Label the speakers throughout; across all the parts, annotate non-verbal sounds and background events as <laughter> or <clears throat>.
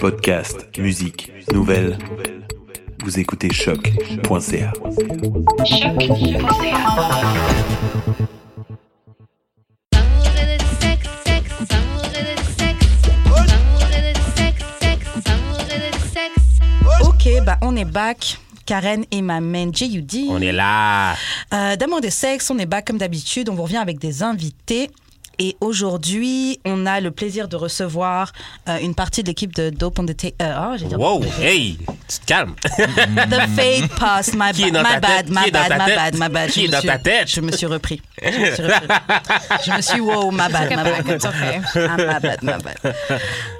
Speaker 1: Podcast, musique, nouvelles. Vous écoutez choc.ca.
Speaker 2: Ok, bah on est back. Karen et ma main J.U.D.
Speaker 3: On est là.
Speaker 2: Euh, D'amour de sexe, on est back comme d'habitude. On vous revient avec des invités. Et aujourd'hui, on a le plaisir de recevoir euh, une partie de l'équipe de Dope on the Table. Euh, ah,
Speaker 3: Wow, hey, tu te calmes.
Speaker 2: <laughs> The Fate Pass, my,
Speaker 3: Qui est dans
Speaker 2: ba- my
Speaker 3: ta tête?
Speaker 2: bad, my
Speaker 3: Qui est dans
Speaker 2: bad,
Speaker 3: ta
Speaker 2: my
Speaker 3: tête?
Speaker 2: bad, my bad.
Speaker 3: Qui
Speaker 2: Je
Speaker 3: est
Speaker 2: me
Speaker 3: dans
Speaker 2: suis-
Speaker 3: ta tête?
Speaker 2: Je me suis repris. Je me suis, repris. Je me suis- wow, my bad, my bad.
Speaker 4: It's okay.
Speaker 2: Ah, my bad, my bad.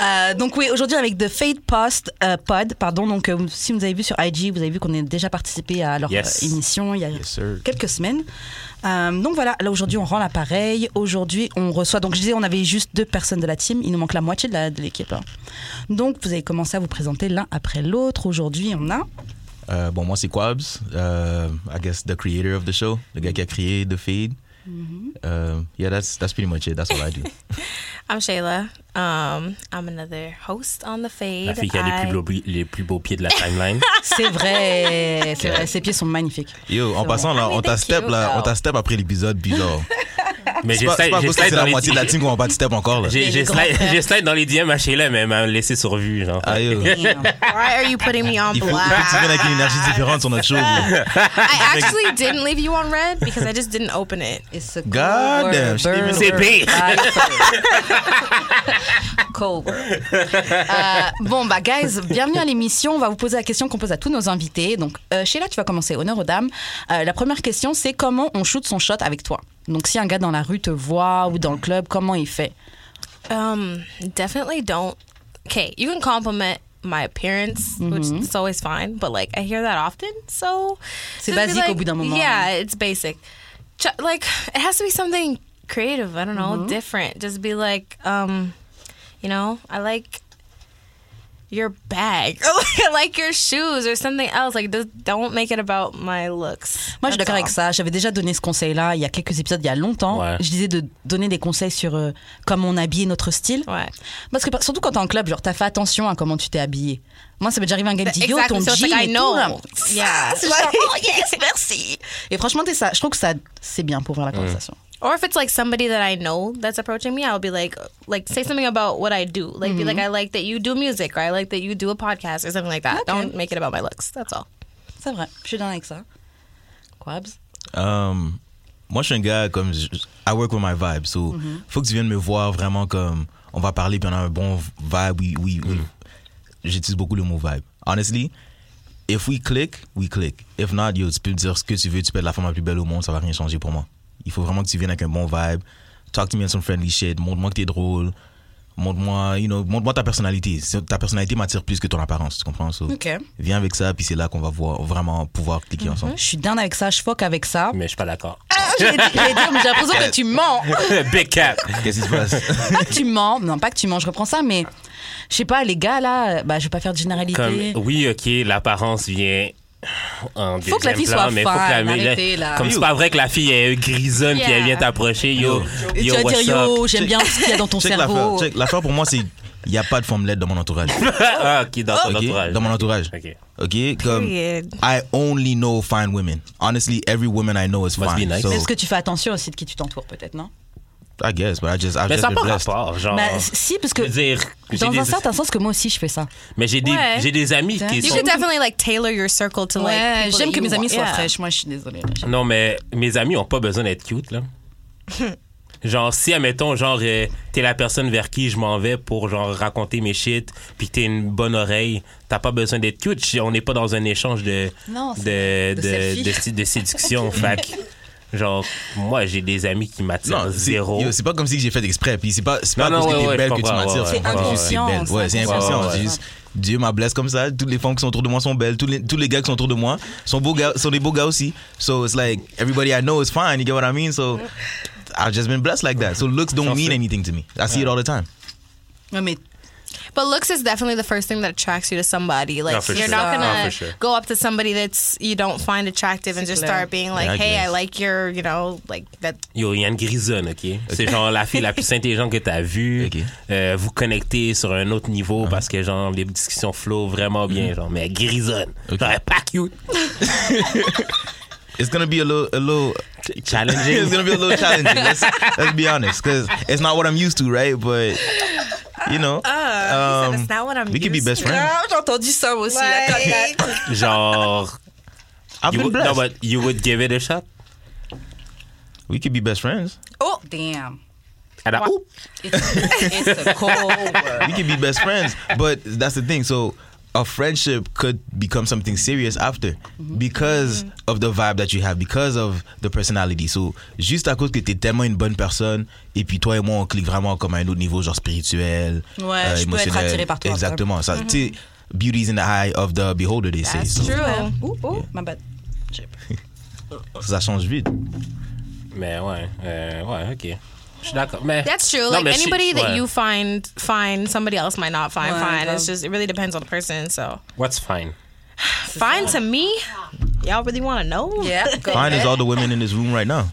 Speaker 2: Euh, donc oui, aujourd'hui avec The Fate Post euh, Pod, pardon. Donc euh, si vous avez vu sur IG, vous avez vu qu'on a déjà participé à leur
Speaker 3: Yes.
Speaker 2: euh, émission il y a
Speaker 3: Yes, sir.
Speaker 2: quelques semaines. Euh, donc voilà, là aujourd'hui on rend l'appareil. Aujourd'hui on reçoit. Donc je disais, on avait juste deux personnes de la team. Il nous manque la moitié de la- de l'équipe. hein. Donc vous avez commencé à vous présenter l'un après l'autre. Aujourd'hui on a.
Speaker 5: Euh, bon, moi, c'est Quabs. Euh, I guess the creator of the show, le gars qui a créé The Feed. Euh, yeah, that's, that's pretty much it. That's all I do.
Speaker 4: I'm Shayla. Um, I'm another host on the Fade.
Speaker 3: La fille qui a les
Speaker 4: I-
Speaker 3: plus beaux, les plus beaux pieds de la
Speaker 2: <laughs>
Speaker 3: timeline.
Speaker 2: C'est
Speaker 5: <laughs>
Speaker 2: vrai, c'est vrai. Ses pieds sont magnifiques.
Speaker 5: Yo, en passant, là, on t'a
Speaker 4: thank
Speaker 5: step,
Speaker 4: you,
Speaker 5: là,
Speaker 4: girl.
Speaker 5: on t'a step après l'épisode, puis
Speaker 3: <laughs>
Speaker 5: genre.
Speaker 3: Mais
Speaker 5: C'est pas, c'est
Speaker 3: j'essaie
Speaker 5: pas parce que
Speaker 3: j'essaie
Speaker 5: c'est
Speaker 3: dans
Speaker 5: la
Speaker 3: les
Speaker 5: moitié de la team qu'on va pas de step encore, là.
Speaker 3: <laughs> j'ai-
Speaker 2: Les grands
Speaker 3: j'essaie-
Speaker 2: frères.
Speaker 3: j'essaie dans les DM à Sheila, mais elle m'a laissé sur vue. Genre.
Speaker 5: Ah,
Speaker 3: <laughs>
Speaker 5: yo. Il faut,
Speaker 2: euh,
Speaker 5: <laughs>
Speaker 4: Why are you putting me on
Speaker 5: il faut que tu viennes avec une énergie
Speaker 4: blast?
Speaker 5: différente sur notre show. là.
Speaker 4: I actually didn't leave you on red because I just didn't open it.
Speaker 2: It's a
Speaker 5: God
Speaker 2: cold
Speaker 5: damn,
Speaker 2: word,
Speaker 5: je t'ai mis-
Speaker 2: bird.
Speaker 3: C'est
Speaker 2: <laughs>
Speaker 3: pire.
Speaker 2: Cold word. Euh, bon, bah, guys, bienvenue à l'émission. On va vous poser la question qu'on pose à tous nos invités. Donc, euh, Sheila, tu vas commencer. Honneur aux dames. Euh, la première question, c'est comment on shoot son shot avec toi Donc, si un gars dans la rue te voit ou dans le club, comment il fait
Speaker 4: Um, definitely don't. Okay, you can compliment my appearance,
Speaker 2: Mm-hmm.
Speaker 4: which is always fine, but like I hear that often, so
Speaker 2: C'est
Speaker 4: just be
Speaker 2: basique au bout d'un moment,
Speaker 4: Yeah, it's basic. Ch- like it has to be something creative. I don't know,
Speaker 2: Mm-hmm.
Speaker 4: different. Just be like, um, you know, I like your bag, <laughs> I like your shoes, or something else. Like, just don't make it about my looks.
Speaker 2: Moi, je suis
Speaker 4: That's
Speaker 2: d'accord avec
Speaker 4: all.
Speaker 2: ça. J'avais déjà donné ce conseil-là il y a quelques épisodes, il y a longtemps.
Speaker 3: Ouais.
Speaker 2: Je disais de donner des conseils sur euh, comment on habille notre style.
Speaker 4: Ouais.
Speaker 2: Parce que surtout quand t'es en club, genre t'as fait attention à comment tu t'es habillé. Moi, ça m'est déjà arrivé un gars qui me dit yo,
Speaker 4: Exactly,
Speaker 2: ton
Speaker 4: so it's
Speaker 2: jean
Speaker 4: like, I
Speaker 2: et
Speaker 4: know.
Speaker 2: tout. là.
Speaker 4: Yeah.
Speaker 2: <laughs> C'est genre, oh yes, merci. Et franchement, t'es ça. Je trouve que ça, c'est bien pour
Speaker 3: Mm.
Speaker 2: ouvrir la conversation.
Speaker 4: or if it's like somebody that I know that's approaching me, I'll be like, like say something about what I do. Like be like, I like that you do music, or I like that you do a podcast, or something like that. Don't make it about my looks. That's all.
Speaker 2: C'est vrai. Je suis d'accord avec ça. Quabs.
Speaker 5: Um, moi, je suis un gars comme. je- I work with my vibe. So, faut que tu viennes me voir vraiment comme. On va parler, puis on a un bon vibe. Oui, oui, oui. J'utilise beaucoup le mot vibe. Honestly, if we click, we click. If not, yo, tu peux me dire ce que tu veux. Tu peux être la femme la plus belle au monde, ça va rien changer pour moi. Il faut vraiment que tu viennes avec un bon vibe. Talk to me on some friendly shit. Montre-moi que t'es drôle. Montre-moi, you know, montre-moi ta personnalité. C'est- Ta personnalité m'attire plus que ton apparence, tu comprends? So,
Speaker 2: Ok.
Speaker 5: Viens avec ça, puis c'est là qu'on va voir vraiment pouvoir cliquer ensemble.
Speaker 2: Je suis dingue avec ça. Je fuck avec
Speaker 3: <laughs>
Speaker 2: ça.
Speaker 3: Mais je suis pas d'accord.
Speaker 2: Ah, je l'ai dit, je l'ai dit, mais j'ai l'impression que tu
Speaker 3: <laughs>
Speaker 2: mens.
Speaker 3: Big cap.
Speaker 5: Qu'est-ce qui se passe?
Speaker 2: Pas que tu mens. Non, pas que tu mens. Je reprends ça, mais je sais pas, les gars là, euh, bah je vais pas faire de généralité.
Speaker 3: Comme, oui, ok, l'apparence vient en
Speaker 2: Faut que la
Speaker 3: deuxième
Speaker 2: fille
Speaker 3: plan,
Speaker 2: soit
Speaker 3: mais faut que la
Speaker 2: fine, arrêtez, là.
Speaker 3: Comme c'est pas vrai que la fille est grisonne puis elle
Speaker 4: Yeah.
Speaker 3: vient t'approcher, yo,
Speaker 2: Et
Speaker 3: yo,
Speaker 2: tu vas
Speaker 3: what's
Speaker 2: dire yo,
Speaker 3: up?
Speaker 2: j'aime bien ce qu'il y a dans ton
Speaker 5: Check
Speaker 2: cerveau.
Speaker 5: l'affaire. Check. L'affaire pour moi, c'est il n'y a pas de femme laide dans mon entourage.
Speaker 3: <laughs> ah, ok, dans ton
Speaker 5: Ok?
Speaker 3: entourage.
Speaker 5: Dans mon entourage.
Speaker 3: Ok.
Speaker 5: Ok? Comme,
Speaker 4: Period.
Speaker 5: I only know fine women. Honestly, every woman I know is
Speaker 3: Must
Speaker 5: fine.
Speaker 3: be nice.
Speaker 5: So,
Speaker 2: Mais Est-ce que tu fais attention aussi de qui tu t'entoures peut-être, non
Speaker 5: I guess, but I just, I've
Speaker 3: Mais
Speaker 5: just
Speaker 3: ça n'a
Speaker 5: been
Speaker 3: pas
Speaker 5: blessed.
Speaker 3: rapport, genre.
Speaker 2: Bah, si, parce que
Speaker 3: Je veux dire, j'ai
Speaker 2: dans
Speaker 3: des-
Speaker 2: un certain sens que moi aussi je fais ça.
Speaker 3: Mais j'ai des,
Speaker 4: Ouais.
Speaker 3: j'ai des amis qui
Speaker 4: You
Speaker 3: sont.
Speaker 4: should definitely like tailor your circle to like.
Speaker 2: Ouais,
Speaker 4: people
Speaker 2: j'aime
Speaker 4: that
Speaker 2: que
Speaker 4: you
Speaker 2: mes amis
Speaker 4: want.
Speaker 2: soient
Speaker 4: Yeah.
Speaker 2: fraîches. Moi, je suis désolée. Je-
Speaker 3: Non, mais mes amis ont pas besoin d'être cute, là. genre, si, admettons, genre, euh, t'es la personne vers qui je m'en vais pour, genre, raconter mes shit, puis que t'es une bonne oreille, t'as pas besoin d'être cute. Je- On n'est pas dans un échange de.
Speaker 2: Non,
Speaker 3: de,
Speaker 2: de
Speaker 3: de,
Speaker 2: selfie.
Speaker 3: de sé- de séduction. fait que, genre, moi, j'ai des amis qui m'attirent
Speaker 5: Non, c'est-
Speaker 3: zéro.
Speaker 5: yo, C'est pas comme si j'ai fait exprès. Puis c'est pas, c'est pas
Speaker 3: Non, non,
Speaker 5: parce
Speaker 3: ouais,
Speaker 5: que t'es
Speaker 3: ouais,
Speaker 5: belle
Speaker 3: je
Speaker 5: que tu
Speaker 3: comprends,
Speaker 5: m'attires.
Speaker 3: ouais,
Speaker 2: C'est
Speaker 5: tu comprends?
Speaker 2: inconscient,
Speaker 5: C'est belle. Ouais, c'est
Speaker 2: c'est
Speaker 5: inconscient.
Speaker 3: inconscient.
Speaker 5: C'est juste, Dieu m'a blesse comme ça. Toutes les femmes qui sont autour de moi sont belles. Tous les, tous les gars qui sont autour de moi sont, beaux gars, sont des beaux gars aussi. So it's like, everybody I know is fine. You get what I mean? So I've just been blessed like that. So looks don't mean anything to me. I see it all the time.
Speaker 2: Ouais, mais
Speaker 4: But looks is definitely the first thing that attracts you to somebody. Like
Speaker 3: for
Speaker 4: you're
Speaker 3: sure.
Speaker 4: not
Speaker 3: No,
Speaker 4: gonna
Speaker 3: for sure.
Speaker 4: go up to somebody that's you don't find attractive and
Speaker 2: C'est
Speaker 4: just
Speaker 2: clair.
Speaker 4: start being like,
Speaker 5: Yeah, I
Speaker 4: "Hey, I
Speaker 5: guess.
Speaker 4: like your, you know, like that."
Speaker 3: Yo, il y a une grisonne, OK? C'est genre la fille la plus intelligente que t'as vue.
Speaker 5: OK. Ah.
Speaker 3: Euh, vous connectez sur un autre niveau parce que, genre, les discussions flow vraiment bien,
Speaker 5: Mm.
Speaker 3: genre, mais elle grisonne. Genre, elle est pas cute.
Speaker 5: It's gonna be a little, a little. <laughs> it's
Speaker 3: Challenging.
Speaker 5: gonna be a little challenging. Let's, let's be honest, because it's not what I'm used to, right? But you know,
Speaker 4: Uh, he said,
Speaker 5: um,
Speaker 4: "It's not what I'm
Speaker 5: we could be
Speaker 4: used
Speaker 5: best
Speaker 4: to."
Speaker 5: friends.
Speaker 2: Ah, j'ai entendu ça aussi. là, comme ça.
Speaker 4: <laughs> Like,
Speaker 3: genre,
Speaker 5: I've
Speaker 3: you
Speaker 5: been
Speaker 3: would, no,
Speaker 5: blessed.
Speaker 3: but you would give it a shot.
Speaker 5: we could be best friends.
Speaker 2: Oh, damn.
Speaker 3: Elle a, oups.
Speaker 2: It's, it's a cold <laughs>
Speaker 5: We
Speaker 2: world.
Speaker 5: could be best friends.
Speaker 2: <laughs>
Speaker 5: But that's the thing. So a friendship could become something serious after
Speaker 2: Mm-hmm.
Speaker 5: because of the vibe that you have, because of the personality. So juste à cause que t'es tellement une bonne personne, et puis toi et moi on clique vraiment comme à un autre niveau, genre spirituel,
Speaker 2: Ouais,
Speaker 5: euh,
Speaker 2: je peux être
Speaker 5: émotionnel.
Speaker 2: attiré par toi, après.
Speaker 5: Exactement. Ça, tu sais, beauty's in the eye of the beholder, they say.
Speaker 2: That's
Speaker 5: So,
Speaker 2: true. hein. Ouh, oh, my bad. J'ai-
Speaker 5: ça change vite.
Speaker 3: Mais ouais, euh, ouais, ok. Je suis d'accord. Mais
Speaker 4: That's true.
Speaker 3: Non,
Speaker 4: Like
Speaker 3: mais je-
Speaker 4: anybody that
Speaker 3: ouais.
Speaker 4: you find fine, somebody else might not find
Speaker 2: Ouais,
Speaker 4: fine. It's
Speaker 2: grave.
Speaker 4: just it really depends on the person. So
Speaker 3: What's fine?
Speaker 4: fine to me, y'all really want to know?
Speaker 2: Yeah, go
Speaker 5: Fine is
Speaker 2: ahead.
Speaker 5: all the women in this room right now.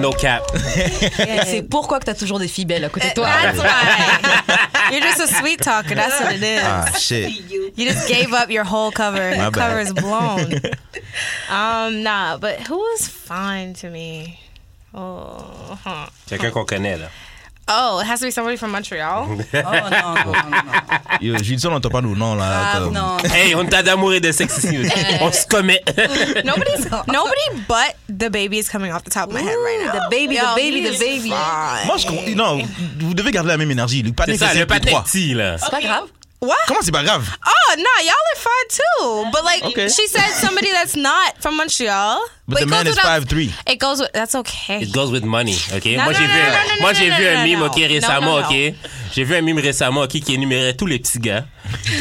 Speaker 3: No
Speaker 5: <laughs>
Speaker 3: cap.
Speaker 2: C'est pourquoi que t'as toujours des filles belles à côté de toi.
Speaker 4: That's why <laughs> you're just a sweet talker. That's what it
Speaker 2: <laughs>
Speaker 4: is.
Speaker 5: Ah shit.
Speaker 4: You just gave up your whole cover.
Speaker 5: My
Speaker 4: Your cover
Speaker 5: bad.
Speaker 4: is
Speaker 5: <laughs>
Speaker 4: blown. um, nah, but who is fine to me? Oh, huh.
Speaker 3: Quelqu'un qu'on connaît, là.
Speaker 4: oh, it has to be somebody
Speaker 5: <laughs>
Speaker 4: from Montreal.
Speaker 2: Oh non, non, non, non.
Speaker 5: Yo, je lui dis ça, on n'entend pas nos noms là.
Speaker 2: Ah,
Speaker 5: comme-
Speaker 2: non.
Speaker 3: Hey, on t'a d'amour et de sexe ici. On se
Speaker 5: <laughs>
Speaker 3: commet.
Speaker 2: <laughs>
Speaker 4: Nobody's nobody but the baby is coming off the top of my head right now.
Speaker 2: The baby, the
Speaker 4: Yo,
Speaker 2: baby,
Speaker 4: he
Speaker 2: the
Speaker 4: is
Speaker 2: baby.
Speaker 4: fine.
Speaker 5: Moi, je comprends- Non, vous devez garder la même énergie. Le
Speaker 3: C'est
Speaker 5: panier,
Speaker 3: ça,
Speaker 5: c'est
Speaker 3: le
Speaker 5: plus
Speaker 3: patin
Speaker 5: trois.
Speaker 3: petit, là.
Speaker 2: C'est pas grave.
Speaker 4: What?
Speaker 5: Comment c'est pas grave?
Speaker 4: Oh no, y'all are fine too. But like
Speaker 5: Okay.
Speaker 4: she said, somebody that's not from Montreal.
Speaker 5: But the
Speaker 4: it
Speaker 5: man
Speaker 4: goes
Speaker 5: is
Speaker 4: without-
Speaker 5: 5'3".
Speaker 4: It goes with that's okay.
Speaker 3: It goes with money, OK?
Speaker 4: Non,
Speaker 3: moi,
Speaker 4: non,
Speaker 3: j'ai
Speaker 4: non,
Speaker 3: vu,
Speaker 4: non,
Speaker 3: un-
Speaker 4: non,
Speaker 3: moi,
Speaker 4: non,
Speaker 3: j'ai
Speaker 4: non,
Speaker 3: vu
Speaker 4: non,
Speaker 3: un mime,
Speaker 4: non.
Speaker 3: OK, récemment,
Speaker 4: Non, non,
Speaker 3: OK? J'ai vu un mime récemment, OK, qui énumérait tous les petits gars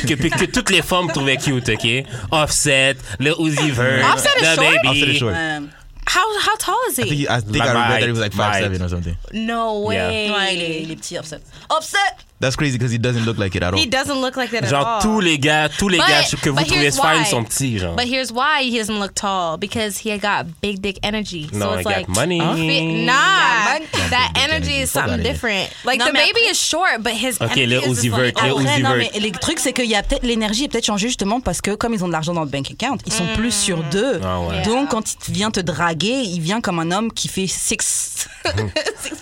Speaker 3: que, que toutes les femmes trouvaient cute, OK? Offset, le Uzi Vert,
Speaker 4: Offset is
Speaker 3: le
Speaker 4: short?
Speaker 3: Baby.
Speaker 5: Offset is short.
Speaker 2: Euh,
Speaker 4: How how tall is
Speaker 5: I think,
Speaker 4: he?
Speaker 5: I, think
Speaker 3: Like
Speaker 5: I read that
Speaker 3: might,
Speaker 5: it was like
Speaker 3: might.
Speaker 5: 5'7 or something.
Speaker 4: No way.
Speaker 2: ouais, il est, il est petit, offset. Offset!
Speaker 5: That's crazy because he doesn't look like it at all.
Speaker 4: He doesn't look like that at
Speaker 3: Genre,
Speaker 4: all.
Speaker 3: tous les gars, tous les
Speaker 4: Oh. But-
Speaker 3: gars que vous
Speaker 4: but
Speaker 3: trouvez
Speaker 4: here's
Speaker 3: fine
Speaker 4: why.
Speaker 3: sont petits, genre.
Speaker 4: But here's why he doesn't look tall because he got big dick energy.
Speaker 3: No,
Speaker 4: so
Speaker 3: I
Speaker 4: it's
Speaker 3: got
Speaker 4: like
Speaker 3: money.
Speaker 4: Huh? Fit- Nah,
Speaker 2: big
Speaker 4: that
Speaker 5: dick
Speaker 4: energy
Speaker 5: energy. Fuck
Speaker 4: is something
Speaker 5: outta here.
Speaker 4: different. Like
Speaker 2: No,
Speaker 4: the
Speaker 2: mais
Speaker 4: baby is short, but his
Speaker 3: Okay,
Speaker 4: energy
Speaker 3: le
Speaker 4: is
Speaker 3: Uzi
Speaker 4: just like,
Speaker 3: Vert, le
Speaker 4: oh,
Speaker 3: Uzi
Speaker 2: Après, non,
Speaker 3: Vert.
Speaker 2: mais le truc, c'est que y a peut-être- l'énergie est peut-être changée justement parce que comme ils ont de l'argent dans le bank account, ils sont plus sur deux.
Speaker 3: Ah ouais.
Speaker 2: Donc, quand il te vient te draguer, il vient comme un homme qui fait six.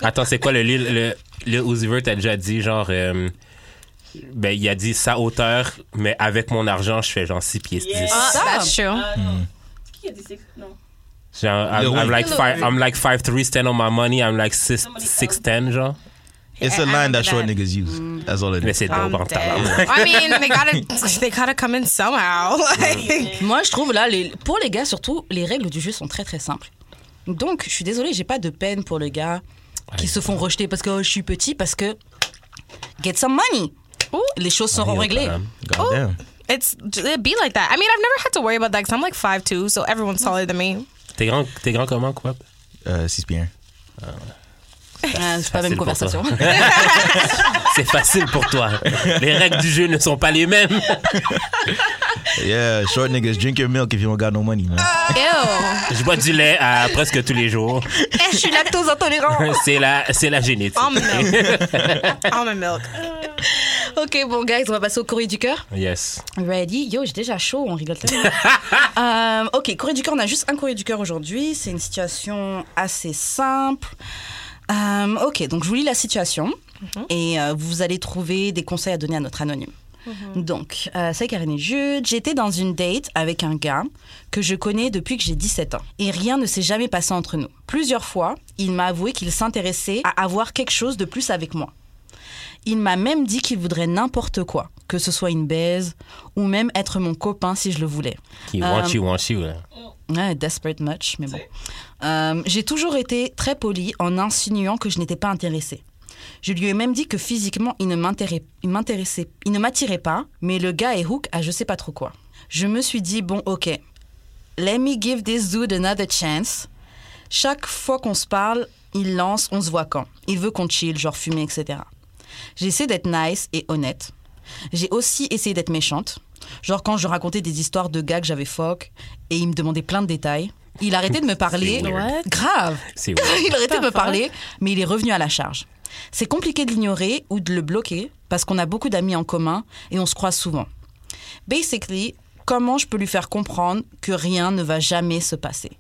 Speaker 3: Attends, c'est quoi le li- le le Uzi Vert a déjà dit genre euh, ben il a dit sa hauteur mais avec mon argent je fais genre 6 pieds 10.
Speaker 4: uh,
Speaker 2: Ça.
Speaker 4: that's true.
Speaker 6: Qui a dit sexe Non.
Speaker 3: Genre I'm,
Speaker 5: Le
Speaker 3: I'm
Speaker 5: oui.
Speaker 3: like five, I'm like 5 3 stand on my money, I'm like 6 6 10 genre.
Speaker 5: it's
Speaker 4: I-
Speaker 5: a
Speaker 4: I
Speaker 5: line
Speaker 4: remember
Speaker 5: that short
Speaker 4: that.
Speaker 5: niggas use. That's all it
Speaker 3: Mais
Speaker 5: is.
Speaker 3: c'est dope
Speaker 4: I'm
Speaker 3: en tabarnak.
Speaker 4: dead. I mean, they gotta they gotta come
Speaker 5: <laughs>
Speaker 4: in somehow. Like,
Speaker 2: Moi, je trouve là, les- pour les gars surtout, les règles du jeu sont très très simples. Donc, je suis désolée, j'ai pas de peine pour les gars qui se font rejeter parce que oh, je suis petit, parce que get some money. Les choses seront réglées.
Speaker 5: God damn.
Speaker 4: it's it'd be like that. I mean, I've never had to worry about that because I'm like five two, so everyone's taller than me.
Speaker 3: T'es grand t'es grand comment quoi
Speaker 5: Euh, 6 pieds
Speaker 2: Ah, c'est pas la même
Speaker 3: facile pour
Speaker 2: conversation.
Speaker 3: toi. <laughs> C'est facile pour toi. Les règles du jeu ne sont pas les mêmes.
Speaker 5: Yeah, short niggas, drink your milk if you don't got no money, man.
Speaker 3: <laughs>
Speaker 4: Ew.
Speaker 3: Je bois du lait à presque tous les jours.
Speaker 2: je suis lactose intolérante.
Speaker 3: C'est la c'est la génétique.
Speaker 4: Almond milk. Almond milk.
Speaker 2: ok, bon, guys, on va passer au courrier du cœur.
Speaker 3: Yes.
Speaker 2: Ready? Yo, j'ai déjà chaud, on rigole tellement. Euh, ok, courrier du cœur, on a juste un courrier du cœur aujourd'hui. C'est une situation assez simple. Euh, ok, donc je vous lis la situation et euh, vous allez trouver des conseils à donner à notre anonyme. Donc, euh, c'est Karine et Jude. J'étais dans une date avec un gars que je connais depuis que j'ai 17 ans. Et rien ne s'est jamais passé entre nous. Plusieurs fois, il m'a avoué qu'il s'intéressait à avoir quelque chose de plus avec moi. Il m'a même dit qu'il voudrait n'importe quoi, que ce soit une baise ou même être mon copain si je le voulais.
Speaker 3: Qui
Speaker 5: Euh.
Speaker 3: want you want you. là.
Speaker 2: Ouais, desperate much, mais bon. Euh, j'ai toujours été très polie en insinuant que je n'étais pas intéressée. Je lui ai même dit que physiquement, il ne m'intéré- il m'intéressait, il ne m'attirait pas, mais le gars est hook à je sais pas trop quoi. Je me suis dit, bon, ok, let me give this dude another chance. Chaque fois qu'on se parle, il lance, on se voit quand. Il veut qu'on chill, genre fumer, etc. J'ai essayé d'être nice et honnête. J'ai aussi essayé d'être méchante. Genre quand je racontais des histoires de gars que j'avais fuck et il me demandait plein de détails, il arrêtait de me parler.
Speaker 3: C'est weird.
Speaker 4: What?
Speaker 2: Grave.
Speaker 3: C'est weird.
Speaker 2: <laughs> il arrêtait de me
Speaker 4: Parfois.
Speaker 2: parler, mais il est revenu à la charge. C'est compliqué de l'ignorer ou de le bloquer parce qu'on a beaucoup d'amis en commun et on se croise souvent. Basically, comment je peux lui faire comprendre que rien ne va jamais se passer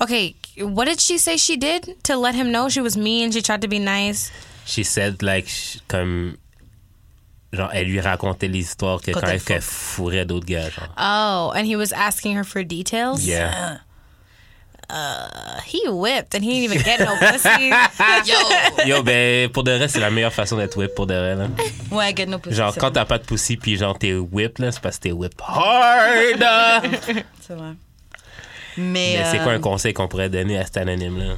Speaker 4: Okay, what did she say she did to let him know she was mean? She tried to be nice.
Speaker 3: She said, like, sh- comme. Genre, elle lui racontait les histoires que
Speaker 2: Quand
Speaker 3: quand,
Speaker 2: elle
Speaker 3: elle, qu'elle fourrait d'autres gars, genre.
Speaker 4: Oh, and he was asking her for details.
Speaker 3: Yeah.
Speaker 4: He whipped, and he didn't even get no pussy.
Speaker 3: Yo, ben, pour de vrai, c'est la meilleure façon d'être whip, pour de vrai, là.
Speaker 2: Ouais, get no pussy,
Speaker 3: Genre,
Speaker 2: c'est
Speaker 3: quand
Speaker 2: vrai,
Speaker 3: t'as pas de pussy, puis genre, t'es whip, là, c'est parce que t'es whip
Speaker 2: <laughs>
Speaker 3: hard! hein.
Speaker 2: c'est vrai. Mais,
Speaker 3: Mais c'est
Speaker 2: euh,
Speaker 3: quoi un conseil qu'on pourrait donner à
Speaker 2: <laughs>
Speaker 3: cet anonyme-là?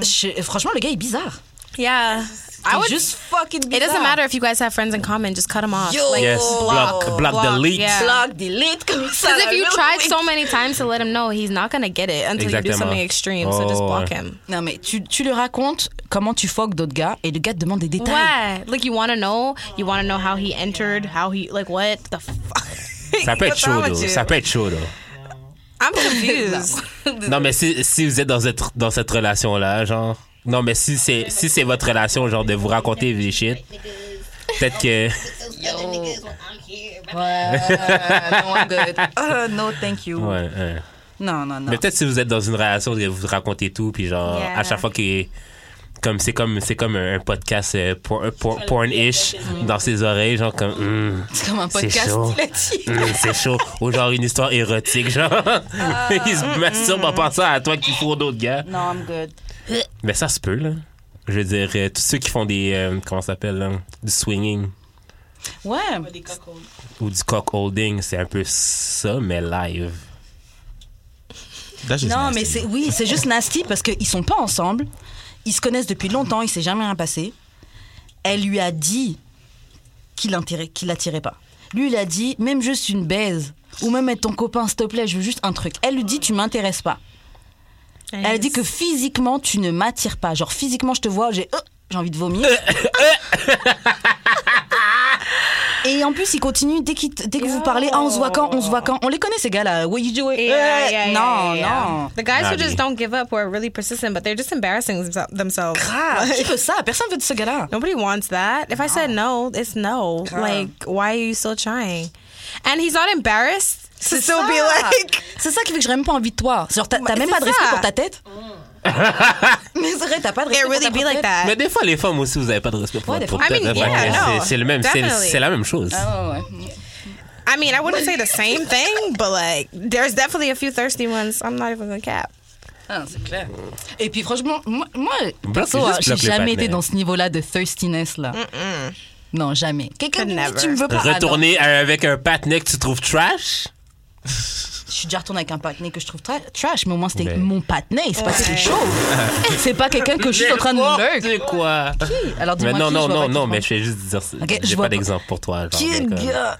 Speaker 2: je- franchement, le gars est bizarre.
Speaker 4: yeah,
Speaker 2: I
Speaker 4: I would.
Speaker 2: just fucking
Speaker 4: Ah it
Speaker 2: bizarre.
Speaker 4: doesn't matter if you guys have friends in common; just cut them off.
Speaker 2: Yo.
Speaker 4: Like,
Speaker 3: Yes,
Speaker 2: wow.
Speaker 3: block, block, the
Speaker 4: Block,
Speaker 3: leak.
Speaker 4: yeah.
Speaker 2: Plug, delete, comme ça.
Speaker 4: Because
Speaker 2: là,
Speaker 4: if you
Speaker 2: really
Speaker 4: tried
Speaker 2: quick.
Speaker 4: so many times to let him know, he's not gonna get it until you do
Speaker 3: Exactement.
Speaker 4: something extreme. so just
Speaker 3: Oh,
Speaker 4: block
Speaker 3: ouais.
Speaker 4: him.
Speaker 2: Non, mais tu, tu lui racontes comment tu fuck d'autres gars et le gars te demande des détails.
Speaker 4: Why? Like you want to know? You want to know how he entered? How he like what the fuck?
Speaker 3: Ça peut être
Speaker 4: What's wrong
Speaker 3: chaud,
Speaker 4: with
Speaker 3: though.
Speaker 4: you?
Speaker 3: Ça peut être chaud, là.
Speaker 4: I'm <laughs> confused.
Speaker 3: Non, mais si, si vous êtes dans cette, dans cette relation-là, genre. Non, mais si c'est, si c'est votre relation, genre, de vous raconter des shit, peut-être que.
Speaker 2: Euh, non, I'm
Speaker 3: <laughs>
Speaker 2: good. Euh, no, thank you.
Speaker 3: Ouais, hein. ouais.
Speaker 2: Non, non, non.
Speaker 3: Mais peut-être si vous êtes dans une relation où vous racontez tout, puis genre,
Speaker 4: Yeah.
Speaker 3: à chaque fois que. Comme, c'est comme, c'est comme un, un podcast euh, por- por- porn-ish dans ses oreilles, genre comme. hum,
Speaker 2: C'est comme un
Speaker 3: c'est
Speaker 2: podcast,
Speaker 3: chaud.
Speaker 2: il a dit.
Speaker 3: hum, c'est chaud. Ou genre une histoire érotique, genre.
Speaker 2: Ah.
Speaker 3: <laughs> Il se masturbe en pensant à toi qui fourre d'autres gars.
Speaker 2: Non, I'm good.
Speaker 3: Mais ça se peut, là. Je veux dire, euh, tous ceux qui font des. euh, comment ça s'appelle, là? Du swinging
Speaker 2: Ouais.
Speaker 6: Des cocos.
Speaker 3: ou du cock-holding, c'est un peu ça, mais live.
Speaker 5: That's just
Speaker 2: Non,
Speaker 5: nasty.
Speaker 2: mais c'est oui, c'est juste nasty parce qu'ils sont pas ensemble. Ils se connaissent depuis longtemps, il s'est jamais rien passé. Elle lui a dit qu'il l'intérêt- qu'il l'attirait pas. Lui, il a dit même juste une baise ou même être ton copain, s'il te plaît, je veux juste un truc. Elle lui dit tu m'intéresses pas. Elle a dit que physiquement tu ne m'attires pas. Genre physiquement je te vois, j'ai euh, j'ai envie de vomir. Et en plus, il continue dès, qu'il te- dès que vous parlez, ah, on se voit quand, on se voit quand. On les connaît ces gars-là. What you doing?
Speaker 4: Yeah,
Speaker 2: Euh,
Speaker 4: yeah, yeah,
Speaker 2: non,
Speaker 4: yeah,
Speaker 2: non.
Speaker 4: yeah. uh, The guys
Speaker 3: Nah,
Speaker 4: who just
Speaker 3: B.
Speaker 4: don't give up who are really persistent, but they're just embarrassing themse- themselves.
Speaker 2: Ah, qui veut ça? Personne veut de ce gars-là.
Speaker 4: Nobody wants that. If I said no, it's no. Like, why are you still trying? And he's not embarrassed to still be like,
Speaker 2: C'est ça qui fait que j'aurais même pas envie de toi. Genre, t'as t'as
Speaker 4: Mais
Speaker 2: même pas de
Speaker 4: c'est
Speaker 2: respect
Speaker 4: ça.
Speaker 2: pour ta tête. Mais c'est vrai, t'as pas de respect
Speaker 4: <laughs> it
Speaker 2: pour ta
Speaker 4: really be
Speaker 2: propre
Speaker 4: like
Speaker 2: tête.
Speaker 4: that.
Speaker 3: Mais des fois, les femmes aussi, vous avez pas de respect pour
Speaker 2: Ah. Ouais, des
Speaker 3: votre
Speaker 2: fois.
Speaker 3: propre
Speaker 4: I mean,
Speaker 3: tête, hein.
Speaker 4: yeah,
Speaker 3: Fait que
Speaker 4: no,
Speaker 3: c'est- C'est le même, c'est-
Speaker 4: definitely.
Speaker 3: c'est la même chose.
Speaker 2: Ah, ouais, ouais.
Speaker 4: I mean, I wouldn't say the same thing, but like, there's definitely a few thirsty ones. I'm not even gonna cap.
Speaker 2: Ah, c'est clair. Et puis franchement, moi, moi
Speaker 3: Bloque,
Speaker 2: perso,
Speaker 3: juste
Speaker 2: hein, j'ai
Speaker 3: bloque les
Speaker 2: jamais été
Speaker 3: partenaires.
Speaker 2: dans ce niveau-là de thirstiness là. Non, jamais. Quelqu'un
Speaker 4: Could
Speaker 2: me dit
Speaker 4: never.
Speaker 2: tu me veux pas. Ah, non.
Speaker 3: Retourner à- avec un patinet que tu trouves trash,
Speaker 2: Je suis déjà retournée avec un patiné que je trouve tra- trash, mais au moins c'était
Speaker 3: Mais-
Speaker 2: mon patiné, c'est pas quelque
Speaker 4: Ouais.
Speaker 2: chose. c'est
Speaker 3: <laughs>
Speaker 2: pas quelqu'un que je suis en train de lurk.
Speaker 3: C'est quoi?
Speaker 2: Alors
Speaker 3: Mais
Speaker 2: dis-moi
Speaker 3: non,
Speaker 2: qui,
Speaker 3: non,
Speaker 2: je vois pas
Speaker 3: non,
Speaker 2: qui
Speaker 3: non,
Speaker 2: te
Speaker 3: mais
Speaker 2: manque.
Speaker 3: je vais juste dire,
Speaker 2: Ok, je
Speaker 3: j'ai
Speaker 2: vois
Speaker 3: pas
Speaker 2: pas.
Speaker 3: d'exemple pour toi. genre,
Speaker 2: Quel
Speaker 3: mais comme-
Speaker 2: gars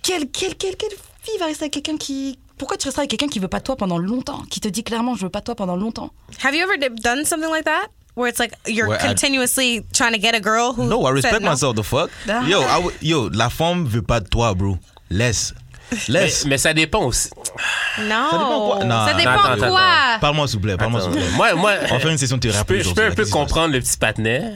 Speaker 2: quelle, quelle, quelle, quelle fille va rester avec quelqu'un qui. Pourquoi tu resteras avec quelqu'un qui veut pas de toi pendant longtemps Qui te dit clairement, je veux pas de toi pendant longtemps
Speaker 4: Have you ever did- done something like that? Where it's like you're
Speaker 5: Where I-
Speaker 4: continuously trying to get a girl who.
Speaker 5: No, I
Speaker 4: said
Speaker 5: respect
Speaker 4: no.
Speaker 5: myself. The fuck? Yo, I would- yo, la femme veut pas de toi, bro. Laisse.
Speaker 3: Mais,
Speaker 5: Laisse.
Speaker 3: mais ça dépend aussi.
Speaker 4: No.
Speaker 5: quoi? Nah.
Speaker 4: Ça dépend
Speaker 3: Attends, attends,
Speaker 4: quoi?
Speaker 5: Parle-moi s'il vous plaît, parle-moi s'il vous plaît.
Speaker 3: Moi, moi,
Speaker 5: Ah, On fait une session de
Speaker 3: je
Speaker 5: thérapie.
Speaker 3: peux, je
Speaker 5: aujourd'hui,
Speaker 3: peux un
Speaker 5: là,
Speaker 3: peu
Speaker 5: qu'est-ce qui se passe?
Speaker 3: comprendre le petit patinet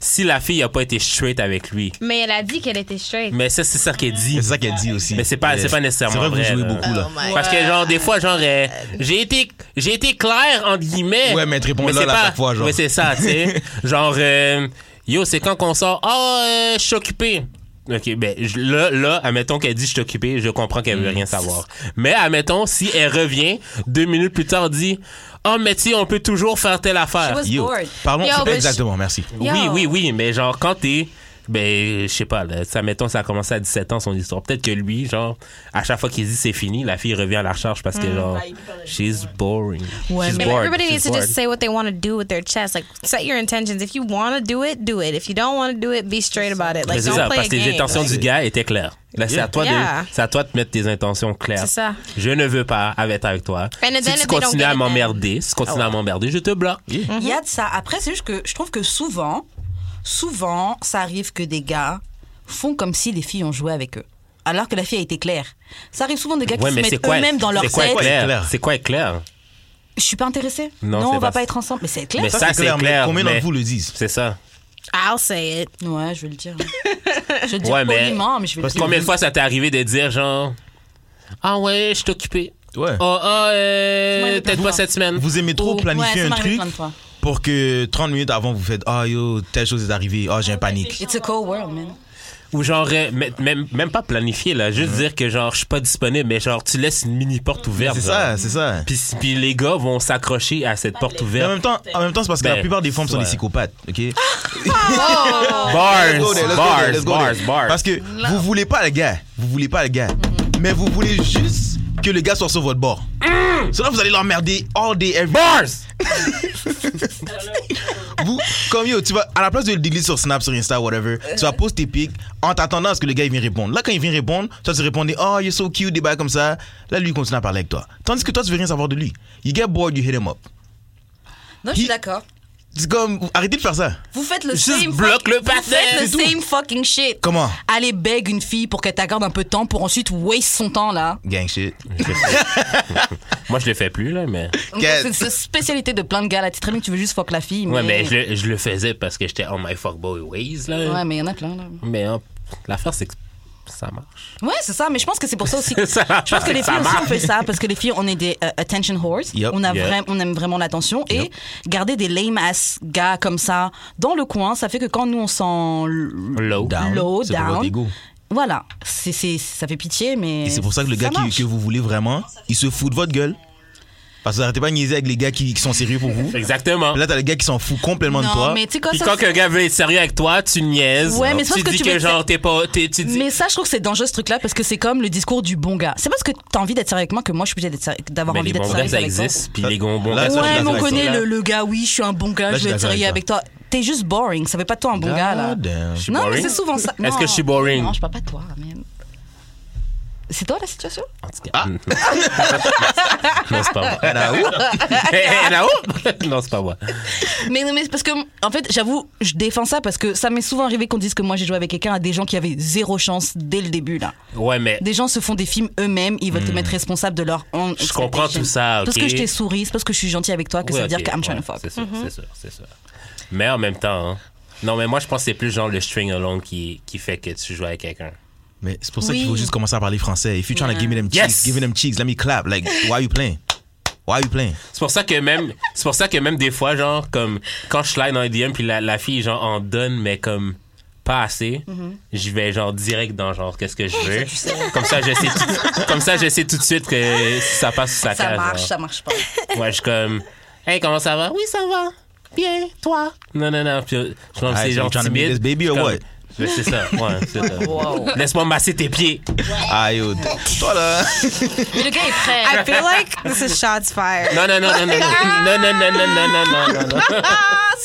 Speaker 3: si la fille a pas été straight avec lui.
Speaker 4: Mais elle a dit qu'elle était straight.
Speaker 3: Mais ça, c'est ça qu'elle dit.
Speaker 5: C'est ça qu'elle dit aussi.
Speaker 3: Mais c'est pas,
Speaker 5: Yeah.
Speaker 3: c'est pas nécessairement
Speaker 5: C'est vrai, que vous
Speaker 3: là.
Speaker 5: jouez beaucoup là.
Speaker 4: my
Speaker 3: Parce que genre des fois genre euh, j'ai été j'ai été clair entre guillemets.
Speaker 5: Ouais, mais te réponds là
Speaker 3: c'est
Speaker 5: la
Speaker 3: pas-
Speaker 5: chaque fois, genre.
Speaker 3: Ouais, c'est ça, tu
Speaker 5: <laughs>
Speaker 3: sais. genre euh, yo, c'est quand qu'on sort "Ah, euh, je suis occupé." OK, ben je- là là, admettons qu'elle dit je suis occupé, je comprends qu'elle
Speaker 5: Mm.
Speaker 3: veut rien savoir. Mais admettons si elle revient deux minutes plus tard dit "Oh, mais tu sais, on peut toujours faire telle affaire."
Speaker 2: She was-
Speaker 5: Yo,
Speaker 2: Bored.
Speaker 5: parlons.
Speaker 4: Yo,
Speaker 5: c'est
Speaker 4: but-
Speaker 5: pas exactement, merci.
Speaker 4: Yo.
Speaker 3: Oui, oui, oui, mais genre quand t'es ben, je sais pas, là, ça, mettons, ça a commencé à 17 ans, son histoire. Peut-être que lui, genre, à chaque fois qu'il dit c'est fini, la fille revient à la recharge parce que,
Speaker 4: Mm. Ah,
Speaker 3: genre, she's boring.
Speaker 2: Ouais,
Speaker 3: she's
Speaker 2: mais
Speaker 4: If
Speaker 3: bored.
Speaker 4: everybody
Speaker 3: She's
Speaker 4: needs to
Speaker 3: bored.
Speaker 4: just say what they want to do with their chest. Like, set your intentions. If you want to do it, do it. If you don't want to do it, be straight about it.
Speaker 3: Mais
Speaker 4: Like,
Speaker 3: c'est
Speaker 4: don't
Speaker 3: ça,
Speaker 4: play a
Speaker 3: parce que les
Speaker 4: game.
Speaker 3: intentions du gars étaient claires. Là, c'est à toi
Speaker 4: Yeah.
Speaker 3: de, c'est à toi de mettre tes intentions claires.
Speaker 4: C'est ça.
Speaker 3: Je ne veux pas être avec toi.
Speaker 4: And
Speaker 3: si
Speaker 4: then Ah
Speaker 3: tu
Speaker 4: if they don't
Speaker 3: continues
Speaker 4: get
Speaker 3: à
Speaker 4: it,
Speaker 3: m'emmerder, si tu continues à m'emmerder, je te bloque.
Speaker 2: Il y a de ça. Après, c'est juste que je trouve que souvent, souvent, ça arrive que des gars font comme si les filles ont joué avec eux. Alors que la fille a été claire. Ça arrive souvent des gars qui
Speaker 3: Ouais,
Speaker 2: se
Speaker 3: mais c'est
Speaker 2: mettent
Speaker 3: quoi
Speaker 2: eux-mêmes dans leur
Speaker 3: C'est quoi
Speaker 2: tête.
Speaker 3: clair?
Speaker 5: Clair.
Speaker 3: C'est quoi clair?
Speaker 2: Je suis pas intéressée.
Speaker 3: Non,
Speaker 2: on
Speaker 3: c'est
Speaker 2: va
Speaker 3: pas-
Speaker 2: pas être ensemble. Mais c'est clair.
Speaker 3: Mais
Speaker 5: Ça,
Speaker 3: ça,
Speaker 5: c'est
Speaker 3: c'est
Speaker 5: clair, mais
Speaker 3: clair.
Speaker 5: combien d'entre
Speaker 3: mais-
Speaker 5: vous le disent
Speaker 3: C'est ça.
Speaker 4: I'll say it.
Speaker 2: Ouais, je vais le dire. Je vais le dire
Speaker 3: Ouais, mais-
Speaker 2: poliment, mais je vais le
Speaker 5: Parce
Speaker 2: dire.
Speaker 3: Combien de fois ça t'est arrivé de dire genre Ah ouais, je suis occupé.
Speaker 5: Ouais.
Speaker 3: Oh, ah, euh,
Speaker 2: Moi, il y a plein
Speaker 3: peut-être
Speaker 2: de
Speaker 3: pas
Speaker 2: fois.
Speaker 3: cette semaine.
Speaker 5: Vous aimez trop
Speaker 2: Ouais,
Speaker 5: planifier
Speaker 2: ça
Speaker 5: un
Speaker 2: m'arrive
Speaker 5: truc
Speaker 2: plein de fois.
Speaker 5: pour que 30 minutes avant vous faites Ah yo, telle chose est arrivée, ah j'ai un panique.
Speaker 2: It's a cold world, man.
Speaker 3: Ou genre, euh, m- même, même pas planifié, là. Juste dire que genre, je suis pas disponible, mais genre, tu laisses une mini porte ouverte.
Speaker 5: C'est
Speaker 3: genre.
Speaker 5: ça, c'est ça.
Speaker 3: Puis, puis les gars vont s'accrocher à cette porte
Speaker 5: Mais en
Speaker 3: ouverte.
Speaker 5: même temps, en même temps c'est parce que
Speaker 3: Ben,
Speaker 5: la plupart des femmes sont
Speaker 3: ouais. Ah,
Speaker 5: des psychopathes, ok?
Speaker 3: Bars,
Speaker 5: Let's go there, let's go
Speaker 3: bars,
Speaker 5: there, let's go
Speaker 3: bars,
Speaker 5: there.
Speaker 3: bars. <laughs>
Speaker 5: Parce que vous voulez pas le gars, vous voulez pas le gars, mais vous voulez juste que le gars soit sur votre bord. Sinon vous allez l'emmerder all day every
Speaker 3: Bars!
Speaker 5: <laughs> Vous, comme yo, tu vas, à la place de le délire sur Snap, sur Insta, whatever, tu vas poster tes pics en t'attendant à ce que le gars il vienne répondre. Là, quand il vient répondre, toi, tu répondais, oh, you're so cute, des bails comme ça. Là, lui, il continue à parler avec toi. Tandis que toi, tu veux rien savoir de lui. You get bored, you hit him up.
Speaker 2: Non, je suis
Speaker 5: Hi-
Speaker 2: d'accord.
Speaker 5: C'est comme, arrêtez de faire ça.
Speaker 2: Vous faites le
Speaker 3: Juste
Speaker 2: same
Speaker 3: bloque
Speaker 2: fuck-
Speaker 3: le
Speaker 2: Vous faites le
Speaker 3: pattern, c'est
Speaker 2: same fucking shit.
Speaker 5: Comment?
Speaker 2: Aller beg une fille pour qu'elle t'accorde un peu de temps pour ensuite waste son temps là.
Speaker 5: Gang shit.
Speaker 3: Moi, je le fais plus, là, mais.
Speaker 5: Qu'est-
Speaker 2: C'est une spécialité de plein de gars là. Tu sais très bien que tu veux juste fuck la fille. Mais...
Speaker 3: Ouais, mais je, le- je le faisais parce que j'étais on my fuckboy ways, là.
Speaker 2: Ouais, mais il y en a plein là.
Speaker 3: Mais hein, l'affaire, c'est que ça marche.
Speaker 2: Ouais, c'est ça, mais je pense que c'est pour
Speaker 5: <laughs>
Speaker 2: ça aussi. que-
Speaker 3: Ça
Speaker 2: je pense que les
Speaker 3: marche, ça
Speaker 2: filles aussi, on
Speaker 3: marche.
Speaker 2: fait ça parce que les filles, on est des euh, attention whores.
Speaker 5: Yup,
Speaker 2: on, a
Speaker 3: yup.
Speaker 2: vraim- on aime vraiment l'attention.
Speaker 5: Yup.
Speaker 2: Et garder des lame ass gars comme ça dans le coin, ça fait que quand nous, on sent l-
Speaker 3: Low.
Speaker 5: Down,
Speaker 2: low,
Speaker 5: c'est pour votre ego.
Speaker 2: down. Voilà, c'est c'est- ça fait pitié, mais.
Speaker 5: Et c'est pour ça que le gars qui,
Speaker 2: marche.
Speaker 5: que vous voulez vraiment, il se fout de votre gueule. Parce que vous arrêtez pas de niaiser avec les gars qui, qui sont sérieux pour vous.
Speaker 3: Exactement.
Speaker 5: Là, t'as les gars qui s'en fout complètement de
Speaker 2: Non,
Speaker 5: toi.
Speaker 2: mais tu sais quoi,
Speaker 3: Puis
Speaker 2: ça,
Speaker 3: quand un gars veut être sérieux avec toi, tu niaises. hein.
Speaker 2: Ouais, mais c'est
Speaker 3: tu
Speaker 2: parce que
Speaker 3: dis
Speaker 2: tu
Speaker 3: que,
Speaker 2: veux-
Speaker 3: genre, t'es pas. t'es- tu dis.
Speaker 2: Mais ça, je trouve que c'est dangereux ce truc-là parce que c'est comme le discours du bon gars. C'est parce que t'as envie d'être sérieux avec moi que moi je suis obligée d'être sérieux- d'avoir
Speaker 3: Mais
Speaker 2: envie
Speaker 3: les
Speaker 2: d'être
Speaker 3: bons gars,
Speaker 2: sérieux
Speaker 3: ça
Speaker 2: avec toi.
Speaker 3: existe. Puis les bons bons
Speaker 5: Là,
Speaker 3: gars, ça
Speaker 5: ça, je suis
Speaker 2: Ouais, mais on
Speaker 5: d'accord avec toi.
Speaker 2: connaît
Speaker 3: Là.
Speaker 2: le, le gars, oui, je suis un bon gars,
Speaker 5: Là, je
Speaker 2: je
Speaker 5: suis
Speaker 2: vais être
Speaker 5: d'accord
Speaker 2: sérieux
Speaker 5: avec
Speaker 2: avec toi. T'es juste boring, ça fait pas de toi un bon gars là.
Speaker 5: Goddamn.
Speaker 3: Je suis
Speaker 2: Non, mais
Speaker 3: boring.
Speaker 2: c'est souvent ça.
Speaker 3: Est-ce
Speaker 2: Non.
Speaker 3: que je suis boring?
Speaker 2: Non, je parle pas de toi, man. C'est toi la situation
Speaker 3: En tout cas. non, c'est pas moi. <laughs> Eh, là-haut? <laughs> <laughs> Non, c'est pas moi.
Speaker 2: <laughs> mais, mais c'est parce que, en fait, j'avoue, je défends ça parce que ça m'est souvent arrivé qu'on dise que moi j'ai joué avec quelqu'un à des gens qui avaient zéro chance dès le début là.
Speaker 3: Ouais, mais
Speaker 2: Des gens se font des films eux-mêmes, ils veulent te mettre responsable de leur own
Speaker 3: Hmm. Je comprends
Speaker 2: expectation.
Speaker 3: tout ça,
Speaker 2: Parce
Speaker 3: ok.
Speaker 2: que je t'ai souri, c'est parce que je suis gentil avec toi que
Speaker 3: Ouais,
Speaker 2: ça veut dire
Speaker 3: ok,
Speaker 2: que I'm trying
Speaker 3: ouais,
Speaker 2: to fuck. Mm-hmm.
Speaker 3: C'est sûr, c'est sûr, c'est sûr. Mais en même temps, hein. non, mais moi, je pense que c'est plus genre le string along qui, qui fait que tu joues avec quelqu'un.
Speaker 5: Mais c'est pour ça qu'il
Speaker 2: Oui.
Speaker 5: faut juste commencer à parler français. If you're trying to
Speaker 2: Yeah.
Speaker 5: give me them cheeks,
Speaker 3: Yes.
Speaker 5: give me them cheeks, let me clap. Like, why are you playing? Why are you playing?
Speaker 3: C'est pour ça que même, c'est pour ça que même des fois, genre, comme, quand je slide dans les DM, puis la, la fille, genre, en donne, mais comme, pas assez, je vais, genre, direct dans, genre, Mm-hmm. qu'est-ce que je veux. Comme ça, je sais tout, comme ça, je sais tout de suite que si ça passe ou ça,
Speaker 2: Ça
Speaker 3: casse,
Speaker 2: marche,
Speaker 3: genre.
Speaker 2: ça marche pas.
Speaker 3: Ouais, je suis comme, hey, comment ça va? Oui, ça va. Bien, toi. Non, non, non. Puis, euh, je pense que
Speaker 5: Ah,
Speaker 3: c'est
Speaker 5: so
Speaker 3: genre
Speaker 5: you trying to make
Speaker 3: timide.
Speaker 5: this baby
Speaker 3: Je suis
Speaker 5: or
Speaker 3: comme,
Speaker 5: what?
Speaker 3: Mais c'est ça, ouais, c'est <laughs> ça. Laisse-moi masser tes pieds.
Speaker 5: Ah, yo,
Speaker 2: <laughs>
Speaker 5: toi là.
Speaker 2: Mais le gars est prêt.
Speaker 4: I feel
Speaker 2: <laughs>
Speaker 4: like this is shots
Speaker 5: <laughs>
Speaker 4: fired. <laughs>
Speaker 3: Non, non, non, non, non, non, non, non, non, non, non, non, non, non.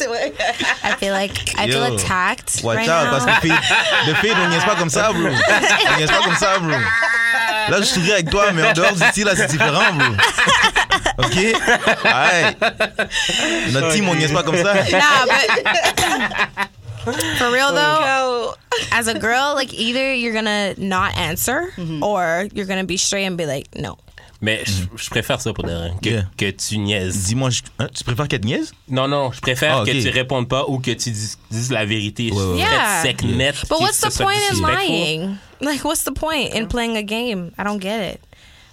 Speaker 4: I feel like I feel
Speaker 5: Yo.
Speaker 4: attacked
Speaker 5: Watch
Speaker 4: right
Speaker 5: out,
Speaker 4: now.
Speaker 5: parce que filles- de filles, on n'y est pas comme ça, bro. On n'y est pas comme ça, bro. Là, je souris avec toi, mais en dehors d'ici, là, c'est différent, bro. <laughs> OK? Alright. Notre team, on n'y est pas comme ça. <laughs>
Speaker 4: nah, but for real though, as a girl, like either you're gonna not answer or you're gonna be straight and be like, no.
Speaker 3: Mais je, je préfère ça pour de vrai, que,
Speaker 5: Mm. Yeah.
Speaker 3: que tu niaises.
Speaker 5: Dis-moi, je- hein, tu préfères qu'elle te niaise?
Speaker 3: Non, non, je préfère
Speaker 5: Ah, ok.
Speaker 3: que tu répondes pas ou que tu dises, dises la vérité.
Speaker 5: ouais, ouais.
Speaker 3: Très
Speaker 4: Yeah.
Speaker 3: sec, net.
Speaker 4: But
Speaker 3: qui
Speaker 4: what's
Speaker 3: se
Speaker 4: the
Speaker 3: soit
Speaker 4: point in
Speaker 3: disrespectful.
Speaker 4: lying? Like, what's the point in playing a game? I don't get it.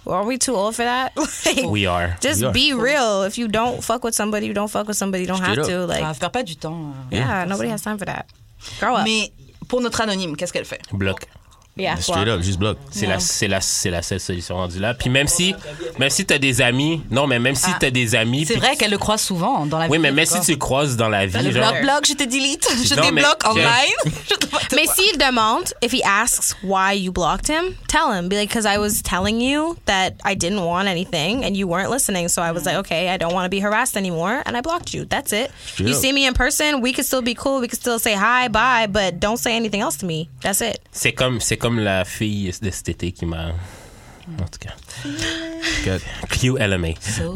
Speaker 4: Well, are we too old for that? <laughs> Like,
Speaker 3: We are.
Speaker 5: We
Speaker 4: just
Speaker 5: are.
Speaker 4: be real. If you don't fuck with somebody, you don't fuck with somebody. You don't
Speaker 5: Straight
Speaker 4: have to.
Speaker 5: up.
Speaker 2: Ah,
Speaker 4: Like,
Speaker 2: faire pas du temps. euh.
Speaker 4: yeah, nobody has time for that. Grow up.
Speaker 2: Mais pour notre anonyme, qu'est-ce qu'elle fait
Speaker 3: Bloc.
Speaker 4: yeah.
Speaker 5: Straight up, juste bloc.
Speaker 3: C'est la, c'est la, c'est la seule solution rendue là. Puis même si, même si t'as des amis, non, mais même si
Speaker 4: Ah.
Speaker 3: t'as des amis.
Speaker 2: C'est
Speaker 3: puis-
Speaker 2: vrai qu'elle le croit souvent dans la vie.
Speaker 3: Oui, mais même si tu croises dans la vie,
Speaker 2: Le
Speaker 3: genre.
Speaker 2: bloc, bloc, je te delete, je
Speaker 3: Non,
Speaker 2: te
Speaker 3: mais-
Speaker 2: bloque
Speaker 3: je- <laughs>
Speaker 2: online. Je te-
Speaker 4: Mais s'il demande, if he asks why you blocked him, tell him. Be like, because I was telling you that I didn't want anything and you weren't listening. So I was like, okay, I don't want to be harassed anymore. And I blocked you. That's it.
Speaker 5: Straight
Speaker 4: you
Speaker 5: up.
Speaker 4: see me in person, we could still be cool. We could still say hi, bye, but don't say anything else to me. That's it.
Speaker 3: C'est comme, c'est comme la fille de cet été qui m'a. En tout cas.
Speaker 5: Quatre.
Speaker 3: Q LMA. <laughs>
Speaker 2: So-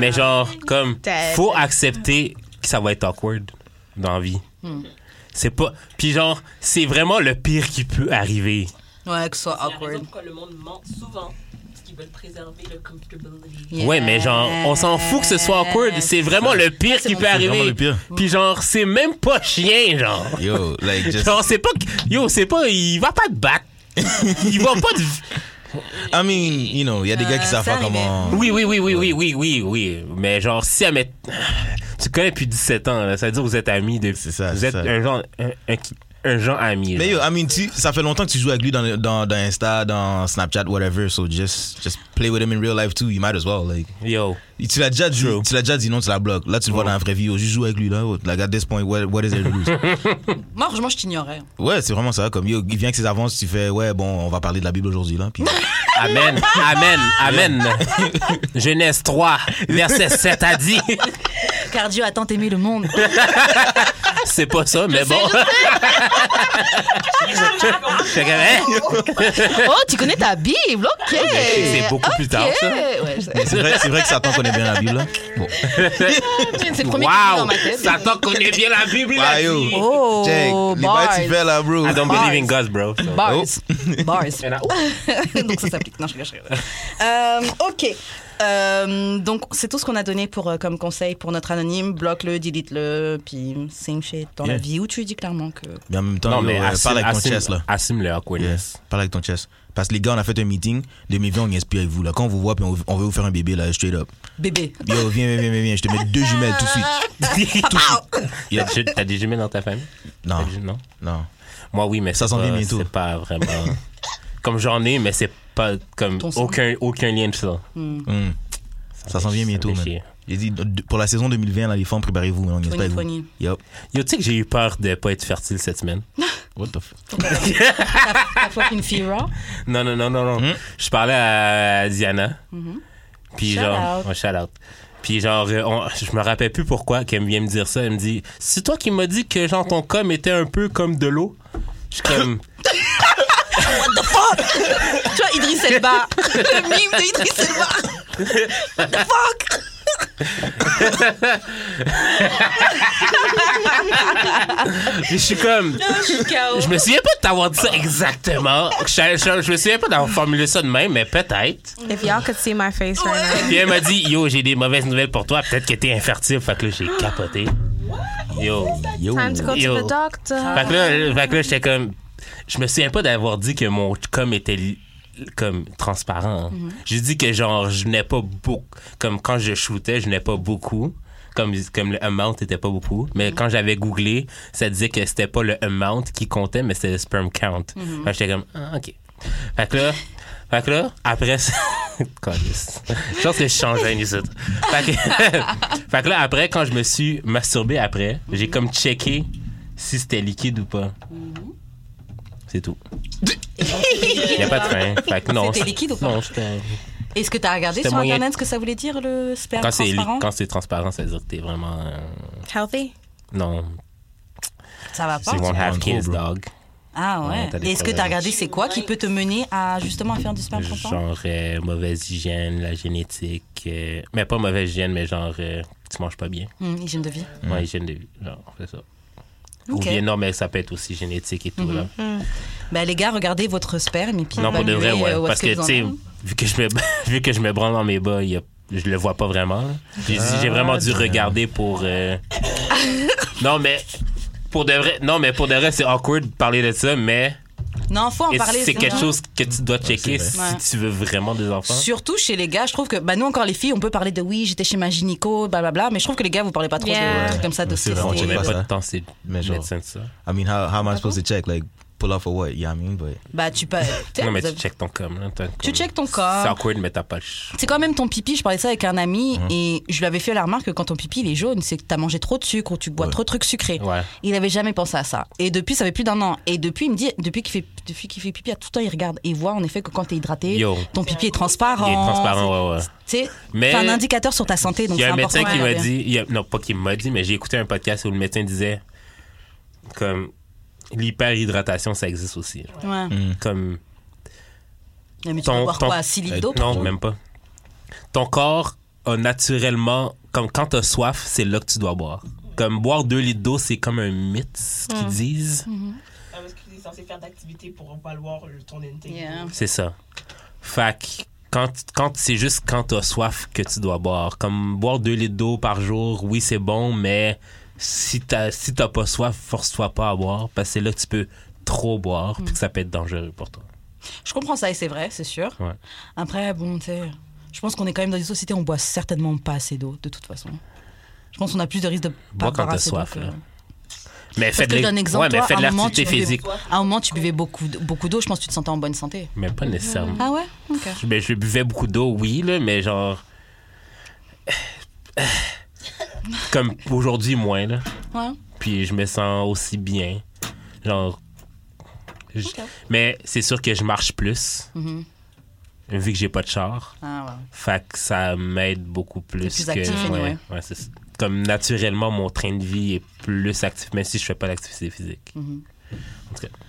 Speaker 3: Mais genre, comme,
Speaker 4: Dead.
Speaker 3: faut accepter que ça va être awkward dans la vie.
Speaker 2: Hmm.
Speaker 3: C'est pas. Puis genre, c'est vraiment le pire qui peut arriver.
Speaker 2: Ouais, que ce soit
Speaker 6: C'est la raison
Speaker 2: awkward.
Speaker 6: pourquoi le monde ment souvent. Parce qu'ils veulent préserver le comfortability.
Speaker 2: Yeah.
Speaker 3: Ouais, mais genre, on s'en fout que ce soit awkward. C'est vraiment le pire
Speaker 2: Ah, c'est
Speaker 3: qui
Speaker 2: bon.
Speaker 3: peut
Speaker 2: C'est
Speaker 3: arriver.
Speaker 5: vraiment le pire.
Speaker 2: Hmm.
Speaker 3: Puis genre, c'est même pas chien, genre.
Speaker 5: Yo, like, just.
Speaker 3: Genre, c'est pas. que- Yo, c'est pas. Il va pas te battre. <laughs> il va pas te.
Speaker 5: I mean, you know, il y a des gars qui savent
Speaker 2: ça
Speaker 5: pas
Speaker 2: arrivait.
Speaker 5: comment.
Speaker 3: Euh, Oui, oui, oui, oui, oui, oui, oui, oui. Mais genre, si à mettre. Tu connais depuis 17 ans, là. Ça veut dire que vous êtes amis depuis.
Speaker 5: C'est ça,
Speaker 3: Vous
Speaker 5: c'est
Speaker 3: êtes
Speaker 5: ça.
Speaker 3: un genre. Un, un- un genre ami.
Speaker 5: Mais
Speaker 3: genre.
Speaker 5: yo, I mean, tu, ça fait longtemps que tu joues avec lui dans, dans, dans Insta, dans Snapchat, whatever. So just, just play with him in real life too. You might as well. Like,
Speaker 3: Yo.
Speaker 5: tu l'as déjà dit,
Speaker 3: True.
Speaker 5: tu l'as déjà dit non, tu la bloques. Là, tu le vois dans la vraie vie. Yo, je joue avec lui là. oh, Like at this point, what, what is it
Speaker 3: <laughs>
Speaker 5: to lose?
Speaker 2: Moi, franchement, je t'ignorais.
Speaker 5: ouais, c'est vraiment ça. Comme yo, il vient avec ses avances, tu fais ouais, bon, on va parler de la Bible aujourd'hui là. Puis
Speaker 3: Amen, amen,
Speaker 5: <laughs>
Speaker 3: amen. Genèse 3, verset 7 a
Speaker 5: <laughs>
Speaker 3: dit.
Speaker 2: Car Dieu a tant aimé le
Speaker 3: <laughs>
Speaker 2: monde.
Speaker 3: C'est pas ça, mais bon. C'est quand même-
Speaker 2: oh, tu connais ta Bible, ok.
Speaker 3: c'est beaucoup plus tard, ça.
Speaker 2: Ouais,
Speaker 3: <laughs>
Speaker 2: je sais.
Speaker 5: c'est vrai, c'est vrai que Satan connaît bien la Bible là. Bon.
Speaker 2: c'est le premier qui vient dans
Speaker 3: Wow!
Speaker 2: ma tête.
Speaker 3: Satan connaît bien la Bible. il a
Speaker 5: Ah, yo.
Speaker 3: dit.
Speaker 2: Oh,
Speaker 5: Check, les
Speaker 2: bars.
Speaker 5: bails, tu fais là, bro.
Speaker 3: I don't believe in God, bro. So.
Speaker 2: Bars.
Speaker 5: Oh.
Speaker 2: Bars.
Speaker 3: And I-
Speaker 2: <laughs> donc ça s'applique. Non, je rigole, je rigole. Euh, ok. Euh, donc c'est tout ce qu'on a donné pour euh, comme conseil pour notre anonyme. Bloque-le, delete-le, puis same shit dans la
Speaker 5: Yeah.
Speaker 2: vie où tu lui dis clairement que.
Speaker 5: Mais en même temps,
Speaker 3: Non,
Speaker 5: yo,
Speaker 3: mais
Speaker 5: euh,
Speaker 3: assume,
Speaker 5: parle avec ton
Speaker 3: assume-
Speaker 5: chest là.
Speaker 3: assume le
Speaker 5: Yeah,
Speaker 3: awkwardness.
Speaker 5: Parle avec ton chest. Parce que les gars, on a fait un meeting. De mes vies, on inspire avec vous. Là. Quand on vous voit, puis on, on veut vous faire un bébé, là, straight up.
Speaker 2: Bébé.
Speaker 5: Yo, viens, viens, viens, viens, viens. Je te mets deux jumelles tout de suite. <laughs> Tout de suite.
Speaker 3: T'as des ju- T'as des jumelles dans ta famille? T'as
Speaker 5: Non,
Speaker 3: des jumelles, non?
Speaker 5: non.
Speaker 3: Moi, oui, mais
Speaker 5: Ça
Speaker 3: c'est
Speaker 5: s'en vient
Speaker 3: pas-
Speaker 5: bientôt.
Speaker 3: C'est pas vraiment. comme j'en ai, mais c'est pas comme
Speaker 2: Ton sang.
Speaker 3: aucun, aucun lien de ça.
Speaker 5: Hmm. Ça s'en
Speaker 3: fait-
Speaker 5: vient
Speaker 3: ça
Speaker 5: bientôt,
Speaker 3: fait
Speaker 5: man.
Speaker 3: chier.
Speaker 5: J'ai dit, de- pour la saison 2020, là, les femmes, préparez-vous. hein, On inspire avec vous.
Speaker 2: 2020.
Speaker 5: Yup.
Speaker 3: Yo, tu sais que j'ai eu peur de pas être fertile cette semaine.
Speaker 2: Hmm?
Speaker 5: What the fuck?
Speaker 2: T'as <laughs> fucking Fira.
Speaker 3: Non, non, non, non, non.
Speaker 5: Hmm?
Speaker 3: Je parlais à Diana.
Speaker 2: Mm-hmm.
Speaker 3: Puis
Speaker 2: Shout
Speaker 3: genre,
Speaker 2: out.
Speaker 3: oh, shout out. Puis genre, euh, on- je me rappelle plus pourquoi qu'elle vient me dire ça. Elle me dit, c'est toi qui m'as dit que genre ton com était un peu comme de l'eau. Je suis comme,
Speaker 2: tu vois Idriss Elba. <laughs> le mime de Idriss Elba. What the fuck.
Speaker 3: je suis comme, je me souviens pas de t'avoir dit ça exactement. Je, je- je me souviens pas d'avoir formulé ça de même, mais peut-être.
Speaker 4: If y'all could see my face right now.
Speaker 3: Puis elle m'a dit, yo, j'ai des mauvaises nouvelles pour toi. Peut-être que t'es infertile. Fait que là, j'ai capoté. Yo.
Speaker 5: Yo.
Speaker 4: Time to go
Speaker 3: Yo.
Speaker 4: to the doctor.
Speaker 3: Fait que là, fait que là, j'étais comme. Je me souviens pas d'avoir dit que mon com était li- comme transparent. hein. J'ai dit que genre, je n'ai pas beaucoup. Comme quand je shootais, je n'ai pas beaucoup. Comme, comme le amount était pas beaucoup. Mais quand j'avais googlé, ça disait que c'était pas le amount qui comptait, mais c'était le sperm count. Fait que j'étais comme, ah, OK. Fait que là, fait que là après ça. <laughs> Calisse. je pense que je change un ici. Fait que, fait que là, après, quand je me suis masturbé après, j'ai comme checké si c'était liquide ou pas.
Speaker 2: Mhm.
Speaker 3: C'est tout. Il n'y a pas de frein. Fait que non.
Speaker 2: C'était liquide ou pas?
Speaker 3: Non, c'était-
Speaker 2: Est-ce que t'as regardé
Speaker 3: C'était
Speaker 2: sur
Speaker 3: moyen.
Speaker 2: internet ce que ça voulait dire le sperme
Speaker 3: quand c'est
Speaker 2: transparent
Speaker 3: quand c'est transparent, ça veut dire que t'es vraiment euh,
Speaker 4: Healthy?
Speaker 3: non.
Speaker 2: Ça va pas.
Speaker 3: You won't have
Speaker 5: prends trop,
Speaker 3: kids,
Speaker 5: bro.
Speaker 3: dog.
Speaker 2: Ah
Speaker 3: Ouais,
Speaker 2: ouais.
Speaker 3: t'as des
Speaker 2: Et Est-ce que
Speaker 3: problèmes.
Speaker 2: t'as regardé c'est quoi qui peut te mener à justement à faire du sperme transparent
Speaker 3: Genre euh, mauvaise hygiène, la génétique, euh, mais pas mauvaise hygiène, mais genre euh, tu manges pas bien.
Speaker 2: Hum, hygiène de vie.
Speaker 3: Ouais, hygiène de vie, genre c'est ça. Ou
Speaker 2: Ok. Mm-hmm.
Speaker 3: bien non, mais ça peut être aussi génétique et tout là.
Speaker 2: Bah les gars, regardez votre sperme et puis
Speaker 3: Non, pour de vrai,
Speaker 2: évaluez,
Speaker 3: ouais.
Speaker 2: euh, où
Speaker 3: Parce
Speaker 2: est-ce vous
Speaker 3: que, tu
Speaker 2: en
Speaker 3: sais,
Speaker 2: êtes.
Speaker 3: vu que je me, <laughs> vu que je me branle dans mes bas, il y a- je le vois pas vraiment. là. J'ai j'ai vraiment
Speaker 2: Ah.
Speaker 3: dû regarder pour.
Speaker 2: <laughs>
Speaker 3: euh, non, mais. Pour de vrai, non, mais pour de vrai, c'est awkward de parler de ça, mais
Speaker 2: Non, faut en
Speaker 3: et
Speaker 2: parler.
Speaker 3: c'est
Speaker 2: ça.
Speaker 3: quelque chose hein. que tu dois checker si
Speaker 2: vrai. Ouais.
Speaker 3: tu veux vraiment des enfants.
Speaker 2: Surtout chez les gars, je trouve que bah nous encore les filles, on peut parler de oui, j'étais chez ma gynéco, blablabla, mais je trouve que les gars vous parlez pas trop de
Speaker 4: Yeah.
Speaker 2: trucs comme ça de
Speaker 5: C'est vrai,
Speaker 3: On
Speaker 5: on
Speaker 2: cécité.
Speaker 3: n'a
Speaker 5: check
Speaker 3: même
Speaker 5: pas
Speaker 3: pas
Speaker 5: ça.
Speaker 3: de temps, c'est
Speaker 5: Mais genre-
Speaker 3: médecin de ça.
Speaker 5: I mean, how, how am I supposed to check? Like, pull off or what? Yeah, I mean, but.
Speaker 2: Bah tu
Speaker 3: <laughs>
Speaker 2: peux tu sais,
Speaker 3: Non, mais
Speaker 2: vous
Speaker 3: tu
Speaker 2: avez-
Speaker 3: check ton com. là, t'as
Speaker 2: Tu
Speaker 3: comme-
Speaker 2: check ton com.
Speaker 3: C'est awkward, mais t'as pas le choix.
Speaker 2: c'est quand même ton pipi, je parlais de ça avec un ami
Speaker 3: Hum.
Speaker 2: et je lui avais fait la remarque que quand ton pipi il est jaune, c'est que t'as mangé trop de sucre ou tu bois trop de trucs sucrés.
Speaker 3: Ouais.
Speaker 2: Il n'avait jamais pensé à ça. Et depuis, ça fait plus d'un an. Et depuis, il me dit, depuis qu'il fait, depuis qu'il fait pipi, à tout le temps, il regarde et il voit en effet que quand t'es hydraté,
Speaker 3: Yo.
Speaker 2: ton pipi est transparent.
Speaker 3: Il est transparent, ouais, ouais.
Speaker 2: Tu sais,
Speaker 3: Mais-
Speaker 2: Oh, c'est un indicateur sur ta santé, donc
Speaker 3: Il y
Speaker 2: c'est
Speaker 3: a un
Speaker 2: important.
Speaker 3: médecin qui
Speaker 2: de
Speaker 3: m'a
Speaker 2: regarder.
Speaker 3: dit, il y a- non pas qui m'a dit, mais j'ai écouté un podcast où le médecin disait comme l'hyperhydratation, ça existe aussi.
Speaker 2: Ouais.
Speaker 3: Comme
Speaker 2: Mais tu
Speaker 3: Ton-
Speaker 2: peux boire
Speaker 3: ton- Euh,
Speaker 2: quoi 6 litres d'eau par
Speaker 3: Eh, non,
Speaker 2: jour
Speaker 3: même pas. Ton corps a naturellement, comme quand t'as soif, c'est là que tu dois boire. Comme boire deux litres d'eau, c'est comme un mythe, ce
Speaker 2: Hmm.
Speaker 3: qu'ils disent.
Speaker 6: Ah, parce que tu es censé faire d'activité pour valoir le- ton intégrité.
Speaker 2: Yeah.
Speaker 3: C'est ça. Fait que quand, quand c'est juste quand t'as soif que tu dois boire. Comme boire deux litres d'eau par jour, oui, c'est bon, mais si t'as si t'as pas soif, force-toi pas à boire parce que c'est là que tu peux trop boire puis que ça peut être dangereux pour toi.
Speaker 2: Je comprends ça et c'est vrai, c'est sûr.
Speaker 3: Ouais.
Speaker 2: Après, bon, tu sais, je pense qu'on est quand même dans une société où on boit certainement pas assez d'eau, de toute façon. Je pense qu'on a plus de risque de pas
Speaker 3: Bois quand
Speaker 2: boire
Speaker 3: t'as
Speaker 2: assez d'eau
Speaker 3: soif,
Speaker 2: que-
Speaker 3: là. Mais
Speaker 2: Parce
Speaker 3: fais
Speaker 2: que je
Speaker 3: de
Speaker 2: donne un
Speaker 3: l'e-
Speaker 2: exemple,
Speaker 3: ouais, mais
Speaker 2: toi,
Speaker 3: fais de
Speaker 2: à un moment,
Speaker 3: l'activité
Speaker 2: tu buvais-
Speaker 3: physique,
Speaker 2: À un moment, tu buvais beaucoup, d- beaucoup d'eau, je pense que tu te sentais en bonne santé.
Speaker 3: mais pas nécessairement.
Speaker 2: Ah ouais Ok.
Speaker 3: Je- ben, je buvais beaucoup d'eau, oui, là, mais genre. <sighs> Comme aujourd'hui, moins, là.
Speaker 2: Ouais.
Speaker 3: Puis je me sens aussi bien. Genre. je-
Speaker 2: Ok.
Speaker 3: Mais c'est sûr que je marche plus,
Speaker 2: Mhm.
Speaker 3: vu que j'ai pas de char.
Speaker 2: Ah
Speaker 3: Fait que ça m'aide beaucoup plus.
Speaker 2: plus
Speaker 3: que-
Speaker 2: actif,
Speaker 3: ouais,
Speaker 2: anyway.
Speaker 3: ouais, c'est ça. Comme naturellement, mon train de vie est plus actif, même si je fais pas d'activité physique.
Speaker 2: Mhm.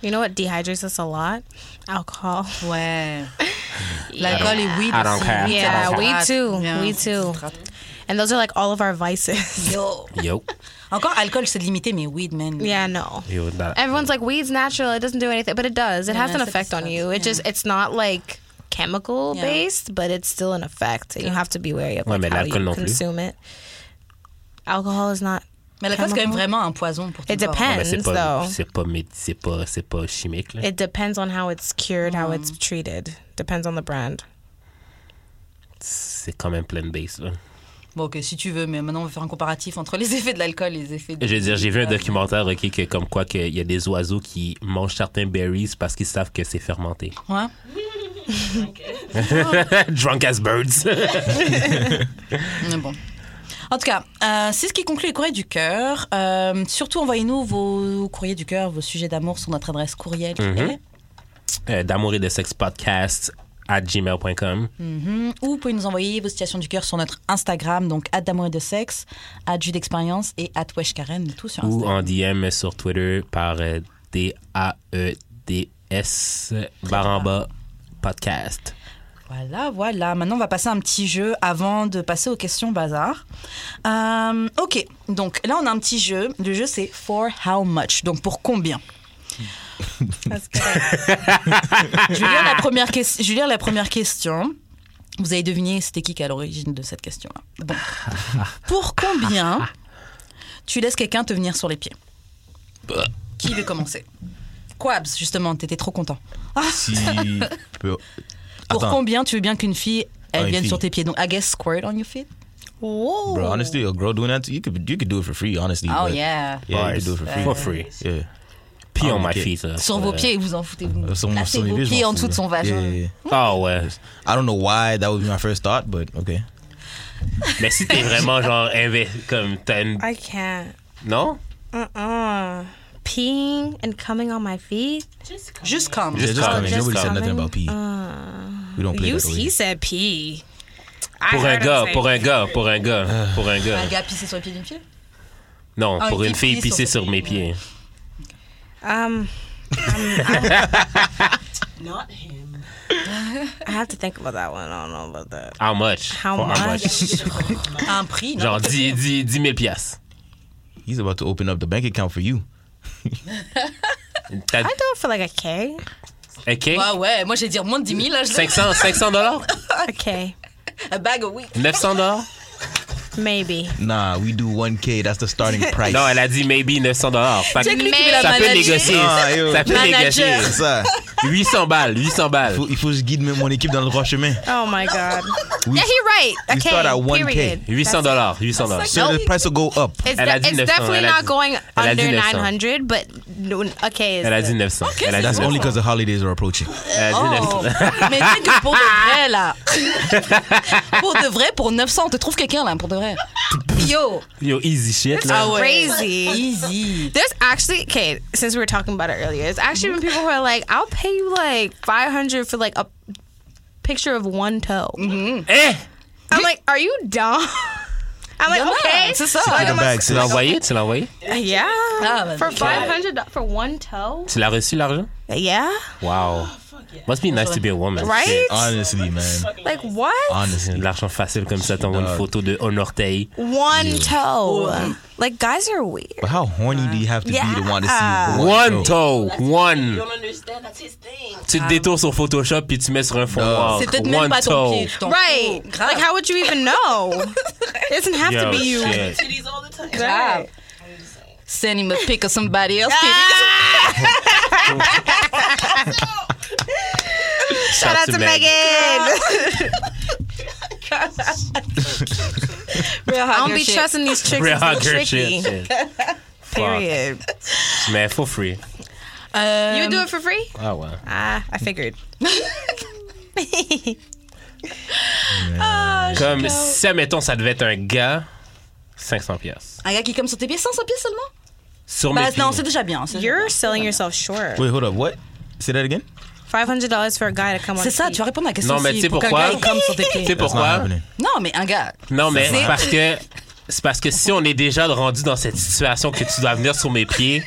Speaker 4: You know what dehydrates us a lot? Alcohol.
Speaker 2: ouais. Ouais. L'alcool et weed
Speaker 3: I don't
Speaker 2: aussi.
Speaker 3: care.
Speaker 2: Weed,
Speaker 4: Yeah,
Speaker 2: ça
Speaker 4: weed
Speaker 2: hydrate.
Speaker 4: too.
Speaker 2: Yeah.
Speaker 4: Weed too. And those are like all of our vices. <laughs>
Speaker 2: Yo.
Speaker 3: Yo,
Speaker 2: Encore alcool, c'est limité, mais weed, man.
Speaker 4: yeah, no.
Speaker 3: yo,
Speaker 2: <laughs>
Speaker 3: that-
Speaker 4: Everyone's like, weed's natural. It doesn't do anything, but it does. It has
Speaker 2: Yeah,
Speaker 4: an
Speaker 2: it's
Speaker 4: effect on you.
Speaker 2: satisfaction,
Speaker 4: It just, it's not like chemical
Speaker 2: Yeah.
Speaker 4: based, but it's still an effect. And you have to be wary of
Speaker 3: Ouais,
Speaker 4: like,
Speaker 3: mais
Speaker 4: how
Speaker 3: l'alcool
Speaker 4: you
Speaker 3: non plus.
Speaker 4: consume it. Alcohol is not.
Speaker 2: Mais l'alcool, c'est quand même vraiment un poison pour ton
Speaker 4: It
Speaker 2: corps.
Speaker 4: depends.
Speaker 3: ben, c'est pas,
Speaker 4: though.
Speaker 3: c'est pas, médi- c'est pas, c'est pas chimique, là.
Speaker 4: It depends on how it's cured, how it's treated. Depends on the brand.
Speaker 3: C'est quand même plein de base, là.
Speaker 2: Bon, ok, si tu veux, mais maintenant, on va faire un comparatif entre les <laughs> effets de l'alcool et les effets de... Euh,
Speaker 3: Je veux dire, j'ai vu un documentaire, OK, que comme quoi qu'il y a des oiseaux qui mangent certains berries parce qu'ils savent que c'est fermenté.
Speaker 2: Ouais.
Speaker 3: <laughs> Drunk as birds.
Speaker 2: Mais bon. En tout cas, euh, c'est ce qui conclut les courriers du cœur. Euh, surtout, envoyez-nous vos courriers du cœur, vos sujets d'amour sur notre adresse courriel. s'il vous
Speaker 3: Mhm.
Speaker 2: plaît.
Speaker 3: Euh, D'amour et de sexe podcast à gmail.com.
Speaker 2: Mhm. Ou vous pouvez nous envoyer vos situations du cœur sur notre Instagram, donc d'amour et de sexe, jus d'expérience et @weshkaren, tout sur
Speaker 3: Ou
Speaker 2: Instagram.
Speaker 3: en DM sur Twitter par euh, D-A-E-D-S barre en bas podcast.
Speaker 2: Voilà, voilà. Maintenant, on va passer à un petit jeu avant de passer aux questions bazar. Euh, ok, donc là, on a un petit jeu. Le jeu, c'est For How Much, donc pour combien
Speaker 4: That's good.
Speaker 2: <laughs> Je vais lire la première, ques- je vais lire la première question. Vous avez deviné c'était qui qui est à l'origine de cette question-là. Bon. Pour combien tu laisses quelqu'un te venir sur les pieds Qui veut commencer Quabs, justement, t'étais trop content. <laughs>
Speaker 5: Si. peut-
Speaker 2: Pour
Speaker 5: Attends,
Speaker 2: combien tu veux bien qu'une fille elle
Speaker 5: Ah, une
Speaker 2: vienne
Speaker 5: fille.
Speaker 2: sur tes pieds Donc, I guess squirt on your feet.
Speaker 4: Whoa.
Speaker 5: bro, honestly, a girl doing that, you could, you could do it for free, honestly.
Speaker 2: Oh
Speaker 5: but-
Speaker 2: yeah.
Speaker 5: Yeah, you could do it for free.
Speaker 3: For free.
Speaker 5: Yeah.
Speaker 3: Pee
Speaker 5: Ah,
Speaker 3: on Euh, my
Speaker 5: ok.
Speaker 3: feet. là.
Speaker 2: Sur vos pieds, vous en foutez. Vous
Speaker 5: Sur mon-
Speaker 2: placez
Speaker 5: sur mes
Speaker 2: vos
Speaker 5: pieds, je
Speaker 2: pieds
Speaker 5: m'en
Speaker 2: en dessous de
Speaker 5: fous,
Speaker 2: son
Speaker 5: là.
Speaker 2: vagin.
Speaker 5: Yeah, yeah, yeah.
Speaker 3: Ah ouais.
Speaker 5: I don't know why that would be my first thought, but okay.
Speaker 3: Mais si t'es vraiment genre inve- comme t'as une...
Speaker 4: I can't.
Speaker 3: Non?
Speaker 4: Uh-uh. Peeing and coming on my feet.
Speaker 6: Jessica.
Speaker 2: Juste comme.
Speaker 5: Yeah, just
Speaker 3: come.
Speaker 5: coming.
Speaker 3: Just Uh,
Speaker 5: Nobody said
Speaker 4: coming.
Speaker 5: nothing about pee. we don't play
Speaker 4: You,
Speaker 5: that way.
Speaker 4: he said pee. I
Speaker 3: Pour un
Speaker 4: heard him
Speaker 3: gars,
Speaker 4: say
Speaker 3: pour un gars, pour un gars, pour un gars.
Speaker 2: Un gars pisser sur les pieds d'une fille
Speaker 3: Non,
Speaker 2: Ah,
Speaker 3: pour
Speaker 2: une
Speaker 3: une
Speaker 2: fille
Speaker 3: fille
Speaker 2: pisse
Speaker 3: pisser
Speaker 2: sur
Speaker 3: sur
Speaker 2: ses
Speaker 3: mes
Speaker 2: pieds,
Speaker 3: pieds.
Speaker 4: Um,
Speaker 6: Not him.
Speaker 4: I have to think about that one. I don't know about that.
Speaker 3: How much?
Speaker 4: How
Speaker 3: For
Speaker 4: much?
Speaker 2: Un prix, non
Speaker 3: Genre 10, 10, 10 000 piastres.
Speaker 5: He's about to open up the bank account for you.
Speaker 3: T'as-
Speaker 4: I do it for like a K.
Speaker 3: OK?
Speaker 2: Ouais, Ah ouais, moi j'ai dit moins de 10 000, là, je l'ai.
Speaker 3: 500, 500 dollars?
Speaker 4: A K.
Speaker 2: <laughs> A bag a week.
Speaker 3: 900 dollars?
Speaker 4: Maybe.
Speaker 5: Nah, we do 1K. That's the
Speaker 3: <laughs>
Speaker 5: starting price.
Speaker 3: Non,
Speaker 5: <laughs>
Speaker 3: elle a dit maybe 900 dollars. Ça
Speaker 2: Check lui qui veut
Speaker 4: Mais-
Speaker 2: la
Speaker 4: Ça
Speaker 3: peut
Speaker 2: manager.
Speaker 3: négocier.
Speaker 5: Ah, yo.
Speaker 3: Ça peut
Speaker 2: Manager.
Speaker 3: négocier. <laughs>
Speaker 5: C'est ça.
Speaker 3: 800 balles, 800 balles.
Speaker 5: Il faut, il faut que je guide mon équipe dans le
Speaker 2: <laughs>
Speaker 5: droit chemin.
Speaker 4: Oh my <laughs> God.
Speaker 5: We-
Speaker 4: yeah, he right. A
Speaker 5: we
Speaker 4: K,
Speaker 5: start at 1K.
Speaker 4: period.
Speaker 3: 800 dollars, 800 dollars.
Speaker 5: So the price will go up.
Speaker 4: It's,
Speaker 3: Elle a
Speaker 4: de-
Speaker 3: dit
Speaker 4: it's
Speaker 3: 900,
Speaker 4: definitely
Speaker 3: elle a
Speaker 4: not
Speaker 3: dit-
Speaker 4: going
Speaker 3: elle a
Speaker 4: under
Speaker 3: dit 900.
Speaker 4: 900, but no- a K is.
Speaker 3: Elle a
Speaker 4: the-
Speaker 3: dit 900. Elle a dit
Speaker 5: That's
Speaker 3: 900.
Speaker 5: only because the holidays are approaching.
Speaker 2: <laughs>
Speaker 3: Elle a dit
Speaker 2: Oh.
Speaker 3: 900.
Speaker 2: Mais dis que pour de vrai,
Speaker 5: <laughs>
Speaker 2: là. pour de vrai, pour 900, on te trouve quelqu'un, là, pour de vrai. Yo.
Speaker 3: Yo, easy shit,
Speaker 4: That's
Speaker 3: là.
Speaker 2: ouais.
Speaker 4: <laughs> crazy.
Speaker 2: Easy.
Speaker 4: There's actually okay. Since we were talking about it earlier, it's actually been people who are like, "I'll pay you like 500 for like a picture of one toe."
Speaker 3: Eh!
Speaker 4: I'm like, "Are you dumb?" <laughs> I'm like,
Speaker 2: Yeah,
Speaker 4: "Okay,
Speaker 2: it's a sub.
Speaker 4: Like,
Speaker 5: The
Speaker 4: I'm like,
Speaker 5: bag
Speaker 3: Tu l'as
Speaker 5: says-
Speaker 3: envoyé? Tu l'as envoyé?
Speaker 4: <laughs> yeah,
Speaker 2: my
Speaker 4: for
Speaker 2: God.
Speaker 4: 500 do- for one toe.
Speaker 3: Tu l'as reçu, l'argent?
Speaker 4: Yeah,
Speaker 3: Wow.
Speaker 6: Fuck
Speaker 3: Must be nice to be a woman.
Speaker 4: Right?
Speaker 5: Honestly, man.
Speaker 4: Like what?
Speaker 5: Honestly.
Speaker 3: L'argent facile comme ça, t'envoies une
Speaker 5: Dog.
Speaker 3: photo de un orteil.
Speaker 4: One toe. Like guys are weird.
Speaker 5: But how horny do you have to be to want to
Speaker 4: Yeah.
Speaker 5: see
Speaker 3: One toe,
Speaker 6: You
Speaker 3: one.
Speaker 6: don't understand. That's his thing.
Speaker 3: Tu te détours sur Photoshop puis tu mets sur un fond noir.
Speaker 2: C'est peut-être
Speaker 3: One
Speaker 2: même pas ton
Speaker 3: toe.
Speaker 2: pied. Ton
Speaker 4: Right.
Speaker 2: cou. Grave.
Speaker 4: Like how would you even know? it doesn't have
Speaker 3: Yo,
Speaker 4: to be you.
Speaker 3: shit.
Speaker 6: Titties all the time.
Speaker 2: Grave. Send him a pic of somebody else.
Speaker 4: Ah.
Speaker 2: titties.
Speaker 4: Shout out to Megan. <laughs>
Speaker 2: Real
Speaker 4: I don't
Speaker 2: hugger
Speaker 4: be
Speaker 2: shit.
Speaker 4: trusting these chicks.
Speaker 3: Real
Speaker 4: It's so
Speaker 3: hugger
Speaker 4: tricky.
Speaker 3: shit. <laughs> shit.
Speaker 4: Period.
Speaker 3: Mais for free.
Speaker 2: Euh,
Speaker 4: You would do it for free?
Speaker 3: Ah ouais.
Speaker 4: Ah, I figured.
Speaker 2: Ah,
Speaker 3: Comme si, admettons, ça devait être un gars, 500 pièces.
Speaker 2: un gars qui comme sur tes pieds, 500 pieds seulement
Speaker 3: Sur
Speaker 2: Bah
Speaker 3: mes pieds.
Speaker 2: non, c'est déjà bien. c'est déjà bien.
Speaker 4: You're selling yourself short.
Speaker 5: Wait, hold up. What? Say that again?
Speaker 4: Five hundred dollars for a guy to come on.
Speaker 2: C'est ça, tu vas répondre à la question.
Speaker 3: Non, mais
Speaker 2: si-
Speaker 3: tu sais
Speaker 2: pour qu'un
Speaker 3: pourquoi
Speaker 2: gars, il comme sur tes
Speaker 3: Tu
Speaker 2: pieds.
Speaker 3: sais
Speaker 5: That's not
Speaker 3: pourquoi?
Speaker 5: happening.
Speaker 2: Non, mais un gars.
Speaker 3: Non, mais
Speaker 2: C'est-
Speaker 3: parce que c'est parce que si on est déjà rendu dans cette situation que tu dois venir sur mes pieds,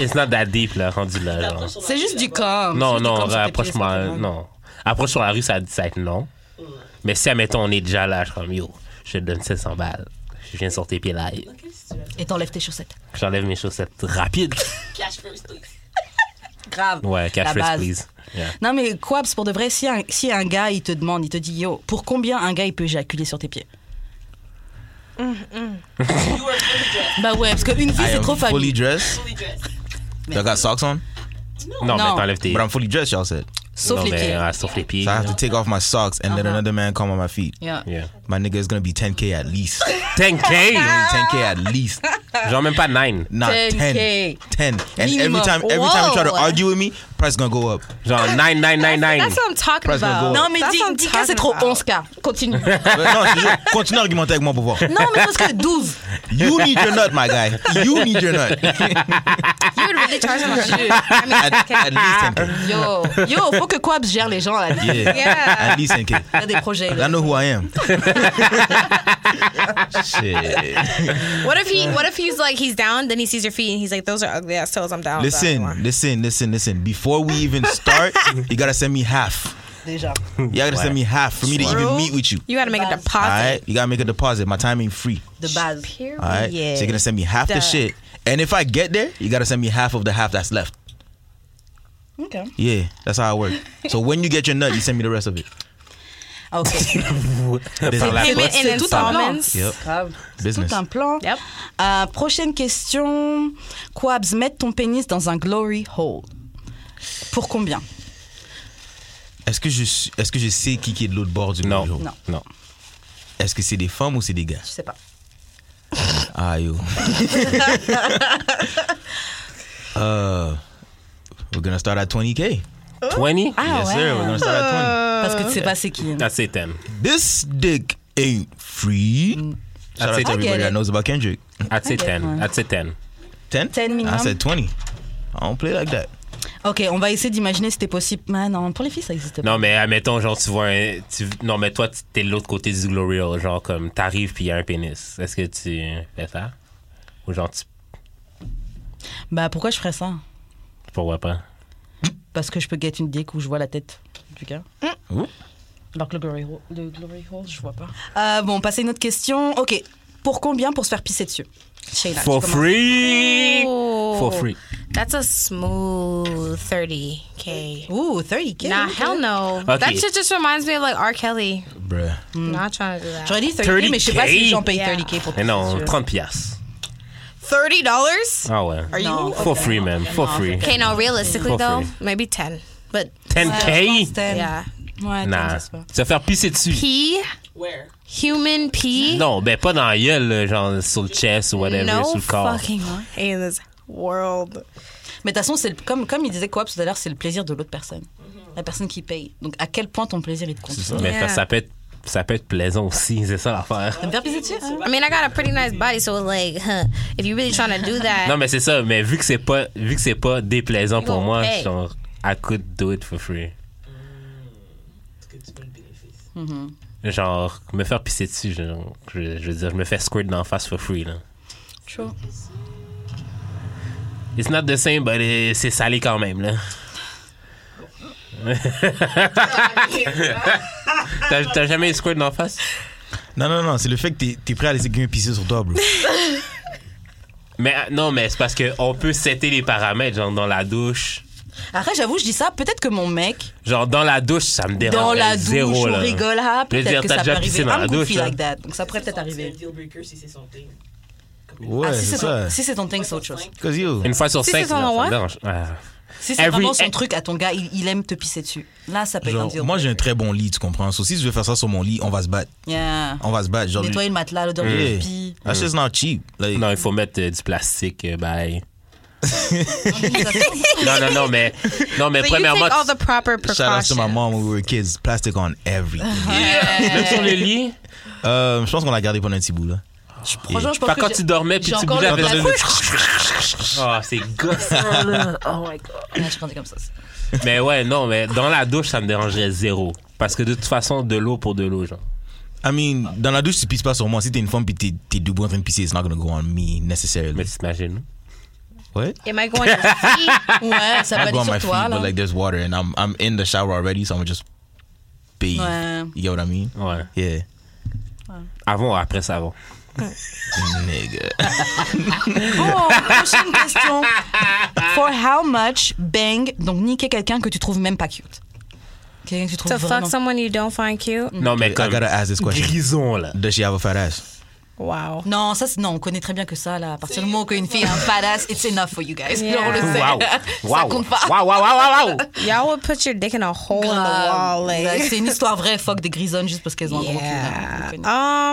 Speaker 3: it's not that deep là, rendu là. genre.
Speaker 2: C'est juste du com. C'est
Speaker 3: Non,
Speaker 2: juste du
Speaker 3: non,
Speaker 2: com sur tes pieds, c'est
Speaker 3: rapproche-moi,
Speaker 2: pas
Speaker 3: non. Approche sur la rue, ça ça va être non. Mais si, admettons, on est déjà là, je suis comme yo, je te donne 700 balles. Je viens sur tes pieds là.
Speaker 2: bon. Et t'enlèves tes chaussettes.
Speaker 3: J'enlève mes chaussettes rapide.
Speaker 6: Cash first, please.
Speaker 2: Grave.
Speaker 3: Ouais, cash
Speaker 2: La
Speaker 3: first,
Speaker 2: base.
Speaker 3: please. Yeah.
Speaker 2: Non, mais quoi, parce que pour de vrai, si un, si un gars, il te demande, il te dit, yo, pour combien un gars, il peut éjaculer sur tes pieds Mm,
Speaker 6: You are fully dressed.
Speaker 2: Bah ouais, parce qu'une fille,
Speaker 5: I
Speaker 2: c'est
Speaker 5: am
Speaker 2: trop
Speaker 5: fully
Speaker 2: famille.
Speaker 5: dressed.
Speaker 6: Fully dressed.
Speaker 5: I got socks on,
Speaker 3: Non, mais
Speaker 2: Non.
Speaker 3: t'enlèves tes.
Speaker 5: but I'm fully dressed, y'all said.
Speaker 2: Sauf
Speaker 3: non,
Speaker 2: les
Speaker 3: mais, uh,
Speaker 2: pieds.
Speaker 3: ouais, sauf les pieds.
Speaker 5: So I have to take off my socks and let
Speaker 2: Uh-huh.
Speaker 5: another man come on my feet.
Speaker 2: Yeah.
Speaker 3: Yeah.
Speaker 5: My nigga is gonna be 10K at least.
Speaker 3: 10K!
Speaker 5: 10K at least.
Speaker 3: Genre même pas 9.
Speaker 5: Not
Speaker 2: 10K.
Speaker 5: 10. 10. And every
Speaker 2: Minimum.
Speaker 5: time every time you try to
Speaker 4: Whoa.
Speaker 5: argue with me, price gonna go up. <laughs>
Speaker 2: Ah,
Speaker 3: Genre 9, 9, 9, 9.
Speaker 4: That's what I'm talking
Speaker 5: Press gonna go
Speaker 4: about.
Speaker 5: up.
Speaker 2: Non, mais
Speaker 4: That's
Speaker 2: dis-
Speaker 4: what I'm
Speaker 2: 10K, c'est
Speaker 4: talking
Speaker 2: trop
Speaker 4: about.
Speaker 2: 11K. Continue.
Speaker 5: But no, je te jure, continue d'argumenter avec moi pour voir.
Speaker 2: non, mais parce que 12.
Speaker 5: You need your nut, my guy. You need your nut.
Speaker 4: You would really charge them a shoe. I mean,
Speaker 5: At, at least 10K.
Speaker 2: Yo, yo, faut que Quabs gère les gens à la vie.
Speaker 5: Yeah.
Speaker 4: <laughs> Yeah.
Speaker 5: At least 10K.
Speaker 2: Il y a des projets.
Speaker 5: I know who I am. <laughs> Shit.
Speaker 4: What
Speaker 5: <laughs>
Speaker 4: if he? What if he's like he's down, then he sees your feet and he's like, "Those are ugly ass toes. I'm down." with that
Speaker 5: Listen,
Speaker 4: one."
Speaker 5: listen, listen, listen. Before we even
Speaker 4: <laughs>
Speaker 5: start, you gotta send me half.
Speaker 2: Déjà.
Speaker 5: You gotta send me half for me to even
Speaker 4: True.
Speaker 5: meet with you.
Speaker 4: you got to make a
Speaker 2: Buzz.
Speaker 4: deposit.
Speaker 5: All right, you gotta make a deposit. My time ain't free.
Speaker 2: De base.
Speaker 4: Period.
Speaker 5: All right, so you're gonna send me half the
Speaker 4: Duh.
Speaker 5: shit, and if I get there, you gotta send me half of the half that's left.
Speaker 2: Ok.
Speaker 5: Yeah, that's how I work. so when you get your nut, you send me the rest of it.
Speaker 2: Ah, Ok.
Speaker 3: Par la
Speaker 4: Payment
Speaker 3: poste.
Speaker 4: in
Speaker 2: C'est tout un plan.
Speaker 4: installments.
Speaker 5: Yep.
Speaker 2: Grave. C'est
Speaker 5: Business.
Speaker 2: Tout un plan.
Speaker 4: Yep.
Speaker 2: Euh, prochaine question. Quabs, mettre ton pénis dans un glory hole. Pour combien
Speaker 5: Est-ce que je suis- est-ce que je sais qui qui est de l'autre bord du
Speaker 3: Non,
Speaker 5: bonjour?
Speaker 3: non.
Speaker 5: Est-ce que c'est des femmes ou c'est des gars?
Speaker 2: Je sais pas.
Speaker 5: Ah
Speaker 4: <laughs>
Speaker 5: yo. uh, we're gonna start at 20k.
Speaker 3: 20?
Speaker 2: Ah.
Speaker 5: yes sir, we're gonna start at
Speaker 2: Parce que tu sais pas c'est qui. hein.
Speaker 3: That's it then.
Speaker 5: 20. This dick ain't free. Shout out
Speaker 3: I
Speaker 5: to
Speaker 3: get
Speaker 5: everybody that
Speaker 2: Mm. it.
Speaker 5: knows about Kendrick.
Speaker 3: I'd say
Speaker 2: Okay.
Speaker 3: 10. I'd say 10.
Speaker 5: 10?
Speaker 2: 10
Speaker 5: I
Speaker 2: minimum.
Speaker 5: said 20. I don't play like that.
Speaker 2: Ok, on va essayer d'imaginer si c'était possible. Mais non, pour les filles, ça existe pas.
Speaker 3: Non, mais admettons, genre, tu vois un. tu- non, mais toi, tu- t'es de l'autre côté du Glory Hole. Genre, comme, t'arrives puis il y a un pénis. Est-ce que tu fais ça? Ou genre, tu.
Speaker 2: Bah pourquoi je ferais ça
Speaker 3: Pourquoi pas?
Speaker 2: Parce que je peux get une dick où je vois la tête du gars.
Speaker 5: Ouh.
Speaker 2: Alors que le glory, hole, le glory hole, je vois pas. Euh, bon, passer à une autre question. Ok, pour combien pour se faire pisser dessus Shayna, tu
Speaker 3: For
Speaker 2: commences.
Speaker 3: free!
Speaker 4: Ooh.
Speaker 3: For free.
Speaker 4: That's a smooth 30k.
Speaker 2: Ooh, 30k.
Speaker 4: Nah,
Speaker 2: ok.
Speaker 4: hell no.
Speaker 3: Okay. Mm.
Speaker 4: That shit just reminds me of like R. Kelly.
Speaker 5: Bruh.
Speaker 2: Mm.
Speaker 4: Not trying to do that.
Speaker 2: J'aurais dit 30k, mais je sais pas si les gens payent
Speaker 4: Yeah.
Speaker 2: 30k pour
Speaker 3: Mais
Speaker 2: pisser
Speaker 3: non,
Speaker 2: dessus.
Speaker 3: 30 piastres.
Speaker 4: Thirty dollars?
Speaker 3: Ah ouais.
Speaker 4: Are you?
Speaker 2: Non.
Speaker 3: For free, man. For free.
Speaker 4: Okay, no. Realistically
Speaker 3: For
Speaker 4: though,
Speaker 3: free.
Speaker 4: maybe ten. But
Speaker 3: 10K?
Speaker 4: yeah,
Speaker 2: Ouais,
Speaker 3: Nah.
Speaker 2: attends,
Speaker 3: Tu vas faire pisser dessus.
Speaker 4: pee,
Speaker 6: Where?
Speaker 4: human pee.
Speaker 3: Non, ben pas dans la gueule, là, genre sur le chest ou whatever,
Speaker 4: no
Speaker 3: sur le corps.
Speaker 4: fucking way in this world.
Speaker 5: <laughs>
Speaker 2: Mais de toute façon, c'est le- comme, comme il disait Coop tout à l'heure, c'est le plaisir de l'autre personne. La personne qui paye. Donc à quel point ton plaisir est de compte
Speaker 3: Mais
Speaker 4: Yeah.
Speaker 3: ça, ça peut être, ça peut être plaisant aussi, c'est ça l'affaire.
Speaker 2: Ça me fait pisser dessus hein
Speaker 4: I mean, I got a pretty nice body, so like, huh, if you really trying
Speaker 3: <laughs>
Speaker 4: to do that,
Speaker 3: Non, mais c'est ça, mais vu que c'est pas, vu que c'est pas déplaisant pour
Speaker 4: gonna
Speaker 3: moi,
Speaker 4: pay.
Speaker 3: genre, I could do it for free.
Speaker 6: Parce Hmm. que tu veux le bénéfice.
Speaker 3: Genre, me faire pisser dessus, genre, je, je veux dire, je me fais squirt d'en face for free, là.
Speaker 2: True.
Speaker 6: <laughs>
Speaker 3: It's not the same, but euh, c'est salé quand même, là. T'as t'as jamais eu squirt d'en face?
Speaker 5: Non, non, non, c'est le fait que t'es- t'es prêt à laisser quelqu'un pisser sur toi,
Speaker 2: <laughs>
Speaker 5: bro.
Speaker 2: Ah,
Speaker 3: Mais euh, non, mais c'est parce qu'on peut setter les paramètres, genre dans la douche.
Speaker 2: Après, j'avoue, je dis ça. Peut-être que mon mec,
Speaker 3: Genre dans la douche, ça me dérange.
Speaker 2: dans la douche,
Speaker 3: zéro,
Speaker 2: on
Speaker 3: là.
Speaker 2: rigole, ah,
Speaker 3: Je veux
Speaker 2: peut-être
Speaker 3: dire,
Speaker 2: que
Speaker 3: t'as
Speaker 2: ça peut
Speaker 3: déjà pissé
Speaker 2: arriver.
Speaker 3: dans la
Speaker 2: I'm goofy
Speaker 3: douche, là.
Speaker 2: like that. Donc ça pourrait peut-être
Speaker 6: Son- C'est un
Speaker 2: arriver.
Speaker 6: deal breaker si c'est son thing.
Speaker 5: Ouais,
Speaker 2: Ah, si
Speaker 5: c'est
Speaker 2: c'est
Speaker 5: ça.
Speaker 2: ton- si c'est ton thing, c'est autre chose.
Speaker 5: Cause yo.
Speaker 3: Une fois sur
Speaker 4: Si
Speaker 3: cinq,
Speaker 4: c'est ton
Speaker 3: là, ça
Speaker 4: endroit.
Speaker 3: me dérange. Ah.
Speaker 2: Si c'est
Speaker 3: Every-
Speaker 2: vraiment son
Speaker 3: eh-
Speaker 2: truc à ton gars, il, il aime te pisser dessus. Là, ça peut être un
Speaker 5: Genre,
Speaker 2: deal
Speaker 5: moi, j'ai un
Speaker 2: breaker.
Speaker 5: très bon lit, tu comprends. So, si je veux faire ça sur mon lit, on va se battre.
Speaker 2: Yeah.
Speaker 5: On va se battre. Genre,
Speaker 2: Nettoyer le matelas, l'odeur
Speaker 5: Yeah.
Speaker 3: Eh.
Speaker 2: de pipi.
Speaker 5: That's just not cheap. Like,
Speaker 3: Non, il faut mettre euh, du plastique, euh, bye.
Speaker 2: Ça, c'est-
Speaker 3: <laughs> Non, non, non, mais, non, mais
Speaker 4: So you
Speaker 3: premièrement,
Speaker 4: take all the
Speaker 5: shout
Speaker 4: proper
Speaker 5: out to my
Speaker 4: precautions.
Speaker 5: mom when we were kids. Plastic on everything.
Speaker 2: Uh-huh.
Speaker 3: <laughs> même sur le lit,
Speaker 5: Euh, je pense qu'on l'a gardé pendant un petit bout, là.
Speaker 2: Franchement, je pense
Speaker 3: Fait
Speaker 2: que
Speaker 3: quand
Speaker 2: j'ai-
Speaker 3: tu dormais, puis
Speaker 2: j'ai
Speaker 3: tu
Speaker 2: encore
Speaker 3: bougeais
Speaker 2: le
Speaker 3: avec
Speaker 2: plafond.
Speaker 3: Ah, c'est gossant, là. Oh my God.
Speaker 2: Ouais, je rendais comme <laughs> ça.
Speaker 3: <laughs> Mais ouais, non, mais dans la douche, ça me dérangerait zéro. Parce que de toute façon, de l'eau pour de l'eau, genre.
Speaker 5: I mean, dans la douche, tu pisses pas sur moi. Si t'es une femme puis t'es, t'es debout en train de pisser, it's not gonna go on me
Speaker 3: Mais
Speaker 5: necessarily.
Speaker 3: tu t'imagines,
Speaker 5: What?
Speaker 4: It might go
Speaker 3: <laughs>
Speaker 4: on your feet.
Speaker 2: Ouais, ça peut
Speaker 5: I
Speaker 2: être
Speaker 5: go on my
Speaker 2: sur
Speaker 5: feet,
Speaker 2: toi, là.
Speaker 5: but like there's water and I'm I'm in the shower already, so I'm just bathe.
Speaker 2: Ouais.
Speaker 5: You get what I mean?
Speaker 3: Ouais.
Speaker 5: Yeah,
Speaker 3: Avant ou après savon?
Speaker 5: nigga.
Speaker 2: Bon, Oh, prochaine question. For how much bang, donc niquer quelqu'un que tu trouves même pas cute. Quelqu'un que tu trouves
Speaker 4: To fuck
Speaker 2: vraiment...
Speaker 4: someone you don't find cute.
Speaker 3: Non, mais
Speaker 5: I
Speaker 3: comme.
Speaker 5: gotta ask this question.
Speaker 3: Grison, là.
Speaker 5: Does she have a fat ass?
Speaker 4: Wow.
Speaker 2: Non, ça, c'est- non, on connaît très bien que ça, là. À partir du moment qu'une fille a un badass, it's enough for you guys.
Speaker 4: Yeah.
Speaker 2: Là, on le sait. <laughs>
Speaker 3: Wow.
Speaker 2: Ça
Speaker 3: Wow.
Speaker 2: compte pas.
Speaker 3: Wow, wow,
Speaker 2: <laughs>
Speaker 3: wow, wow, wow.
Speaker 4: Y'all would put your dick in a hole in the
Speaker 2: Grave.
Speaker 4: wall. Like.
Speaker 2: Exact. C'est une histoire vraie, fuck, des grisonnes, juste parce qu'elles ont un gros cul. là.
Speaker 4: Yeah. Ah.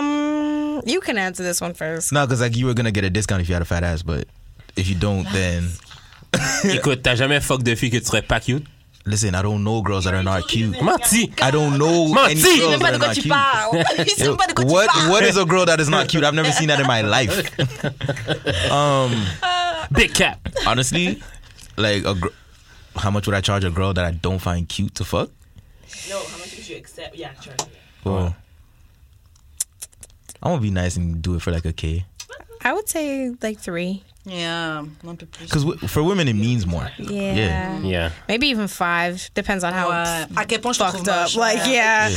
Speaker 2: On connaît.
Speaker 4: Um, you can answer this one first.
Speaker 5: No, because like you were gonna get a discount if you had a fat ass, but if you don't, then
Speaker 3: Écoute, t'as jamais fuck de fille que tu serais pas cute?
Speaker 5: listen. I don't know girls that are not cute.
Speaker 3: Menti!
Speaker 5: I don't know
Speaker 3: Menti.
Speaker 5: any
Speaker 3: Il sait
Speaker 2: Je sais
Speaker 5: girls
Speaker 2: pas
Speaker 5: that
Speaker 2: de quoi
Speaker 5: are not
Speaker 2: tu
Speaker 5: cute.
Speaker 2: parles. <laughs> Je sais pas de quoi tu
Speaker 5: What
Speaker 2: parles.
Speaker 5: what is a girl that is not cute? I've never seen that in my life. Um,
Speaker 3: Big cap!
Speaker 5: honestly, like a gr- how much would I charge a girl that I don't find cute to fuck?
Speaker 6: No, how much would you accept? Yeah, charge.
Speaker 5: Well,
Speaker 3: Oh.
Speaker 5: I'm gonna be nice and do it for like a K.
Speaker 4: I would say like three.
Speaker 2: Yeah, un peu plus.
Speaker 5: Because w- for women, it means more.
Speaker 4: Yeah.
Speaker 3: Yeah.
Speaker 4: Maybe even five. Depends on how
Speaker 2: Ouais. À quel point je te trouve
Speaker 4: fucked up.
Speaker 2: moche.
Speaker 4: Like,
Speaker 2: ouais.
Speaker 4: yeah.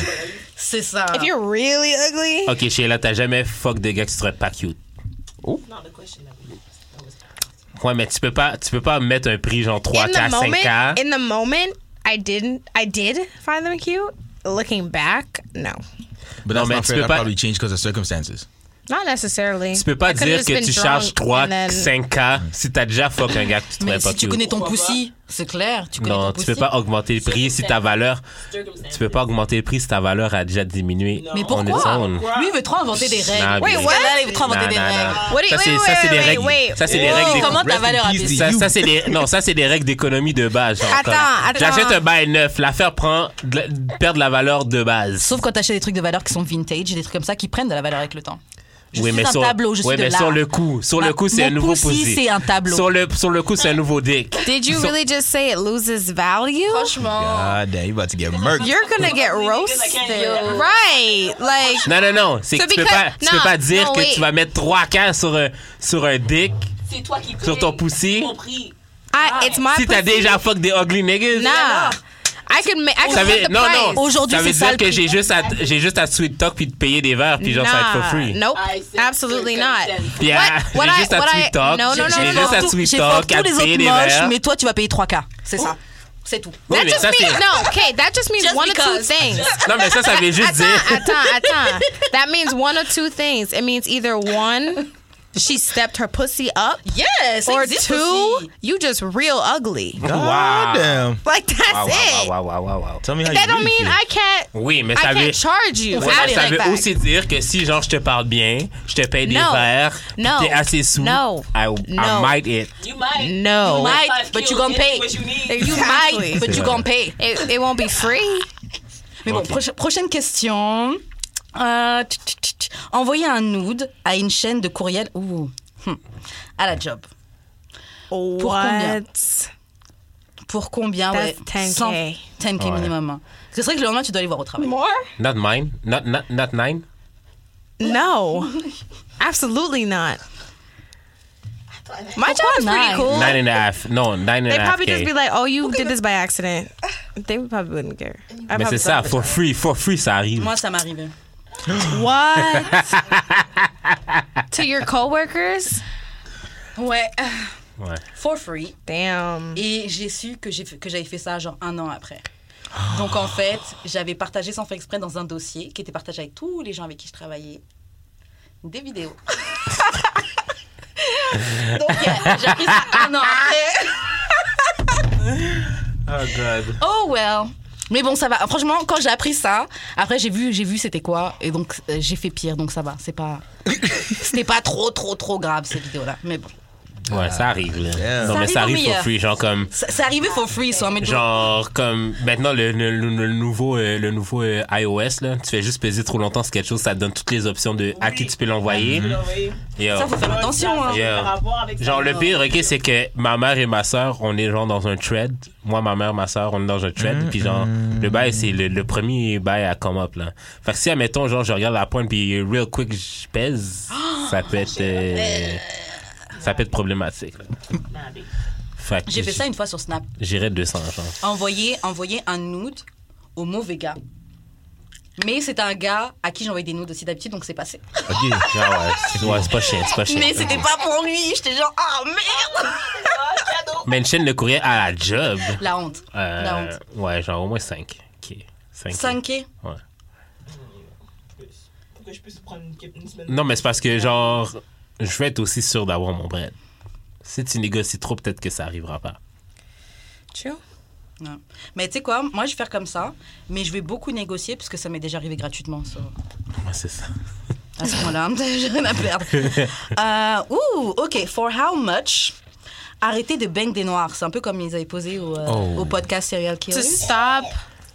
Speaker 2: C'est ça.
Speaker 4: If you're really ugly.
Speaker 3: Ok, Sheila, t'as jamais fuck de gars que tu serais pas cute?
Speaker 6: Not the question that we asked. That was
Speaker 3: Ouais, mais tu peux pas, tu peux pas mettre un prix genre 3,
Speaker 4: in the
Speaker 3: 4, 5
Speaker 4: moment,
Speaker 3: k
Speaker 4: in the moment, I didn't. I did find them cute. Looking back, no,
Speaker 5: But that's
Speaker 3: man,
Speaker 5: not
Speaker 3: tu
Speaker 5: fair.
Speaker 3: peux
Speaker 5: That
Speaker 3: pas-
Speaker 5: probably changed because of circumstances.
Speaker 4: not necessarily.
Speaker 3: Tu peux pas
Speaker 4: I could've
Speaker 3: dire
Speaker 4: just
Speaker 3: que
Speaker 4: been
Speaker 3: tu
Speaker 4: drunk
Speaker 3: charges 3,
Speaker 4: and then-
Speaker 3: 5 k si t'as déjà fuck un gars que tu
Speaker 2: Mais
Speaker 3: trouverais pas
Speaker 2: si tu
Speaker 3: cute.
Speaker 2: connais ton
Speaker 6: Pourquoi
Speaker 2: pussy, c'est clair. Tu connais
Speaker 3: non,
Speaker 2: ton pussy.
Speaker 3: tu peux pas augmenter le prix si ta valeur. Tu peux pas augmenter le prix si ta valeur a déjà diminué.
Speaker 6: Non.
Speaker 2: Mais
Speaker 3: On est
Speaker 2: pourquoi
Speaker 3: zone.
Speaker 2: Lui, il veut trop inventer des règles.
Speaker 3: Nah,
Speaker 2: Wait,
Speaker 3: bitch.
Speaker 2: what Là, il veut trop inventer
Speaker 3: Non,
Speaker 2: des
Speaker 3: non,
Speaker 2: règles. Oh,
Speaker 3: non.
Speaker 4: What do you-
Speaker 3: Ça, c'est
Speaker 4: wait,
Speaker 3: ça, c'est
Speaker 4: wait,
Speaker 3: des
Speaker 4: wait,
Speaker 3: règles.
Speaker 4: wait.
Speaker 3: Ça, c'est des
Speaker 4: Wow.
Speaker 3: règles. d'éco-
Speaker 2: Comment ta
Speaker 5: Rest in
Speaker 2: valeur a
Speaker 5: peace,
Speaker 2: baissé
Speaker 5: les-
Speaker 3: Ça,
Speaker 5: You.
Speaker 3: ça, c'est des... Non, ça, c'est des règles d'économie de base. genre,
Speaker 4: Attends,
Speaker 3: comme,
Speaker 4: attends.
Speaker 3: J'achète un bail neuf. L'affaire prend... de la- perd de la valeur de base.
Speaker 2: Sauf quand t'achètes des trucs de valeur qui sont vintage, des trucs comme ça qui prennent de la valeur avec le temps. Je suis un
Speaker 3: sur,
Speaker 2: tableau, je suis
Speaker 3: oui,
Speaker 2: de
Speaker 3: mais
Speaker 2: l'art.
Speaker 3: sur le coup, sur
Speaker 2: Ma-
Speaker 3: le coup, c'est
Speaker 2: mon
Speaker 3: un nouveau
Speaker 2: pussy,
Speaker 3: pussy.
Speaker 2: c'est un tableau.
Speaker 3: Sur le, sur le coup, c'est un nouveau dick.
Speaker 4: Did you really just say it loses value?
Speaker 2: Franchement.
Speaker 5: God damn, you about to get murked.
Speaker 4: Oh. You're gonna get roasted, right? Like,
Speaker 3: Non, non, non. C'est que
Speaker 4: So
Speaker 3: tu peux
Speaker 4: because-
Speaker 3: pas, tu peux
Speaker 4: non,
Speaker 3: pas dire
Speaker 4: non,
Speaker 3: que
Speaker 4: wait.
Speaker 3: tu vas mettre 3 cas sur un, sur un dick,
Speaker 6: C'est toi qui
Speaker 3: sur ton
Speaker 6: payes.
Speaker 3: pussy.
Speaker 6: Compris.
Speaker 4: I, it's my.
Speaker 3: Si t'as
Speaker 4: pussy.
Speaker 3: déjà fuck des ugly niggas.
Speaker 4: nah, I could make. I
Speaker 3: Ça
Speaker 4: could
Speaker 3: veut,
Speaker 4: put the
Speaker 3: non,
Speaker 4: price.
Speaker 3: non.
Speaker 2: Aujourd'hui,
Speaker 3: ça veut
Speaker 2: c'est ça
Speaker 3: dire
Speaker 2: le
Speaker 3: que
Speaker 2: prix.
Speaker 3: j'ai juste à, j'ai juste à sweet talk puis de payer des verres puis genre ça va être for free.
Speaker 4: Nope,
Speaker 6: I see.
Speaker 4: absolutely not.
Speaker 3: Puis à-
Speaker 4: what
Speaker 3: j'ai
Speaker 4: I-
Speaker 3: juste à
Speaker 4: what I-
Speaker 3: sweet talk.
Speaker 4: no, no, no,
Speaker 3: j'ai
Speaker 4: no,
Speaker 3: juste à
Speaker 2: Tout-
Speaker 3: sweet
Speaker 2: j'ai
Speaker 3: talk,
Speaker 2: fuck
Speaker 3: à
Speaker 2: tous les
Speaker 3: payer
Speaker 2: autres
Speaker 3: des
Speaker 2: moches,
Speaker 3: verres.
Speaker 2: mais toi, tu vas payer 3K. C'est ça. C'est tout.
Speaker 3: Oui,
Speaker 4: That
Speaker 3: mais
Speaker 4: just
Speaker 3: ça, c'est-
Speaker 4: means no. Okay, that just means
Speaker 2: Just
Speaker 4: one or two
Speaker 2: because.
Speaker 4: things.
Speaker 3: Non, mais ça, ça veut juste dire.
Speaker 4: Attends, attends.
Speaker 3: <laughs>
Speaker 4: That means one or two things. It means either one, she stepped her pussy up,
Speaker 2: Yes,
Speaker 4: or two, you just real ugly.
Speaker 5: God damn.
Speaker 4: Like that's it.
Speaker 3: Ah, Wow, wow, wow, wow, wow.
Speaker 5: Tell me how
Speaker 4: That
Speaker 5: you
Speaker 4: don't
Speaker 5: really
Speaker 4: mean
Speaker 5: feel.
Speaker 4: I can't.
Speaker 3: Oui, mais ça
Speaker 4: I
Speaker 3: veut.
Speaker 4: can't charge you.
Speaker 3: Ouais, mais
Speaker 4: Add it
Speaker 3: ça
Speaker 4: like
Speaker 3: veut
Speaker 4: that.
Speaker 3: aussi dire que si genre je te parle bien, je te paye des
Speaker 4: No.
Speaker 3: verres, puis
Speaker 4: No.
Speaker 3: t'es assez sous,
Speaker 4: No.
Speaker 3: I, I
Speaker 4: No.
Speaker 3: might it.
Speaker 6: You might.
Speaker 4: No.
Speaker 6: You might,
Speaker 2: Might, Mm. but
Speaker 6: five
Speaker 2: you gonna
Speaker 6: kilos,
Speaker 2: pay.
Speaker 6: get What you need.
Speaker 2: You
Speaker 4: Exactly.
Speaker 2: might, but you gonna pay.
Speaker 4: It, it won't be free.
Speaker 2: Mais bon, proche- prochaine question. Euh, tch, tch, tch, tch. envoyer un nude à une chaîne de courriel Ouh. Hmm. à la job. combien?
Speaker 4: What?
Speaker 2: Pour combien ouais,
Speaker 4: That's 10K.
Speaker 2: 10K
Speaker 3: Ouais.
Speaker 2: minimum. hein. Parce que c'est vrai que le lendemain, tu dois aller voir au travail.
Speaker 4: More?
Speaker 3: Not mine, not not not nine.
Speaker 4: No. Absolutely not. My job is pretty
Speaker 2: nine?
Speaker 4: cool.
Speaker 3: Nine and a half. Non, nine and
Speaker 4: They
Speaker 3: a half.
Speaker 4: probably just
Speaker 3: K.
Speaker 4: be like, "Oh, you did this by accident." They probably wouldn't care. I
Speaker 3: Mais
Speaker 4: probably
Speaker 3: c'est ça,
Speaker 4: wouldn't.
Speaker 3: for free, for free, ça arrive.
Speaker 2: Moi, ça m'arrivait.
Speaker 4: What? to your coworkers?
Speaker 2: Ouais.
Speaker 3: Ouais.
Speaker 2: For free.
Speaker 4: Damn.
Speaker 2: Et j'ai su que j'ai fait- que j'avais fait ça genre un an après. Donc en fait, j'avais partagé sans faire exprès dans un dossier qui était partagé avec tous les gens avec qui je travaillais des vidéos. <laughs> Donc yeah, j'ai appris ça un an après.
Speaker 3: <laughs> Oh, God.
Speaker 2: Oh well. Mais bon, ça va. Franchement, quand j'ai appris ça, après j'ai vu, j'ai vu c'était quoi, et donc euh, j'ai fait pire, donc ça va. C'est pas, c'était pas trop, trop, trop grave ces vidéos-là. Mais bon,
Speaker 3: Ouais, ça arrive, là.
Speaker 5: Yeah.
Speaker 3: Non,
Speaker 2: Ça
Speaker 3: mais ça
Speaker 2: arrive au
Speaker 3: arrive for
Speaker 2: meilleur.
Speaker 3: free, genre comme.
Speaker 2: ça, ça arrivait for free, so I'm a-
Speaker 3: Genre comme maintenant le, le, le- le nouveau euh, le nouveau euh, iOS là, tu fais juste peser trop longtemps sur quelque chose, ça te donne toutes les options de à qui tu peux l'envoyer. Et, euh,
Speaker 2: Mm-hmm. Ça faut faire attention. hein.
Speaker 3: Yeah. Genre
Speaker 2: Ah.
Speaker 3: le pire, ok, c'est que ma mère et ma soeur, on est genre dans un thread. Moi, ma mère, ma soeur, on est dans un thread. puis genre, le bail, c'est le, le premier bail à come up là. Fait que si, admettons, genre, je regarde la pointe puis euh, real quick, je
Speaker 2: <gasps>
Speaker 3: pèse, ça peut être, euh, ça peut être problématique. là. Fait que
Speaker 2: J'ai fait ça une fois sur Snap.
Speaker 3: J'irais 200, genre.
Speaker 2: Envoyer, envoyer un nude au mauvais gars. Mais c'est un gars à qui j'envoyais des nudes aussi d'habitude, donc c'est passé.
Speaker 3: <laughs> Ok. Ah ouais, c'est ouais, c'est pas chiant, c'est pas
Speaker 2: <laughs>
Speaker 3: chiant.
Speaker 2: Mais c'était pas pour lui. J'étais genre ah merde.
Speaker 6: Ah,
Speaker 3: Mais une chaîne de courrier à la job.
Speaker 2: La honte.
Speaker 3: euh,
Speaker 2: La honte.
Speaker 3: ouais, genre au moins 5. Ok. 5.
Speaker 2: 5K.
Speaker 3: Ouais.
Speaker 6: Pourquoi je peux se prendre une, une semaine
Speaker 3: Non, mais c'est parce que, genre, je veux être aussi sûr d'avoir mon bread. Si tu négocies trop, peut-être que ça arrivera pas.
Speaker 4: True.
Speaker 2: Ouais. Mais tu sais quoi, moi je vais faire comme ça, mais je vais beaucoup négocier parce que ça m'est déjà arrivé gratuitement. so,
Speaker 3: Ouais, c'est ça.
Speaker 2: à ce moment-là, hein, <laughs> j'ai rien à perdre. Euh, ouh, ok, for how much Arrêtez de bang des noirs. C'est un peu comme ils avaient posé au, euh,
Speaker 5: Oh.
Speaker 2: au podcast Serial Killers.
Speaker 4: To stop.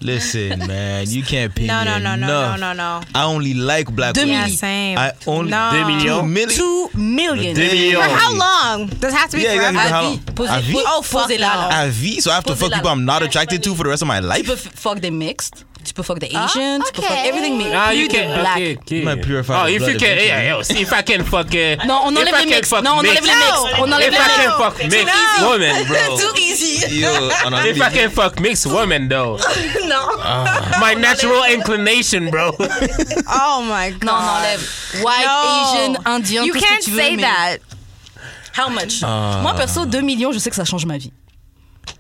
Speaker 5: Listen, man, you can't pay
Speaker 4: No,
Speaker 5: me
Speaker 4: no, no, no, no,
Speaker 5: enough.
Speaker 4: no, no.
Speaker 5: I only like black
Speaker 2: Deux
Speaker 5: women.
Speaker 4: Yeah,
Speaker 2: millions.
Speaker 4: same.
Speaker 5: I only
Speaker 4: no.
Speaker 3: Deux millions.
Speaker 5: Two million.
Speaker 2: 2 million.
Speaker 3: Deux millions.
Speaker 4: For how long? Does it have to be
Speaker 5: Yeah,
Speaker 4: forever?
Speaker 5: exactly.
Speaker 2: À
Speaker 5: How-
Speaker 2: vie. Posez,
Speaker 5: à vie?
Speaker 2: Oh,
Speaker 4: Oh, fuck
Speaker 2: posez là.
Speaker 4: no.
Speaker 2: là.
Speaker 5: I V, so I have to
Speaker 2: Posez
Speaker 5: fuck
Speaker 2: la-
Speaker 5: people I'm not attracted to for the rest of my
Speaker 2: Tu
Speaker 5: life.
Speaker 2: peux f- fuck des mixed, tu peux fuck des Asians, tu peux
Speaker 4: Ah, ok.
Speaker 2: fuck everything, mais
Speaker 3: Ah,
Speaker 2: plus
Speaker 3: you
Speaker 2: des
Speaker 3: can.
Speaker 2: black.
Speaker 3: Ok, ok.
Speaker 5: My purified
Speaker 3: oh, if
Speaker 5: blood
Speaker 3: you can.
Speaker 5: is-
Speaker 3: Hey, yo, see if I can fuck. euh,
Speaker 2: Non, on
Speaker 3: if
Speaker 2: enlève
Speaker 3: I
Speaker 2: les
Speaker 3: can
Speaker 2: mixed.
Speaker 3: fuck
Speaker 2: Non, on enlève les mixed. On enlève
Speaker 3: If
Speaker 2: les
Speaker 3: I
Speaker 2: mixed.
Speaker 3: can fuck mixed woman,
Speaker 2: <laughs>
Speaker 3: bro.
Speaker 2: Too easy.
Speaker 5: Yo, on a
Speaker 3: If I can fuck mixed woman, though.
Speaker 2: <laughs>
Speaker 3: Ah.
Speaker 2: non.
Speaker 3: My natural inclination, bro.
Speaker 4: <laughs> Oh my god.
Speaker 2: Non, on enlève. White,
Speaker 4: No.
Speaker 2: Asian, Indien,
Speaker 4: You
Speaker 2: tout ce que
Speaker 4: can't
Speaker 2: tu veux,
Speaker 4: say
Speaker 2: mais-
Speaker 4: that.
Speaker 2: How much?
Speaker 3: Ah.
Speaker 2: Moi, perso, 2 millions, je sais que ça change ma vie.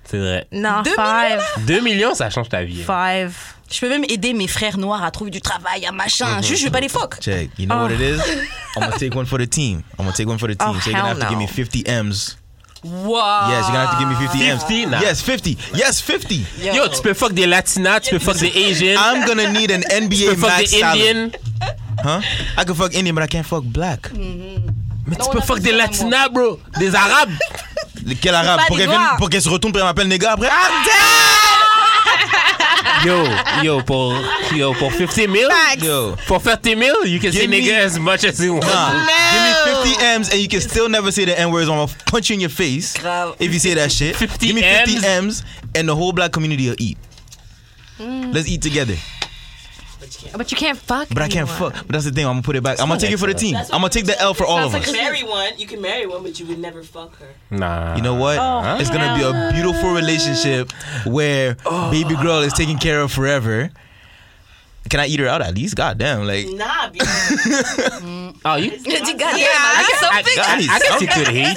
Speaker 3: C'est vrai.
Speaker 4: No,
Speaker 2: Deux
Speaker 4: five.
Speaker 3: 2 millions, ça change ta vie. hein.
Speaker 4: Five.
Speaker 2: Je peux même aider mes frères noirs à trouver du travail, à machin.
Speaker 3: Mm-hmm.
Speaker 2: Juste, je veux pas les fuck.
Speaker 5: Check. You know what it is?
Speaker 2: Oh.
Speaker 5: <laughs> I'm gonna take one for the team. I'm gonna take one for the team.
Speaker 4: Oh,
Speaker 5: so you're gonna
Speaker 4: hell
Speaker 5: have to give
Speaker 4: no.
Speaker 5: me 50 M's.
Speaker 2: Wow.
Speaker 5: Yes, you're gonna have to give me 50 M's.
Speaker 3: 50 now.
Speaker 5: Yes, 50. Yes, 50.
Speaker 3: Yo, tu peux fuck des Latinas, tu peux fuck des Asians,
Speaker 5: I'm gonna
Speaker 2: <laughs>
Speaker 5: need an
Speaker 3: tu peux
Speaker 5: NBA
Speaker 3: fuck
Speaker 5: max
Speaker 3: des
Speaker 5: salary.
Speaker 3: Indians.
Speaker 5: Huh? I can fuck Indian, but I can't fuck black.
Speaker 2: Mm.
Speaker 3: Mais tu
Speaker 2: on
Speaker 3: peux
Speaker 2: a
Speaker 3: fuck
Speaker 2: fait
Speaker 3: des
Speaker 2: ça, moi.
Speaker 3: Latinas, bro. Des Arabes.
Speaker 5: Quel arabe?
Speaker 2: pas
Speaker 5: Pour
Speaker 2: des
Speaker 5: qu'elle vienne-
Speaker 2: noirs. Ah,
Speaker 5: pour qu'elle se retourne et m'appelle nigga après?
Speaker 3: Yo, yo, pour, yo, pour 50 000,
Speaker 5: Yo.
Speaker 3: pour 50 000, you can say
Speaker 5: Give me-
Speaker 3: nigga as much as you want.
Speaker 5: Nah. Give me 50 M's and you can still never say the N words. I'm gonna punch you in your face
Speaker 2: Grave.
Speaker 5: if you say that shit.
Speaker 3: 50
Speaker 5: Give me 50
Speaker 3: M's.
Speaker 5: M's and the whole black community will eat.
Speaker 2: Mm.
Speaker 5: Let's eat together.
Speaker 4: But you can't fuck.
Speaker 5: But I can't
Speaker 4: anyone.
Speaker 5: fuck. But that's the thing. I'm gonna put it back. I'm gonna take it for the team. I'm gonna take the L for all of us.
Speaker 6: marry one, you can marry one, but you would never fuck her.
Speaker 3: Nah.
Speaker 5: You know what? it's gonna be a beautiful relationship where baby girl is taken care of forever. Can I eat her out at least? God damn, like
Speaker 6: Nah, because
Speaker 3: oh, you,
Speaker 2: Tu gagnes.
Speaker 4: Yeah,
Speaker 3: I, I, I guess you could hate.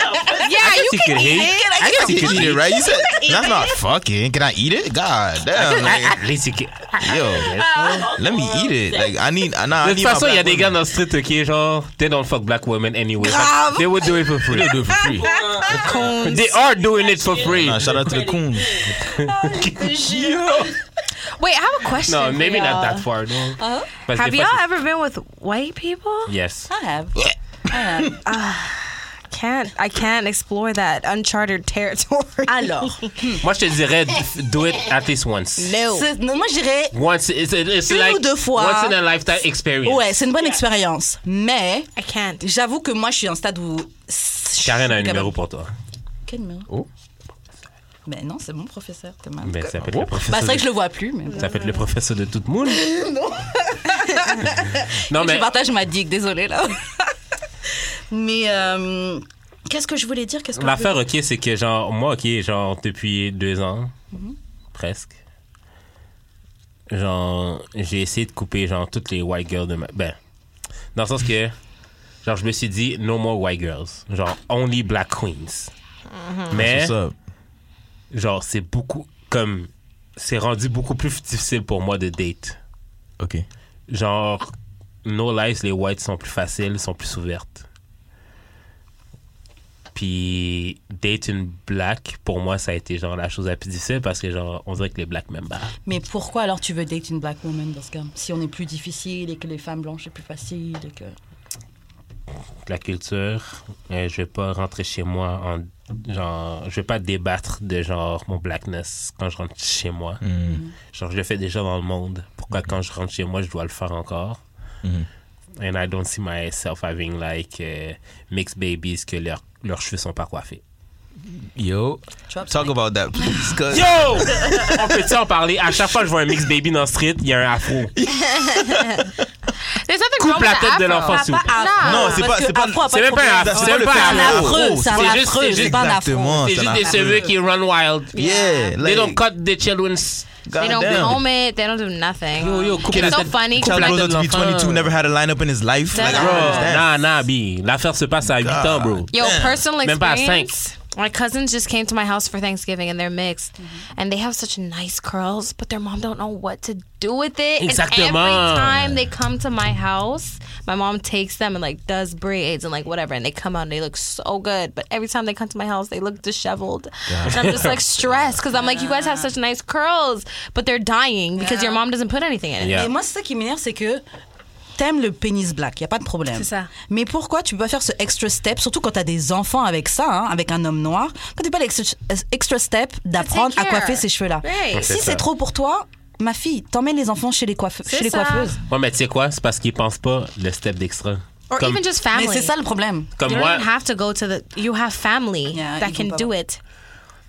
Speaker 4: yeah, you
Speaker 3: you
Speaker 4: can
Speaker 3: could
Speaker 4: eat
Speaker 3: hate.
Speaker 4: it.
Speaker 3: I guess you
Speaker 5: you
Speaker 3: could
Speaker 5: can eat it,
Speaker 3: hate.
Speaker 5: right? You said that's not fucking. Can I eat it? God damn, like,
Speaker 3: At least you could.
Speaker 5: yo, let me eat it. Like I need, nah, I
Speaker 3: De toute
Speaker 5: need my
Speaker 3: façon, il y a
Speaker 5: black
Speaker 3: des gars
Speaker 5: women.
Speaker 3: dans le street, ok, genre, they don't fuck black women anyway. They would do it for free. They are doing it for free.
Speaker 5: Nah, shout out to the coon.
Speaker 4: Wait, I have a question.
Speaker 3: No,
Speaker 4: for
Speaker 3: maybe
Speaker 4: y'all.
Speaker 3: not that far, no. Parce que
Speaker 4: Have
Speaker 3: des
Speaker 4: y'all
Speaker 3: fois, c'est-
Speaker 4: ever been with white people?
Speaker 3: Yes.
Speaker 2: I have.
Speaker 4: Can't I can't explore that uncharted <laughs> territory.
Speaker 2: Alors,
Speaker 3: Moi, je te dirais, d- do it at least once.
Speaker 2: c'est- non, moi je dirais,
Speaker 3: Once, it's, it's
Speaker 2: Une
Speaker 3: like
Speaker 2: ou deux fois.
Speaker 3: once in a lifetime experience.
Speaker 2: ouais, c'est une bonne expérience. Mais
Speaker 4: <laughs> I can't.
Speaker 2: j'avoue que moi je suis à un stade où. je
Speaker 3: Karen a un
Speaker 2: suis
Speaker 3: numéro
Speaker 2: capable-
Speaker 3: pour toi.
Speaker 2: Quel numéro
Speaker 3: Oh.
Speaker 2: Ben non, c'est mon professeur, Thomas.
Speaker 3: Mais
Speaker 2: bah,
Speaker 3: Ben, ça peut être le professeur.
Speaker 2: c'est vrai
Speaker 3: de-
Speaker 2: que je le vois plus, mais bon.
Speaker 3: Ça peut être le professeur de tout
Speaker 2: <laughs>
Speaker 3: le monde. non, mais
Speaker 2: Je partage ma digue, désolée là. <laughs> mais euh, qu'est-ce que je voulais dire Qu'est-ce que je voulais Mm-hmm.
Speaker 3: l'affaire, ok, c'est que genre, moi, ok, genre, depuis deux ans, presque, genre, j'ai essayé de couper, genre, toutes les white girls de ma. Ben, dans le sens que, genre, je me suis dit, no more white girls. Genre, only black queens. Mais,
Speaker 2: Mm-hmm.
Speaker 5: C'est ça.
Speaker 3: genre, c'est beaucoup, comme, c'est rendu beaucoup plus difficile pour moi de date.
Speaker 5: Ok.
Speaker 3: Genre, no lies, les whites sont plus faciles, sont plus ouvertes. Puis, date une black, pour moi, ça a été genre la chose la plus difficile parce que, genre, on dirait que les blacks m'aiment pas.
Speaker 2: Mais pourquoi alors tu veux date une black woman dans ce cas Si on est plus difficile et que les femmes blanches c'est plus facile et que.
Speaker 3: la culture. Euh, je vais pas rentrer chez moi en genre, je vais pas débattre de genre mon blackness quand je rentre chez moi.
Speaker 5: Mhm.
Speaker 3: Genre, je le fais déjà dans le monde. Pourquoi quand je rentre chez moi, je dois le faire encore?
Speaker 5: Mhm.
Speaker 3: And I don't see myself having like euh, mixed babies que leurs leurs cheveux sont pas coiffés.
Speaker 5: Yo,
Speaker 2: Tu vois,
Speaker 5: talk about that, please. 'cause-
Speaker 3: Yo! <laughs> On peut-tu en parler? À chaque fois que je vois un mixed baby dans le street, il y a un afro.
Speaker 4: There's nothing
Speaker 3: Coupe
Speaker 4: wrong
Speaker 3: la
Speaker 4: with
Speaker 3: tête de
Speaker 4: afro.
Speaker 3: l'enfant, s'il vous plaît.
Speaker 5: Non,
Speaker 2: Ah,
Speaker 5: c'est pas- c'est pas-
Speaker 3: c'est même pas un afro,
Speaker 5: c'est
Speaker 3: même
Speaker 5: pas
Speaker 3: pas
Speaker 5: le
Speaker 3: un
Speaker 5: afro.
Speaker 3: afro.
Speaker 2: C'est un
Speaker 3: C'est juste-
Speaker 2: affreux,
Speaker 3: c'est
Speaker 2: c'est
Speaker 3: juste-
Speaker 2: pas un
Speaker 5: Exactement.
Speaker 2: affreux.
Speaker 3: C'est juste des cheveux qui run wild.
Speaker 5: Yeah, like,
Speaker 3: They don't cut the children's
Speaker 4: They don't
Speaker 5: goddamn.
Speaker 4: comb it. They don't do nothing.
Speaker 3: Yo, yo, coupe la
Speaker 4: it's so
Speaker 3: tête-
Speaker 4: funny.
Speaker 3: coupe
Speaker 5: Child
Speaker 3: la
Speaker 5: grows up
Speaker 3: tête
Speaker 5: to be
Speaker 3: de l'enfant.
Speaker 5: 22, never had a lineup in his life. Like, I
Speaker 4: Bro,
Speaker 5: don't understand.
Speaker 3: Nah, nah, B. L'affaire se passe à 8 ans, bro.
Speaker 4: Yo, personal
Speaker 3: Même pas à cinq.
Speaker 4: experience. My cousins just came to my house for Thanksgiving and they're mixed,
Speaker 2: Mm-hmm.
Speaker 4: and they have such nice curls, but their mom don't know what to do with it. And
Speaker 3: Exactement.
Speaker 4: every time they come to my house, my mom takes them and like does braids and like whatever, and they come out and they look so good. But every time they come to my house, they look disheveled, and I'm just like stressed because I'm like, you guys have such nice curls, but they're dying because your mom doesn't put anything in it.
Speaker 3: Yeah.
Speaker 2: Et moi, c'est ça qui m'énerve, c'est que t'aimes le pénis black, y a pas de problème.
Speaker 4: C'est ça.
Speaker 2: Mais pourquoi tu peux pas faire ce extra step, surtout quand t'as des enfants avec ça, hein, avec un homme noir, quand t'es pas l'extra euh, extra step d'apprendre à
Speaker 4: care.
Speaker 2: coiffer ces cheveux-là.
Speaker 4: Right.
Speaker 2: Si
Speaker 3: C'est ça.
Speaker 2: c'est trop pour toi, ma fille, t'emmènes les enfants chez les, coiffe- chez les
Speaker 4: ça.
Speaker 2: coiffeuses.
Speaker 3: Ouais, mais tu sais quoi? C'est parce qu'ils pensent pas le step d'extra.
Speaker 4: Or
Speaker 3: Comme,
Speaker 4: even just family.
Speaker 2: Mais c'est ça le problème.
Speaker 3: comme
Speaker 4: you
Speaker 3: moi.
Speaker 4: don't even have to go to the. You have family
Speaker 2: Yeah,
Speaker 4: that
Speaker 2: you
Speaker 4: can
Speaker 2: can
Speaker 4: do it.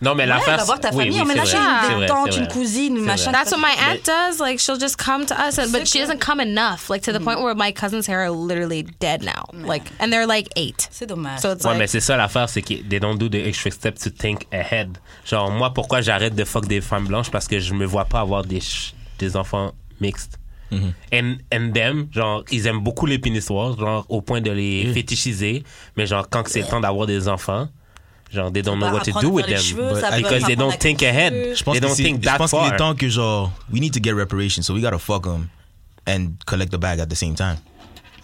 Speaker 3: Non, mais l'affaire.
Speaker 2: va voir ta
Speaker 3: oui,
Speaker 2: famille,
Speaker 3: oui,
Speaker 2: emmène
Speaker 3: c'est
Speaker 2: la
Speaker 3: vrai,
Speaker 2: chez
Speaker 3: c'est
Speaker 2: une
Speaker 3: vrai,
Speaker 2: tante,
Speaker 3: c'est
Speaker 2: une
Speaker 3: vrai.
Speaker 2: cousine, une
Speaker 3: C'est
Speaker 2: machin.
Speaker 3: vrai.
Speaker 4: That's what my aunt does. Like she'll just come to us, and, but she doesn't come enough. Like to the point where my cousins' hair are literally dead now. Like, and they're like eight.
Speaker 2: C'est dommage.
Speaker 4: So it's
Speaker 3: Ouais, mais
Speaker 4: like,
Speaker 3: c'est ça l'affaire, c'est que they don't do the extra step to think ahead. Genre, moi, pourquoi j'arrête de fuck des femmes blanches? Parce que je me vois pas avoir des, ch- des enfants mixtes.
Speaker 5: Mm-hmm.
Speaker 3: And, and them, genre, ils aiment beaucoup les pénis noirs, genre, au point de les
Speaker 5: Mm.
Speaker 3: fétichiser. Mais genre, quand que c'est le temps d'avoir des enfants, genre, they don't know what to do with them. because they don't think ahead.
Speaker 5: Je pense
Speaker 3: they
Speaker 5: que
Speaker 3: don't
Speaker 5: c'est-
Speaker 3: think
Speaker 5: je
Speaker 3: that
Speaker 5: pense qu'il est
Speaker 3: far.
Speaker 5: temps que genre, uh, we need to get reparation, so we gotta fuck them and collect the bag at the same time.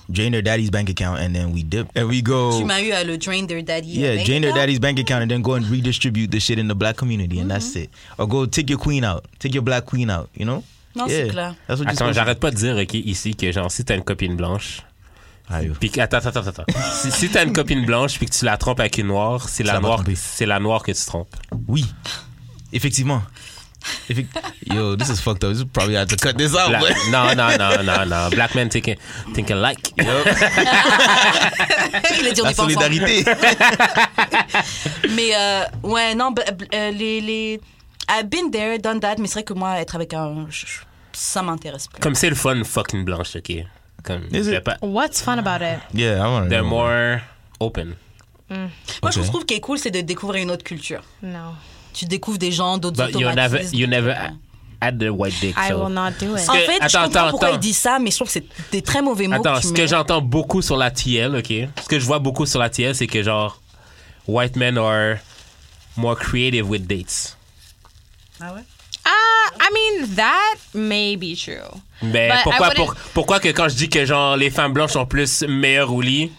Speaker 5: Drain their daddy's bank account and then we dip. And we
Speaker 2: Tu
Speaker 5: go,
Speaker 2: m'as eu à le drain their daddy.
Speaker 5: yeah,
Speaker 2: Bank
Speaker 5: drain their
Speaker 2: account.
Speaker 5: daddy's bank account and then go and redistribute the shit in the black community and that's it. Or go take your queen out, take your black queen out, you know?
Speaker 2: Non, c'est clair.
Speaker 5: That's what you're
Speaker 3: Attends,
Speaker 5: supposed to-
Speaker 3: j'arrête pas de dire, OK, ici, que genre, si t'as une copine blanche,
Speaker 5: Ah, yo.
Speaker 3: puis que- attends, attends, attends, attends. si, si t'as une copine blanche puis que tu la trompes avec une noire, c'est
Speaker 5: vas
Speaker 3: la noire,
Speaker 5: tromper.
Speaker 3: c'est la noire que tu trompes.
Speaker 5: Oui, effectivement. Effect- Yo, this is fucked up. This is probably had to cut this
Speaker 4: Ah
Speaker 5: out.
Speaker 3: Bla-
Speaker 5: but-
Speaker 3: non, non, non, non, non. Black man thinking, thinking like.
Speaker 2: <laughs> Il a dit on
Speaker 5: <laughs> La
Speaker 2: est pas ensemble.
Speaker 5: solidarité.
Speaker 2: Mais euh, ouais, non, b- b- euh, les, les. I've been there, done that, mais c'est vrai que moi, être avec un. je- je- Ça m'intéresse plus.
Speaker 3: Comme c'est le fun fucking blanche, OK? Comme, je
Speaker 5: Is it?
Speaker 3: vais pas...
Speaker 4: what's fun about it?
Speaker 5: yeah, I wanna
Speaker 3: They're
Speaker 5: know.
Speaker 3: more open.
Speaker 2: Moi, je
Speaker 5: Ok.
Speaker 2: trouve qu'il est cool, c'est de découvrir une autre culture.
Speaker 4: No,
Speaker 2: Tu découvres des gens, d'autres
Speaker 3: But Bah, you never,
Speaker 2: automatismes.
Speaker 3: you never had the white dick,
Speaker 4: I
Speaker 3: so-
Speaker 4: will not do it.
Speaker 2: En
Speaker 3: que-
Speaker 2: fait, je
Speaker 3: attends,
Speaker 2: comprends
Speaker 3: attends,
Speaker 2: pourquoi
Speaker 3: attends.
Speaker 2: il dit ça, mais je trouve que c'est des très mauvais mots.
Speaker 3: Attends,
Speaker 2: que tu
Speaker 3: ce que
Speaker 2: mets.
Speaker 3: j'entends beaucoup sur la TL, OK? Ce que je vois beaucoup sur la TL, c'est que genre, white men are more creative with dates.
Speaker 2: Ah ouais?
Speaker 4: Uh, I mean that may be true.
Speaker 3: Mais
Speaker 4: But
Speaker 3: Ben,
Speaker 4: I
Speaker 3: pourquoi,
Speaker 4: wouldn't-
Speaker 3: pour- pourquoi que quand je dis que genre les femmes blanches sont plus meilleures au lit,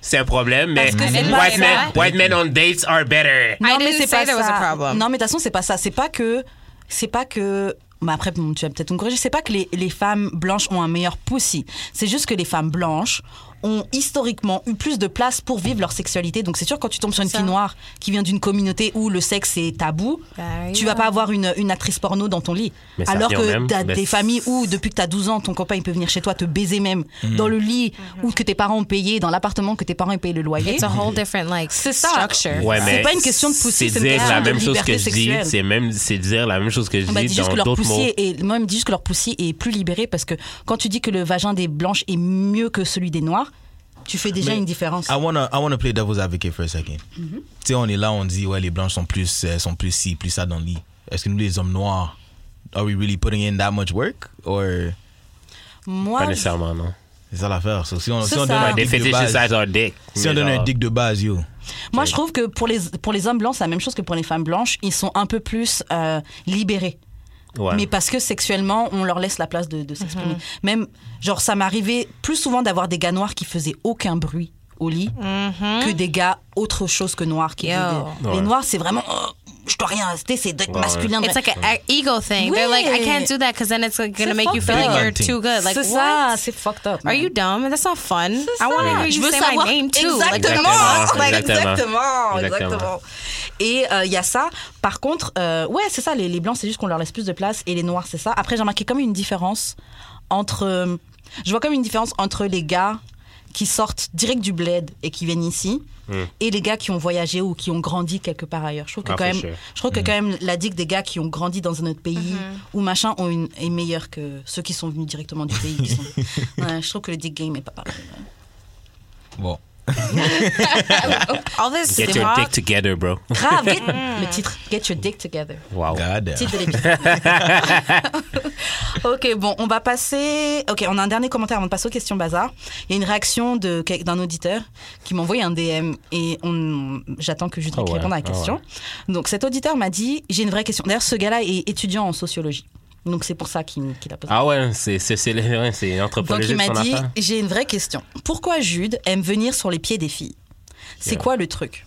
Speaker 3: c'est un problème, mais
Speaker 2: Parce que c'est pas
Speaker 3: white
Speaker 4: ça.
Speaker 3: men, white men on dates are better.
Speaker 4: I didn't say there was a problem.
Speaker 2: Non, mais de toute façon, c'est pas ça. C'est pas que. C'est pas que. Mais après, bon, tu vas peut-être me corriger. C'est pas que les, les femmes blanches ont un meilleur pussy. C'est juste que les femmes blanches ont historiquement eu plus de place pour vivre leur sexualité. Donc c'est sûr, quand tu tombes sur une
Speaker 4: Ça.
Speaker 2: fille noire qui vient d'une communauté où le sexe est tabou,
Speaker 4: Bah,
Speaker 2: tu
Speaker 4: yeah.
Speaker 2: vas pas avoir une, une actrice porno dans ton lit.
Speaker 3: Mais ça
Speaker 2: Alors
Speaker 3: revient au
Speaker 2: que
Speaker 3: même.
Speaker 2: t'as
Speaker 3: Mais
Speaker 2: des
Speaker 3: c'est-
Speaker 2: familles où, depuis que t'as 12 ans, ton copain il peut venir chez toi te baiser même
Speaker 3: Mm.
Speaker 2: dans le lit ou que tes parents ont payé, dans l'appartement que tes parents ont payé le loyer.
Speaker 4: Mm. It's a whole different like
Speaker 2: C'est ça.
Speaker 4: structure.
Speaker 3: Ouais,
Speaker 2: C'est
Speaker 3: mais
Speaker 2: pas une question de pousser, c'est
Speaker 3: C'est
Speaker 2: une
Speaker 3: dire
Speaker 2: question
Speaker 3: la
Speaker 2: de
Speaker 3: même chose
Speaker 2: liberté
Speaker 3: que je dis.
Speaker 2: sexuelle.
Speaker 3: C'est même, c'est dire la même chose que je
Speaker 2: On m'a dit
Speaker 3: dis
Speaker 2: juste que
Speaker 3: dans
Speaker 2: leur
Speaker 3: d'autres mots.
Speaker 2: poussier est, moi, il me dit juste que leur poussier est plus libéré parce que quand tu dis que le vagin des blanches est mieux que celui des noirs, tu fais déjà
Speaker 5: Mais-
Speaker 2: une différence.
Speaker 3: Ah
Speaker 5: I wanna, I wanna play devil's advocate for a second.
Speaker 2: Mm-hmm.
Speaker 5: Tu sais, on est là, on dit, ouais, les blancs sont plus, euh, sont plus ci, plus ça dans le lit. Est-ce que nous, les hommes noirs, are we really putting in that much work? Or
Speaker 3: Pas
Speaker 2: Moi, je-
Speaker 3: nécessairement, non.
Speaker 5: c'est ça l'affaire. So, si on, si
Speaker 2: C'est ça.
Speaker 5: on donne un
Speaker 2: Des
Speaker 5: dick de base,
Speaker 3: are dick.
Speaker 5: Ah. si on donne un dick de base, yo,
Speaker 2: moi je trouve que pour les, pour les hommes blancs, c'est la même chose que pour les femmes blanches. Ils sont un peu plus euh, libérés. Mais parce que sexuellement, on leur laisse la place de, de s'exprimer. Même, genre, ça m'arrivait plus souvent d'avoir des gars noirs qui faisaient aucun bruit au lit que des gars autre chose que noirs. Qui
Speaker 4: Yo.
Speaker 2: faisaient des-
Speaker 3: Ouais.
Speaker 2: Les noirs, c'est vraiment, oh, je dois rien rester, c'est d'être
Speaker 3: Ouais.
Speaker 2: masculin. de-
Speaker 4: It's like an ego thing. They're like, I can't do that because then it's like, gonna
Speaker 2: C'est
Speaker 4: make you feel
Speaker 2: fucked
Speaker 4: like you're
Speaker 5: up.
Speaker 4: too good. Like,
Speaker 2: c'est
Speaker 4: what?
Speaker 2: ça, c'est fucked up.
Speaker 4: Are
Speaker 2: man.
Speaker 4: you dumb? That's not fun. I want to hear
Speaker 2: Je
Speaker 4: you
Speaker 2: veux
Speaker 4: say my
Speaker 2: savoir
Speaker 4: name too. Like,
Speaker 2: exactement.
Speaker 3: Exactement,
Speaker 2: Like,
Speaker 3: exactement.
Speaker 2: exactement,
Speaker 3: Exactement.
Speaker 2: exactement. Et euh, il y a ça. Par contre, euh, ouais, c'est ça. Les, les blancs, c'est juste qu'on leur laisse plus de place et les noirs, c'est ça. Après, j'ai remarqué comme une différence entre. euh, je vois comme une différence entre les gars qui sortent direct du bled et qui viennent ici et les gars qui ont voyagé ou qui ont grandi quelque part ailleurs. Je trouve que
Speaker 3: Hmm. Ah,
Speaker 2: quand
Speaker 3: for
Speaker 2: même,
Speaker 3: sure.
Speaker 2: je trouve que quand même la digue des gars qui ont grandi dans un autre pays
Speaker 4: Mhm.
Speaker 2: ou machin ont une, est meilleure que ceux qui sont venus directement du pays. qui
Speaker 3: <laughs>
Speaker 2: sont- Ouais, je trouve que le dick game est pas pareil.
Speaker 5: bon.
Speaker 4: all this
Speaker 3: Get your dick
Speaker 4: talk.
Speaker 3: together, bro.
Speaker 2: <laughs> Grave, get- le titre Get Your Dick Together.
Speaker 3: Wow.
Speaker 5: God damn.
Speaker 2: Titre de l'épisode. <laughs> ok, bon, on va passer. Ok, on a un dernier commentaire avant de passer aux questions bazar. Il y a une réaction de quel- d'un auditeur qui m'a envoyé un DM et on... j'attends que Judith
Speaker 3: Ah ouais,
Speaker 2: réponde à la
Speaker 3: ah
Speaker 2: question. Donc cet auditeur m'a dit J'ai une vraie question. D'ailleurs, ce gars-là est étudiant en sociologie. Donc c'est pour ça qu'il qu'il a posé.
Speaker 3: Ah ouais, c'est c'est c'est ouais, c'est
Speaker 2: Donc il
Speaker 3: anthropologique
Speaker 2: m'a
Speaker 3: son
Speaker 2: dit
Speaker 3: affaire.
Speaker 2: J'ai une vraie question. Pourquoi Jude aime venir sur les pieds des filles C'est quoi le truc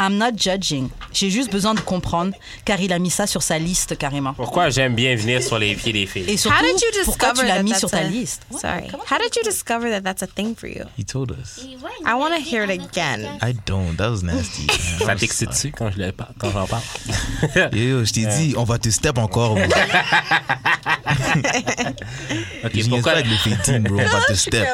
Speaker 2: I'm not judging. J'ai juste besoin de comprendre, car il a mis ça sur sa liste carrément.
Speaker 3: Pourquoi j'aime bien venir sur les pieds des filles
Speaker 2: Et surtout,
Speaker 4: How did you
Speaker 2: pourquoi tu
Speaker 4: discover
Speaker 2: l'as
Speaker 4: that
Speaker 2: mis
Speaker 4: that's
Speaker 2: sur ta
Speaker 4: a-
Speaker 2: liste
Speaker 4: Sorry. How did you discover that that's a thing for you?
Speaker 5: He told us.
Speaker 4: I want to hear it again.
Speaker 5: I don't. That was nasty.
Speaker 3: Ça t'excite-tu quand je le par- quand j'en parle
Speaker 5: Yo, yo, je t'ai dit, on va te step encore, bro.
Speaker 3: Ok,
Speaker 5: Je niaise pas
Speaker 3: pourquoi
Speaker 5: avec le fétine, bro. On va
Speaker 2: <laughs>
Speaker 5: te step.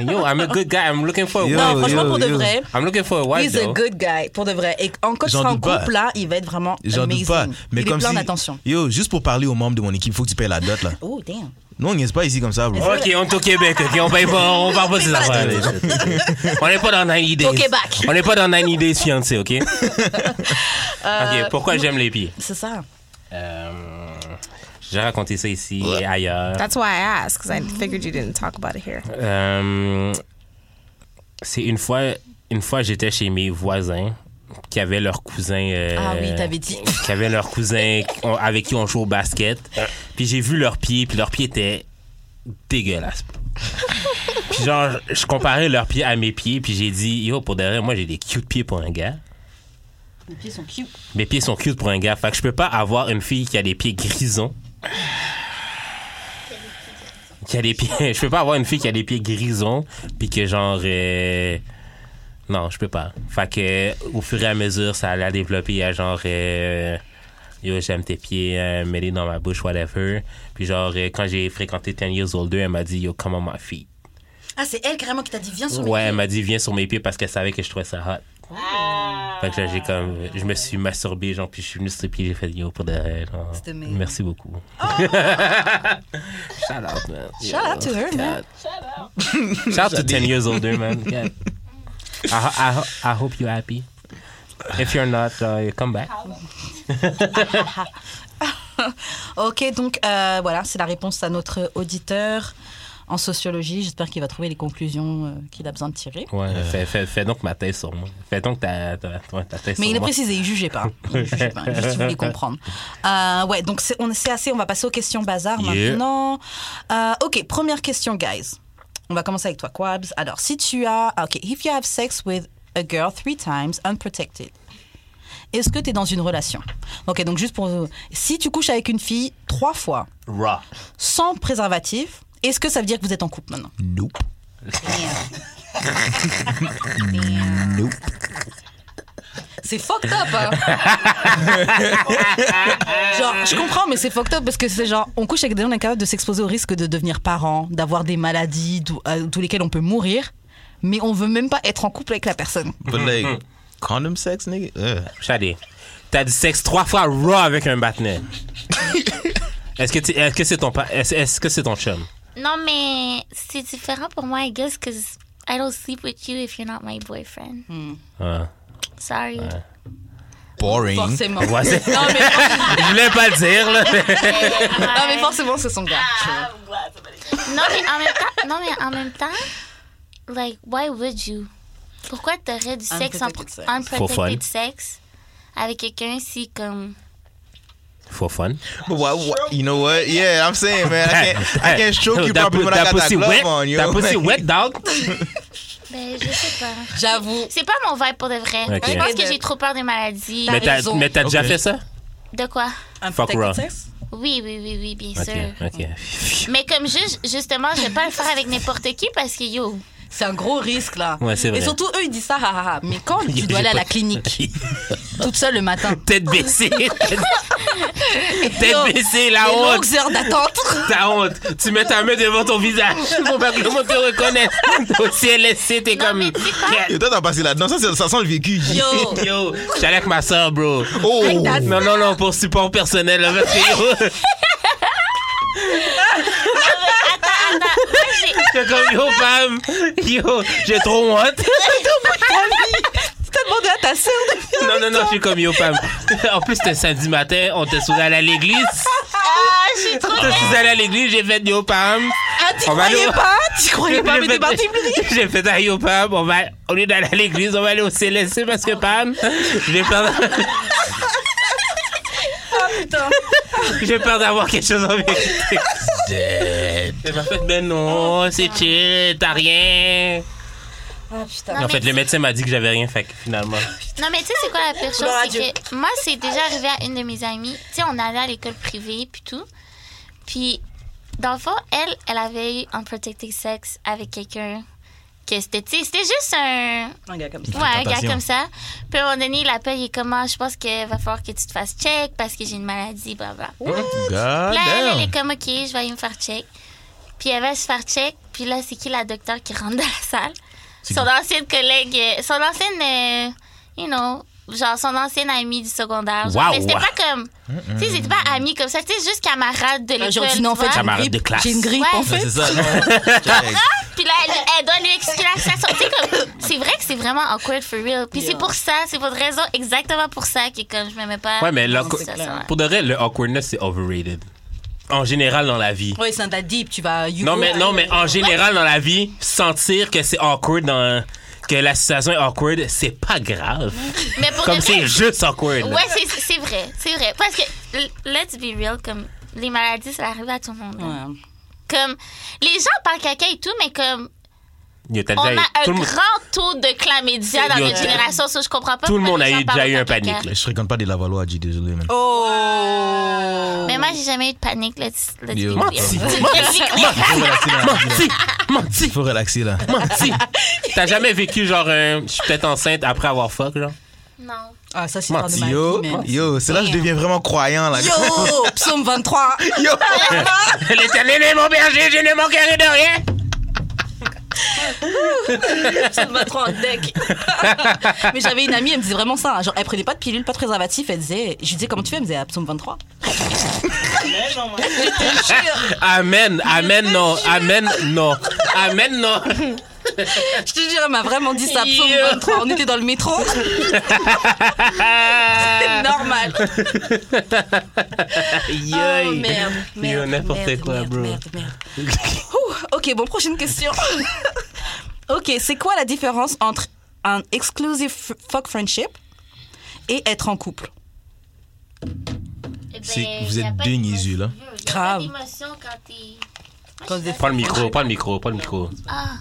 Speaker 3: Yo, I'm a good guy. I'm looking for a
Speaker 5: Yo.
Speaker 3: wife.
Speaker 2: Non, franchement, pour de
Speaker 5: yo.
Speaker 2: vrai,
Speaker 3: I'm looking for a wife,
Speaker 2: he's a
Speaker 3: though.
Speaker 2: good guy. Pour de vrai. Et en quand tu
Speaker 5: J'en
Speaker 2: seras en
Speaker 5: doute pas.
Speaker 2: couple, là, il va être vraiment
Speaker 5: J'en
Speaker 2: amazing.
Speaker 5: doute pas. Mais
Speaker 2: il
Speaker 5: comme
Speaker 2: est plein
Speaker 5: si-
Speaker 2: d'attention.
Speaker 5: Yo, juste pour parler aux membres de mon équipe, faut que tu payes la dot, là.
Speaker 2: Oh, damn.
Speaker 5: Non, on n'y est pas ici comme ça, bro.
Speaker 3: Ok, on est au Québec, ok, on paye pas, on parle pas de ces affaires. <laughs> On n'est pas dans 90 Days.
Speaker 2: Au Québec.
Speaker 3: On n'est pas dans 90 Days fiancé, <laughs> ok? ok, pourquoi j'aime les pieds?
Speaker 2: C'est ça.
Speaker 3: Euh, J'ai raconté ça ici et ailleurs.
Speaker 4: That's why I asked because I figured you didn't talk about it here.
Speaker 3: Euh, c'est une fois, une fois j'étais chez mes voisins qui avaient leur cousin. euh,
Speaker 2: Ah oui, t'avais dit.
Speaker 3: Qui avaient leur cousin on- avec qui on joue au basket. Puis j'ai vu leurs pieds, puis leurs pieds étaient dégueulasses. puis genre, je comparais leurs pieds à mes pieds, puis j'ai dit, yo, pour derrière, moi j'ai des cute pieds pour un gars.
Speaker 2: Les pieds sont cute.
Speaker 3: Mes pieds sont cute pour un gars. Fait que je peux pas avoir une fille qui a des pieds grisons. Qui a des pieds. <laughs> Je peux pas avoir une fille qui a des pieds grisons. Puis que genre. euh, Non, je peux pas. Fait que euh, au fur et à mesure, ça allait développer à genre. euh, Yo, j'aime tes pieds, euh, mets-les dans ma bouche, whatever. Puis genre, euh, quand j'ai fréquenté 10 Years Older, elle m'a dit, yo, comment ma fille?
Speaker 2: Ah, c'est elle carrément qui t'a dit Viens sur
Speaker 3: Ouais,
Speaker 2: mes
Speaker 3: elle m'a dit viens sur mes pieds parce qu'elle savait que je trouvais ça hot. Fait que là, j'ai comme. Je me suis masturbé, genre, puis je suis venu sur les pieds, j'ai fait yo pour derrière. genre.
Speaker 2: C'était mignon.
Speaker 3: Merci beaucoup. <laughs> Shout out, man.
Speaker 2: Shout out to her, man.
Speaker 3: Shout out. Shout out to 10 years older, <laughs> man. God. I, ho- I, ho- I hope you're happy. If you're not, uh, come back.
Speaker 2: Ok, donc euh, voilà, c'est la réponse à notre auditeur en sociologie. J'espère qu'il va trouver les conclusions euh, qu'il a besoin de tirer.
Speaker 3: Ouais,
Speaker 5: Euh.
Speaker 3: fais, fais, fais donc ma thèse sur moi. Fais donc ta, ta, ta- ta thèse
Speaker 2: Mais il
Speaker 3: sur
Speaker 2: est
Speaker 3: moi.
Speaker 2: précisé, il jugeait pas. Il jugeait pas, juste il voulait comprendre. Euh, ouais, donc c'est on- c'est assez, on va passer aux questions bazar
Speaker 3: Yeah.
Speaker 2: maintenant. Euh, ok, première question, guys. On va commencer avec toi, Quabs. Alors, si tu as... ah, Ok, if you have sex with a girl three times unprotected, est-ce que tu es dans une relation Ok, donc juste pour... Si tu couches avec une fille trois fois
Speaker 3: Raw.
Speaker 2: sans préservatif, est-ce que ça veut dire que vous êtes en couple maintenant
Speaker 5: Nope. Nope.
Speaker 2: C'est fucked up,
Speaker 3: <laughs>
Speaker 2: hein. Genre, je comprends, mais c'est fucked up parce que c'est genre, on couche avec des gens, on est capable de s'exposer au risque de devenir parent, d'avoir des maladies d'où- euh, d'où lesquelles on peut mourir, mais on veut même pas être en couple avec la personne.
Speaker 3: Mhm.
Speaker 5: But like, condom sex, nigga? Ugh.
Speaker 3: Shadi, t'as du sexe trois fois raw avec un
Speaker 5: <laughs>
Speaker 3: Batman. est-ce que tu- est-ce que c'est ton pa- est-ce, est-ce que c'est ton chum?
Speaker 7: Non, mais c'est différent pour moi, I guess, because I don't sleep with you if you're not my boyfriend.
Speaker 3: Ah.
Speaker 7: Sorry.
Speaker 5: boring.
Speaker 2: Forcément.
Speaker 3: Ouais,
Speaker 2: <laughs>
Speaker 3: c'est- <laughs>
Speaker 2: Non, mais,
Speaker 3: Je voulais pas le dire, là. mais-
Speaker 2: non, mais forcément, c'est son gars. tu
Speaker 3: Ah.
Speaker 2: vois.
Speaker 7: Non, mais en même temps, non, mais en même temps, like, why would you? Pourquoi t'aurais du sexe, en-
Speaker 2: Unprotected sex.
Speaker 3: For fun.
Speaker 7: unprotected sex avec quelqu'un si comme.
Speaker 3: For fun.
Speaker 5: But why, why- you know what? Yeah, I'm saying, man. I can't, I can't stroke you
Speaker 3: That
Speaker 5: properly
Speaker 3: pu-
Speaker 5: when I
Speaker 3: that
Speaker 5: got that
Speaker 3: pussy
Speaker 5: glove
Speaker 3: wet.
Speaker 5: on, yo.
Speaker 3: That pussy wet, dog.
Speaker 7: Ben, je sais pas.
Speaker 2: J'avoue.
Speaker 7: C'est pas mon vibe pour de vrai.
Speaker 3: Ok.
Speaker 7: Je pense
Speaker 2: Ok,
Speaker 7: que
Speaker 2: de-
Speaker 7: j'ai trop peur des maladies.
Speaker 3: Mais t'as
Speaker 2: raison.
Speaker 3: mais t'as déjà
Speaker 5: Ok.
Speaker 3: fait ça?
Speaker 7: De quoi?
Speaker 3: Fuck raw.
Speaker 2: Unprotected sex?
Speaker 7: Oui, oui, oui, oui, bien
Speaker 3: Ok,
Speaker 7: sûr.
Speaker 3: ok.
Speaker 7: Mais comme juste, justement, je vais pas le faire avec n'importe qui parce que yo,
Speaker 2: C'est un gros risque, là.
Speaker 3: Ouais, c'est vrai.
Speaker 2: Et surtout, eux, ils disent ça, ha, ha, ha. Mais
Speaker 3: <laughs>
Speaker 2: quand tu dois aller à la clinique, toute seule le matin,
Speaker 3: Tête baissée.
Speaker 2: <laughs>
Speaker 3: Tête baissée, la
Speaker 2: les
Speaker 3: honte.
Speaker 2: longues heures d'attente.
Speaker 3: Ta honte. Tu mets ta main devant
Speaker 7: <laughs>
Speaker 3: ton visage pour pas que le monde te <laughs> reconnaisse. Au CLSC, t'es
Speaker 7: Non,
Speaker 3: comme.
Speaker 7: mais tu sais quoi?
Speaker 5: <laughs> Yo, toi, t'as passé là-dedans. Ça, c'est- ça sent le vécu. G.
Speaker 2: Yo.
Speaker 3: Yo, j'allais avec ma soeur, bro.
Speaker 5: Oh!
Speaker 3: Non, non, non, pour support personnel. là, parce
Speaker 7: <laughs>
Speaker 3: que, yo, <laughs> j'étais comme yo, femme. Yo, j'ai trop
Speaker 7: <laughs>
Speaker 3: honte.
Speaker 2: Tu t'as demandé à ta sœur de
Speaker 3: Non, non, non, je suis comme yo, femme. En plus, c'était samedi matin, on était sous aller à l'église.
Speaker 7: Ah, je suis trop.
Speaker 3: Je suis allé à l'église, j'ai fait yo, femme.
Speaker 2: Ah, t'y
Speaker 3: On va
Speaker 2: croyais
Speaker 3: aller-
Speaker 2: pas T'y croyais pas, mais
Speaker 3: J'ai
Speaker 2: t'es parti
Speaker 3: fait- <laughs> J'ai fait à yo, Pam. On va, au lieu d'aller à l'église, on va aller au CLSC parce que Pam, j'ai
Speaker 2: <laughs>
Speaker 3: peur, d'a-
Speaker 2: Ah, putain.
Speaker 3: j'ai peur d'avoir quelque chose en vérité. Elle m'a fait, ben non, c'est chill, t'as rien.
Speaker 2: Ah, putain.
Speaker 3: En fait, le médecin m'a dit que j'avais rien, fait que finalement.
Speaker 7: Non, mais tu sais, c'est quoi la pire chose?
Speaker 2: Gloire à Dieu.
Speaker 7: C'est que moi, c'est déjà arrivé à une de mes amies. Tu sais, on allait à l'école privée, puis tout. Puis, dans le fond, elle, elle avait eu un protected sex avec quelqu'un. Que c'était, tu sais, c'était juste un.
Speaker 2: Un gars comme ça.
Speaker 7: Ouais, un gars
Speaker 5: tentation.
Speaker 7: comme ça. Puis, à un moment donné, il appelle, il est comme, Ah, je pense qu'il va falloir que tu te fasses check parce que j'ai une maladie, blablabla.
Speaker 5: God
Speaker 3: Ah,
Speaker 7: Là, elle, elle
Speaker 5: damn.
Speaker 7: est comme, OK, je vais aller me faire check. Puis elle va se faire check. Puis là, c'est qui la docteur qui rentre dans la salle? Son ancienne collègue, euh, son ancienne, euh, you know, genre son ancienne amie du secondaire. Genre,
Speaker 3: Wow.
Speaker 7: Mais c'était pas comme. Tu sais, c'était pas amie comme ça. C'était juste camarade de l'école.
Speaker 2: Aujourd'hui, non, en
Speaker 7: tu
Speaker 2: fait,
Speaker 7: vois.
Speaker 2: j'ai une
Speaker 3: Camarade
Speaker 2: grippe.
Speaker 3: de classe.
Speaker 2: J'ai une grippe,
Speaker 7: Ouais.
Speaker 2: en
Speaker 5: Ouais,
Speaker 2: fait.
Speaker 5: C'est ça. Check.
Speaker 7: Puis là, elle, elle doit lui expliquer la situation. Tu sais, comme, c'est vrai que c'est vraiment awkward for real. Puis c'est pour ça, c'est pour une raison exactement pour ça que comme je m'aimais pas.
Speaker 2: Ah,
Speaker 3: Ouais, mais
Speaker 7: dans
Speaker 3: l'awk-
Speaker 7: cette situation-là.
Speaker 3: pour de vrai, le awkwardness, c'est overrated. En général, dans la vie.
Speaker 2: Ouais, c'est un date deep, tu vas. you
Speaker 3: Non,
Speaker 2: go.
Speaker 3: mais, non, mais en général, dans la vie, sentir que c'est awkward, dans, que la situation est awkward, c'est pas grave.
Speaker 7: Mais pour
Speaker 3: Comme
Speaker 7: de vrai,
Speaker 3: c'est juste awkward. là.
Speaker 7: Ouais, c'est- c'est vrai, c'est vrai. Parce que, l- let's be real, comme, les maladies, ça arrive à tout le monde. là.
Speaker 2: Ouais.
Speaker 7: Comme, les gens parlent caca et tout, mais comme,
Speaker 3: Yo, t'as
Speaker 7: on a
Speaker 3: déjà-
Speaker 7: un
Speaker 3: tout le
Speaker 7: grand
Speaker 3: monde-
Speaker 7: taux de chlamydia dans
Speaker 3: Yo,
Speaker 7: notre
Speaker 3: t'as-
Speaker 7: génération, ça, je comprends pas.
Speaker 3: tout le
Speaker 7: pourquoi
Speaker 3: monde a
Speaker 7: les gens
Speaker 3: eu- déjà
Speaker 7: parlent
Speaker 3: eu un
Speaker 7: pas de caca.
Speaker 3: panique, là.
Speaker 5: Je fréquente pas des Lavalois, G, désolé, man.
Speaker 2: Oh.
Speaker 7: Mais moi, j'ai jamais eu de panique, let's, let's be
Speaker 5: Yo.
Speaker 7: real.
Speaker 3: Menti.
Speaker 7: <laughs> Let's be real.
Speaker 3: <laughs>
Speaker 5: Faut relaxer là.
Speaker 3: Menti. Menti.
Speaker 5: Faut relaxer là.
Speaker 3: Menti. T'as jamais vécu genre un. Je suis peut-être enceinte après avoir fuck, genre?
Speaker 7: Non.
Speaker 2: Ah, ça, c'est
Speaker 3: Menti,
Speaker 2: dans ma
Speaker 5: Yo,
Speaker 2: vie, mais-
Speaker 5: yo, c'est là que je deviens vraiment croyant là.
Speaker 2: Yo, psaume 23.
Speaker 5: Yo.
Speaker 3: L'éternel est mon berger, je ne manquerai de rien.
Speaker 2: <laughs> psaume 23 en deck. <laughs> mais j'avais une amie, elle me disait vraiment ça. hein. Genre, elle prenait pas de pilule, pas de préservatif. Elle disait, je lui disais, comment tu fais Elle me disait, ah, psaume 23.
Speaker 3: Amen, amen, non, amen, non, amen, non.
Speaker 2: Je te jure, elle m'a vraiment dit ça, psaume
Speaker 3: Yo.
Speaker 2: 23. On était dans le métro. <laughs> C'est normal. Oh,
Speaker 3: Yoï.
Speaker 2: merde.
Speaker 3: Yo,
Speaker 2: merde,
Speaker 3: n'importe
Speaker 2: merde,
Speaker 3: quoi,
Speaker 2: merde,
Speaker 3: bro.
Speaker 2: Merde, merde. Ouh, Oh, ok, bon, prochaine question. <laughs> ok, c'est quoi la différence entre un exclusive f- fuck friendship et être en couple
Speaker 7: Eh ben,
Speaker 5: C'est- vous
Speaker 7: y a
Speaker 5: êtes
Speaker 7: pas
Speaker 5: deux
Speaker 7: d'émotion.
Speaker 5: niaiseux, là.
Speaker 7: Y a pas
Speaker 2: Grave.
Speaker 7: d'émotion quand t'es-
Speaker 2: Quand des-
Speaker 3: Prends le micro, prends le micro, prends le micro.
Speaker 7: Ah.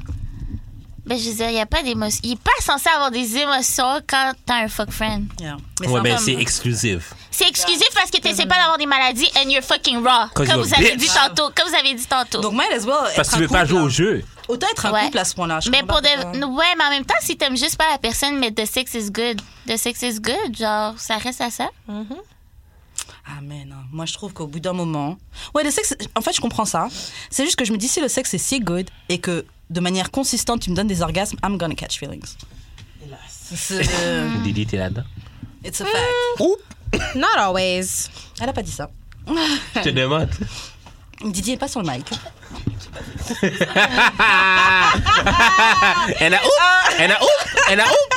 Speaker 7: Ben, je veux dire, il n'y a pas d'émotion. Il n'est pas censé avoir des émotions quand t'as un fuck friend.
Speaker 2: Yeah. Mais
Speaker 3: Ouais,
Speaker 2: un
Speaker 3: ben
Speaker 2: homme.
Speaker 3: c'est exclusif.
Speaker 7: C'est exclusif parce que t'essaies pas d'avoir des maladies and you're fucking raw.
Speaker 3: Cause
Speaker 7: Comme
Speaker 3: you're
Speaker 7: vous avez dit
Speaker 3: bitch.
Speaker 7: tantôt. Comme vous avez dit tantôt.
Speaker 2: Donc, might as well. être
Speaker 3: Parce que tu
Speaker 2: un
Speaker 3: veux pas
Speaker 2: couple,
Speaker 3: jouer
Speaker 2: hein.
Speaker 3: au jeu.
Speaker 2: Autant être un
Speaker 7: Ouais.
Speaker 2: couple à ce point-là. je
Speaker 7: mais
Speaker 2: comprends
Speaker 7: pour
Speaker 2: pas
Speaker 7: de...
Speaker 2: pourquoi.
Speaker 7: Ouais, mais en même temps, si t'aimes juste pas la personne, mais the sex is good. The sex is good, genre, ça reste à ça.
Speaker 2: Ah, mais non. Moi, je trouve qu'au bout d'un moment. Ouais, le sexe. En fait, je comprends ça. C'est juste que je me dis, si le sexe est si good et que de manière consistante, tu me donnes des orgasmes, I'm gonna catch feelings.
Speaker 6: Hélas.
Speaker 2: C'est. euh,
Speaker 3: Didi, t'es là-dedans.
Speaker 2: It's a fact.
Speaker 4: Not always.
Speaker 2: Elle a pas dit ça.
Speaker 3: Je te demande.
Speaker 2: Didier est pas sur le mic.
Speaker 3: Elle a ouf! Elle a ouf! and I oop!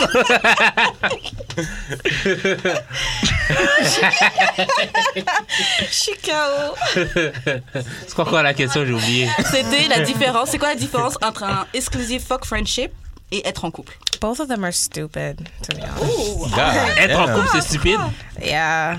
Speaker 4: Chicago.
Speaker 3: C'est quoi encore la question, j'ai oublié.
Speaker 2: C'était la différence. C'est quoi la différence entre un exclusive fuck friendship et être en couple?
Speaker 4: Both of them are stupid, to be honest.
Speaker 5: Ah.
Speaker 3: Être en couple, c'est stupide.
Speaker 4: Yeah.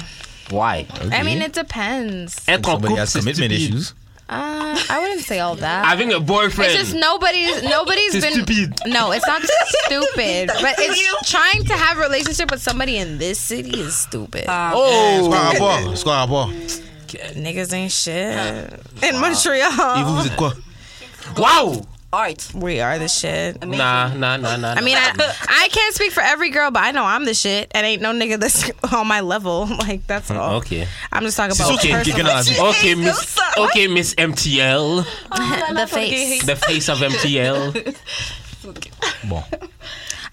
Speaker 3: Why?
Speaker 4: I mean, it depends.
Speaker 3: Être en
Speaker 5: Somebody
Speaker 3: couple,
Speaker 5: has
Speaker 3: c'est
Speaker 5: commitment
Speaker 3: stupide.
Speaker 5: issues.
Speaker 4: Uh, I wouldn't say all that.
Speaker 3: Having a
Speaker 4: It's just
Speaker 3: boyfriend.
Speaker 4: nobody's nobody's
Speaker 3: C'est
Speaker 4: been
Speaker 3: stupide.
Speaker 4: no. It's not stupid, but it's trying to have a relationship with somebody in this city is stupid.
Speaker 5: Oh! C'est quoi un rapport? C'est quoi un rapport?
Speaker 4: Niggas ain't shit in Montreal.
Speaker 5: Et vous, vous êtes quoi?
Speaker 3: Wow!
Speaker 2: Alright.
Speaker 4: <laughs> We are the shit.
Speaker 3: Nah, nah, nah, nah.
Speaker 4: I mean, I, I can't speak for every girl, but I know I'm the shit, and ain't no nigga that's <laughs> on my level. Like
Speaker 3: Mm,
Speaker 4: that's all.
Speaker 3: OK.
Speaker 4: I'm just
Speaker 5: Ah.
Speaker 4: talking
Speaker 5: C'est sûr
Speaker 4: about
Speaker 5: qu'il y a une quelqu'un dans la vie.
Speaker 3: OK,
Speaker 4: <laughs>
Speaker 3: Miss, OK, Miss MTL.
Speaker 7: The face.
Speaker 3: The face of
Speaker 4: <laughs>
Speaker 3: MTL.
Speaker 5: Bon.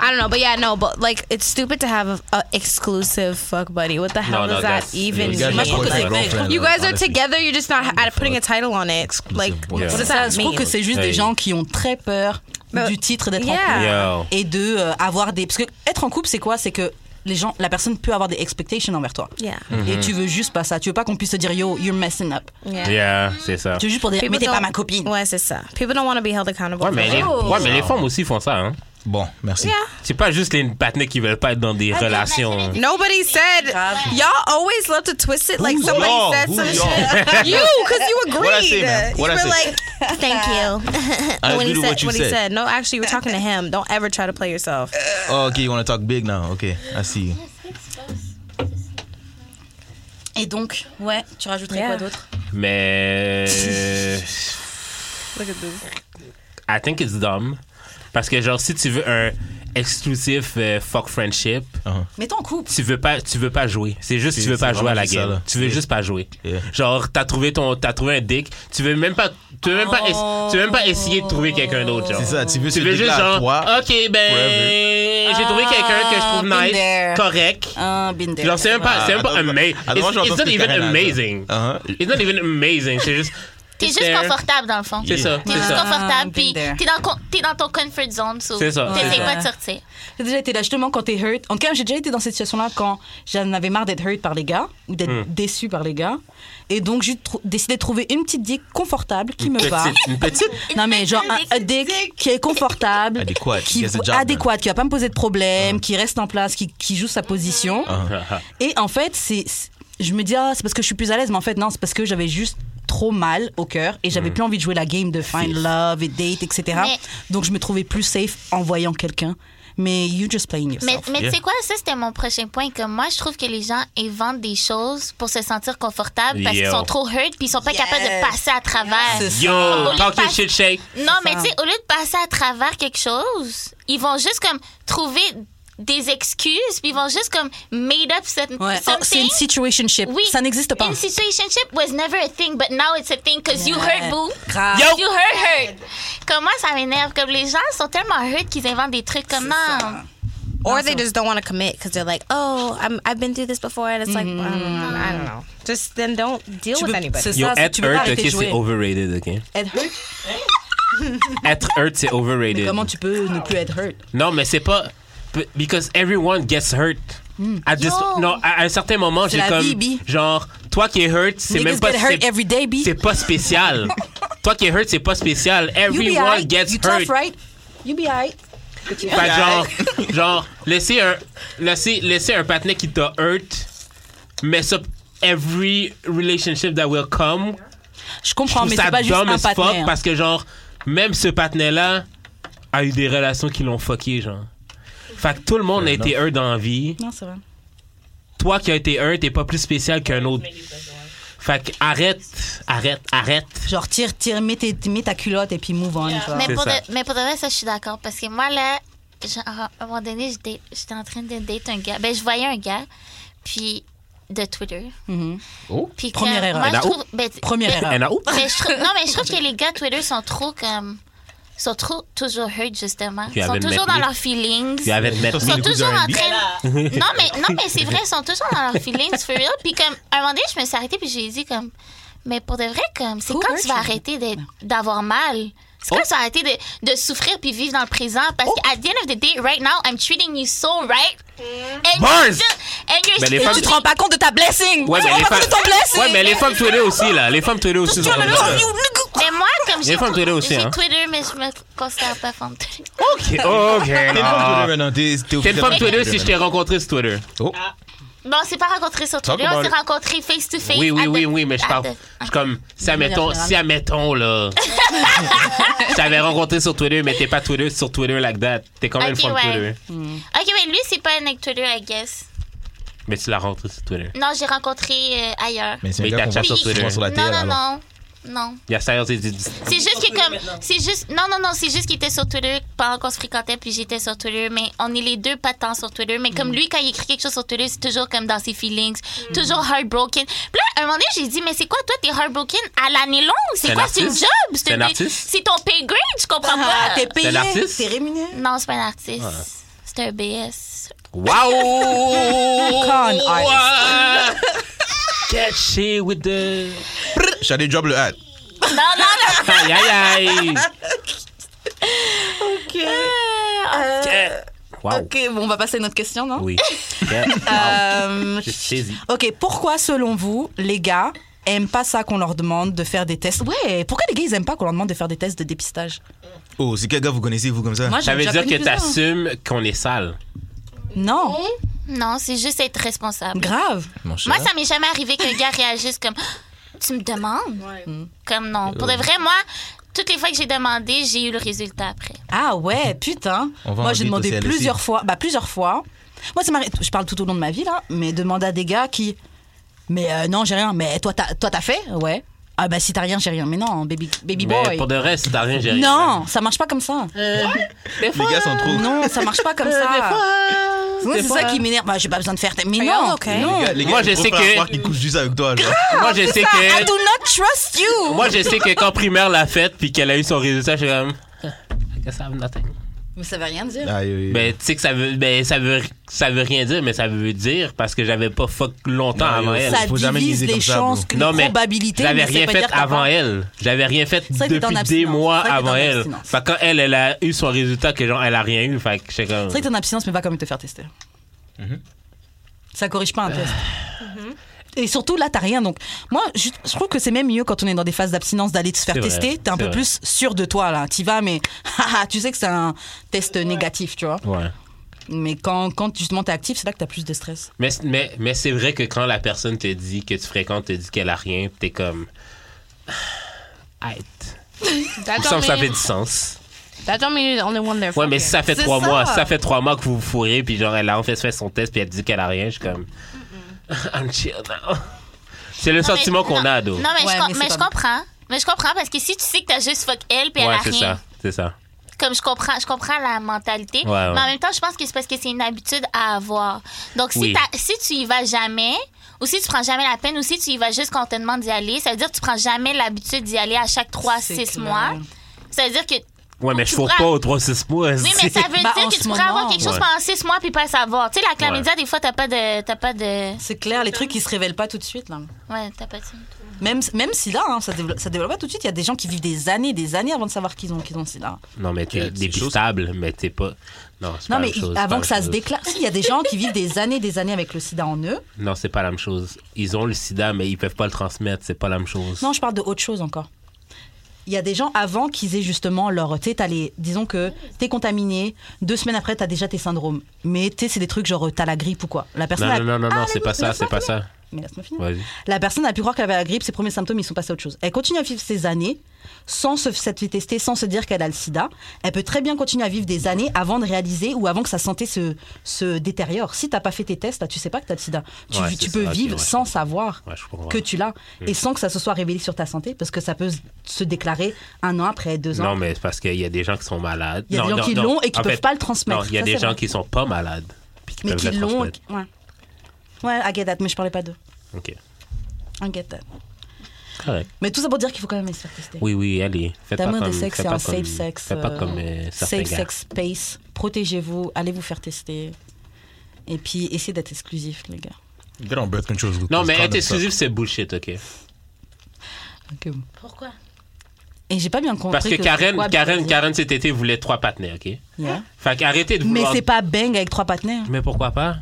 Speaker 4: I don't know, but yeah, no, but like it's stupid to have a, a exclusive fuck buddy. What the hell
Speaker 3: no,
Speaker 4: does that
Speaker 3: that's-
Speaker 4: even
Speaker 5: You guys
Speaker 4: mean?
Speaker 5: are boyfriend,
Speaker 2: Like,
Speaker 5: girlfriend,
Speaker 4: You guys are
Speaker 5: honestly.
Speaker 4: together. You're just not ha- putting a title on it. Like,
Speaker 5: boyfriend.
Speaker 4: what does
Speaker 2: Ça,
Speaker 4: that
Speaker 2: je
Speaker 4: mean?
Speaker 2: trouve que c'est juste
Speaker 3: Hey.
Speaker 2: des gens qui ont très peur
Speaker 4: But-
Speaker 2: du titre d'être en couple
Speaker 4: Bah, Yeah.
Speaker 3: Yo.
Speaker 2: et de euh, avoir des parce que être en couple c'est quoi c'est que les gens la personne peut avoir des expectations envers toi
Speaker 4: Yeah.
Speaker 3: Mm-hmm.
Speaker 2: et tu veux juste pas ça tu veux pas qu'on puisse te dire yo you're messing up
Speaker 4: Yeah.
Speaker 3: Yeah, c'est ça.
Speaker 2: tu veux juste pour dire
Speaker 4: People
Speaker 2: mais t'es pas
Speaker 4: don't-
Speaker 2: ma copine
Speaker 4: Ouais, c'est ça. uh, People don't want to be held accountable.
Speaker 3: Ouais, mais les,
Speaker 2: Oh.
Speaker 3: ouais, mais les femmes aussi font ça, hein.
Speaker 5: Bon, merci.
Speaker 4: Yeah.
Speaker 3: C'est pas juste les patnais qui veulent pas être dans
Speaker 4: Ah,
Speaker 3: des relations.
Speaker 4: Nobody said. Y'all always love to twist it like
Speaker 5: Who's
Speaker 4: somebody
Speaker 5: y'all?
Speaker 4: said some
Speaker 5: Who's <laughs>
Speaker 4: shit. you, because you agreed.
Speaker 5: What I say, man? What
Speaker 4: you
Speaker 5: I
Speaker 4: were
Speaker 5: say?
Speaker 4: like, thank <laughs> you.
Speaker 5: I
Speaker 4: when he
Speaker 5: agree with
Speaker 4: said,
Speaker 5: what you
Speaker 4: when he
Speaker 5: said.
Speaker 4: said, no, actually, you were talking to him. Don't ever try to play yourself.
Speaker 5: Oh, ok, you want to talk big now. Ok, I see you.
Speaker 2: et donc ouais tu rajouterais
Speaker 4: Yeah.
Speaker 2: quoi d'autre
Speaker 3: Mais.
Speaker 4: Look at this.
Speaker 3: I think it's dumb. Parce que, genre, si tu veux un exclusif euh, fuck friendship,
Speaker 2: mais t'es en couple
Speaker 3: tu veux pas, tu veux pas jouer. C'est juste,
Speaker 5: C'est-
Speaker 3: tu veux pas
Speaker 5: c'est
Speaker 3: jouer à la
Speaker 5: vraiment juste ça,
Speaker 3: game.
Speaker 5: là.
Speaker 3: tu veux
Speaker 5: Yeah.
Speaker 3: juste pas jouer.
Speaker 5: Yeah.
Speaker 3: Genre, t'as trouvé ton, t'as trouvé un dick. Tu veux même pas, tu veux même pas, es- tu veux même pas essayer de trouver quelqu'un d'autre, genre.
Speaker 5: C'est ça, tu veux
Speaker 3: Tu
Speaker 5: ce
Speaker 3: veux juste
Speaker 5: truc-là à
Speaker 3: genre,
Speaker 5: toi.
Speaker 3: ok, ben, j'ai trouvé quelqu'un que je trouve
Speaker 2: Ah, been
Speaker 3: nice,
Speaker 2: there.
Speaker 3: correct.
Speaker 2: un binder
Speaker 3: Genre, c'est même pas, c'est même pas
Speaker 5: Ah, attends,
Speaker 3: amazing.
Speaker 5: attends, moi, je
Speaker 3: It's, it's
Speaker 5: pense
Speaker 3: not
Speaker 5: que
Speaker 3: even
Speaker 5: Karen a dit.
Speaker 3: amazing.
Speaker 5: Uh-huh.
Speaker 3: It's not even amazing.
Speaker 2: <laughs>
Speaker 3: C'est juste.
Speaker 7: T'es
Speaker 3: it's
Speaker 7: juste
Speaker 3: there.
Speaker 7: confortable dans le fond.
Speaker 3: C'est ça,
Speaker 7: T'es
Speaker 3: c'est
Speaker 7: juste
Speaker 3: ça.
Speaker 7: confortable,
Speaker 2: Ah,
Speaker 7: puis
Speaker 2: been there.
Speaker 7: t'es dans, con- t'es dans ton comfort zone. so
Speaker 3: C'est ça,
Speaker 7: T'essayes
Speaker 2: c'est
Speaker 7: pas de
Speaker 2: ça.
Speaker 7: sortir.
Speaker 2: J'ai déjà été là justement quand t'es hurt. En tout cas, j'ai déjà été dans cette situation-là quand j'en avais marre d'être hurt par les gars ou d'être
Speaker 3: Hmm.
Speaker 2: déçu par les gars. Et donc, j'ai trou- décidé de trouver une petite dick confortable qui me va.
Speaker 3: Petite, une petite.
Speaker 2: Non, mais genre un, un dick qui est confortable,
Speaker 5: Adéquate,
Speaker 2: qui,
Speaker 5: qui gets the job done.
Speaker 2: adéquate, qui va pas me poser de problème,
Speaker 3: Hmm.
Speaker 2: qui reste en place, qui, qui joue sa position.
Speaker 3: Ah.
Speaker 2: <laughs> Et en fait, c'est, c'est- je me dis, ah, c'est parce que je suis plus à l'aise, mais en fait, non, c'est parce que j'avais juste trop mal au cœur et
Speaker 3: Hmm.
Speaker 2: j'avais plus envie de jouer la game de find love et date, etc.
Speaker 7: Mais-
Speaker 2: Donc, je me trouvais plus safe en voyant quelqu'un. Mais you just playing
Speaker 7: Mais, mm,
Speaker 2: yourself.
Speaker 7: mais tu sais quoi, ça c'était mon prochain point. Que moi, je trouve que les gens inventent des choses pour se sentir confortables parce qu'ils
Speaker 3: Yo.
Speaker 7: sont trop hurt puis ils sont pas capables de passer à travers.
Speaker 2: C'est ça.
Speaker 3: Yo,
Speaker 7: Au lieu
Speaker 3: talk
Speaker 7: de
Speaker 3: your
Speaker 7: pas-
Speaker 3: shit, shake.
Speaker 7: Non, mais tu sais, au lieu de passer à travers quelque chose, ils vont juste comme trouver des excuses puis ils vont juste comme made up cette
Speaker 2: Ouais. Oh, c'est
Speaker 7: something.
Speaker 2: une situationship.
Speaker 7: Oui.
Speaker 2: Ça n'existe pas.
Speaker 7: Une situationship was never a thing, but now it's a thing because you
Speaker 2: Yeah.
Speaker 7: hurt, boo.
Speaker 2: Grave.
Speaker 3: Yo.
Speaker 7: You hurt, hurt. Comment ça m'énerve. Comme les gens sont tellement hurt qu'ils inventent des trucs comme non.
Speaker 4: Or they just don't want to commit because they're like, oh, I'm, I've been through this before, and it's like, well, I don't know. Just then don't deal
Speaker 2: Tu
Speaker 4: with
Speaker 2: veux-
Speaker 4: anybody.
Speaker 2: c'est
Speaker 3: Yo,
Speaker 2: ça, c'est-
Speaker 3: être
Speaker 2: tu veux pas
Speaker 3: hurt,
Speaker 2: arrêter
Speaker 3: ok,
Speaker 2: de
Speaker 3: c'est
Speaker 2: jouer.
Speaker 3: overrated,
Speaker 2: <laughs>
Speaker 3: ok?
Speaker 2: Être hurt,
Speaker 3: Être hurt, c'est overrated.
Speaker 2: comment tu peux ne plus être hurt
Speaker 3: Non, mais c'est pas. p- Because everyone gets hurt. À des-
Speaker 7: Yo.
Speaker 3: non, à à un certain moment,
Speaker 2: Hmm. C'est
Speaker 3: j'ai
Speaker 2: la
Speaker 3: comme.
Speaker 2: vie, Bi.
Speaker 3: Genre, toi qui es hurt, c'est
Speaker 2: Niggas
Speaker 3: même pas.
Speaker 2: get hurt
Speaker 3: c'est-
Speaker 2: every day, Bi.
Speaker 3: C'est
Speaker 2: <laughs>
Speaker 3: pas spécial. toi qui es hurt, c'est pas spécial.
Speaker 2: You
Speaker 3: Everyone
Speaker 2: be alright.
Speaker 3: gets
Speaker 2: You
Speaker 3: hurt.
Speaker 2: tough, right? You be alright.
Speaker 3: Fait que genre,
Speaker 2: <laughs>
Speaker 3: genre, laisser un, laisser, laisser un patinet qui t'a hurt mess up every relationship that will come.
Speaker 2: Je
Speaker 3: Je
Speaker 2: comprends,
Speaker 3: trouve
Speaker 2: Oh, mais
Speaker 3: ça
Speaker 2: c'est pas juste
Speaker 3: dumb
Speaker 2: un hein.
Speaker 3: as fuck
Speaker 2: partenaire.
Speaker 3: parce que genre, même ce patinet-là a eu des relations qui l'ont fucké, genre. Fait que tout le monde a été hurt dans la vie.
Speaker 2: Non, c'est vrai.
Speaker 3: Toi qui as été hurt, t'es pas plus spécial qu'un autre. Fait que arrête, arrête, arrête.
Speaker 2: Genre, tire, tire, mets, tes- mets ta culotte et puis move on. tu vois.
Speaker 7: Mais
Speaker 3: C'est
Speaker 7: pour,
Speaker 3: ça.
Speaker 7: de, mais pour de vrai, ça, je suis d'accord. Parce que moi, là, genre, à un moment donné, j'étais j'étais en train de date un gars. Ben, je voyais un gars, puis de Twitter. Puis que-
Speaker 2: Hmm. Oh. Première erreur.
Speaker 7: moi,
Speaker 3: And
Speaker 7: je
Speaker 3: I-
Speaker 7: trouve- ben, tu-
Speaker 2: Première
Speaker 7: ben,
Speaker 2: erreur.
Speaker 3: And I- oups.
Speaker 7: mais je trouve- non, mais je trouve que les gars Twitter sont trop comme. sont trop toujours hurt, justement.
Speaker 3: You
Speaker 7: Ils sont
Speaker 3: haven't met
Speaker 7: toujours dans
Speaker 3: me.
Speaker 7: leurs feelings.
Speaker 3: You haven't met
Speaker 7: Ils
Speaker 3: me.
Speaker 7: sont toujours en train. Non, mais, non, mais c'est vrai, ils sont toujours dans leurs feelings, for real. Puis, comme, à un moment donné, je me suis arrêtée, puis j'ai dit, comme, mais pour de vrai, comme, c'est
Speaker 2: Who
Speaker 7: quand
Speaker 2: hurt
Speaker 7: tu vas
Speaker 2: you?
Speaker 7: arrêter d'être- d'avoir mal? C'est
Speaker 3: Oh.
Speaker 7: comme si on arrêtait de, de souffrir puis vivre dans le présent parce qu'à the end of the day, right now, I'm treating you so right.
Speaker 2: Mm.
Speaker 7: And
Speaker 3: Bars!
Speaker 7: you're still- and you're
Speaker 3: Ben, les
Speaker 7: still-
Speaker 3: femmes-
Speaker 2: Tu te rends pas compte de ta blessing.
Speaker 3: Ouais,
Speaker 2: tu te
Speaker 3: mais
Speaker 2: rends
Speaker 3: les
Speaker 2: pas compte de ton
Speaker 3: femmes.
Speaker 2: blessing.
Speaker 3: Ouais, mais Euh, les femmes Twitter aussi, là. Les femmes Twitter aussi sont comme ça.
Speaker 7: Mais moi, comme j'ai
Speaker 3: Les femmes Twitter aussi,
Speaker 7: j'ai
Speaker 3: hein. Oh!
Speaker 7: Twitter, mais je me considère pas femme Twitter.
Speaker 3: Ok, ok.
Speaker 5: T'es une femme Twitter maintenant, t'es- t'es
Speaker 3: T'es une
Speaker 5: officiellement
Speaker 3: femme Twitter si je
Speaker 5: maintenant.
Speaker 3: t'ai rencontré sur Twitter.
Speaker 5: Oh,
Speaker 7: Bon, on s'est pas rencontrés sur
Speaker 5: Talk
Speaker 7: Twitter, on
Speaker 5: about
Speaker 7: s'est
Speaker 5: it.
Speaker 7: rencontrés face to face.
Speaker 3: Oui,
Speaker 7: at
Speaker 3: oui,
Speaker 7: the-
Speaker 3: oui, oui, mais je
Speaker 7: at
Speaker 3: parle.
Speaker 7: the-
Speaker 3: Je suis comme, si
Speaker 2: manière
Speaker 3: admettons,
Speaker 2: générale.
Speaker 3: si
Speaker 2: <laughs>
Speaker 3: admettons, là. je t'avais rencontré sur Twitter, mais t'es pas Twitter sur Twitter like that. T'es quand même
Speaker 7: Ok,
Speaker 3: une femme
Speaker 7: ouais.
Speaker 3: Twitter.
Speaker 7: Ah. Ok, mais lui, c'est pas un acte Twitter, I guess.
Speaker 3: Mais tu l'as rencontré sur Twitter.
Speaker 7: Non, j'ai rencontré euh, ailleurs.
Speaker 5: mais c'est
Speaker 3: Mais
Speaker 5: un
Speaker 3: t'as
Speaker 5: gars qu'on voit
Speaker 3: chat sur
Speaker 5: souvent
Speaker 3: Twitter.
Speaker 5: sur la
Speaker 7: non,
Speaker 5: télé,
Speaker 7: non,
Speaker 5: alors.
Speaker 7: non. Non.
Speaker 3: Il y a ça, c'est- c'est-
Speaker 7: C'est juste que comme c'est juste non non non c'est juste qu'il était sur Twitter pendant qu'on se fréquentait puis j'étais sur Twitter mais on est les deux pas tant sur Twitter mais
Speaker 3: Mm.
Speaker 7: comme lui quand il écrit quelque chose sur Twitter c'est toujours comme dans ses feelings toujours heartbroken puis là un moment donné j'ai dit mais c'est quoi toi t'es heartbroken à l'année longue
Speaker 3: C'est
Speaker 7: c'est
Speaker 3: un
Speaker 7: quoi c'est une
Speaker 3: artiste?
Speaker 7: job
Speaker 3: C'est un
Speaker 7: une-
Speaker 3: artiste?
Speaker 7: c'est ton pay grade je comprends
Speaker 2: Ah,
Speaker 7: pas
Speaker 2: T'es payé.
Speaker 3: C'est l'artiste?
Speaker 2: T'es rémunéré.
Speaker 7: non c'est pas un artiste
Speaker 3: Ah.
Speaker 7: c'est un BS
Speaker 3: Wow!
Speaker 2: Con
Speaker 3: Wow! Catchy with the.
Speaker 5: Shadé drop le hat.
Speaker 7: non non non
Speaker 3: Aïe, aïe,
Speaker 2: <laughs>
Speaker 3: aïe!
Speaker 2: Euh,
Speaker 3: Yeah. Wow.
Speaker 2: Ok, bon, on va passer à notre question, non
Speaker 3: Oui. Yeah. Wow.
Speaker 2: Euh,
Speaker 3: J'ai saisi.
Speaker 2: Ok, pourquoi selon vous, les gars aiment pas ça qu'on leur demande de faire des tests Ouais, pourquoi les gars ils aiment pas qu'on leur demande de faire des tests de dépistage
Speaker 5: Oh, c'est quel gars vous connaissez, vous, comme ça?
Speaker 2: Moi, j'ai
Speaker 3: Ça veut
Speaker 2: déjà
Speaker 3: dire
Speaker 2: connu
Speaker 3: que
Speaker 2: plusieurs.
Speaker 3: t'assumes qu'on est sale.
Speaker 2: Non,
Speaker 7: non c'est juste être responsable
Speaker 2: grave.
Speaker 5: Mon cher.
Speaker 7: Moi,
Speaker 3: hein?
Speaker 7: ça m'est jamais arrivé qu'un gars réagisse comme Tu me demandes Mm. Comme non. Pour de vrai, moi, toutes les fois que j'ai demandé, j'ai eu le résultat après.
Speaker 2: Ah ouais, putain.
Speaker 5: On va
Speaker 2: Moi,
Speaker 5: en
Speaker 2: j'ai
Speaker 5: vite au
Speaker 2: demandé
Speaker 5: CLSI.
Speaker 2: plusieurs fois. Bah, plusieurs fois. Moi, ça m'arrive. Je parle tout au long de ma vie, là, mais demander à des gars qui. Mais euh, non, j'ai rien. Mais toi, t'as toi, t'as fait Ouais. Ah bah, si t'as rien, j'ai rien. Mais non, baby, baby
Speaker 3: Mais
Speaker 2: boy.
Speaker 3: pour de reste, si t'as rien géré.
Speaker 2: Non, ça marche pas comme ça.
Speaker 5: Les gars sont trop.
Speaker 2: Non, ça marche pas
Speaker 3: <laughs>
Speaker 2: comme ça. Moi, C'est ça qui m'énerve. Bah, j'ai pas besoin de faire. tes- Mais non,
Speaker 4: ok.
Speaker 2: non.
Speaker 5: Les gars- les gars,
Speaker 3: Moi, je
Speaker 5: ils
Speaker 3: sais
Speaker 5: préfèrent
Speaker 3: que-
Speaker 5: croire qu'ils couchent juste avec toi. genre.
Speaker 3: Moi, je sais
Speaker 2: I do
Speaker 3: que.
Speaker 2: not trust you.
Speaker 3: Moi, je sais que quand primaire l'a faite puis qu'elle a eu son résultat, je suis comme. Ah, I guess I have nothing.
Speaker 2: Mais ça veut rien dire.
Speaker 5: Aïe, aïe, aïe.
Speaker 3: Ben, tu sais que ça veut, ben, ça veut, ça veut rien dire, mais ça veut dire parce que j'avais pas fuck longtemps
Speaker 5: Non,
Speaker 3: avant
Speaker 5: yo,
Speaker 3: elle.
Speaker 2: Ça
Speaker 5: faut jamais
Speaker 2: divise
Speaker 5: miser
Speaker 2: les
Speaker 5: comme ça,
Speaker 2: chances,
Speaker 5: bro.
Speaker 2: les probabilités. mais
Speaker 3: j'avais
Speaker 2: ça
Speaker 3: rien
Speaker 2: veut
Speaker 3: fait
Speaker 2: dire que t'as
Speaker 3: avant
Speaker 2: pas-
Speaker 3: elle. J'avais rien fait
Speaker 2: vrai que t'es en
Speaker 3: depuis des
Speaker 2: abstinence.
Speaker 3: mois
Speaker 2: C'est vrai que t'es en
Speaker 3: avant elle.
Speaker 2: abstinence.
Speaker 3: Fait que quand elle, elle a eu son résultat que genre elle a rien eu, fait que j'étais comme.
Speaker 2: C'est vrai que t'es en abstinence, mais va quand même te faire tester.
Speaker 3: Mhm.
Speaker 2: Ça corrige pas un test.
Speaker 3: Ah.
Speaker 2: Et surtout, là, t'as rien. Donc, moi, je, je trouve que c'est même mieux quand on est dans des phases d'abstinence d'aller te faire
Speaker 3: C'est vrai,
Speaker 2: tester. T'es un
Speaker 3: c'est
Speaker 2: peu
Speaker 3: vrai.
Speaker 2: plus sûr de toi, là. T'y vas, mais <laughs> haha, tu sais que c'est un test négatif, tu vois.
Speaker 3: Ouais.
Speaker 2: Mais quand, quand justement t'es actif, c'est là que t'as plus de stress.
Speaker 3: Mais, mais, mais c'est vrai que quand la personne te dit que tu fréquentes, te dit qu'elle a rien, t'es comme. <sighs> Arrête.
Speaker 4: That
Speaker 3: Ça,
Speaker 4: don't,
Speaker 3: ça fait
Speaker 4: mean,
Speaker 3: du sens.
Speaker 4: that don't mean you're the only one there.
Speaker 3: Ouais, mais si ça fait
Speaker 2: C'est
Speaker 3: trois
Speaker 2: ça.
Speaker 3: mois, si ça fait trois mois que vous vous fourrez, puis genre elle a en fait fait son test, puis elle dit qu'elle a rien, je suis comme. <laughs> I'm chill now. C'est le
Speaker 7: Non,
Speaker 3: sentiment
Speaker 7: mais-
Speaker 3: qu'on
Speaker 7: non.
Speaker 3: a, d'eau.
Speaker 7: Non, mais,
Speaker 2: Ouais,
Speaker 7: je, com-
Speaker 2: mais c'est
Speaker 7: mais
Speaker 2: pas
Speaker 7: je
Speaker 2: bon.
Speaker 7: comprends. Mais je comprends parce que si tu sais que t'as juste fuck elle puis elle
Speaker 3: Ouais,
Speaker 7: a
Speaker 3: c'est
Speaker 7: rien,
Speaker 3: ça. C'est ça.
Speaker 7: comme je comprends, je comprends la mentalité.
Speaker 3: Ouais, ouais.
Speaker 7: Mais en même temps, je pense que c'est parce que c'est une habitude à avoir. Donc, si,
Speaker 3: Oui.
Speaker 7: t'as- si tu y vas jamais, ou si tu prends jamais la peine, ou si tu y vas juste quand on te demande d'y aller, ça veut dire que tu prends jamais l'habitude d'y aller à chaque 3
Speaker 2: C'est
Speaker 7: 6
Speaker 2: clair.
Speaker 7: mois. Ça veut dire que
Speaker 3: Ouais, mais
Speaker 7: Tu
Speaker 3: je fourre pas
Speaker 7: pourras-
Speaker 3: aux 3-6 mois.
Speaker 7: Oui, mais ça veut
Speaker 2: <laughs> Bah, en
Speaker 7: dire que
Speaker 2: ce
Speaker 7: tu pourrais avoir
Speaker 2: moment.
Speaker 7: quelque chose
Speaker 3: Ouais.
Speaker 7: pendant six mois puis pas le savoir. Tu sais, la chlamydia, des fois, t'as pas de. T'as pas de.
Speaker 2: C'est clair, les trucs qui se révèlent pas tout de suite, là.
Speaker 7: Ouais, t'as pas de.
Speaker 2: Même, même si là, hein, ça, développe, ça développe pas tout de suite. Il y a des gens qui vivent des années, des années avant de savoir qu'ils ont, qu'ils ont sida.
Speaker 3: <laughs> Non, mais t'es
Speaker 5: Ok, c'est
Speaker 3: dépistable, mais t'es pas. Non, c'est pas
Speaker 2: Non,
Speaker 3: la
Speaker 2: mais
Speaker 3: même chose. c'est
Speaker 2: avant
Speaker 3: pas la
Speaker 2: que
Speaker 3: même
Speaker 2: ça se
Speaker 3: chose.
Speaker 2: déclare. Si, il y a des gens qui vivent des années, des années avec le sida en eux.
Speaker 3: Non, c'est pas la même chose. Ils ont le sida, mais ils peuvent pas le transmettre. C'est pas la même chose.
Speaker 2: Non, je parle de autre chose encore. Il y a des gens avant qu'ils aient justement leur. Tu sais, t'as les- disons que t'es contaminé, deux semaines après, t'as déjà tes syndromes. Mais tu sais, c'est des trucs genre t'as la grippe ou quoi. La personne.
Speaker 3: non,
Speaker 2: a-
Speaker 3: non, non, non, non,
Speaker 2: Ah,
Speaker 3: c'est pas ça, c'est pas ça.
Speaker 2: Mais laisse-moi finir.
Speaker 3: Vas-y.
Speaker 2: La personne a pu croire qu'elle avait la grippe, ses premiers symptômes, ils sont passés à autre chose. Elle continue à vivre ses années sans se s'être fait tester, sans se dire qu'elle a le sida. Elle peut très bien continuer à vivre des années avant de réaliser ou avant que sa santé se, se détériore. Si t'as pas fait tes tests, là, tu sais pas que t'as le sida. Tu,
Speaker 3: Ouais,
Speaker 2: tu
Speaker 3: c'est
Speaker 2: peux
Speaker 3: ça, ok,
Speaker 2: vivre
Speaker 3: ouais, je
Speaker 2: sans
Speaker 3: comprends.
Speaker 2: savoir
Speaker 3: Ouais, je comprends. Mm.
Speaker 2: que tu l'as et sans que ça se soit révélé sur ta santé parce que ça peut s- se déclarer un an après, deux ans.
Speaker 3: Non, mais c'est parce qu'il y a des gens qui sont malades.
Speaker 2: Il y a des
Speaker 3: Non,
Speaker 2: gens
Speaker 3: non,
Speaker 2: qui
Speaker 3: non.
Speaker 2: l'ont et qui
Speaker 3: En
Speaker 2: peuvent
Speaker 3: fait,
Speaker 2: pas le transmettre.
Speaker 3: Non, il y a
Speaker 2: Ça,
Speaker 3: des
Speaker 2: c'est
Speaker 3: gens
Speaker 2: vrai.
Speaker 3: qui sont pas malades. Puis qui
Speaker 2: mais
Speaker 3: peuvent
Speaker 2: qui
Speaker 3: le
Speaker 2: l'ont.
Speaker 3: transmettre.
Speaker 2: Ouais. ouais, I get that, mais je parlais pas d'eux.
Speaker 3: Ok.
Speaker 2: I get that.
Speaker 3: Correct.
Speaker 2: Mais tout ça pour dire qu'il faut quand même aller se faire tester.
Speaker 3: Oui, oui, allez. Faites pas
Speaker 2: D'amour de
Speaker 3: comme.
Speaker 2: sexe,
Speaker 3: faites
Speaker 2: c'est
Speaker 3: pas
Speaker 2: un
Speaker 3: comme-
Speaker 2: safe sex.
Speaker 3: Faites pas
Speaker 2: euh,
Speaker 3: comme euh, certains
Speaker 2: safe
Speaker 3: gars.
Speaker 2: sex space. Protégez-vous, allez vous faire tester. Et puis, essayez d'être exclusif, les gars.
Speaker 5: Get on birth control.
Speaker 3: Non, mais être exclusif, c'est bullshit, ok?
Speaker 2: Ok, bon.
Speaker 7: Pourquoi?
Speaker 2: Et j'ai pas bien compris.
Speaker 3: Parce que
Speaker 2: que
Speaker 3: Karen,
Speaker 2: c'est quoi,
Speaker 3: Karen,
Speaker 2: Brésil.
Speaker 3: Karen cet été voulait trois partenaires, ok?
Speaker 2: Yeah.
Speaker 3: Fait qu'arrêtez de
Speaker 2: Mais
Speaker 3: vouloir.
Speaker 2: c'est pas bang avec trois partenaires.
Speaker 3: Mais pourquoi pas?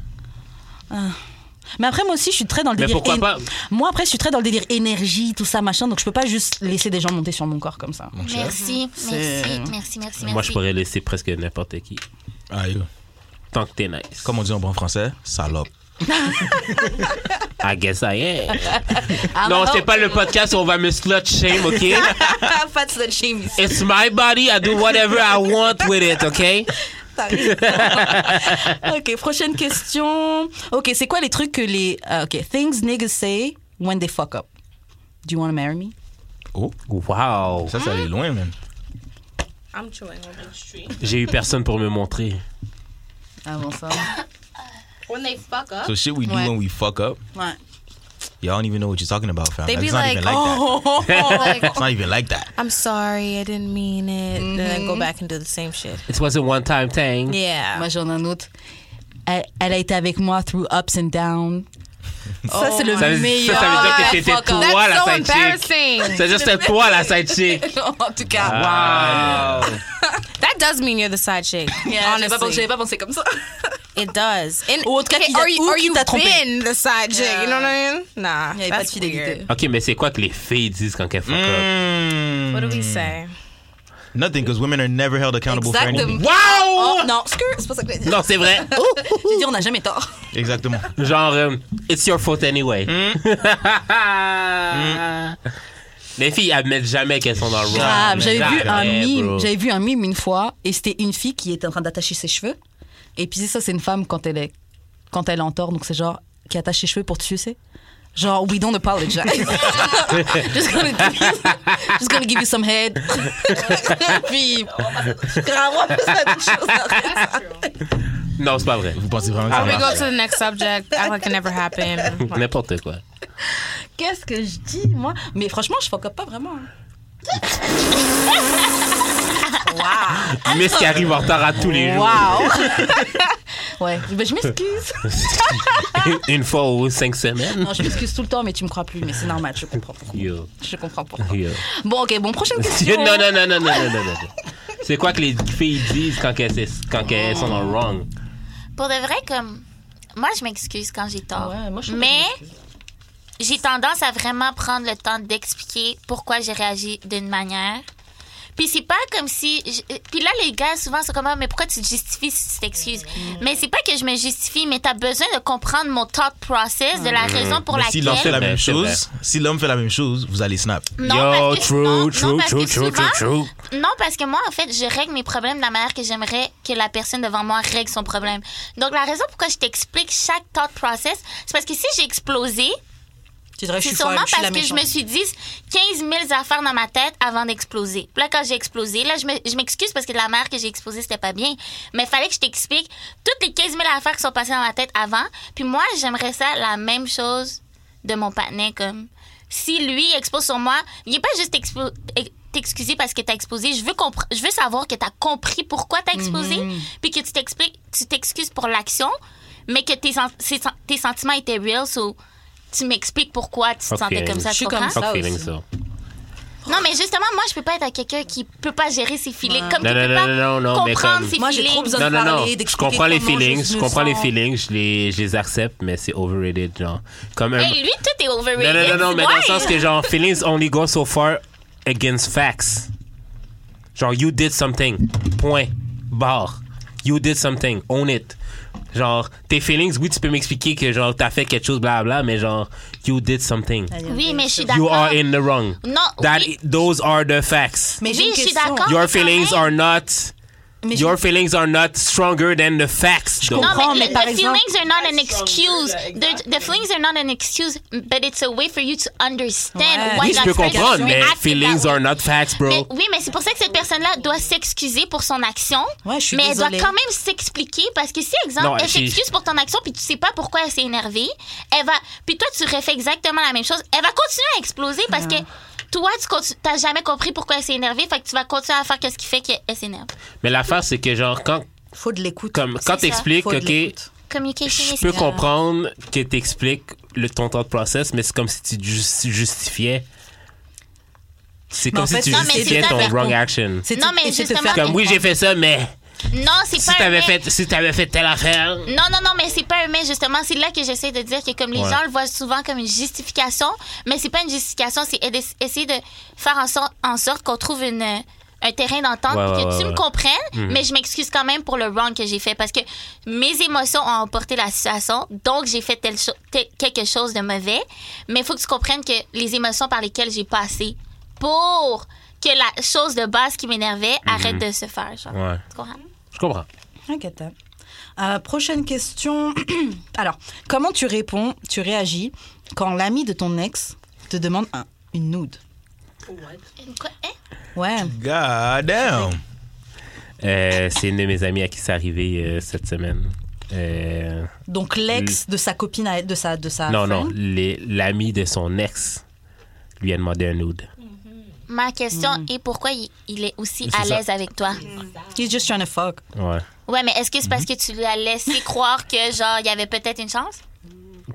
Speaker 2: Mais après, moi aussi, je suis très dans le
Speaker 3: Mais
Speaker 2: délire.
Speaker 3: pourquoi
Speaker 2: éne-
Speaker 3: pas?
Speaker 2: Moi, après, je suis très dans le délire énergie, tout ça, machin. Donc, je peux pas juste laisser des gens monter sur mon corps comme
Speaker 3: <laughs>
Speaker 2: ça.
Speaker 7: Merci,
Speaker 2: C'est-
Speaker 7: merci, merci, merci, merci.
Speaker 3: Moi, je pourrais laisser presque n'importe qui.
Speaker 5: Ah, yo.
Speaker 3: Tant que t'es nice.
Speaker 5: Comme on dit en bon français, salope.
Speaker 3: I guess I
Speaker 4: <laughs>
Speaker 3: am.
Speaker 2: Ah,
Speaker 3: non,
Speaker 2: oh.
Speaker 3: c'est pas le podcast où on va me slut shame,
Speaker 4: <laughs>
Speaker 3: OK?
Speaker 4: Fat slut shame ici.
Speaker 3: It's my body, I do whatever I want with it, OK?
Speaker 2: T'as raison. ok, prochaine question. Ok, c'est quoi les trucs que les. ah, ok, things niggas say when they fuck up. Do you want to marry me?
Speaker 5: Oh,
Speaker 3: Wow.
Speaker 5: ça, ça allait loin, man.
Speaker 4: I'm chewing <laughs> on the street.
Speaker 3: J'ai eu personne pour me montrer.
Speaker 2: Ah bon, ça.
Speaker 4: When they fuck up,
Speaker 5: So shit we do
Speaker 2: Ouais.
Speaker 5: when we fuck up,
Speaker 2: Ouais.
Speaker 5: y'all don't even know what you're talking about, fam.
Speaker 4: They be
Speaker 5: it's not
Speaker 4: like,
Speaker 5: even like
Speaker 2: Oh, oh, oh.
Speaker 5: that. It's not even like that.
Speaker 4: I'm sorry, I didn't mean it.
Speaker 5: Mm-hmm.
Speaker 4: And then go back and do the same shit.
Speaker 3: It was a one-time thing.
Speaker 4: Yeah.
Speaker 2: Moi, j'en ai un autre. Elle, elle a été avec moi through ups and downs. Oh, Ça, c'est le
Speaker 3: Ça veut, ça,
Speaker 2: meilleur.
Speaker 3: ça veut dire que
Speaker 4: Ouais,
Speaker 3: c'était
Speaker 4: fuck off.
Speaker 3: toi, la
Speaker 4: That's so
Speaker 3: side chick.
Speaker 4: embarrassing.
Speaker 3: C'est juste toi, la side
Speaker 4: <laughs>
Speaker 3: chick.
Speaker 2: <laughs>
Speaker 3: Ah.
Speaker 2: en tout cas.
Speaker 3: Wow.
Speaker 4: That does mean you're the side chick.
Speaker 2: Ah, J'avais pas,
Speaker 4: honestly.
Speaker 2: pensé comme ça.
Speaker 4: It does. And
Speaker 2: Ou en tout cas, qui t'a-
Speaker 4: or you,
Speaker 2: ou
Speaker 4: or
Speaker 2: qui
Speaker 4: you
Speaker 2: t'a trompé.
Speaker 4: been the side chick, you know what I mean? Nah,
Speaker 2: Il n'y avait pas de
Speaker 4: that's
Speaker 2: fidélité.
Speaker 4: weird.
Speaker 3: OK, mais c'est quoi que les filles disent quand elles fuck up?
Speaker 5: Mm,
Speaker 4: What do we say?
Speaker 5: nothing, because women are never held accountable for anything.
Speaker 3: Wow!
Speaker 2: Oh, non, excuse, c'est pas ça que j'ai dit.
Speaker 3: Non, c'est vrai.
Speaker 2: oh. J'ai dit, on n'a jamais tort.
Speaker 5: Exactement.
Speaker 3: Genre, euh, it's your fault anyway.
Speaker 4: Mm.
Speaker 3: <laughs> Les filles admettent jamais qu'elles sont dans le
Speaker 2: Ah,
Speaker 5: mais
Speaker 2: j'avais vu
Speaker 5: jamais,
Speaker 2: un
Speaker 3: bro.
Speaker 2: mime, j'avais vu un mime une fois, et c'était une fille qui était en train d'attacher ses cheveux. Et puis ça, c'est une femme quand elle est, quand elle est en tort, donc c'est genre qui attache ses cheveux pour te sucer. Genre, we don't apologize. just, gonna give you, just gonna give you some head. <laughs> puis, grave, on va faire d'autres choses.
Speaker 3: Non, c'est pas vrai.
Speaker 5: Vous pensez vraiment que
Speaker 3: Ah,
Speaker 5: ça
Speaker 4: We
Speaker 3: mais-
Speaker 5: marche?
Speaker 4: go to the next subject. Act like it never
Speaker 5: <laughs>
Speaker 4: happened.
Speaker 3: N'importe quoi.
Speaker 2: Qu'est-ce que je dis, moi Mais franchement, je fuck up pas vraiment. hein. Ah,
Speaker 3: Mais ce qui arrive en retard à tous les jours.
Speaker 2: Wow. ouais, ben, je m'excuse.
Speaker 3: <laughs> Une fois aux cinq
Speaker 2: <laughs>
Speaker 3: semaines.
Speaker 2: Non, je m'excuse tout le temps, mais tu me crois plus, mais c'est normal, je comprends pourquoi.
Speaker 3: Yo,
Speaker 2: Je comprends pourquoi.
Speaker 3: yo.
Speaker 2: Bon, ok, bon, prochaine question.
Speaker 3: <laughs> Non, non, non, non, non, non, non, non. C'est quoi que les filles disent quand elles, quand elles sont dans le wrong?
Speaker 7: Pour de vrai, comme. Moi, je m'excuse quand j'ai tort.
Speaker 2: Ouais, moi, je suis
Speaker 7: mais j'ai tendance à vraiment prendre le temps d'expliquer pourquoi j'ai réagi d'une manière. Puis c'est pas comme si. je- Puis là, les gars, souvent, sont comme Ah, Mais pourquoi tu te justifies si tu t'excuses Mais c'est pas que je me justifie, mais t'as besoin de comprendre mon thought process, de la raison pour
Speaker 5: Mais si l'homme fait
Speaker 7: laquelle.
Speaker 5: la
Speaker 3: Ouais,
Speaker 5: même
Speaker 3: c'est
Speaker 5: chose, si l'homme fait la même chose, vous allez snap.
Speaker 7: Non,
Speaker 3: Yo,
Speaker 7: parce que-
Speaker 3: true,
Speaker 7: non, non,
Speaker 3: true,
Speaker 7: parce que
Speaker 3: true, true, true,
Speaker 7: souvent-
Speaker 3: true.
Speaker 7: Non, parce que moi, en fait, je règle mes problèmes de la manière que j'aimerais que la personne devant moi règle son problème. Donc, la raison pourquoi je t'explique chaque thought process, c'est parce que si j'ai explosé,
Speaker 2: Tu dirais, je
Speaker 7: c'est
Speaker 2: suis
Speaker 7: sûrement
Speaker 2: folle, je suis
Speaker 7: parce
Speaker 2: la
Speaker 7: que je me
Speaker 2: méchante.
Speaker 7: suis dit 15 000 affaires dans ma tête avant d'exploser. Puis Là, quand j'ai explosé, là, je me- je m'excuse parce que de la manière que j'ai explosé, c'était pas bien. Mais fallait que je t'explique toutes les 15 000 affaires qui sont passées dans ma tête avant. Puis moi, j'aimerais ça la même chose de mon partenaire. Comme si lui expose sur moi, il est pas juste expo- ex- t'excuser parce que t'as exposé. Je veux, compre- je veux savoir que t'as compris pourquoi t'as exposé, puis que tu t'expliques, tu t'excuses pour l'action, mais que tes, sen- ses- tes sentiments étaient real, so tu m'expliques pourquoi tu te
Speaker 3: Ok.
Speaker 7: sentais comme ça.
Speaker 2: Je
Speaker 7: tu
Speaker 2: suis
Speaker 7: comprends?
Speaker 2: comme
Speaker 3: Fuck
Speaker 2: Ah, Ça
Speaker 3: feeling,
Speaker 2: aussi.
Speaker 3: ça.
Speaker 7: Non, mais justement, moi, je peux pas être quelqu'un qui peut pas gérer ses feelings, comme
Speaker 3: Non,
Speaker 7: qui
Speaker 3: non,
Speaker 7: peut
Speaker 3: non,
Speaker 7: pas
Speaker 3: non, non, mais
Speaker 7: comprendre
Speaker 3: comme-
Speaker 7: ses
Speaker 2: Moi, j'ai
Speaker 7: feelings.
Speaker 2: trop besoin
Speaker 3: Non,
Speaker 2: de
Speaker 3: non,
Speaker 2: parler,
Speaker 3: non.
Speaker 2: d'expliquer
Speaker 3: Je comprends les
Speaker 2: comment
Speaker 3: feelings,
Speaker 2: je
Speaker 3: je,
Speaker 2: me
Speaker 3: comprends les
Speaker 2: sens.
Speaker 3: feelings, je les, je les accepte, mais c'est overrated, genre. Comme un-
Speaker 7: Hey, lui, tout est
Speaker 3: non,
Speaker 7: overrated.
Speaker 3: non, non, non, mais dans
Speaker 7: Ouais.
Speaker 3: le sens
Speaker 7: <laughs>
Speaker 3: que, genre, feelings only go so far against facts. Genre, you did something. Point. Barre. You did something. Own it. Genre, tes feelings, oui, tu peux m'expliquer que, genre, t'as fait quelque chose, blablabla, mais genre, you did something.
Speaker 7: Oui, mais je suis
Speaker 3: You
Speaker 7: d'accord.
Speaker 3: are in the wrong.
Speaker 7: Non,
Speaker 3: That,
Speaker 7: oui.
Speaker 3: Those are the facts.
Speaker 2: Mais j'ai
Speaker 7: Oui,
Speaker 2: une
Speaker 7: je suis
Speaker 2: question.
Speaker 7: d'accord.
Speaker 3: Your
Speaker 7: mais quand
Speaker 3: feelings
Speaker 7: même-
Speaker 3: are not...
Speaker 2: Mais j'ai-
Speaker 3: Your feelings are not stronger than the facts, though.
Speaker 7: Non,
Speaker 2: comprends,
Speaker 7: mais,
Speaker 2: mais
Speaker 7: the-
Speaker 2: par
Speaker 7: the
Speaker 2: exemple-
Speaker 7: feelings are not an excuse.
Speaker 6: là,
Speaker 7: The, the feelings are not an excuse, but it's a way for you to understand
Speaker 2: Ouais.
Speaker 7: why
Speaker 3: Oui, je
Speaker 7: that
Speaker 3: peux
Speaker 7: person
Speaker 3: comprendre, mais
Speaker 7: acted that
Speaker 3: feelings
Speaker 7: way.
Speaker 3: are not facts, bro.
Speaker 7: Mais- oui, mais c'est pour ça que cette personne-là doit s'excuser pour son action.
Speaker 2: Ouais, je suis
Speaker 7: mais
Speaker 2: désolée.
Speaker 7: elle doit quand même s'expliquer parce que si, exemple,
Speaker 3: Non,
Speaker 7: elle
Speaker 3: j'ai-
Speaker 7: s'excuse pour ton action puis tu sais pas pourquoi elle s'est énervée, elle va. Puis toi, tu refais exactement la même chose. Elle va continuer à exploser parce
Speaker 2: Ah.
Speaker 7: que. Toi, tu continu- t'as jamais compris pourquoi elle s'est énervée, fait que tu vas continuer à faire qu'est-ce qui fait qu'elle s'énerve.
Speaker 3: Mais l'affaire, c'est que, genre, quand,
Speaker 2: Faut de l'écoute.
Speaker 3: comme, quand
Speaker 7: C'est ça.
Speaker 3: t'expliques,
Speaker 2: Faut de
Speaker 3: OK,
Speaker 2: l'écoute.
Speaker 7: Communication
Speaker 3: je
Speaker 7: is
Speaker 3: peux
Speaker 7: key.
Speaker 3: comprendre que t'expliques le ton temps de process, mais c'est comme si tu ju- justifiais C'est
Speaker 2: Mais en
Speaker 3: comme si
Speaker 2: fait,
Speaker 3: tu
Speaker 2: non,
Speaker 7: mais c'est
Speaker 3: justifiais
Speaker 7: ça,
Speaker 3: ton
Speaker 7: faire
Speaker 3: wrong
Speaker 7: comme-
Speaker 3: action.
Speaker 2: C'est
Speaker 7: Non,
Speaker 2: tout-
Speaker 7: mais
Speaker 2: et c'est de
Speaker 7: justement-
Speaker 2: faire-
Speaker 3: Comme oui, j'ai fait ça, mais
Speaker 7: Non, c'est
Speaker 3: si
Speaker 7: pas un
Speaker 3: t'avais
Speaker 7: mais.
Speaker 3: fait, si t'avais fait telle affaire.
Speaker 7: Non, non, non, mais c'est pas un mais, justement. C'est là que j'essaie de dire que comme les
Speaker 3: Ouais.
Speaker 7: gens le voient souvent comme une justification, mais c'est pas une justification, c'est aider- essayer de faire en, sorte- en sorte qu'on trouve une, euh, un terrain d'entente,
Speaker 3: Ouais,
Speaker 7: puis
Speaker 3: ouais,
Speaker 7: que
Speaker 3: ouais,
Speaker 7: tu
Speaker 3: ouais. Mhm.
Speaker 7: me comprennes, mais je m'excuse quand même pour le wrong que j'ai fait parce que mes émotions ont emporté la situation, donc j'ai fait telle cho- telle- quelque chose de mauvais, mais il faut que tu comprennes que les émotions par lesquelles j'ai passé pour que la chose de base qui m'énervait arrête de se faire. Genre.
Speaker 3: Mhm. Ouais,
Speaker 7: Tu comprends?
Speaker 3: je comprends.
Speaker 2: Inquiète. Euh, prochaine question. <clears throat> Alors, comment tu réponds, tu réagis quand l'ami de ton ex te demande un- une nude
Speaker 6: What?
Speaker 7: Quoi? Hein?
Speaker 2: Ouais.
Speaker 5: God damn.
Speaker 3: Euh, c'est une de mes amies à qui c'est arrivé euh, cette semaine. Euh,
Speaker 2: Donc l'ex de sa copine, à- de sa, de sa.
Speaker 3: Hmm. non, non,
Speaker 2: friend.
Speaker 3: les- l'ami de son ex lui a demandé un nude.
Speaker 7: Ma question
Speaker 5: Mm.
Speaker 7: est pourquoi il, il est aussi
Speaker 3: C'est
Speaker 7: à
Speaker 3: ça.
Speaker 7: l'aise avec toi?
Speaker 2: He's just trying to fuck.
Speaker 3: Ouais.
Speaker 7: Ouais, mais est-ce que c'est parce
Speaker 5: Mm-hmm.
Speaker 7: que tu lui as laissé croire que, genre, il y avait peut-être une chance?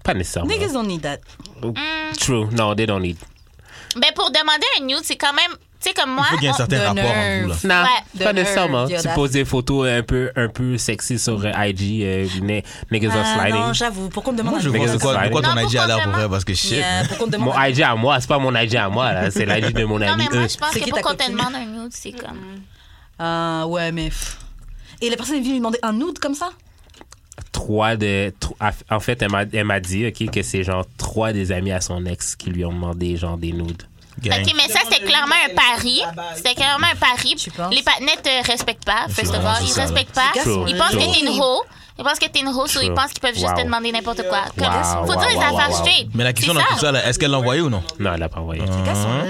Speaker 3: Pas nécessairement.
Speaker 2: Niggas don't need that.
Speaker 3: True. Non, they don't need.
Speaker 7: Ben, pour demander un nude, c'est quand même. Tu sais, comme moi.
Speaker 5: Il faut qu'il y ait un
Speaker 7: on-
Speaker 5: certain
Speaker 2: de
Speaker 5: rapport entre
Speaker 2: nerfs.
Speaker 5: vous, là.
Speaker 3: Non,
Speaker 7: Ouais.
Speaker 3: pas
Speaker 2: The
Speaker 3: nécessairement.
Speaker 2: nerve, the
Speaker 3: Tu
Speaker 2: audace.
Speaker 3: poses des photos un peu, un peu sexy sur euh, IG, euh, ni- niggas are
Speaker 2: Ah, non,
Speaker 3: sliding.
Speaker 2: j'avoue. Pourquoi on me demande
Speaker 5: Moi, je
Speaker 2: un
Speaker 5: vois
Speaker 3: Niggas
Speaker 5: c'est quoi,
Speaker 3: are
Speaker 5: de quoi
Speaker 3: sliding.
Speaker 5: ton
Speaker 7: Non,
Speaker 5: IG a l'air pour
Speaker 7: pourquoi
Speaker 5: vrai parce que shit.
Speaker 2: Yeah, Pourquoi on me demande
Speaker 3: Mon IG à moi, c'est pas mon IG à moi, là, c'est l'IG de mon
Speaker 7: Non,
Speaker 3: ami. E.
Speaker 7: mais
Speaker 5: euh,
Speaker 7: moi,
Speaker 3: eux.
Speaker 7: je pense
Speaker 2: C'est
Speaker 7: que
Speaker 2: qui
Speaker 7: pour
Speaker 2: ta
Speaker 7: qu'on te
Speaker 2: copine?
Speaker 7: demande un nude, c'est comme.
Speaker 2: Ah, ouais, mais. pff. Et la personne est venue lui demander un nude comme ça
Speaker 3: Trois de. tro- aff- En fait, elle m'a- elle m'a dit ok, que c'est genre trois des amis à son ex qui lui ont demandé genre des nudes.
Speaker 5: Mm-hmm. Gang.
Speaker 7: Ok, mais ça, c'était clairement un pari. C'était clairement un pari.
Speaker 2: Tu penses?
Speaker 7: Les partenaires te respectent pas, first of
Speaker 5: vraiment
Speaker 7: all.
Speaker 5: juste
Speaker 7: Ils
Speaker 5: ça,
Speaker 7: respectent pas.
Speaker 2: Les gars sont
Speaker 7: Ils pensent que t'es
Speaker 2: libres.
Speaker 7: une hoe. Ils pensent que t'es une hoe, ou ils
Speaker 3: True.
Speaker 7: pensent qu'ils peuvent juste te
Speaker 3: Wow.
Speaker 7: demander n'importe quoi. Comme,
Speaker 3: Wow,
Speaker 7: faut
Speaker 3: wow,
Speaker 7: dire les
Speaker 3: wow,
Speaker 7: affaires
Speaker 3: wow.
Speaker 7: straight.
Speaker 5: Mais la question
Speaker 7: C'est
Speaker 5: dans
Speaker 7: ça.
Speaker 5: tout ça, là, est-ce qu'elle l'a envoyé ou non?
Speaker 3: Non, elle l'a pas envoyé.
Speaker 5: Ah.
Speaker 2: Les gars
Speaker 3: Hein?
Speaker 2: sont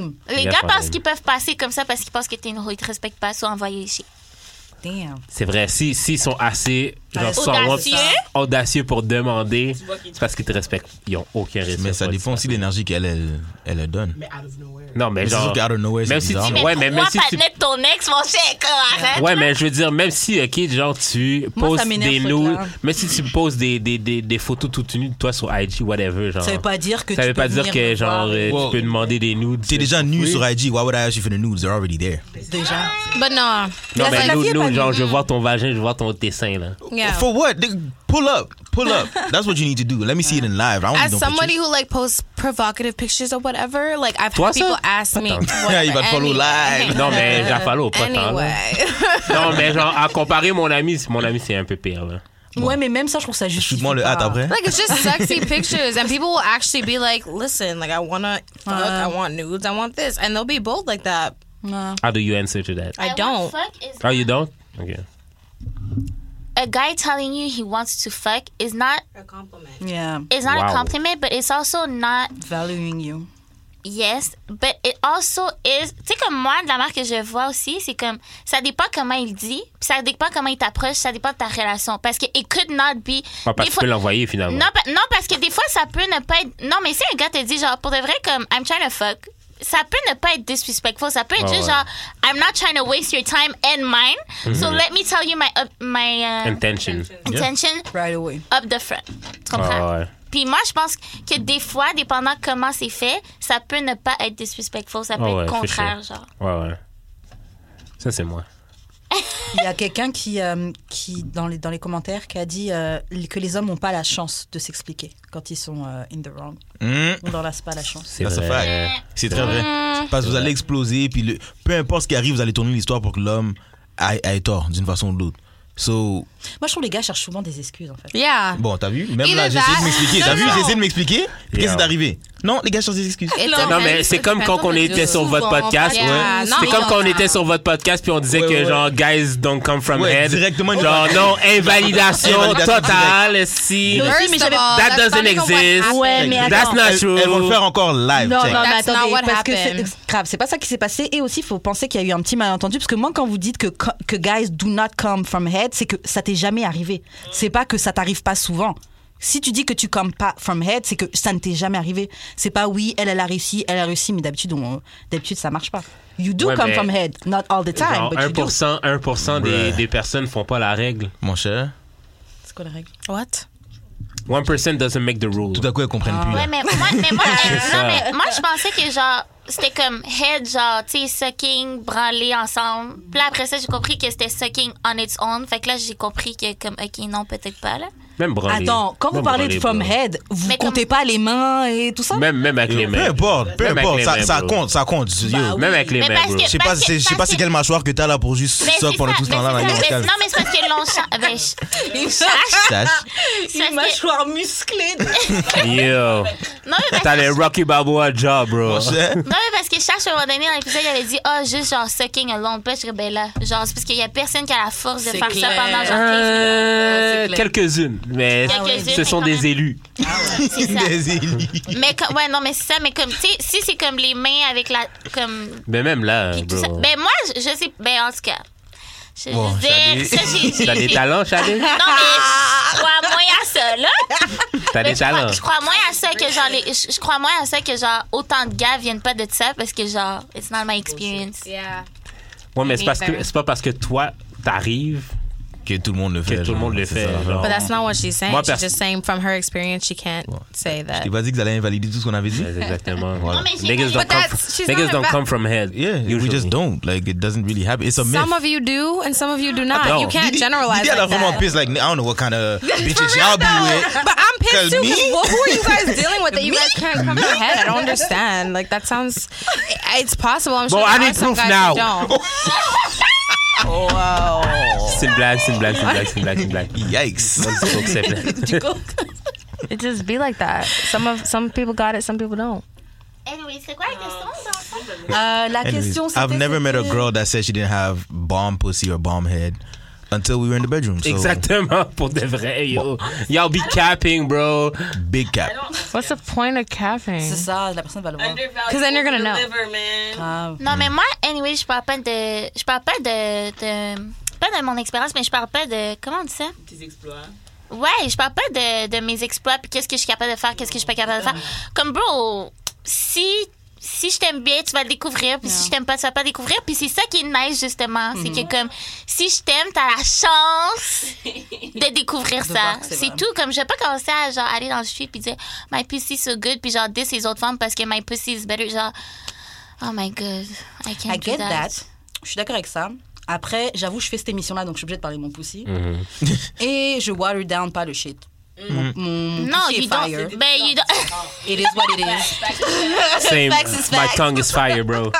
Speaker 2: lame.
Speaker 7: Les
Speaker 3: Il y a
Speaker 7: gars
Speaker 3: pas
Speaker 7: pensent
Speaker 3: de-
Speaker 7: qu'ils peuvent passer comme ça parce qu'ils pensent que t'es une roue, ils te respectent pas, soit envoyés chez.
Speaker 2: Damn.
Speaker 3: C'est vrai, s'ils si, s'ils sont assez genre,
Speaker 5: Bah,
Speaker 2: Ouais,
Speaker 3: sans moi,
Speaker 7: audacieux.
Speaker 3: audacieux pour demander, c'est parce qu'ils te respectent. Ils ont aucun respect.
Speaker 5: Mais ça
Speaker 3: pour
Speaker 5: dépend aussi de l'énergie qu'elle elle, elle donne.
Speaker 6: Mais out of nowhere.
Speaker 3: Non, mais
Speaker 5: Mais c'est sûr
Speaker 3: genre.
Speaker 5: que out of nowhere,
Speaker 3: même
Speaker 5: c'est
Speaker 3: si
Speaker 5: bizarre.
Speaker 3: tu-
Speaker 5: mais-
Speaker 3: Ouais, mais même
Speaker 7: trois
Speaker 3: si tu-
Speaker 7: partenaires de ton ex, mon cher, quoi, arrête.
Speaker 3: Ouais, mais je veux dire, même si, ok, genre, tu
Speaker 2: Moi,
Speaker 3: poses
Speaker 2: ça m'énerve,
Speaker 3: des
Speaker 2: ce
Speaker 3: nudes,
Speaker 2: truc-là.
Speaker 3: même si tu poses des, des, des, des photos toutes nues de toi sur IG, whatever, genre.
Speaker 2: Ça veut pas dire que
Speaker 3: ça
Speaker 2: tu
Speaker 3: veut
Speaker 2: peux
Speaker 3: pas dire
Speaker 2: venir
Speaker 3: que,
Speaker 2: me voir
Speaker 3: genre, euh,
Speaker 5: Wow.
Speaker 3: tu peux demander des nudes.
Speaker 5: T'es déjà nu
Speaker 3: Oui.
Speaker 5: sur IG. Why would I ask you for the nudes? They're already there.
Speaker 2: Déjà.
Speaker 5: Ah.
Speaker 4: But no.
Speaker 2: La-
Speaker 3: Non, mais
Speaker 2: la
Speaker 3: nudes,
Speaker 2: fille est
Speaker 3: nudes,
Speaker 2: pas
Speaker 3: genre,
Speaker 2: nue.
Speaker 3: je veux voir ton vagin, je veux voir ton tessin, là.
Speaker 4: Yeah.
Speaker 5: For what? Nigga, Pull up. Pull up. That's what you need to do. Let me see it in live. I don't need
Speaker 4: As
Speaker 5: no
Speaker 4: somebody
Speaker 5: pictures.
Speaker 4: who like posts provocative pictures or whatever, like I've
Speaker 3: Toi,
Speaker 4: had people
Speaker 3: ça?
Speaker 4: ask
Speaker 5: <laughs>
Speaker 4: me.
Speaker 3: Attends.
Speaker 5: Yeah, you
Speaker 4: whatever,
Speaker 5: got follow
Speaker 4: <laughs>
Speaker 5: live.
Speaker 3: Non, mais j'en parle au pas tant, là.
Speaker 4: Anyway. <laughs>
Speaker 3: Non, mais genre, à comparer mon ami, mon ami, c'est un peu pire, là.
Speaker 2: Ouais, mais même ça, je trouve ça juste.
Speaker 5: Shoot-moi le hâte après.
Speaker 4: Like it's just
Speaker 5: <laughs>
Speaker 4: sexy pictures, and people will actually be like, "Listen, like I wanna fuck,
Speaker 2: Uh.
Speaker 4: I want nudes, I want this," and they'll be bold like that.
Speaker 3: How do you answer to that?
Speaker 4: I don't.
Speaker 3: Oh, you don't? OK.
Speaker 7: A guy telling you he wants to fuck is not
Speaker 6: A compliment.
Speaker 2: Yeah,
Speaker 7: is not a
Speaker 3: Wow.
Speaker 7: compliment, but it's also not
Speaker 2: valuing you.
Speaker 7: yes, but it also is. Tu sais comme moi, de la marque que je vois aussi, c'est comme ça dépend comment il dit, puis ça dépend comment il t'approche, ça dépend de ta relation, parce que it could not be.
Speaker 3: Ah, parce
Speaker 7: Des
Speaker 3: que tu
Speaker 7: fois-
Speaker 3: peux l'envoyer, finalement.
Speaker 7: Non, pa- non, parce que des fois, ça peut ne pas être. Non, mais si un gars te dit, genre, pour de vrai, comme, I'm trying to fuck, ça peut ne pas être disrespectful. Ça peut être
Speaker 3: Ah
Speaker 7: juste,
Speaker 3: ouais.
Speaker 7: genre, I'm not trying to waste your time and mine.
Speaker 3: Mm-hmm.
Speaker 7: So let me tell you my, up- my euh,
Speaker 3: Intention.
Speaker 7: intention
Speaker 2: Right away.
Speaker 7: up the front. Tu comprends?
Speaker 3: Ah ouais.
Speaker 7: Puis moi, je pense que des fois, dépendant comment c'est fait, ça peut ne pas être disrespectful. Ça peut
Speaker 3: Ah ouais,
Speaker 7: être
Speaker 3: for
Speaker 7: contraire,
Speaker 3: sure.
Speaker 7: genre.
Speaker 3: Ouais, ouais. Ça, c'est moi.
Speaker 2: Il y a quelqu'un qui, euh, qui dans, les, dans les commentaires, qui a dit euh, que les hommes n'ont pas la chance de s'expliquer quand ils sont euh, in the wrong.
Speaker 5: Mm.
Speaker 2: On leur laisse pas la chance.
Speaker 3: C'est
Speaker 5: That's a
Speaker 3: vrai.
Speaker 5: fact. C'est très vrai. Parce que vous allez exploser, puis le- peu importe ce qui arrive, vous allez tourner l'histoire pour que l'homme aille aille tort d'une façon ou de l'autre. So,
Speaker 2: Moi, je trouve les gars cherchent souvent des excuses, en fait.
Speaker 4: Yeah.
Speaker 5: bon, t'as vu? Même
Speaker 4: Either
Speaker 5: là, j'ai
Speaker 4: that-
Speaker 5: essayé de m'expliquer. T'as
Speaker 4: Non,
Speaker 5: vu?
Speaker 4: non.
Speaker 5: J'ai essayé de m'expliquer. Puis Qu'est-ce
Speaker 3: Yeah.
Speaker 5: qui est arrivé? Non, les gars cherchent des excuses.
Speaker 4: It
Speaker 3: Non,
Speaker 4: depends.
Speaker 3: mais c'est
Speaker 4: It
Speaker 3: comme quand
Speaker 4: depends
Speaker 3: on
Speaker 4: on the
Speaker 3: était
Speaker 4: dude.
Speaker 3: sur votre
Speaker 4: Souvent,
Speaker 3: podcast.
Speaker 4: on parle- Yeah, non,
Speaker 3: C'est
Speaker 4: mais
Speaker 3: comme quand on
Speaker 4: non.
Speaker 3: était sur votre podcast puis on disait
Speaker 5: Ouais,
Speaker 3: que
Speaker 5: ouais,
Speaker 3: genre guys don't come from
Speaker 5: Ouais,
Speaker 3: head.
Speaker 5: directement, ils
Speaker 3: Genre
Speaker 5: parlent. <laughs>
Speaker 3: non invalidation
Speaker 5: Invalidation
Speaker 3: totale si
Speaker 4: First
Speaker 2: mais
Speaker 4: of
Speaker 2: j'avais-
Speaker 4: all,
Speaker 3: that
Speaker 4: that's
Speaker 3: doesn't
Speaker 4: not even what
Speaker 3: exist.
Speaker 4: happened.
Speaker 2: Ouais, mais
Speaker 3: That's
Speaker 2: attends.
Speaker 3: not
Speaker 5: Elles,
Speaker 3: true.
Speaker 5: elles vont le faire encore live.
Speaker 2: Non,
Speaker 5: check.
Speaker 2: non, mais
Speaker 4: That's not
Speaker 2: attendez,
Speaker 4: what
Speaker 2: parce que c'est
Speaker 4: happened.
Speaker 2: grave. C'est pas ça qui s'est passé. Et aussi, il faut penser qu'il y a eu un petit malentendu. Parce que moi, quand vous dites que, co- que guys do not come from head, c'est que ça t'est jamais arrivé. C'est pas que ça t'arrive pas souvent. Si tu dis que tu comes pas from head, c'est que ça ne t'est jamais arrivé. C'est pas oui, elle, elle a réussi, elle a réussi, mais d'habitude, on- d'habitude, ça marche pas. You do
Speaker 3: Ouais,
Speaker 2: come
Speaker 3: mais-
Speaker 2: from head, not all the time,
Speaker 3: Genre
Speaker 2: but you do.
Speaker 3: 1%, 1% des,
Speaker 5: Bruh.
Speaker 3: des personnes font pas la règle.
Speaker 5: Mon cher,
Speaker 2: C'est quoi la règle
Speaker 4: What?
Speaker 3: One person doesn't make the rule.
Speaker 5: Tout à coup, elles comprennent plus. là.
Speaker 7: Ouais, mais moi, mais
Speaker 5: <laughs>
Speaker 7: moi, je,
Speaker 3: C'est ça.
Speaker 7: non, mais moi, je pensais que genre, c'était comme head, genre, tu sais, sucking, branler ensemble. Puis là, après ça, j'ai compris que c'était sucking on its own. Fait que là, j'ai compris que, comme, OK, non, peut-être pas, là.
Speaker 3: Même branler.
Speaker 2: Attends, quand vous
Speaker 3: Même
Speaker 2: parlez
Speaker 3: branler,
Speaker 2: de femme
Speaker 3: bro.
Speaker 2: head, vous
Speaker 7: Mais comme-
Speaker 2: comptez pas les mains et tout ça
Speaker 3: Même, même avec les
Speaker 5: Peu
Speaker 3: mains.
Speaker 5: importe, peu
Speaker 3: Même avec
Speaker 5: importe,
Speaker 3: les
Speaker 5: ça,
Speaker 3: mains,
Speaker 5: ça
Speaker 3: bro.
Speaker 5: compte, ça compte. Yo,
Speaker 3: Même avec les
Speaker 7: Mais
Speaker 3: mains,
Speaker 7: parce
Speaker 3: bro.
Speaker 7: que-
Speaker 5: Je sais pas,
Speaker 7: Parce
Speaker 5: c'est- je sais pas
Speaker 7: parce
Speaker 5: c'est
Speaker 7: que-
Speaker 5: quelle mâchoire que t'as là pour juste
Speaker 7: Ben,
Speaker 5: ça
Speaker 7: c'est
Speaker 5: pendant
Speaker 7: ça,
Speaker 5: tout ce
Speaker 7: ben,
Speaker 5: temps-là.
Speaker 7: c'est
Speaker 5: la
Speaker 7: ça.
Speaker 5: grosse
Speaker 7: Mais-
Speaker 5: cave.
Speaker 7: Non, mais c'est parce qu'ils l'ont
Speaker 5: <laughs>
Speaker 7: changé. Ben, je-
Speaker 5: Sache.
Speaker 7: c'est parce
Speaker 6: Une
Speaker 7: que-
Speaker 4: <laughs>
Speaker 6: mâchoire musclée.
Speaker 2: Euh,
Speaker 3: Yo.
Speaker 7: non, mais
Speaker 3: T'as
Speaker 7: parce
Speaker 3: les
Speaker 7: que...
Speaker 3: Rocky Balboa job, bro.
Speaker 5: Mon cher. <laughs>
Speaker 7: Non, mais parce que Cherche, à un moment donné, dans l'épisode, il avait dit, ah, juste genre sucking alone. Puis là, je serais, ben là, genre, c'est parce qu'il y a personne qui a la force de
Speaker 6: C'est
Speaker 7: faire ça
Speaker 6: clair. Ah.
Speaker 7: pendant genre 15 minutes.
Speaker 3: Euh,
Speaker 6: c'est clair.
Speaker 3: Quelques-unes, mais
Speaker 7: Ah, Quelques-unes,
Speaker 3: ce
Speaker 7: mais
Speaker 3: sont
Speaker 7: quand
Speaker 3: des
Speaker 7: même.
Speaker 3: élus.
Speaker 7: C'est ça.
Speaker 5: Des élites.
Speaker 7: Mais comme, ouais, non, mais c'est ça, mais comme, tu sais, si c'est comme les mains avec la, comme,
Speaker 3: Mais même là,
Speaker 7: puis tout
Speaker 3: bro.
Speaker 7: ça. Ben, moi, je, je sais, ben, en tout cas, je
Speaker 5: Bon,
Speaker 7: veux dire, ça, j'ai,
Speaker 3: <laughs>
Speaker 7: j'ai-
Speaker 3: T'as des
Speaker 7: <laughs>
Speaker 3: talents,
Speaker 7: Non,
Speaker 3: Chadé?
Speaker 7: mais je crois moins à ça, là.
Speaker 3: T'as
Speaker 7: Mais
Speaker 3: des
Speaker 7: je, crois,
Speaker 3: talents.
Speaker 7: je crois moins à ça que, genre, les, je, je crois moins à ça que, genre, autant de gars viennent pas de ça parce que, genre, it's not my experience.
Speaker 4: Yeah.
Speaker 3: Ouais, mais c'est parce
Speaker 4: Neither.
Speaker 3: que c'est pas parce que toi t'arrives.
Speaker 5: Que tout le monde le fait.
Speaker 3: tout le
Speaker 5: genre,
Speaker 3: monde le
Speaker 5: c'est
Speaker 3: fait,
Speaker 5: ça,
Speaker 3: genre.
Speaker 4: But that's not what she's saying.
Speaker 3: Moi,
Speaker 4: she's
Speaker 3: perso-
Speaker 4: just saying from her experience, she can't say
Speaker 5: Je
Speaker 4: that.
Speaker 5: t'ai pas dit que vous allez invalider tout ce qu'on avait dit.
Speaker 3: Mais Exactement.
Speaker 5: Voilà.
Speaker 7: mais j'ai-
Speaker 3: Niggas don't,
Speaker 7: But
Speaker 3: come
Speaker 4: that's-
Speaker 3: from,
Speaker 4: she's
Speaker 3: niggas
Speaker 4: not
Speaker 3: don't
Speaker 4: about-
Speaker 3: come from head.
Speaker 5: Yeah, we
Speaker 3: usually.
Speaker 5: just don't. Like, it doesn't really happen. It's a myth.
Speaker 4: Some of you do, and some of you do not.
Speaker 3: Attends.
Speaker 4: You can't
Speaker 5: Didi-
Speaker 4: generalize
Speaker 5: Didi, elle a
Speaker 4: like
Speaker 5: vraiment
Speaker 4: that.
Speaker 5: pissed, like, I don't know what kind of bitches y'all be with.
Speaker 4: But I'm
Speaker 5: Cause
Speaker 4: pissed too.
Speaker 5: me?
Speaker 4: 'cause What, who are you
Speaker 3: <laughs>
Speaker 4: guys dealing with that you guys can't come to a head? I don't understand. Like that sounds, it's possible. I'm sure.
Speaker 3: Well, I
Speaker 4: there
Speaker 3: need
Speaker 4: are some
Speaker 3: proof
Speaker 4: guys
Speaker 3: now.
Speaker 4: who
Speaker 3: <laughs>
Speaker 4: Don't.
Speaker 3: C'est une blague, c'est une blague, c'est une blague, c'est une blague, c'est une
Speaker 5: <laughs>
Speaker 3: blague.
Speaker 5: Yikes.
Speaker 3: On dit pas que c'est
Speaker 5: <laughs>
Speaker 3: vrai.
Speaker 4: It just be like that. Some of some people got it, some people don't.
Speaker 7: Anyway, c'est quoi la question, dans le fond?
Speaker 2: Euh, La
Speaker 5: Anyways,
Speaker 2: question, c'était...
Speaker 5: I've never met a
Speaker 2: c'était-
Speaker 5: girl that said she didn't have bomb pussy or bomb head until we were in the bedroom. So,
Speaker 3: Exactement, pour de vrai, yo. Y'all be capping,
Speaker 7: <laughs>
Speaker 3: bro.
Speaker 5: Big cap.
Speaker 4: What's the point of capping?
Speaker 2: C'est ça, la personne va le voir.
Speaker 6: Because
Speaker 4: then you're gonna know.
Speaker 2: Ah,
Speaker 7: Non, mais moi, anyway, je parle pas de, je parle pas de, de- pas de mon expérience, mais je parle pas de, comment on dit ça?
Speaker 6: Tes exploits.
Speaker 7: Ouais, je parle pas de, de mes exploits, puis qu'est-ce que je suis capable de faire, qu'est-ce que je suis pas capable de faire. Comme, bro, si, si je t'aime bien, tu vas le découvrir, puis si je t'aime pas, tu vas pas le découvrir. Puis c'est ça qui est nice, justement. C'est
Speaker 2: Mhm.
Speaker 7: que, comme, si je t'aime, t'as la chance
Speaker 2: <laughs>
Speaker 7: de découvrir ça.
Speaker 2: voir que c'est
Speaker 7: C'est
Speaker 2: vrai.
Speaker 7: tout. Comme, je vais pas commencer à, genre, aller dans le street, puis dire, my pussy is so good, puis genre, dis les autres femmes parce que my pussy is better. Genre, oh my god, I can't
Speaker 2: I
Speaker 7: do
Speaker 2: get that. Je suis d'accord avec ça. Après, j'avoue, je fais cette émission-là, donc je suis obligée de parler de mon pussy.
Speaker 3: Mhm.
Speaker 2: <laughs> Et je water down pas le shit. Mon, mon
Speaker 7: Mm. Non,
Speaker 2: pussy
Speaker 7: you
Speaker 2: est
Speaker 7: don't.
Speaker 2: fire.
Speaker 7: Ben, you don't. <laughs>
Speaker 2: It is what it is.
Speaker 3: Same.
Speaker 2: Facts is
Speaker 3: My
Speaker 2: facts.
Speaker 3: tongue is
Speaker 7: <laughs>
Speaker 3: fire, bro.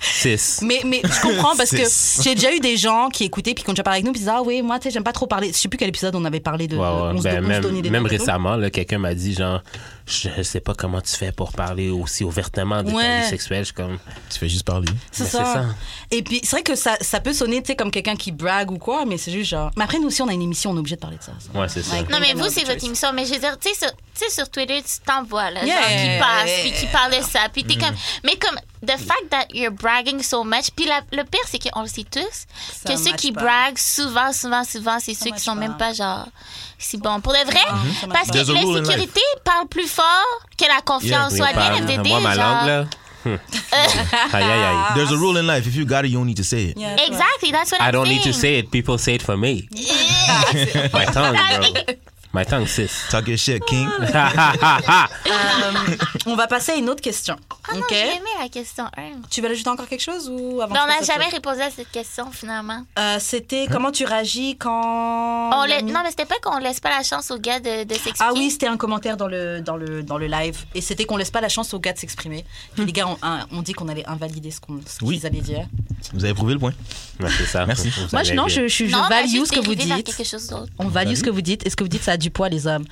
Speaker 3: Sis.
Speaker 2: Mais, mais je comprends parce que
Speaker 5: C'est-
Speaker 2: j'ai déjà eu des gens qui écoutaient puis qui ont déjà parlé avec nous puis ils disaient Ah oui, moi, tu sais, j'aime pas trop parler. Je sais plus quel épisode on avait parlé de.
Speaker 3: Ouais,
Speaker 2: de-
Speaker 3: ouais.
Speaker 2: on se-
Speaker 3: Ben,
Speaker 2: on se donnait
Speaker 3: même
Speaker 2: des
Speaker 3: même
Speaker 2: noms et tout.
Speaker 3: récemment, là, quelqu'un m'a dit, genre, je sais pas comment tu fais pour parler aussi ouvertement de
Speaker 2: Ouais.
Speaker 3: ta vie sexuelle. Je suis comme,
Speaker 5: Tu fais juste parler.
Speaker 2: C'est
Speaker 3: Mais c'est
Speaker 2: ça.
Speaker 3: ça.
Speaker 2: Et puis, c'est vrai que ça, ça peut sonner, tu sais, comme quelqu'un qui brague ou quoi, mais c'est juste genre. Mais après, nous aussi, on a une émission, on est obligé de parler de ça. ça.
Speaker 3: ouais, c'est ça.
Speaker 2: Like-
Speaker 7: Non, mais
Speaker 2: Internet
Speaker 7: vous, c'est
Speaker 2: Choice.
Speaker 7: votre émission. Mais je veux dire, tu sais, sur, tu sais, sur Twitter, tu t'envoies, là,
Speaker 2: Yeah.
Speaker 7: genre, qui passe, puis qui parle de ça. Puis
Speaker 3: Mm.
Speaker 7: t'es comme... Mais comme, the fact that you're bragging so much... Puis la- le pire, c'est qu'on le sait tous,
Speaker 2: Ça
Speaker 7: que ceux qui
Speaker 2: match pas.
Speaker 7: braguent souvent, souvent, souvent, c'est ceux qui
Speaker 2: match
Speaker 7: sont
Speaker 2: pas. Mm-hmm.
Speaker 7: même pas, genre, si bons. Pour de vrai,
Speaker 2: ça match
Speaker 7: parce que
Speaker 2: pas.
Speaker 5: There's a
Speaker 7: la
Speaker 5: rule in
Speaker 7: sécurité parle plus fort que la confiance.
Speaker 3: Oui,
Speaker 7: Soit bien
Speaker 3: par-
Speaker 7: FDD,
Speaker 3: Moi, ma langue,
Speaker 7: genre...
Speaker 3: là. hmm. Aïe, aïe, aïe.
Speaker 5: There's a rule in life. If you got it, you don't need to say it.
Speaker 2: Yeah, c'est vrai.
Speaker 7: Exactly, that's what
Speaker 3: I
Speaker 7: I'm
Speaker 3: don't need to
Speaker 7: saying.
Speaker 3: say it. People say it for me. My tongue, bro. My tongue, sis. <laughs>
Speaker 5: Talk your shit, king.
Speaker 3: Ha, ha, ha, ha.
Speaker 2: On va passer à une autre question.
Speaker 7: Ah non,
Speaker 2: ok
Speaker 7: j'ai aimé la question 1.
Speaker 2: Tu veux ajouter encore quelque chose ou avant
Speaker 7: Mais on
Speaker 2: que je
Speaker 7: n'a
Speaker 2: fasse
Speaker 7: jamais
Speaker 2: autre
Speaker 7: répondu à cette question, finalement.
Speaker 2: chose Euh, C'était comment tu réagis quand.
Speaker 7: On la- Non, mais c'était pas qu'on laisse pas la chance aux gars de, de s'expliquer.
Speaker 2: Ah oui, c'était un commentaire dans le, dans le, dans le live. Et c'était qu'on laisse pas la chance aux gars de s'exprimer. Et Les gars ont, un- ont dit qu'on allait invalider ce qu'on- ce qu'ils
Speaker 5: Oui.
Speaker 2: allaient dire.
Speaker 5: Vous avez prouvé le point.
Speaker 3: Ouais, c'est ça.
Speaker 5: Merci.
Speaker 3: Vous
Speaker 2: Moi,
Speaker 3: savez
Speaker 2: non,
Speaker 3: bien.
Speaker 2: je, je,
Speaker 7: Non, on a
Speaker 2: value
Speaker 7: juste
Speaker 2: ce que vous
Speaker 7: dérivé vers
Speaker 2: dites.
Speaker 7: quelque chose d'autre.
Speaker 2: On value ce que vous dites. Et ce que vous dites, ça a du poids, les hommes.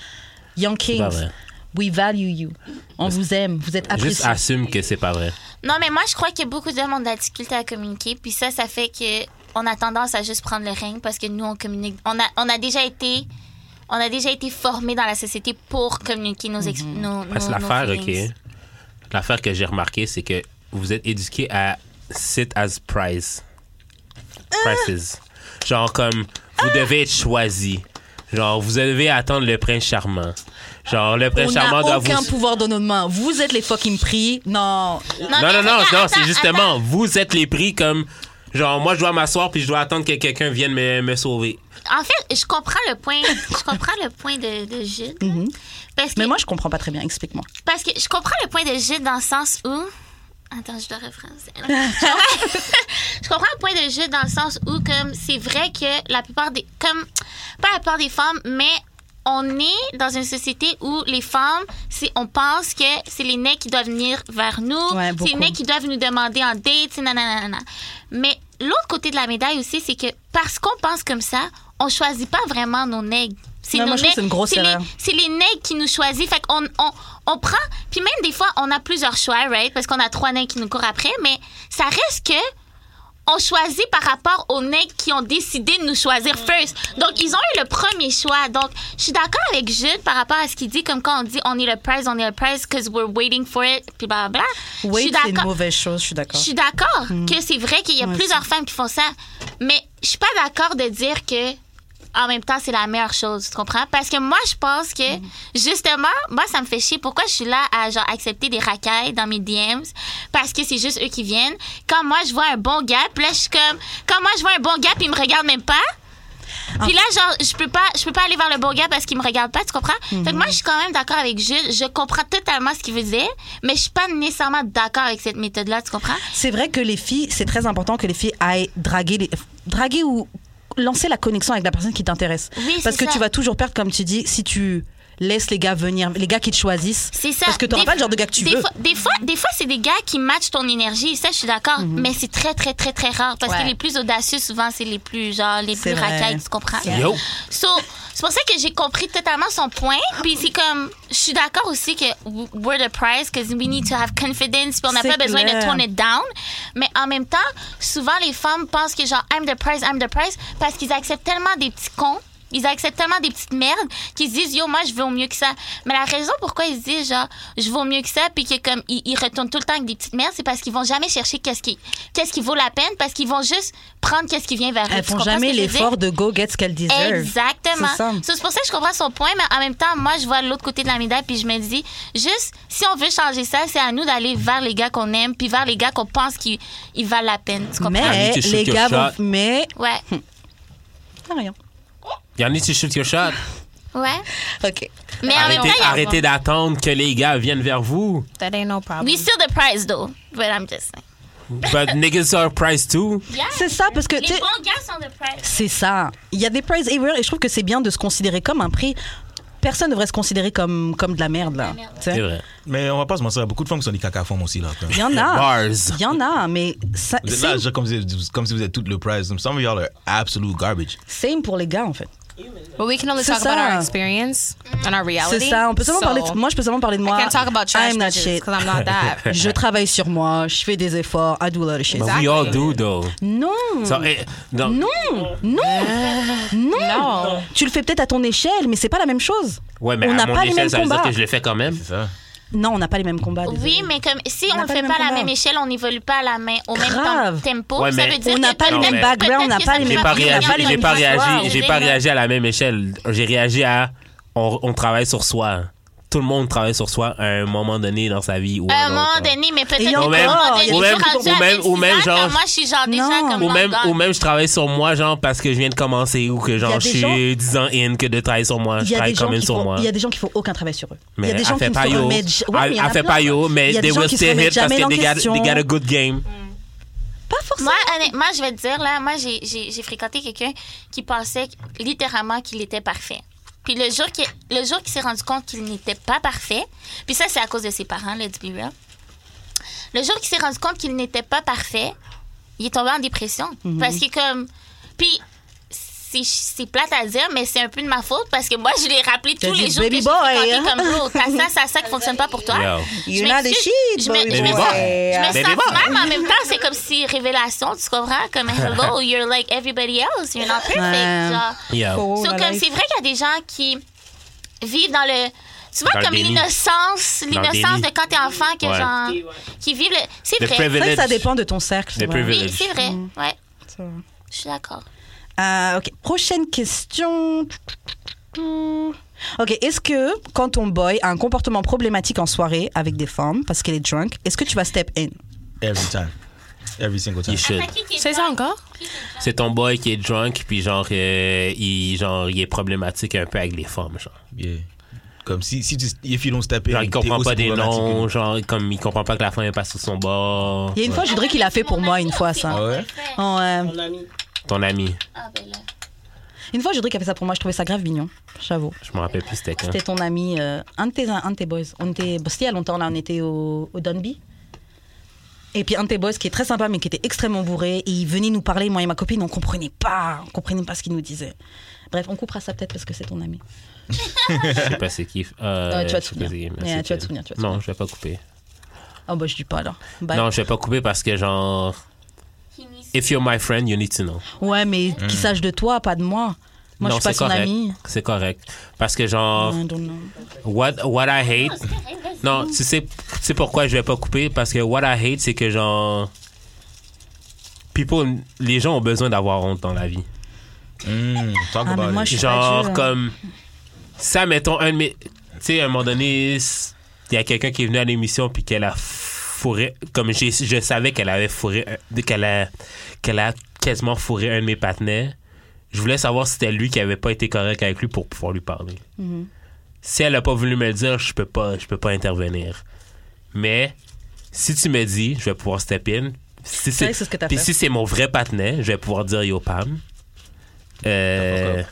Speaker 2: Young
Speaker 3: pas
Speaker 2: Kings,
Speaker 3: vrai.
Speaker 2: we value you. On vous aime, vous êtes
Speaker 3: Juste
Speaker 2: appréciés.
Speaker 3: assume que c'est pas vrai.
Speaker 7: Non, mais moi, je crois que beaucoup d'hommes ont de la difficulté à communiquer. Puis ça, ça fait que on a tendance à juste prendre le règne parce que nous, on communique. On a, on a déjà été. On a déjà été formés dans la société pour communiquer nos ex-
Speaker 2: Mhm.
Speaker 7: nos,
Speaker 3: Parce que
Speaker 7: nos- nos
Speaker 3: l'affaire, OK.
Speaker 7: feelings.
Speaker 3: L'affaire que j'ai remarqué, c'est que vous êtes éduqué à sit as prize. Prices. Genre, comme, vous devez être choisi. Genre, vous devez attendre le prince charmant. Genre, le
Speaker 2: On
Speaker 3: prince charmant
Speaker 2: n'a
Speaker 3: doit
Speaker 2: aucun
Speaker 3: vous.
Speaker 2: pouvoir dans nos mains. Vous êtes les fucking prix. Non.
Speaker 7: mais
Speaker 3: Non, non, non,
Speaker 7: regarde,
Speaker 3: non,
Speaker 7: attends,
Speaker 3: c'est justement, vous êtes les prix comme. Genre, moi, je dois m'asseoir puis je dois attendre que quelqu'un vienne me, me sauver.
Speaker 7: En fait, je comprends le point, je comprends le point de, de Jude. là. Parce que
Speaker 2: Mhm. Mais moi, je comprends pas très bien. Explique-moi.
Speaker 7: Parce que je comprends le point de Jude dans le sens où. Attends, je dois reprendre. Je comprends-
Speaker 2: <laughs>
Speaker 7: je comprends le point de Jude dans le sens où, comme, c'est vrai que la plupart des. Comme, pas la plupart des femmes, mais on est dans une société où les femmes, c'est- on pense que c'est les nègres qui doivent venir vers nous,
Speaker 2: Ouais,
Speaker 7: c'est les
Speaker 2: beaucoup.
Speaker 7: nègres qui doivent nous demander en date, c'est nanana. nanana. Mais l'autre côté de la médaille aussi, c'est que parce qu'on pense comme ça, on choisit pas vraiment nos nègres. C'est
Speaker 2: Non,
Speaker 7: nos
Speaker 2: moi, je trouve que c'est une
Speaker 7: nègres-
Speaker 2: grosse
Speaker 7: c'est les-
Speaker 2: erreur.
Speaker 7: c'est les nègres qui nous choisissent. Fait qu'on on, on prend. Puis même des fois, on a plusieurs choix, right? Parce qu'on a trois nègres qui nous courent après. Mais ça reste que. On choisit par rapport aux nègres qui ont décidé de nous choisir first. Donc, ils ont eu le premier choix. Donc, je suis d'accord avec Jude par rapport à ce qu'il dit, comme quand on dit on est le prize, on est le prize, because we're waiting for it, puis bla bla. bla. je
Speaker 2: Oui,
Speaker 7: suis
Speaker 2: c'est une
Speaker 7: d'accord.
Speaker 2: mauvaise chose, je suis
Speaker 7: Je
Speaker 2: d'accord.
Speaker 7: suis d'accord que c'est vrai qu'il y a
Speaker 2: Moi
Speaker 7: plusieurs femmes qui font ça, mais je suis pas d'accord de dire que en même temps c'est la meilleure chose, tu comprends Parce que moi je pense que justement, moi ça me fait chier pourquoi je suis là à genre accepter des racailles dans mes DMs parce que c'est juste eux qui viennent. Quand moi je vois un bon gars, puis là je suis comme quand moi je vois un bon gars, puis il me regarde même pas. Puis là, genre, je peux pas, je peux pas aller vers le bon gars parce qu'il me regarde pas, tu comprends? Fait que moi, je suis quand même d'accord avec Jules. Je comprends totalement ce qu'il veut dire, mais je suis pas nécessairement d'accord avec cette méthode-là, tu comprends?
Speaker 2: C'est vrai que les filles, c'est très important que les filles aillent draguer, les, draguer ou lancer la connexion avec la personne qui t'intéresse.
Speaker 7: Oui,
Speaker 2: Parce
Speaker 7: c'est
Speaker 2: que
Speaker 7: ça.
Speaker 2: tu vas toujours perdre, comme tu dis, si tu laisses les gars venir, les gars qui te choisissent.
Speaker 7: C'est ça.
Speaker 2: Parce que t'auras
Speaker 7: Des-
Speaker 2: pas le genre de gars que tu
Speaker 7: des
Speaker 2: veux.
Speaker 7: Fois, des fois, des fois c'est des gars qui matchent ton énergie, ça, je suis d'accord.
Speaker 2: Mhm.
Speaker 7: Mais c'est très, très, très, très rare. Parce que
Speaker 2: Ouais.
Speaker 7: les plus audacieux, souvent, c'est les plus, genre, les plus
Speaker 2: C'est vrai.
Speaker 7: racailles, tu comprends?
Speaker 2: C'est vrai.
Speaker 3: Yo!
Speaker 7: So, c'est pour ça que j'ai compris totalement son point. Puis c'est comme, je suis d'accord aussi que we're the prize because we need to have confidence. Puis on n'a
Speaker 2: C'est
Speaker 7: pas besoin de
Speaker 2: clair.
Speaker 7: tone it down. Mais en même temps, souvent les femmes pensent que genre I'm the prize, I'm the prize parce qu'ils acceptent tellement des petits cons. Ils acceptent tellement des petites merdes qu'ils se disent yo moi je vaux mieux que ça. Mais la raison pourquoi ils se disent genre je vaux mieux que ça puis que comme ils, ils retournent tout le temps avec des petites merdes c'est parce qu'ils vont jamais chercher qu'est-ce qui qu'est-ce qui vaut la peine parce qu'ils vont juste prendre qu'est-ce qui vient vers eux.
Speaker 2: Elles
Speaker 7: Tu
Speaker 2: font
Speaker 7: comprends ce
Speaker 2: jamais
Speaker 7: que je veux dire?
Speaker 2: l'effort de go get ce qu'elles deserve.
Speaker 7: Exactement.
Speaker 2: C'est ça.
Speaker 7: So, C'est pour ça que je comprends son point, mais en même temps, moi, je vois l'autre côté de la médaille, puis je me dis, juste, si on veut changer ça, c'est à nous d'aller vers les gars qu'on aime, puis vers les gars qu'on pense qu'ils ils valent la peine. Tu comprends?
Speaker 2: Mais
Speaker 3: Gravity
Speaker 2: les
Speaker 3: shoot your
Speaker 2: gars vont.
Speaker 3: shot.
Speaker 2: Mais.
Speaker 7: Ouais.
Speaker 2: Ah, rien.
Speaker 3: Y'en a qui shoot your shot.
Speaker 7: Ouais.
Speaker 2: Ok.
Speaker 7: Mais
Speaker 4: Ah,
Speaker 7: en même temps,
Speaker 3: Arrêtez,
Speaker 7: il y a-
Speaker 3: arrêtez d'attendre que les gars viennent vers vous.
Speaker 4: That ain't no problem.
Speaker 7: We still the prize, though. But I'm just saying.
Speaker 3: But niggas are prize too.
Speaker 7: Yeah.
Speaker 2: C'est ça, parce que. tu
Speaker 7: Les
Speaker 2: sais-
Speaker 7: bons gars sont the prize.
Speaker 2: C'est ça. Il y a des prize everywhere et je trouve que c'est bien de se considérer comme un prix. Personne ne devrait se considérer comme, comme de la merde, là.
Speaker 7: De la merde.
Speaker 2: Tu sais.
Speaker 3: C'est vrai.
Speaker 5: Mais on va pas se mentir, il y a beaucoup de femmes qui sont des cacafomes aussi. Là, comme.
Speaker 2: Il y en a.
Speaker 3: Bars.
Speaker 2: Il y en a, mais ça-
Speaker 5: Vous êtes là,
Speaker 2: same,
Speaker 5: genre, comme, si, comme si vous êtes toutes le prize. Some of y'all are absolute garbage.
Speaker 2: same pour les gars, en fait.
Speaker 4: But we can only
Speaker 2: C'est
Speaker 4: talk about
Speaker 2: ça.
Speaker 4: our experience and our
Speaker 2: C'est
Speaker 4: reality.
Speaker 2: ça. On peut seulement
Speaker 4: So,
Speaker 2: parler. de- moi, je peux seulement parler de
Speaker 4: I
Speaker 2: moi.
Speaker 4: can't talk about trash
Speaker 2: I'm not
Speaker 4: bitches
Speaker 2: shit.
Speaker 4: 'cause I'm not
Speaker 2: <laughs>
Speaker 4: that.
Speaker 2: Je travaille sur moi. Je fais des efforts. I do a lot of shit.
Speaker 3: But we all do, though.
Speaker 2: Non.
Speaker 3: So, eh, non.
Speaker 2: Non. Non. Ah. Non.
Speaker 4: No.
Speaker 2: Tu le fais peut-être à ton échelle, mais c'est pas la même chose.
Speaker 3: Ouais, mais
Speaker 2: on
Speaker 3: à
Speaker 2: n'a
Speaker 3: mon
Speaker 2: pas les mêmes
Speaker 3: échelle, ça veut dire
Speaker 2: combats.
Speaker 3: que je le fais quand même.
Speaker 5: Ça.
Speaker 2: Non, on n'a pas les mêmes combats. désolé.
Speaker 7: Oui, mais comme si
Speaker 2: On
Speaker 7: on
Speaker 2: n'a
Speaker 7: ne
Speaker 2: pas
Speaker 7: fait
Speaker 2: le
Speaker 7: pas
Speaker 2: même
Speaker 7: à la
Speaker 2: combat.
Speaker 7: même échelle, on évolue pas à la main, au même
Speaker 2: Grave.
Speaker 7: temps- tempo.
Speaker 3: Ouais,
Speaker 7: ça
Speaker 3: mais
Speaker 7: veut dire
Speaker 2: on n'a
Speaker 7: que
Speaker 2: pas le
Speaker 7: peut-être-
Speaker 2: même background, on n'a
Speaker 7: peut-être
Speaker 2: pas
Speaker 7: que
Speaker 2: les
Speaker 7: ça
Speaker 3: J'ai
Speaker 7: nous
Speaker 3: pas
Speaker 7: va bien,
Speaker 2: on n'a
Speaker 3: réagi,
Speaker 7: on
Speaker 2: les
Speaker 3: j'ai
Speaker 7: n'a
Speaker 3: pas
Speaker 7: le même choix,
Speaker 3: réagi,
Speaker 7: on
Speaker 3: j'ai
Speaker 7: est
Speaker 3: pas
Speaker 7: là.
Speaker 3: réagi à la même échelle. J'ai réagi à on, on travaille sur soi. Tout le monde travaille sur soi à un moment donné dans sa vie ou
Speaker 7: À
Speaker 3: à
Speaker 7: un moment donné, mais peut-être
Speaker 2: Et
Speaker 7: qu'à un
Speaker 2: encore,
Speaker 7: moment donné,
Speaker 2: il y a
Speaker 7: je suis
Speaker 2: des gens qui
Speaker 7: rendue
Speaker 3: sont-
Speaker 7: à
Speaker 3: ou même- ou
Speaker 7: 26
Speaker 3: même,
Speaker 7: ans,
Speaker 3: genre-
Speaker 7: comme moi, je suis genre déjà
Speaker 2: Non.
Speaker 7: comme
Speaker 3: Ou
Speaker 7: oh
Speaker 3: même,
Speaker 7: my God.
Speaker 3: ou même je travaille sur moi genre parce que je viens de commencer ou que
Speaker 2: Il y
Speaker 3: genre
Speaker 2: a
Speaker 3: je
Speaker 2: des
Speaker 3: suis
Speaker 2: gens-
Speaker 3: 10 ans in que de travailler sur moi,
Speaker 2: Il
Speaker 3: je
Speaker 2: y a
Speaker 3: travaille
Speaker 2: des
Speaker 3: quand
Speaker 2: gens
Speaker 3: même
Speaker 2: qui
Speaker 3: sur
Speaker 2: font-
Speaker 3: moi.
Speaker 2: Il y a des gens qui font aucun travail sur eux. Il
Speaker 3: Mais
Speaker 2: y a des
Speaker 3: elle
Speaker 2: gens qui
Speaker 3: fait
Speaker 2: ne
Speaker 3: pas
Speaker 2: se
Speaker 3: yo.
Speaker 2: remettent. ja- Ouais, mais
Speaker 3: elle
Speaker 2: il y en a
Speaker 3: elle fait
Speaker 2: plein.
Speaker 3: pas yo, mais
Speaker 2: Il y a
Speaker 3: they
Speaker 2: des gens
Speaker 3: will
Speaker 2: qui se
Speaker 3: still
Speaker 2: remettent
Speaker 3: hit parce
Speaker 2: jamais
Speaker 3: que
Speaker 2: en
Speaker 3: they got,
Speaker 2: question.
Speaker 3: they got a good game.
Speaker 2: Pas forcément.
Speaker 7: Moi, honnêtement, je vais te dire, là, moi, j'ai- j'ai j'ai fréquenté quelqu'un qui pensait que- littéralement qu'il était parfait. Puis le jour qu'il le jour qu'il s'est rendu compte qu'il n'était pas parfait, puis ça, c'est à cause de ses parents, let's be real. Le jour qu'il s'est rendu compte qu'il n'était pas parfait, il est tombé en dépression.
Speaker 2: Mhm.
Speaker 7: Parce que comme... Puis c'est- c'est plate à dire, mais c'est un peu de ma faute parce que moi, je l'ai rappelé
Speaker 2: T'as
Speaker 7: tous les
Speaker 2: dit,
Speaker 7: jours que
Speaker 2: "Baby
Speaker 7: j'ai
Speaker 2: boy,
Speaker 7: fréquenté
Speaker 2: hein?
Speaker 7: comme bro,
Speaker 2: <laughs>
Speaker 7: t'as ça, ça, ça qui fonctionne pas pour toi.
Speaker 3: Yo.
Speaker 7: Je
Speaker 2: You're not the
Speaker 7: m'excuse.
Speaker 2: shit,
Speaker 7: Je me-
Speaker 2: boy.
Speaker 7: je me
Speaker 3: Baby
Speaker 7: sens-
Speaker 3: boy.
Speaker 7: je me
Speaker 3: Baby
Speaker 7: sens
Speaker 3: boy.
Speaker 7: mal, mais en même temps, c'est comme si révélation, tu comprends?
Speaker 3: <laughs>
Speaker 7: Comme hello, you're like everybody else, you're not perfect.
Speaker 2: Ouais.
Speaker 7: genre.
Speaker 3: Yo.
Speaker 7: So, comme c'est vrai qu'il y a des gens qui vivent dans le. Tu vois,
Speaker 3: Dans le
Speaker 7: comme
Speaker 3: déni.
Speaker 7: l'innocence,
Speaker 3: le
Speaker 7: l'innocence
Speaker 3: déni.
Speaker 7: de quand t'es enfant, que
Speaker 3: Ouais.
Speaker 7: genre. Qui vivent le. C'est
Speaker 3: The
Speaker 7: vrai.
Speaker 2: C'est vrai que ça
Speaker 3: privilege.
Speaker 2: dépend de ton cercle. c'est
Speaker 3: The
Speaker 2: vrai.
Speaker 3: privilege.
Speaker 7: Oui, c'est vrai. Ouais,
Speaker 2: C'est vrai.
Speaker 7: je suis d'accord.
Speaker 2: Euh, ok, prochaine question. Ok, est-ce que quand ton boy a un comportement problématique en soirée avec des femmes parce qu'elle est drunk, est-ce que tu vas step in
Speaker 5: Every time. Every single time.
Speaker 3: You should.
Speaker 4: C'est ça encore?
Speaker 3: C'est ton boy qui est drunk, puis genre, euh, il, genre, il est problématique un peu avec les femmes, genre.
Speaker 5: Yeah. Comme si, si tu, if you don't step in,
Speaker 3: Genre, il
Speaker 5: t'es
Speaker 3: comprend
Speaker 5: aussi
Speaker 3: pas des noms,
Speaker 5: problématique
Speaker 3: genre, comme il comprend pas que la femme est passée sur son bord.
Speaker 2: Il y a une fois, Judric, il a fait pour moi, une fois, ça.
Speaker 5: Ah ouais?
Speaker 2: Ouais.
Speaker 6: Mon ami.
Speaker 3: Ton ami,
Speaker 7: Ah, ben là.
Speaker 2: Une fois, Judric a fait ça pour moi, je trouvais ça grave mignon, j'avoue.
Speaker 3: je me rappelle plus c'était quand.
Speaker 2: C'était ton ami, euh, un, de tes, un de tes boys. On était, bah, c'était il y a longtemps, là, on était au, au Dunby. Et puis un de tes boys qui est très sympa, mais qui était extrêmement bourré, et il venait nous parler, moi et ma copine, on comprenait pas, on comprenait pas ce qu'il nous disait. Bref, on coupera ça peut-être parce que c'est ton ami.
Speaker 3: Je sais pas c'est qui. Euh,
Speaker 2: Ouais, Ah, tu vas te
Speaker 3: je sais pas
Speaker 2: souvenir.
Speaker 3: c'est qui, mais
Speaker 2: Ouais,
Speaker 3: c'est
Speaker 2: tu vas te
Speaker 3: qui.
Speaker 2: souvenir, tu vas te
Speaker 3: Non, je vais pas couper.
Speaker 2: Oh bah je dis pas alors. Bye.
Speaker 3: Non, je vais pas couper parce que genre, if you're my friend, you need to know.
Speaker 2: Ouais, mais qu'il sache de toi, pas de moi. Moi,
Speaker 3: non,
Speaker 2: je suis pas
Speaker 3: c'est
Speaker 2: son
Speaker 3: correct. Oh.
Speaker 2: ami.
Speaker 3: C'est correct. Parce que genre,
Speaker 2: I don't know.
Speaker 3: what, what I hate. Non, tu sais, tu sais pourquoi je vais pas couper? Parce que what I hate, c'est que genre. People, les gens ont besoin d'avoir honte dans la vie.
Speaker 5: Mm,
Speaker 2: Ah,
Speaker 5: talk
Speaker 2: mais
Speaker 5: about
Speaker 2: moi,
Speaker 5: it.
Speaker 2: je suis pas
Speaker 3: Genre,
Speaker 2: Dieu, hein.
Speaker 3: comme. Ça, mettons, un de mes. Tu sais, à un moment donné, s- il y a quelqu'un qui est venu à l'émission puis qu'elle a fourré. Comme j'ai- je savais qu'elle avait fourré. un- Qu'elle a, qu'elle a quasiment fourré un de mes partenaires. Je voulais savoir si c'était lui qui avait pas été correct avec lui pour pouvoir lui parler.
Speaker 2: Mm-hmm.
Speaker 3: Si elle a pas voulu me le dire, je peux pas, je peux pas intervenir. Mais si tu me dis, je vais pouvoir step in. Si
Speaker 2: vrai que c'est ce que t'as
Speaker 3: puis
Speaker 2: fait.
Speaker 3: si c'est mon vrai partenaire, je vais pouvoir dire yo Pam. Euh,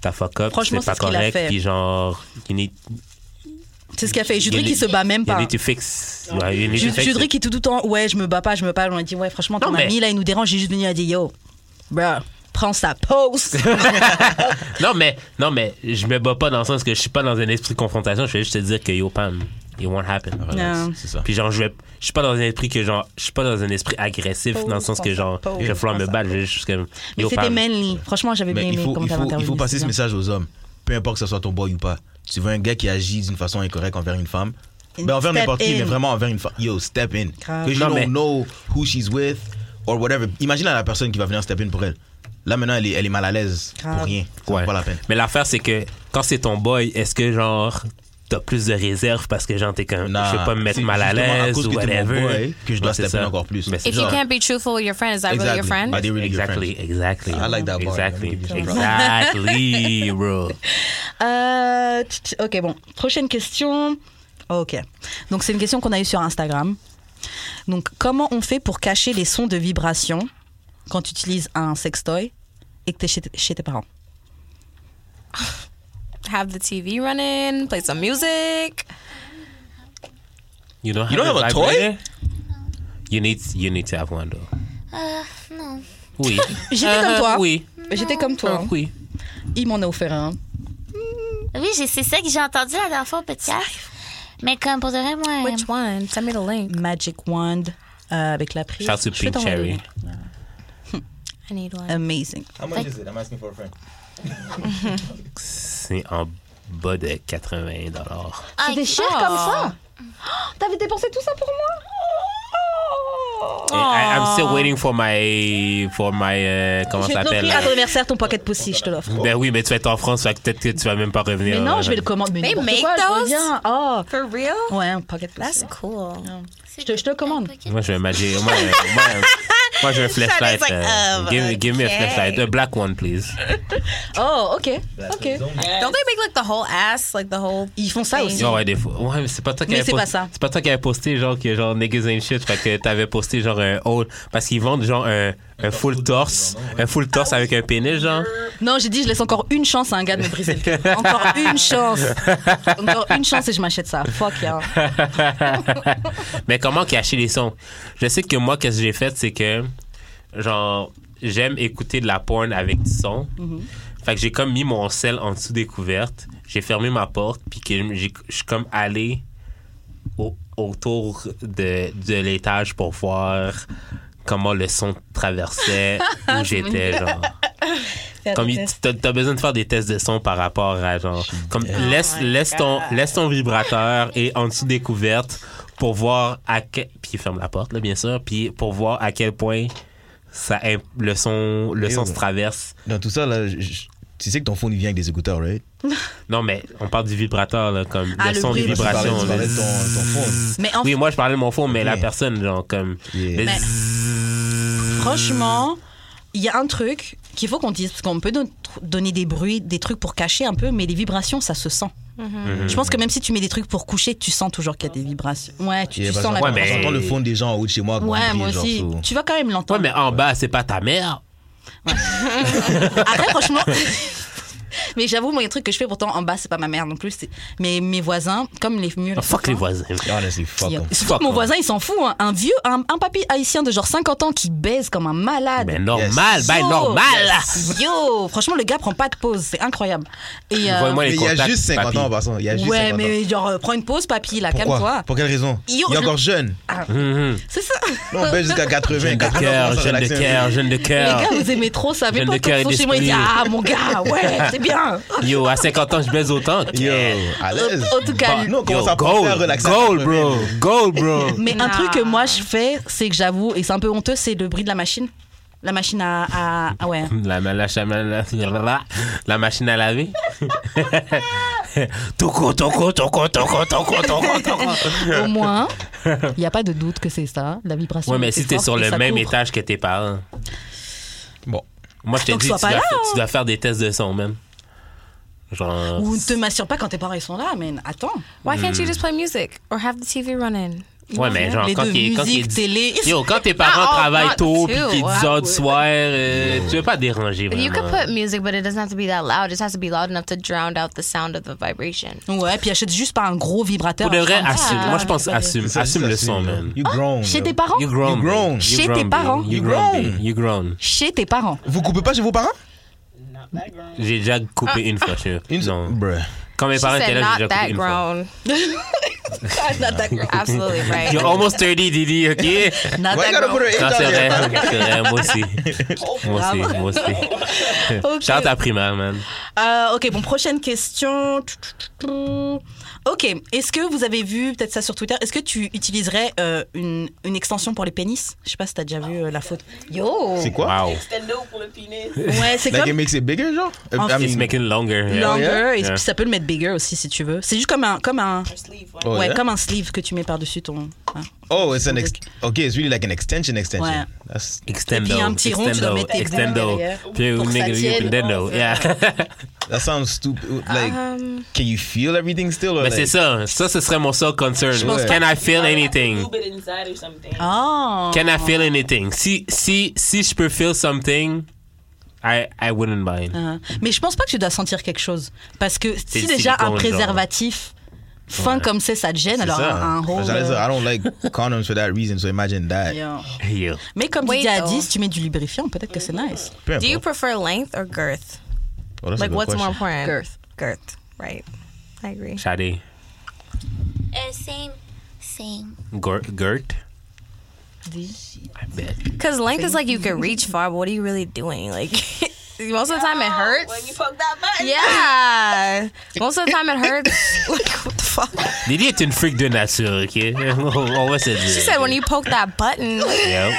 Speaker 3: t'as fuck up,
Speaker 2: Franchement,
Speaker 3: c'est pas
Speaker 2: c'est ce qu'il a
Speaker 3: correct,
Speaker 2: fait.
Speaker 3: puis genre, you need,
Speaker 2: C'est ce qu'a fait Judric,
Speaker 3: Il-
Speaker 2: il se bat même
Speaker 3: you
Speaker 2: pas.
Speaker 3: need to fix. Ouais, you need to fix
Speaker 2: Bah. Judric,
Speaker 3: it.
Speaker 2: qui tout le temps, ouais, je me bats pas, je me bats. On a dit, ouais, franchement, ton
Speaker 3: Non, mais-
Speaker 2: ami, là, il nous dérange. J'ai juste venu à dire, yo, bruh, prends sa pause.
Speaker 3: Non, mais, non, mais je me bats pas dans le sens que je suis pas dans un esprit de confrontation, je vais juste te dire que yo Pam, it won't happen.
Speaker 5: Relax,
Speaker 2: Non.
Speaker 5: C'est ça.
Speaker 3: Puis genre, je vais, je suis pas dans un esprit que genre, je suis pas dans un esprit agressif,
Speaker 2: Pause,
Speaker 3: dans le sens que
Speaker 2: pense à
Speaker 3: genre,
Speaker 2: pause,
Speaker 3: je vais vouloir me
Speaker 2: pense à
Speaker 3: battre, je vais juste comme,
Speaker 2: Mais
Speaker 3: yo
Speaker 2: c'était
Speaker 3: Pam.
Speaker 2: manly. Franchement, j'avais bien
Speaker 5: Mais il
Speaker 2: aimé
Speaker 5: faut,
Speaker 2: comment
Speaker 5: il,
Speaker 2: t'avais
Speaker 5: faut, il
Speaker 2: intervenu.
Speaker 5: faut passer
Speaker 2: c'est
Speaker 5: ce
Speaker 2: bien.
Speaker 5: message aux hommes. Peu importe que ce soit ton boy ou pas. Si tu veux un gars qui agit d'une façon incorrecte envers une femme, ben envers
Speaker 2: Step
Speaker 5: n'importe qui,
Speaker 2: in.
Speaker 5: mais vraiment envers une femme. Yo, step in.
Speaker 2: Grave.
Speaker 5: Because you
Speaker 3: Non,
Speaker 5: don't
Speaker 3: mais-
Speaker 5: know who she's with or whatever. Imagine la personne qui va venir step in pour elle. Là, maintenant, elle est, elle est mal à l'aise
Speaker 2: Grave.
Speaker 5: pour rien. Ça
Speaker 3: Ouais.
Speaker 5: vaut pas la peine.
Speaker 3: Mais l'affaire, c'est que quand c'est ton boy, est-ce que genre t'as plus de réserve parce que genre t'es comme
Speaker 5: Nah.
Speaker 3: je vais pas me mettre
Speaker 5: C'est
Speaker 3: mal à
Speaker 5: justement à
Speaker 3: l'aise
Speaker 5: cause
Speaker 3: ou
Speaker 5: que t'es mon
Speaker 3: whatever
Speaker 5: boy que je dois
Speaker 3: Ouais, c'est
Speaker 5: step in
Speaker 3: ça.
Speaker 5: encore plus.
Speaker 3: Mais c'est
Speaker 4: If you
Speaker 5: Genre-
Speaker 4: can't be truthful with your friend, is that really your
Speaker 5: Exactly.
Speaker 4: friend?
Speaker 5: Are they really your
Speaker 3: Exactly, exactly.
Speaker 5: I like that bar.
Speaker 3: Exactly,
Speaker 5: Yeah.
Speaker 3: exactly, bro.
Speaker 2: Euh, tch, tch, ok, bon. Prochaine question. Ok. Donc, c'est une question qu'on a eue sur Instagram. Donc, comment on fait pour cacher les sons de vibration quand tu utilises un sextoy et que tu es chez, chez tes parents
Speaker 4: Have the TV running, play some music.
Speaker 3: You don't have,
Speaker 5: You don't have a toy?
Speaker 3: vibrator? You need, you need to have one though.
Speaker 7: Euh, non.
Speaker 4: <laughs>
Speaker 3: Oui.
Speaker 2: J'étais comme toi.
Speaker 3: Euh, Oui. Euh,
Speaker 2: J'étais comme toi.
Speaker 3: Oui.
Speaker 2: Il m'en a offert un.
Speaker 7: Oui, j'ai- c'est ça que j'ai entendu la dernière fois au podcast. Mais comme pour de vrai, moi. euh,
Speaker 4: Which one? Send me the link.
Speaker 2: Magic Wand euh, avec la prise.
Speaker 3: Shout out to
Speaker 2: Je vais
Speaker 3: Pink
Speaker 2: t'en
Speaker 3: Cherry.
Speaker 2: envoyer.
Speaker 4: I need one.
Speaker 2: Amazing.
Speaker 5: How much is it? I'm asking for a friend.
Speaker 3: C'est en bas de 80 dollars.
Speaker 7: Ah,
Speaker 2: C'est des
Speaker 7: ok.
Speaker 2: chairs comme ça T'avais dépensé tout ça pour moi
Speaker 3: I- I'm still waiting for my, for my, euh, comment
Speaker 2: J'ai
Speaker 3: ça
Speaker 2: notre
Speaker 3: s'appelle?
Speaker 2: prix anniversaire, ton pocket pussy, je te l'offre.
Speaker 3: Ben oui, mais tu vas être en France, fait que peut-être que tu vas même pas revenir.
Speaker 2: Mais non,
Speaker 3: euh,
Speaker 2: je vais le commander. Mais
Speaker 4: They
Speaker 2: n'importe
Speaker 4: make
Speaker 2: quoi, je
Speaker 4: those?
Speaker 2: reviens. Oh.
Speaker 4: For real?
Speaker 2: Ouais, un pocket
Speaker 4: That's
Speaker 2: pussy.
Speaker 4: cool.
Speaker 2: Je te, je te le commande.
Speaker 3: <laughs> Moi, je vais manger. Moi, je- moi, euh,
Speaker 2: <laughs>
Speaker 3: moi, je veux un flashlight.
Speaker 4: like,
Speaker 3: euh,
Speaker 4: um,
Speaker 3: give, me- give me a
Speaker 4: okay.
Speaker 3: flashlight. A black one, please.
Speaker 2: Oh, ok. Ok.
Speaker 4: Don't they make like the whole ass, like the whole?
Speaker 2: Ils font ça aussi.
Speaker 3: Ah ouais, des fois. Ouais, mais c'est pas toi qui
Speaker 2: Mais
Speaker 3: avait
Speaker 2: c'est
Speaker 3: post-
Speaker 2: pas ça.
Speaker 3: C'est pas toi qui avait posté, genre, que genre, niggas ain't shit. Fait que t'avais posté, genre, un old. Parce qu'ils vendent, genre, un, un full torse. Un full
Speaker 2: Ah
Speaker 3: torse avec un pénis, genre.
Speaker 2: Non, j'ai dit, je laisse encore une chance à un gars de me briser le cœur. Encore une chance. Encore une chance et je m'achète ça. Fuck, yeah.
Speaker 3: Mais comment cacher les sons? Je sais que moi, qu'est-ce que j'ai fait, c'est que, genre, j'aime écouter de la porn avec du son. Fait que j'ai comme mis mon sel en dessous des couvertes. J'ai fermé ma porte, puis que j'ai- je suis comme allé au- autour de, de l'étage pour voir comment le son traversait où j'étais, genre. Comme il- t'as t'as besoin de faire des tests de son par rapport à genre comme laisse
Speaker 2: Oh
Speaker 3: laisse ton laisse ton vibrateur et en dessous des couvertes pour voir à quel puis ferme la porte là bien sûr puis pour voir à quel point ça imp- le son le
Speaker 5: Et
Speaker 3: son
Speaker 5: ouais.
Speaker 3: se traverse
Speaker 5: Dans tout ça, là, je- je- tu sais que ton phone il vient avec des écouteurs, right?
Speaker 3: non mais on parle du vibrateur là comme
Speaker 2: Ah,
Speaker 3: le,
Speaker 2: le
Speaker 3: son des
Speaker 2: bruit.
Speaker 5: Tu parlais-
Speaker 3: vibrations
Speaker 5: tu parlais de ton, ton phone.
Speaker 2: Mais en
Speaker 3: oui moi je parlais de mon fond mais
Speaker 5: Ok.
Speaker 3: la personne genre comme
Speaker 5: Yeah.
Speaker 3: le
Speaker 2: Mais-
Speaker 3: zzz-
Speaker 2: Franchement, il y a un truc qu'il faut qu'on dise, parce qu'on peut don- tr- donner des bruits, des trucs pour cacher un peu, mais les vibrations, ça se sent. Je pense que même si tu mets des trucs pour coucher, tu sens toujours qu'il y a des vibrations. Ouais, tu,
Speaker 5: Il est
Speaker 2: tu
Speaker 5: pas
Speaker 2: sens la
Speaker 5: genre-
Speaker 3: Ouais, mais-
Speaker 2: vibration.
Speaker 5: J'entends le fond des gens en haut de chez moi.
Speaker 2: Ouais,
Speaker 5: grandir,
Speaker 2: moi
Speaker 5: genre,
Speaker 2: aussi.
Speaker 5: so-
Speaker 2: Tu vas quand même l'entendre.
Speaker 3: Ouais, mais en bas, c'est pas ta mère.
Speaker 2: Après, franchement. <laughs> Mais j'avoue, moi, il y a un truc que je fais pourtant en bas, c'est pas ma mère non plus. c'est- Mais mes voisins, comme les murs.
Speaker 3: Ah, Fuck les voisins.
Speaker 5: Honestly, fuck
Speaker 2: Il y a-
Speaker 5: 'em.
Speaker 2: Surtout
Speaker 3: Fuck
Speaker 2: que mon
Speaker 3: off.
Speaker 2: voisin, il s'en fout. hein. Un vieux, un, un papy haïtien de genre 50 ans qui baise comme un
Speaker 5: Ah,
Speaker 2: malade.
Speaker 3: Mais normal, ben
Speaker 2: Yo,
Speaker 3: normal.
Speaker 2: Yo, franchement, le gars prend pas de pause, c'est incroyable. Et, euh,
Speaker 3: Envoie-moi les
Speaker 5: Mais il y a
Speaker 3: contacts,
Speaker 5: juste 50
Speaker 3: papy.
Speaker 5: ans en passant. Il y a juste
Speaker 2: ouais,
Speaker 5: 50 ans.
Speaker 2: mais genre, euh, prends une pause, papy, là,
Speaker 5: Pourquoi
Speaker 2: calme-toi.
Speaker 5: Pour quelle raison
Speaker 2: Yo,
Speaker 5: Il est
Speaker 2: je-
Speaker 5: encore jeune.
Speaker 3: Mhm.
Speaker 2: C'est ça.
Speaker 5: Non, on
Speaker 2: <laughs>
Speaker 5: baisse jusqu'à 80.
Speaker 3: Jeune de
Speaker 5: 80
Speaker 3: cœur,
Speaker 5: on commence à
Speaker 3: jeune de
Speaker 5: relaxer un
Speaker 3: cœur,
Speaker 5: peu.
Speaker 3: jeune de
Speaker 2: Les
Speaker 3: cœur.
Speaker 2: gars, vous aimez trop ça. Mais
Speaker 3: Jeune
Speaker 2: pas
Speaker 3: de
Speaker 2: quand
Speaker 3: cœur
Speaker 2: ils
Speaker 3: et
Speaker 2: sont chez moi, ils disent
Speaker 3: d'esprit.
Speaker 2: Ah, mon gars, ouais, c'est
Speaker 5: <laughs>
Speaker 2: bien.
Speaker 3: Yo, à 50 ans, je baise autant.
Speaker 5: Yo,
Speaker 3: Yeah.
Speaker 5: à l'aise.
Speaker 2: En tout
Speaker 3: Bah,
Speaker 2: cas,
Speaker 5: Non, on commence
Speaker 3: Yo,
Speaker 5: à penser à
Speaker 3: gold,
Speaker 5: relaxer. un
Speaker 3: gold,
Speaker 5: peu.
Speaker 3: bro, gold, bro.
Speaker 2: Mais un
Speaker 4: Nah.
Speaker 2: truc que moi je fais, c'est que j'avoue, et c'est un peu honteux, c'est le bruit de la machine. La machine à. à- ah ouais.
Speaker 3: La, la, la, la, la machine à laver. <laughs> toco, toco, toco, toco, toco, toco, toco.
Speaker 2: Au moins, <laughs> il n'y a pas de doute que c'est ça, la vibration.
Speaker 3: Ouais, mais
Speaker 2: est
Speaker 3: si
Speaker 2: plus
Speaker 3: t'es
Speaker 2: forte
Speaker 3: sur
Speaker 2: et
Speaker 3: le
Speaker 2: ça
Speaker 3: même
Speaker 2: court.
Speaker 3: étage que tes parents,
Speaker 5: <laughs> Bon.
Speaker 3: moi je te
Speaker 2: Donc,
Speaker 3: dis,
Speaker 2: sois
Speaker 3: tu dois,
Speaker 2: pas là,
Speaker 3: fa-
Speaker 2: hein.
Speaker 3: tu dois faire des tests de son, même. Genre.
Speaker 2: Ou ne te massure pas quand tes parents ils sont là, mais attends.
Speaker 4: Why can't you just play music or have the TV running?
Speaker 3: Ouais, mais genre,
Speaker 2: Les
Speaker 3: quand
Speaker 2: deux,
Speaker 3: il- quand il
Speaker 2: musique,
Speaker 3: dit-
Speaker 2: télé.
Speaker 3: Yo, quand tes parents
Speaker 4: Ah, oh,
Speaker 3: travaillent
Speaker 4: not
Speaker 3: tôt,
Speaker 4: too,
Speaker 3: puis qu'il est 10 heures du soir, euh, tu veux pas déranger, vraiment.
Speaker 4: You could put music, but it doesn't have to be that loud. It just has to be loud enough to drown out the sound of the vibration.
Speaker 2: Ouais, puis achète juste pas un gros vibrateur.
Speaker 3: Pour de vrai, ah,
Speaker 2: Comme ça,
Speaker 3: assume.
Speaker 2: là.
Speaker 3: Moi, je pense,
Speaker 2: Ouais.
Speaker 3: assume.
Speaker 5: Ça,
Speaker 3: Assume
Speaker 5: ça,
Speaker 3: le
Speaker 5: c'est-
Speaker 3: son, man.
Speaker 5: You grown.
Speaker 2: Chez
Speaker 5: yo.
Speaker 2: tes parents
Speaker 3: You grown.
Speaker 5: You grown.
Speaker 3: babe.
Speaker 2: Chez
Speaker 3: You
Speaker 2: tes
Speaker 3: grown, babe.
Speaker 2: parents.
Speaker 3: You
Speaker 5: You
Speaker 3: grown.
Speaker 5: grown.
Speaker 3: babe. You grown.
Speaker 2: Chez tes parents.
Speaker 5: Vous coupez pas chez vos parents
Speaker 3: J'ai déjà coupé une fois, je
Speaker 5: Une
Speaker 3: Non.
Speaker 5: Bruh.
Speaker 3: Quand mes
Speaker 4: She
Speaker 3: parents étaient
Speaker 4: said,
Speaker 3: là, j'ai
Speaker 4: not
Speaker 3: déjà coupé
Speaker 4: that
Speaker 3: une fois.
Speaker 4: grown.
Speaker 5: <laughs>
Speaker 4: <laughs>
Speaker 2: Not that grown.
Speaker 4: Absolutely right.
Speaker 3: You're almost 30, Didi,
Speaker 2: <laughs>
Speaker 3: OK?
Speaker 2: Not
Speaker 5: Why
Speaker 2: that
Speaker 5: you gotta
Speaker 2: grown.
Speaker 5: put her age
Speaker 3: Non,
Speaker 5: out
Speaker 3: c'est vrai.
Speaker 5: there?
Speaker 3: C'est vrai, moi aussi. Moi aussi,
Speaker 2: Oh, Bravo.
Speaker 3: moi aussi.
Speaker 2: Ok.
Speaker 3: Chante à primaire, man.
Speaker 2: Euh, ok, bon, prochaine question. Ok, est-ce que vous avez vu peut-être ça sur Twitter Est-ce que tu utiliserais euh, une, une extension pour les pénis Je sais pas si t'as déjà vu euh, la photo. Yo
Speaker 5: C'est quoi
Speaker 3: Wow.
Speaker 6: Extendo pour le pénis.
Speaker 2: Ouais, c'est
Speaker 5: Like it
Speaker 2: comme
Speaker 5: makes it bigger, genre
Speaker 2: En
Speaker 5: I
Speaker 3: It's
Speaker 5: mean-
Speaker 3: making longer. yeah.
Speaker 2: longer,
Speaker 5: Yeah.
Speaker 2: et
Speaker 3: Yeah.
Speaker 2: puis ça peut le mettre bigger aussi si tu veux. C'est juste comme un, comme un,
Speaker 6: Un sleeve, ouais.
Speaker 5: Oh,
Speaker 2: ouais,
Speaker 5: yeah?
Speaker 2: comme un sleeve que tu mets par-dessus ton. hein.
Speaker 5: Oh, it's an ex- okay. It's really like an extension. Extension.
Speaker 2: Ouais.
Speaker 5: That's
Speaker 3: Extendo.
Speaker 2: Et puis un petit rond, tu dois
Speaker 3: extendo,
Speaker 2: mettre tes doigts
Speaker 3: extendo.
Speaker 2: derrière pour
Speaker 3: Puis
Speaker 2: que ça
Speaker 3: nigga, you
Speaker 2: tienne. Oh,
Speaker 3: extendo, yeah.
Speaker 5: that sounds stupid. Like,
Speaker 4: Um,
Speaker 5: can you feel everything still?
Speaker 3: <laughs>
Speaker 5: Or
Speaker 3: Mais
Speaker 5: like,
Speaker 3: c'est ça. Ça, ce serait mon seul concern.
Speaker 5: Je pense
Speaker 3: Can I feel
Speaker 6: Like,
Speaker 3: anything?
Speaker 6: Lube it inside or something.
Speaker 2: Oh
Speaker 3: Can I feel anything? Si, si, si je peux feel something, I, I wouldn't mind.
Speaker 4: Oh.
Speaker 2: Euh, Mais je pense pas que tu dois sentir quelque chose. Parce que si
Speaker 3: le
Speaker 2: déjà
Speaker 3: silicone,
Speaker 2: un
Speaker 3: genre.
Speaker 2: préservatif fin comme c'est, ça te gêne,
Speaker 5: c'est
Speaker 2: alors
Speaker 5: ça.
Speaker 2: un, un
Speaker 5: Parce que
Speaker 2: roll,
Speaker 5: j'allais dire,
Speaker 2: euh,
Speaker 5: I don't like condoms for that reason. So imagine that.
Speaker 2: yeah.
Speaker 3: Yo.
Speaker 2: Mais comme
Speaker 4: Wait,
Speaker 2: Didier a
Speaker 4: though.
Speaker 2: dit, si tu mets du lubrifiant, peut-être que c'est nice.
Speaker 5: Peu
Speaker 4: do you
Speaker 5: importe.
Speaker 4: prefer length or girth?
Speaker 5: Oh, that's a
Speaker 4: Like,
Speaker 5: good
Speaker 4: what's more
Speaker 5: question.
Speaker 4: important?
Speaker 2: Girth.
Speaker 4: Girth. Right. I agree.
Speaker 3: Shade.
Speaker 7: Euh, same, same.
Speaker 3: Gert. Gert.
Speaker 2: Dis.
Speaker 3: I bet.
Speaker 4: Because length is like
Speaker 5: <laughs>
Speaker 4: you can reach far, but what are you really doing? Like, <laughs> most of the time it
Speaker 6: When you
Speaker 4: hurts.
Speaker 6: poke that
Speaker 4: <laughs>
Speaker 6: button.
Speaker 4: Yeah. Most of the time it hurts. <laughs> like, what the fuck?
Speaker 3: Lily est une freak de nature, OK? <laughs> On va se dire.
Speaker 4: She said when you poke that
Speaker 5: <laughs>
Speaker 4: button. like,
Speaker 3: Yep.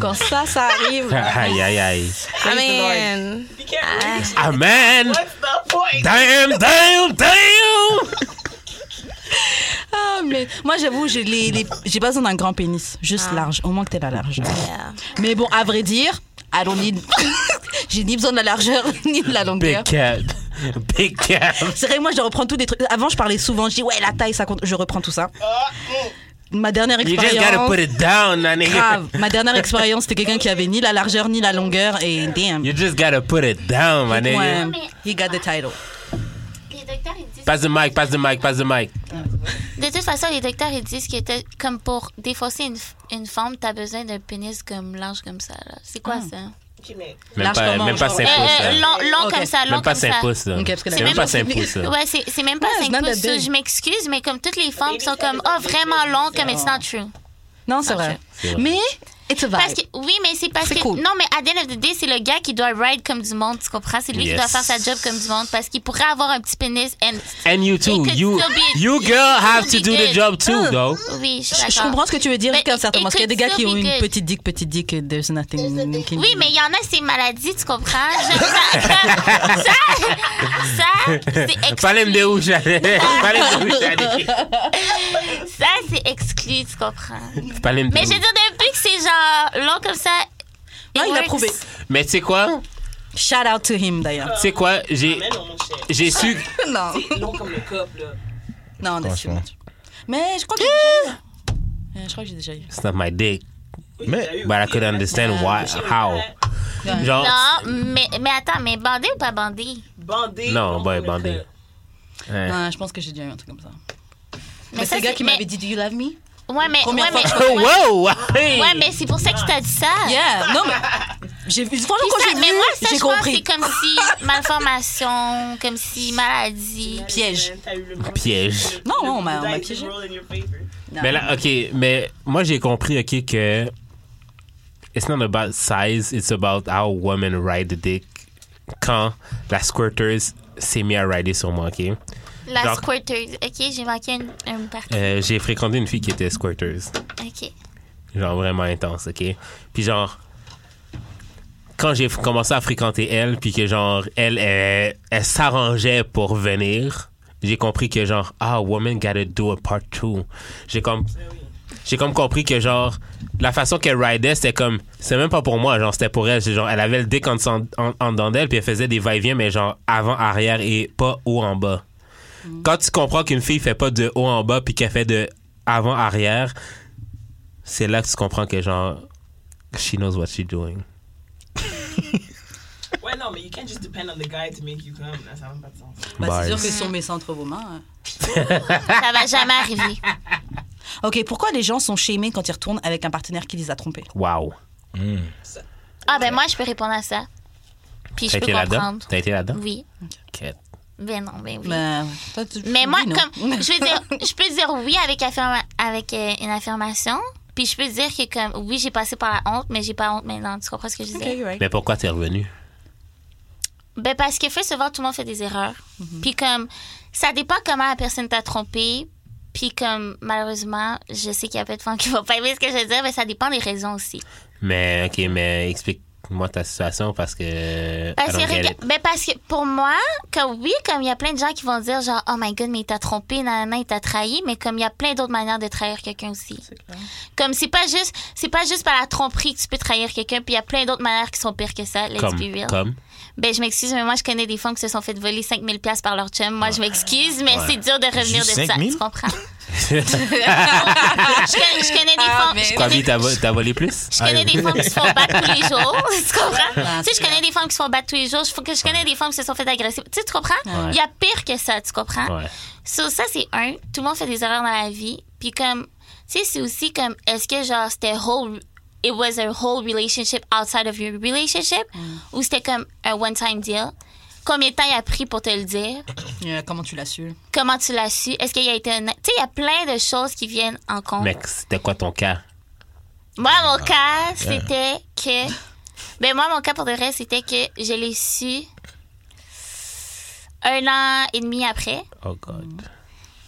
Speaker 2: Quand ça, ça arrive.
Speaker 3: Aïe, aïe, aïe.
Speaker 4: I mean,
Speaker 6: You can't reach.
Speaker 4: <laughs>
Speaker 3: Amen!
Speaker 2: Ah.
Speaker 6: What's the point?
Speaker 3: Damn, damn,
Speaker 4: <laughs>
Speaker 3: damn!
Speaker 2: <laughs> Ah, mais moi, j'avoue, j'ai les, les- j'ai pas besoin d'un grand pénis. Juste large. Au moins que t'aies la largeur.
Speaker 4: yeah.
Speaker 2: Mais bon, à vrai dire, I don't need. <laughs> j'ai ni besoin de la largeur, <laughs> ni de la longueur.
Speaker 3: Big cap. <laughs> Big cap.
Speaker 2: C'est vrai, moi, je reprends tous les trucs. Avant, je parlais souvent. Je dis, ouais, la taille, ça compte. Je reprends tout ça. Ma dernière
Speaker 3: You just gotta put
Speaker 2: expérience.
Speaker 3: it down, my
Speaker 2: <laughs>
Speaker 3: nigga.
Speaker 2: Grave. Ma dernière expérience, c'était quelqu'un qui avait ni la largeur, ni la longueur. Et damn.
Speaker 3: You just gotta put it down, my
Speaker 2: Ouais,
Speaker 3: nigga.
Speaker 2: he got the title.
Speaker 7: Les docteurs, ils disent.
Speaker 3: Passe le mic, passe le mic, passe le mic.
Speaker 7: De toute façon, les docteurs, ils disent que t'as- comme pour défausser une, f- une forme, t'as besoin d'un pénis comme large comme ça. là. C'est quoi
Speaker 2: Ah.
Speaker 7: ça?
Speaker 6: Tu mets.
Speaker 3: Même
Speaker 2: Large
Speaker 3: pas,
Speaker 2: comment,
Speaker 3: même pas
Speaker 2: genre?
Speaker 3: 5
Speaker 4: Eh,
Speaker 7: Euh,
Speaker 3: pouces.
Speaker 7: euh,
Speaker 3: là.
Speaker 7: long long
Speaker 2: hein. Ok.
Speaker 7: comme ça, long
Speaker 3: Même pas
Speaker 7: comme ça.
Speaker 3: 5 pouces. là.
Speaker 2: Ok, parce que la
Speaker 3: C'est même
Speaker 7: mienne
Speaker 3: pas
Speaker 7: aussi-
Speaker 3: 5 pouces. là.
Speaker 7: Ouais, c'est c'est même pas
Speaker 2: Ouais, it's
Speaker 7: cinq
Speaker 2: not that
Speaker 7: pouces. so
Speaker 2: big.
Speaker 7: je m'excuse, mais comme toutes les femmes
Speaker 6: baby
Speaker 7: sont
Speaker 6: said
Speaker 7: comme,
Speaker 6: it's
Speaker 7: oh,
Speaker 6: a big
Speaker 7: vraiment
Speaker 6: baby,
Speaker 7: longues,
Speaker 6: so-
Speaker 7: comme it's not true.
Speaker 2: Non, c'est
Speaker 7: Ah,
Speaker 2: vrai.
Speaker 3: c'est vrai.
Speaker 2: Mais It's a vibe.
Speaker 7: Parce que, oui, mais c'est parce
Speaker 2: C'est
Speaker 7: que.
Speaker 2: cool.
Speaker 7: Non, mais à the end of the day, c'est le gars qui doit ride comme du monde, tu comprends? C'est lui qui
Speaker 3: Yes.
Speaker 7: doit faire sa job comme du monde parce qu'il pourrait avoir un petit pénis. And,
Speaker 3: And you too.
Speaker 7: It could
Speaker 3: You,
Speaker 7: still be-
Speaker 3: you
Speaker 7: it
Speaker 3: girl
Speaker 7: could
Speaker 3: have to
Speaker 7: still
Speaker 3: do
Speaker 7: be
Speaker 3: the
Speaker 7: good.
Speaker 3: job too, though.
Speaker 7: oui, je suis
Speaker 2: Je
Speaker 7: d'accord.
Speaker 2: comprends ce que tu veux dire,
Speaker 7: Mais
Speaker 2: comme certainement.
Speaker 7: it
Speaker 2: Parce qu'il y a des
Speaker 7: could
Speaker 2: gars qui
Speaker 7: still
Speaker 2: ont
Speaker 7: be
Speaker 2: une
Speaker 7: good.
Speaker 2: petite dick, petite dick, et there's nothing. can
Speaker 7: Oui,
Speaker 2: do.
Speaker 7: mais il y en a, ces maladies, tu comprends? Je- <laughs> ça, ça, ça, c'est
Speaker 3: Fallait me
Speaker 7: exclu.
Speaker 3: dire
Speaker 7: <laughs>
Speaker 3: où j'allais. Fallait me dire où j'allais.
Speaker 7: Ça, c'est exclu, tu
Speaker 2: <laughs>
Speaker 7: comprends?
Speaker 3: Fallait me
Speaker 7: Mais
Speaker 3: dire
Speaker 7: je
Speaker 3: où-
Speaker 7: veux dire, depuis que c'est genre long comme ça. it
Speaker 2: Ah, il l'a
Speaker 7: works.
Speaker 2: prouvé.
Speaker 3: Mais tu sais quoi?
Speaker 2: Shout out to him, d'ailleurs.
Speaker 3: Tu sais quoi? J'ai,
Speaker 6: Mais eh non, mon cher.
Speaker 3: j'ai su.
Speaker 2: <laughs> Non,
Speaker 6: C'est long comme le cop, là.
Speaker 2: non, that's too
Speaker 5: Franchement.
Speaker 2: much. Mais je crois que j'ai déjà eu. Euh, Je crois que j'ai déjà eu.
Speaker 3: It's not my dick,
Speaker 6: Oui,
Speaker 5: Mais- bah,
Speaker 6: t'as eu
Speaker 3: but I
Speaker 6: aussi,
Speaker 3: could
Speaker 6: hein.
Speaker 3: understand why, how.
Speaker 2: Ouais.
Speaker 3: Genre,
Speaker 7: Non, mais, mais attends, mais bandé ou pas bandé?
Speaker 6: Bandé.
Speaker 3: Non,
Speaker 6: long
Speaker 3: ouais,
Speaker 6: comme le
Speaker 3: bandé.
Speaker 6: cop.
Speaker 3: hein. <laughs>
Speaker 2: Ouais, je pense que j'ai déjà eu un truc comme ça. Mais,
Speaker 7: ça,
Speaker 2: c'est le gars
Speaker 7: c'est-
Speaker 2: qui
Speaker 7: mais-
Speaker 2: m'avait dit Do you love me?
Speaker 7: Ouais, mais, ouais,
Speaker 2: Première fois que je
Speaker 7: mais,
Speaker 3: Oh, wow! Hey!
Speaker 7: ouais, mais c'est pour ça que je t'ai dit ça.
Speaker 2: Yeah, non, mais. J'ai vu. Franchement, quand
Speaker 7: Ça,
Speaker 2: j'ai
Speaker 7: mais
Speaker 2: vu,
Speaker 7: moi, ça,
Speaker 2: j'ai
Speaker 7: je pense que
Speaker 2: compris.
Speaker 7: c'est comme
Speaker 2: <laughs>
Speaker 7: si malformation, comme si maladie.
Speaker 2: Piège.
Speaker 6: T'as eu le moment.
Speaker 3: Piège.
Speaker 2: Non,
Speaker 6: Le-
Speaker 2: non, on
Speaker 6: the
Speaker 2: m'a- on m'a
Speaker 6: dice
Speaker 2: piégé.
Speaker 6: roll in your favor.
Speaker 2: Non.
Speaker 3: Mais là, OK, mais moi, j'ai compris, OK, que it's not about size, it's about how women ride the dick quand la squirters s'est mise à rider sur moi, OK?
Speaker 7: La
Speaker 3: Genre-
Speaker 7: squirter. Ok, j'ai manqué une, une partie.
Speaker 3: Euh, j'ai fréquenté une fille qui était squirters.
Speaker 7: Ok.
Speaker 3: genre vraiment intense, ok? Puis genre, quand j'ai f- commencé à fréquenter elle, puis que genre, elle, elle, elle s'arrangeait pour venir, j'ai compris que genre, ah, woman gotta do a part two. J'ai comme, j'ai comme compris que genre, la façon qu'elle ridait, c'était comme, c'est même pas pour moi, genre, c'était pour elle. C'est genre, elle avait le dick en, dessous- en, en dedans d'elle, puis elle faisait des va-et-vient, mais genre, avant, arrière et pas haut en bas. Quand tu comprends qu'une fille fait pas de haut en bas, puis qu'elle fait de avant, arrière, c'est là que tu comprends que genre she knows what she's doing.
Speaker 6: Ouais, non, mais you can't just depend on the guy to make you come. Là, ça n'a pas de sens.
Speaker 2: Bah, c'est
Speaker 3: Bars.
Speaker 2: sûr que si on met ça entre vos mains. hein. Ah.
Speaker 7: Ça va jamais arriver.
Speaker 2: Ok, pourquoi les gens sont shamés quand ils retournent avec un partenaire qui les a trompés?
Speaker 3: Wow.
Speaker 7: Ah, ben moi, je peux répondre à ça. Puis je
Speaker 3: T'as
Speaker 7: peux
Speaker 3: été là-dedans?
Speaker 7: comprendre.
Speaker 3: T'as été là-dedans?
Speaker 7: Oui.
Speaker 3: Ok.
Speaker 7: Ben non, ben oui.
Speaker 2: Bah, Mais, toi, tu-
Speaker 7: Mais moi,
Speaker 2: oui, non.
Speaker 7: comme, <laughs>
Speaker 2: <laughs>
Speaker 7: je veux dire, je peux dire oui avec, affirma- avec euh, une affirmation. Puis je peux dire que, comme, oui, j'ai passé par la honte, mais j'ai pas honte maintenant. Tu comprends ce que je
Speaker 2: Ok,
Speaker 7: disais?
Speaker 2: you're right.
Speaker 3: Mais pourquoi t'es revenu?
Speaker 7: Ben, parce que, fait souvent, tout le monde fait des erreurs.
Speaker 2: Mhm.
Speaker 7: Puis, comme, ça dépend comment la personne t'a trompé. Puis, comme, malheureusement, je sais qu'il y a peu de femmes qui vont pas aimer ce que je veux dire, mais ça dépend des raisons aussi.
Speaker 3: Mais ok, mais explique-moi ta situation parce que. I
Speaker 7: Parce que,
Speaker 3: don't get
Speaker 7: rega-
Speaker 3: it.
Speaker 7: ben, parce que pour moi, comme oui, comme il y a plein de gens qui vont dire genre, oh my god, mais il t'a trompé, nanana, il t'a trahi, mais comme il y a plein d'autres manières de trahir quelqu'un aussi. Comme c'est pas juste, c'est pas juste par la tromperie que tu peux trahir quelqu'un, puis il y a plein d'autres manières qui sont pires que ça, let's be
Speaker 3: Comme,
Speaker 7: real.
Speaker 3: comme.
Speaker 7: Ben, je m'excuse, mais moi, je connais des femmes qui se sont fait voler 5000 pièces par leur chum. Moi, je m'excuse, mais c'est dur de revenir
Speaker 5: Juste
Speaker 7: de ça,
Speaker 5: 5 000?
Speaker 7: tu
Speaker 3: <laughs>
Speaker 7: comprends? <laughs> je, connais, je connais des femmes, je
Speaker 3: Quoi,
Speaker 7: connais-
Speaker 3: vie, t'as vo- t'as volé plus?
Speaker 7: je connais des femmes qui se font battre tous les jours. <laughs> tu comprends?
Speaker 2: Ouais.
Speaker 7: tu sais, je connais des femmes qui se font battre tous les jours. Je, faut que je connais des femmes qui se sont fait agresser. Tu sais, tu comprends?
Speaker 3: Ouais.
Speaker 7: Il y a pire que ça, tu comprends?
Speaker 3: Ouais.
Speaker 7: So, ça, c'est un. Tout le monde fait des erreurs dans la vie. Puis, comme, tu sais, c'est aussi comme, est-ce que, genre, c'était whole. It was a whole relationship outside of your relationship? Ou c'était comme un one-time deal? Combien de temps il a pris pour te le dire?
Speaker 2: Euh, comment tu l'as su?
Speaker 7: Comment tu l'as su? Est-ce qu'il a été honnête? Tu sais, il y a plein de choses qui viennent en compte.
Speaker 3: Mec, c'était quoi ton cas?
Speaker 7: Moi,
Speaker 3: Ah.
Speaker 7: mon cas, c'était
Speaker 3: <laughs>
Speaker 7: que. Ben, moi, mon cas pour de vrai, c'était que je l'ai su un an et demi après.
Speaker 3: Oh God.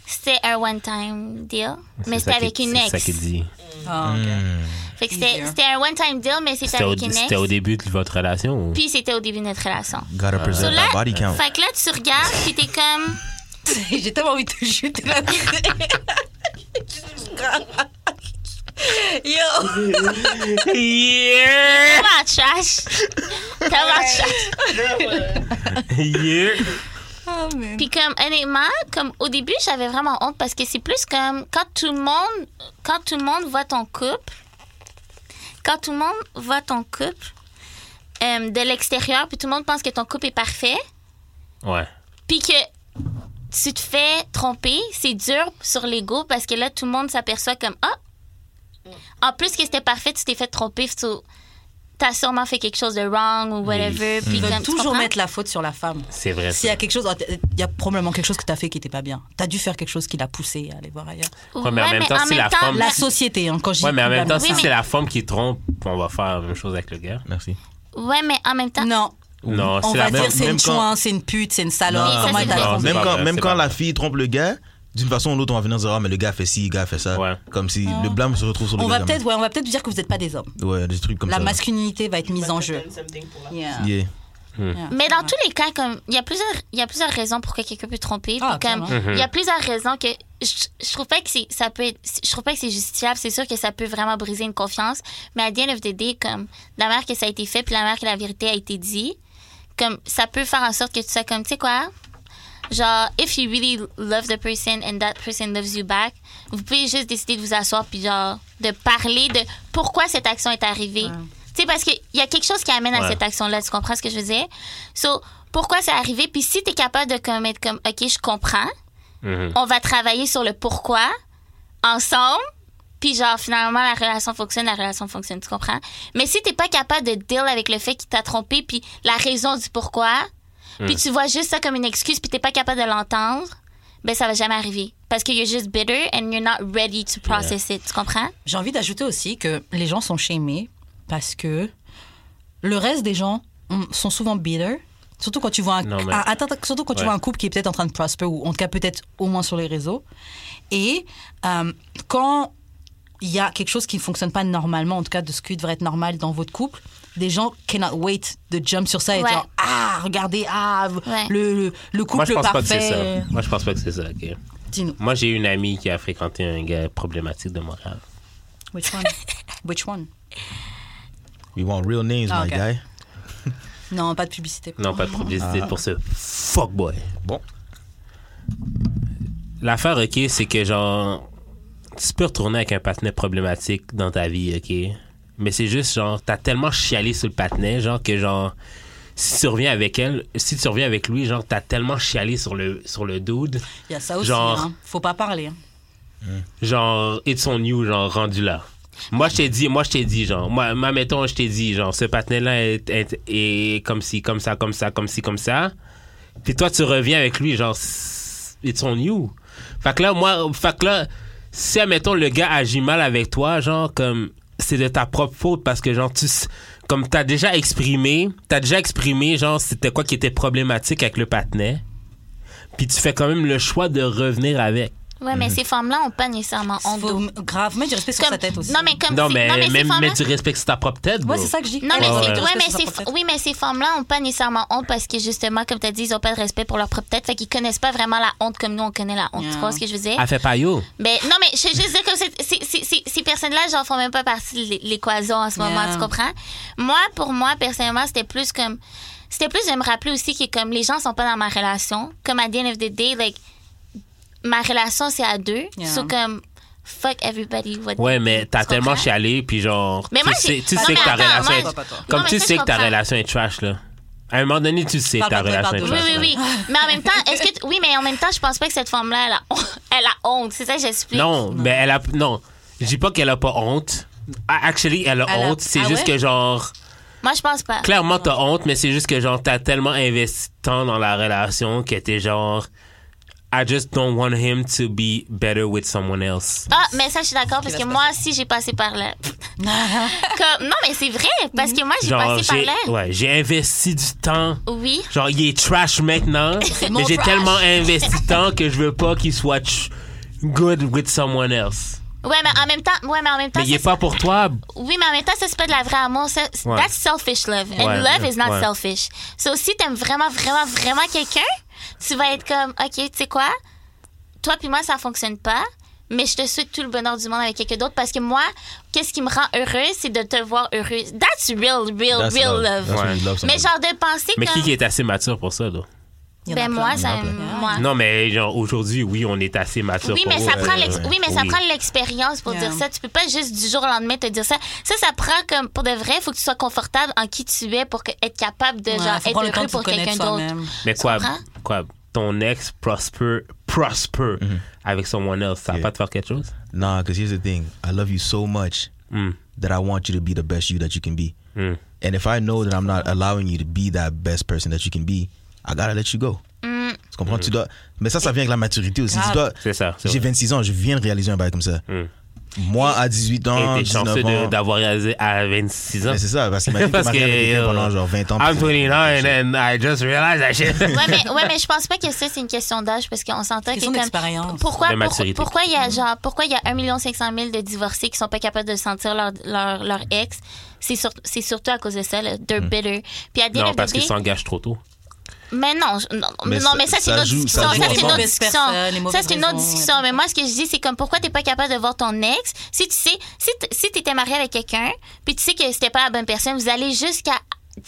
Speaker 7: C'était un one-time deal,
Speaker 3: C'est
Speaker 7: mais
Speaker 3: ça
Speaker 7: c'était
Speaker 3: qui-
Speaker 7: avec une ex.
Speaker 3: C'est ça qu'il dit.
Speaker 2: Ah,
Speaker 3: Hmm.
Speaker 2: ok.
Speaker 7: Fait que c'était
Speaker 2: Easier.
Speaker 7: c'était un one-time deal, mais c'était
Speaker 3: C'était au,
Speaker 7: avec une ex.
Speaker 3: c'était au début de votre relation? ou-
Speaker 2: <laughs>
Speaker 7: Puis c'était au début de notre relation.
Speaker 5: Gotta
Speaker 7: So
Speaker 5: present
Speaker 7: là,
Speaker 5: that body count.
Speaker 7: fait que là, tu regardes, puis t'es comme.
Speaker 2: <laughs>
Speaker 7: <laughs>
Speaker 2: J'ai tellement envie de te jeter la <laughs> Yo!
Speaker 3: Yeah!
Speaker 7: Comment trash? Comment trash?
Speaker 3: Yeah!
Speaker 7: Puis comme honnêtement, comme au début, j'avais vraiment honte parce que c'est plus comme quand tout le monde quand tout le monde voit ton couple, quand tout le monde voit ton couple euh, de l'extérieur, puis tout le monde pense que ton couple est parfait,
Speaker 3: Ouais.
Speaker 7: puis que tu te fais tromper, c'est dur sur l'ego parce que là tout le monde s'aperçoit comme ah en plus que c'était parfait, tu t'es fait tromper. so, t'as sûrement fait quelque chose de wrong ou whatever.
Speaker 3: Mm.
Speaker 7: Puis
Speaker 2: Ils veulent
Speaker 7: comme, tu
Speaker 2: toujours
Speaker 7: comprends?
Speaker 2: mettre la faute sur la femme.
Speaker 3: C'est vrai.
Speaker 2: S'il y
Speaker 3: Ça.
Speaker 2: a quelque chose, oh, il y a probablement quelque chose que tu as fait qui n'était pas bien. Tu as dû faire quelque chose qui l'a poussé à aller voir ailleurs.
Speaker 3: Ouais, mais en même temps, si la femme-
Speaker 2: La société, hein, quand je dis
Speaker 3: Ouais, mais en même temps,
Speaker 2: globalement,
Speaker 3: si
Speaker 7: Bah, Oui,
Speaker 3: c'est
Speaker 7: mais-
Speaker 3: la femme qui trompe, on va faire la même chose avec le gars.
Speaker 5: Merci.
Speaker 7: Ouais, mais en même temps.
Speaker 2: Non,
Speaker 3: Non,
Speaker 2: on
Speaker 3: c'est la
Speaker 2: va
Speaker 3: même.
Speaker 2: dire c'est
Speaker 5: même
Speaker 2: une
Speaker 5: quand-
Speaker 2: chouin, c'est une pute, c'est une salope.
Speaker 5: Non,
Speaker 2: Comment
Speaker 7: ça,
Speaker 2: elle
Speaker 7: c'est
Speaker 2: t'a
Speaker 7: vrai.
Speaker 2: trompé?
Speaker 5: Même
Speaker 3: pas
Speaker 5: quand,
Speaker 3: vrai,
Speaker 5: même
Speaker 3: c'est
Speaker 5: quand
Speaker 3: pas
Speaker 5: la
Speaker 3: vrai.
Speaker 5: fille trompe le gars, d'une façon ou l'autre, on va venir dire Ah, mais le gars fait ci, le gars fait ça.
Speaker 3: Ouais.
Speaker 5: Comme si le blâme se retrouve sur le
Speaker 2: On
Speaker 5: gars.
Speaker 2: va
Speaker 5: jamais.
Speaker 2: peut-être ouais, on va peut dire que vous n'êtes pas des hommes.
Speaker 5: Ouais, des trucs comme
Speaker 2: La
Speaker 5: ça.
Speaker 2: masculinité va être mise en jeu.
Speaker 6: Something pour la-
Speaker 2: Yeah.
Speaker 5: Yeah.
Speaker 2: Yeah.
Speaker 7: Mais dans tous les cas, comme il y a plusieurs, il y a plusieurs raisons pour que quelqu'un peut tromper.
Speaker 2: Ah,
Speaker 7: puis comme
Speaker 3: clairement.
Speaker 7: il y a plusieurs raisons que je, je trouve pas que c'est, ça peut être, je trouve pas que c'est justifiable. C'est sûr que ça peut vraiment briser une confiance, mais à the end of the day, comme la manière que ça a été fait, puis la manière que la vérité a été dit, comme ça peut faire en sorte que tu sois comme, tu sais quoi, genre if you really love the person and that person loves you back, vous pouvez juste décider de vous asseoir puis genre de parler de pourquoi cette action est arrivée. Tu sais, parce qu'il y a quelque chose qui amène à
Speaker 3: Ouais.
Speaker 7: cette action-là. Tu comprends ce que je veux dire? So, pourquoi c'est arrivé? Puis si tu es capable de comme, être comme, OK, je comprends,
Speaker 3: Mhm.
Speaker 7: on va travailler sur le pourquoi ensemble. Puis genre, finalement, la relation fonctionne, la relation fonctionne, tu comprends? Mais si t'es pas capable de deal avec le fait qu'il t'a trompé, puis la raison du pourquoi,
Speaker 3: Hmm.
Speaker 7: puis tu vois juste ça comme une excuse, puis t'es pas capable de l'entendre, ben ça va jamais arriver. Parce que you're just bitter and you're not ready to process it, tu comprends?
Speaker 2: J'ai envie d'ajouter aussi que les gens sont shamés parce que le reste des gens mm, sont souvent bitter. Surtout quand tu vois un,
Speaker 3: Non, mais-
Speaker 2: ah, attends, attends, surtout quand tu
Speaker 3: Ouais.
Speaker 2: vois un couple qui est peut-être en train de prosper ou en tout cas peut-être au moins sur les réseaux. Et euh, quand il y a quelque chose qui ne fonctionne pas normalement, en tout cas de ce qui devrait être normal dans votre couple, des gens cannot wait de jump sur ça et
Speaker 7: Ouais.
Speaker 2: dire ah regardez ah
Speaker 7: Ouais.
Speaker 2: le, le, le
Speaker 3: Moi,
Speaker 2: couple
Speaker 3: je pense pas que c'est
Speaker 2: parfait.
Speaker 3: ça. Moi, je pense pas que c'est ça. ok.
Speaker 2: Dis-nous
Speaker 3: Moi, j'ai une amie qui a fréquenté un gars problématique de Montréal.
Speaker 2: which
Speaker 7: <laughs>
Speaker 2: one which one
Speaker 5: We want real names,
Speaker 2: Ah,
Speaker 5: my
Speaker 2: ok.
Speaker 5: guy.
Speaker 2: non pas de publicité
Speaker 3: Non, pas de publicité pour ce fuckboy.
Speaker 5: Bon.
Speaker 3: L'affaire, OK, c'est que genre, tu peux retourner avec un patinet problématique dans ta vie, OK? Mais c'est juste genre, t'as tellement chialé sur le patinet, genre, que genre, si tu reviens avec elle, si tu reviens avec lui, genre, t'as tellement chialé sur le, sur le dude,
Speaker 2: il y a ça aussi
Speaker 3: Genre-
Speaker 2: hein. faut pas parler hein.
Speaker 3: genre, it's on you, genre, rendu là. Moi, je t'ai dit, moi, je t'ai dit, genre, moi, moi, mettons, je t'ai dit, genre, ce patinet-là est, est- est comme ci, comme ça, comme ça, comme ci, comme ça. Puis toi, tu reviens avec lui, genre, c'est- it's on you. Fait que là, moi, fait que là, si, admettons, le gars agit mal avec toi, genre, comme, c'est de ta propre faute parce que, genre, tu, s- comme t'as déjà exprimé, t'as déjà exprimé, genre, c'était quoi qui était problématique avec le patinet. Puis tu fais quand même le choix de revenir avec.
Speaker 7: Ouais,
Speaker 3: Hmm.
Speaker 7: mais ces femmes-là ont pas nécessairement en
Speaker 2: Faut
Speaker 7: dos.
Speaker 2: m- grave mettre du respect sur
Speaker 7: Comme-
Speaker 2: sa tête aussi.
Speaker 7: Non, mais comme
Speaker 3: Non,
Speaker 7: si-
Speaker 3: mais,
Speaker 7: ces
Speaker 3: même,
Speaker 7: femmes-là-
Speaker 3: mais du respect que c'est ta propre tête, bro.
Speaker 2: Ouais, c'est ça que je dis.
Speaker 7: Non, mais,
Speaker 3: Ouais,
Speaker 7: c'est-
Speaker 3: ouais.
Speaker 7: ouais, mais ces, oui, mais ces femmes-là n'ont pas nécessairement honte parce que justement, comme tu as dit, ils n'ont pas de respect pour leur propre tête. Fait qu'ils connaissent pas vraiment la honte comme nous, on connaît la honte.
Speaker 2: Yeah.
Speaker 7: Tu vois ce que je veux dire?
Speaker 3: Elle fait pas yo.
Speaker 7: Ben, non, mais je veux juste dire que c'est- c'est- c'est- c'est- ces personnes-là, j'en font même pas partie de l'é- l'équation en ce
Speaker 2: Yeah.
Speaker 7: moment, tu comprends? Moi, pour moi, personnellement, c'était plus comme. C'était plus de me rappeler aussi que comme les gens sont pas dans ma relation. Comme à the end of the day, like, ma relation, c'est à deux.
Speaker 2: Yeah.
Speaker 7: So, comme, fuck everybody. What
Speaker 3: Ouais, mais t'as
Speaker 7: tu
Speaker 3: tellement
Speaker 7: comprends?
Speaker 3: chialé, puis genre,
Speaker 7: Mais
Speaker 3: tu
Speaker 7: moi,
Speaker 3: sais,
Speaker 7: j'ai-
Speaker 3: tu
Speaker 7: Non,
Speaker 3: sais
Speaker 7: mais
Speaker 3: que ta
Speaker 7: attends,
Speaker 3: relation
Speaker 7: moi, je-
Speaker 3: est... Comme
Speaker 7: Non, mais
Speaker 3: tu
Speaker 7: ça,
Speaker 3: sais
Speaker 7: je
Speaker 3: que ta
Speaker 7: comprends.
Speaker 3: relation est trash, là. À un moment donné, tu sais que ta
Speaker 2: Pardon,
Speaker 3: relation est
Speaker 2: pardon.
Speaker 3: trash.
Speaker 7: Oui,
Speaker 3: là.
Speaker 7: oui, oui. Mais en même temps, est-ce que tu- oui, mais en même temps, je pense pas que cette femme-là, elle a, honte- <laughs> elle a honte. C'est ça que j'explique.
Speaker 3: Non, mais elle a... Non, je dis pas qu'elle a pas honte. Ah, Actually, elle a
Speaker 2: Elle a-
Speaker 3: honte. C'est
Speaker 2: Ah
Speaker 3: juste
Speaker 2: ouais? Ah.
Speaker 3: que genre...
Speaker 7: Moi, je pense pas.
Speaker 3: Clairement, t'as honte, mais c'est juste que genre, t'as tellement investi tant dans la relation que t'es genre... I just don't want him to be better with someone else.
Speaker 7: Ah, mais ça, je suis d'accord parce
Speaker 2: va
Speaker 7: que
Speaker 2: se
Speaker 7: moi aussi, j'ai passé par là.
Speaker 2: <laughs>
Speaker 7: Comme- non, mais c'est vrai parce que moi, j'ai
Speaker 3: Genre,
Speaker 7: passé par
Speaker 3: j'ai...
Speaker 7: là.
Speaker 3: Ouais, j'ai investi du temps...
Speaker 7: Oui.
Speaker 3: Genre, il est
Speaker 7: <laughs>
Speaker 3: trash maintenant, mais
Speaker 2: mon
Speaker 3: j'ai
Speaker 2: trash.
Speaker 3: tellement investi tant que je veux pas qu'il soit ch- good with someone else.
Speaker 7: Ouais, mais en même temps, ouais, mais en même temps,
Speaker 3: Mais il est
Speaker 7: ça,
Speaker 3: pas pour toi.
Speaker 7: c'est- oui, mais en même temps, ça c'est pas de la vraie amour. Ça, c'est-
Speaker 3: Ouais.
Speaker 7: That's selfish love, and
Speaker 3: Ouais,
Speaker 7: love is not
Speaker 3: ouais.
Speaker 7: selfish. So si t'aimes vraiment, vraiment, vraiment quelqu'un, tu vas être comme, ok, tu sais quoi, toi puis moi ça fonctionne pas. Mais je te souhaite tout le bonheur du monde avec quelqu'un d'autre parce que moi, qu'est-ce qui me rend heureuse, c'est de te voir heureuse. That's real, real,
Speaker 5: That's
Speaker 7: real love.
Speaker 5: love. That's
Speaker 3: Ouais.
Speaker 5: when you love
Speaker 7: Mais
Speaker 5: somebody.
Speaker 7: genre de penser
Speaker 3: Mais
Speaker 7: comme,
Speaker 3: qui qui est assez mature pour ça, là?
Speaker 2: Il y en a
Speaker 7: ben
Speaker 2: plein.
Speaker 7: moi, ça,
Speaker 5: plein.
Speaker 7: moi.
Speaker 3: Non, mais genre, aujourd'hui, oui, on est assez mature
Speaker 7: Ah. Oui,
Speaker 3: pour
Speaker 7: mais ça
Speaker 3: ouais,
Speaker 7: prend
Speaker 3: ouais,
Speaker 7: l'ex-
Speaker 3: ouais.
Speaker 7: oui, mais ça
Speaker 3: Oui.
Speaker 7: prend de l'expérience pour
Speaker 2: Yeah.
Speaker 7: dire ça. Tu peux pas juste du jour au lendemain te dire ça. Ça, ça prend comme pour de vrai. Faut que tu sois confortable en qui tu es pour que- être capable de
Speaker 2: Ouais,
Speaker 7: genre
Speaker 2: faut
Speaker 7: être
Speaker 2: prendre le temps
Speaker 7: heureux
Speaker 2: de se
Speaker 7: pour quelqu'un
Speaker 2: connaître
Speaker 7: d'autre.
Speaker 2: soi-même.
Speaker 3: Mais quoi,
Speaker 7: comprends?
Speaker 3: quoi, ton ex prosper, prosper avec someone else, ça va
Speaker 5: Mhm. Yeah.
Speaker 3: pas te faire quelque chose?
Speaker 5: Nah, because here's the thing. I love you so much
Speaker 3: Hmm.
Speaker 5: that I want you to be the best you that you can be.
Speaker 3: Mm.
Speaker 5: And if I know that I'm not allowing you to be that best person that you can be, I gotta let you go. Tu comprends? Tu dois... Mais ça, ça vient avec la maturité aussi. Tu dois...
Speaker 3: C'est ça, c'est
Speaker 5: J'ai
Speaker 3: vrai.
Speaker 5: 26 ans, je viens de réaliser un bail comme ça.
Speaker 3: Mm.
Speaker 5: Moi, à 18 ans,
Speaker 3: Et t'es
Speaker 5: 19
Speaker 3: chanceux de-
Speaker 5: ans...
Speaker 3: d'avoir réalisé à 26 ans.
Speaker 5: Mais c'est ça, parce
Speaker 3: <laughs>
Speaker 5: que imagine
Speaker 3: Parce
Speaker 5: t'es marié avec
Speaker 3: que,
Speaker 5: quelqu'un
Speaker 3: yo,
Speaker 5: pendant genre 20 ans.
Speaker 3: I'm eh.
Speaker 5: puis-
Speaker 3: 29 and I just realized that shit.
Speaker 7: <laughs> Ouais,
Speaker 2: <laughs>
Speaker 7: mais, ouais, mais je pense pas que ça, c'est une question d'âge parce qu'on s'entend que.
Speaker 2: Question
Speaker 7: comme-
Speaker 2: d'expérience. Mm.
Speaker 7: Pourquoi,
Speaker 3: De
Speaker 7: pour-
Speaker 3: maturité.
Speaker 7: pourquoi il y a genre, pourquoi il y a 1 500 000 de divorcés qui sont pas capables de sentir leur, leur, leur ex? C'est sur- c'est surtout à cause de ça, là. They're bitter. Puis à dire
Speaker 3: Mm. Non, parce qu'ils s'engagent trop tôt.
Speaker 7: Mais non, je- non,
Speaker 5: Mais
Speaker 7: mais, non,
Speaker 5: ça-
Speaker 7: mais ça, c'est
Speaker 5: ça
Speaker 7: une autre
Speaker 5: joue-
Speaker 7: discussion.
Speaker 5: ça
Speaker 7: Ça,
Speaker 5: joue
Speaker 7: c'est une
Speaker 5: en
Speaker 7: autre
Speaker 2: mauvaises
Speaker 7: discussion.
Speaker 2: personnes, les
Speaker 7: Ça,
Speaker 2: mauvaises
Speaker 7: c'est une autre
Speaker 2: raisons,
Speaker 7: discussion. Mais moi, ce que je dis, c'est comme pourquoi t'es pas capable de voir ton ex? Si tu sais, si t- si t'étais marié avec quelqu'un, puis tu sais que c'était pas la bonne personne, vous allez jusqu'à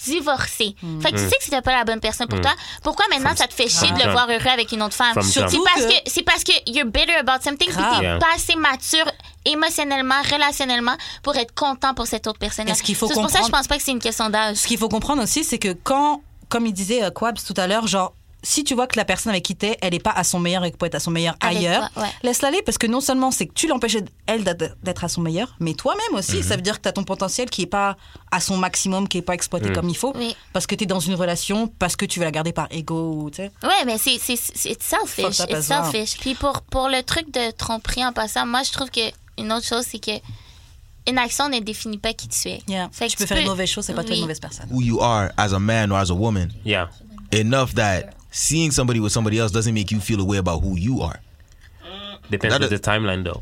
Speaker 7: divorcer.
Speaker 2: Hmm.
Speaker 7: Fait que tu sais que c'était pas la bonne personne pour toi. Pourquoi maintenant ça te fait chier de
Speaker 3: jump.
Speaker 7: le voir heureux avec une autre femme?
Speaker 3: From
Speaker 7: C'est
Speaker 3: jump.
Speaker 7: parce que c'est parce que you're bitter about something, puis
Speaker 2: Grave.
Speaker 7: t'es
Speaker 3: Yeah.
Speaker 7: pas assez mature émotionnellement, relationnellement pour être content pour cette autre personne.
Speaker 2: Mais ce qu'il faut
Speaker 7: C'est pour ça que je
Speaker 2: comprendre-
Speaker 7: pense pas que c'est une question d'âge.
Speaker 2: Ce qu'il faut comprendre aussi, c'est que quand, comme il disait euh, Quabs tout à l'heure, genre, si tu vois que la personne avec qui t'es, elle n'est pas à son meilleur et que peut être à son meilleur
Speaker 7: Avec
Speaker 2: ailleurs,
Speaker 7: toi, ouais.
Speaker 2: laisse-la aller parce que non seulement c'est que tu l'empêches elle d'être d'être à son meilleur, mais toi-même aussi, ça veut dire que tu as ton potentiel qui n'est pas à son maximum, qui n'est pas exploité comme il faut,
Speaker 7: Oui.
Speaker 2: parce que tu es dans une relation, parce que tu veux la garder par ego, ou, tu sais.
Speaker 7: Ouais, mais c'est c'est c'est it's selfish,
Speaker 2: Fucked up
Speaker 7: it's
Speaker 2: as well.
Speaker 7: selfish. Puis pour pour le truc de tromperie en passant, moi je trouve que une autre chose c'est que une action ne définit pas qui tu es.
Speaker 2: Yeah.
Speaker 7: Fait que
Speaker 2: tu peux faire une mauvaise chose, c'est pas toi
Speaker 7: Oui.
Speaker 2: une mauvaise personne.
Speaker 5: Who you are as a man or as a woman.
Speaker 3: Yeah.
Speaker 5: Enough that seeing somebody with somebody else doesn't make you feel a way about who you are.
Speaker 3: Depends
Speaker 5: That
Speaker 3: on
Speaker 5: is-
Speaker 3: the timeline, though.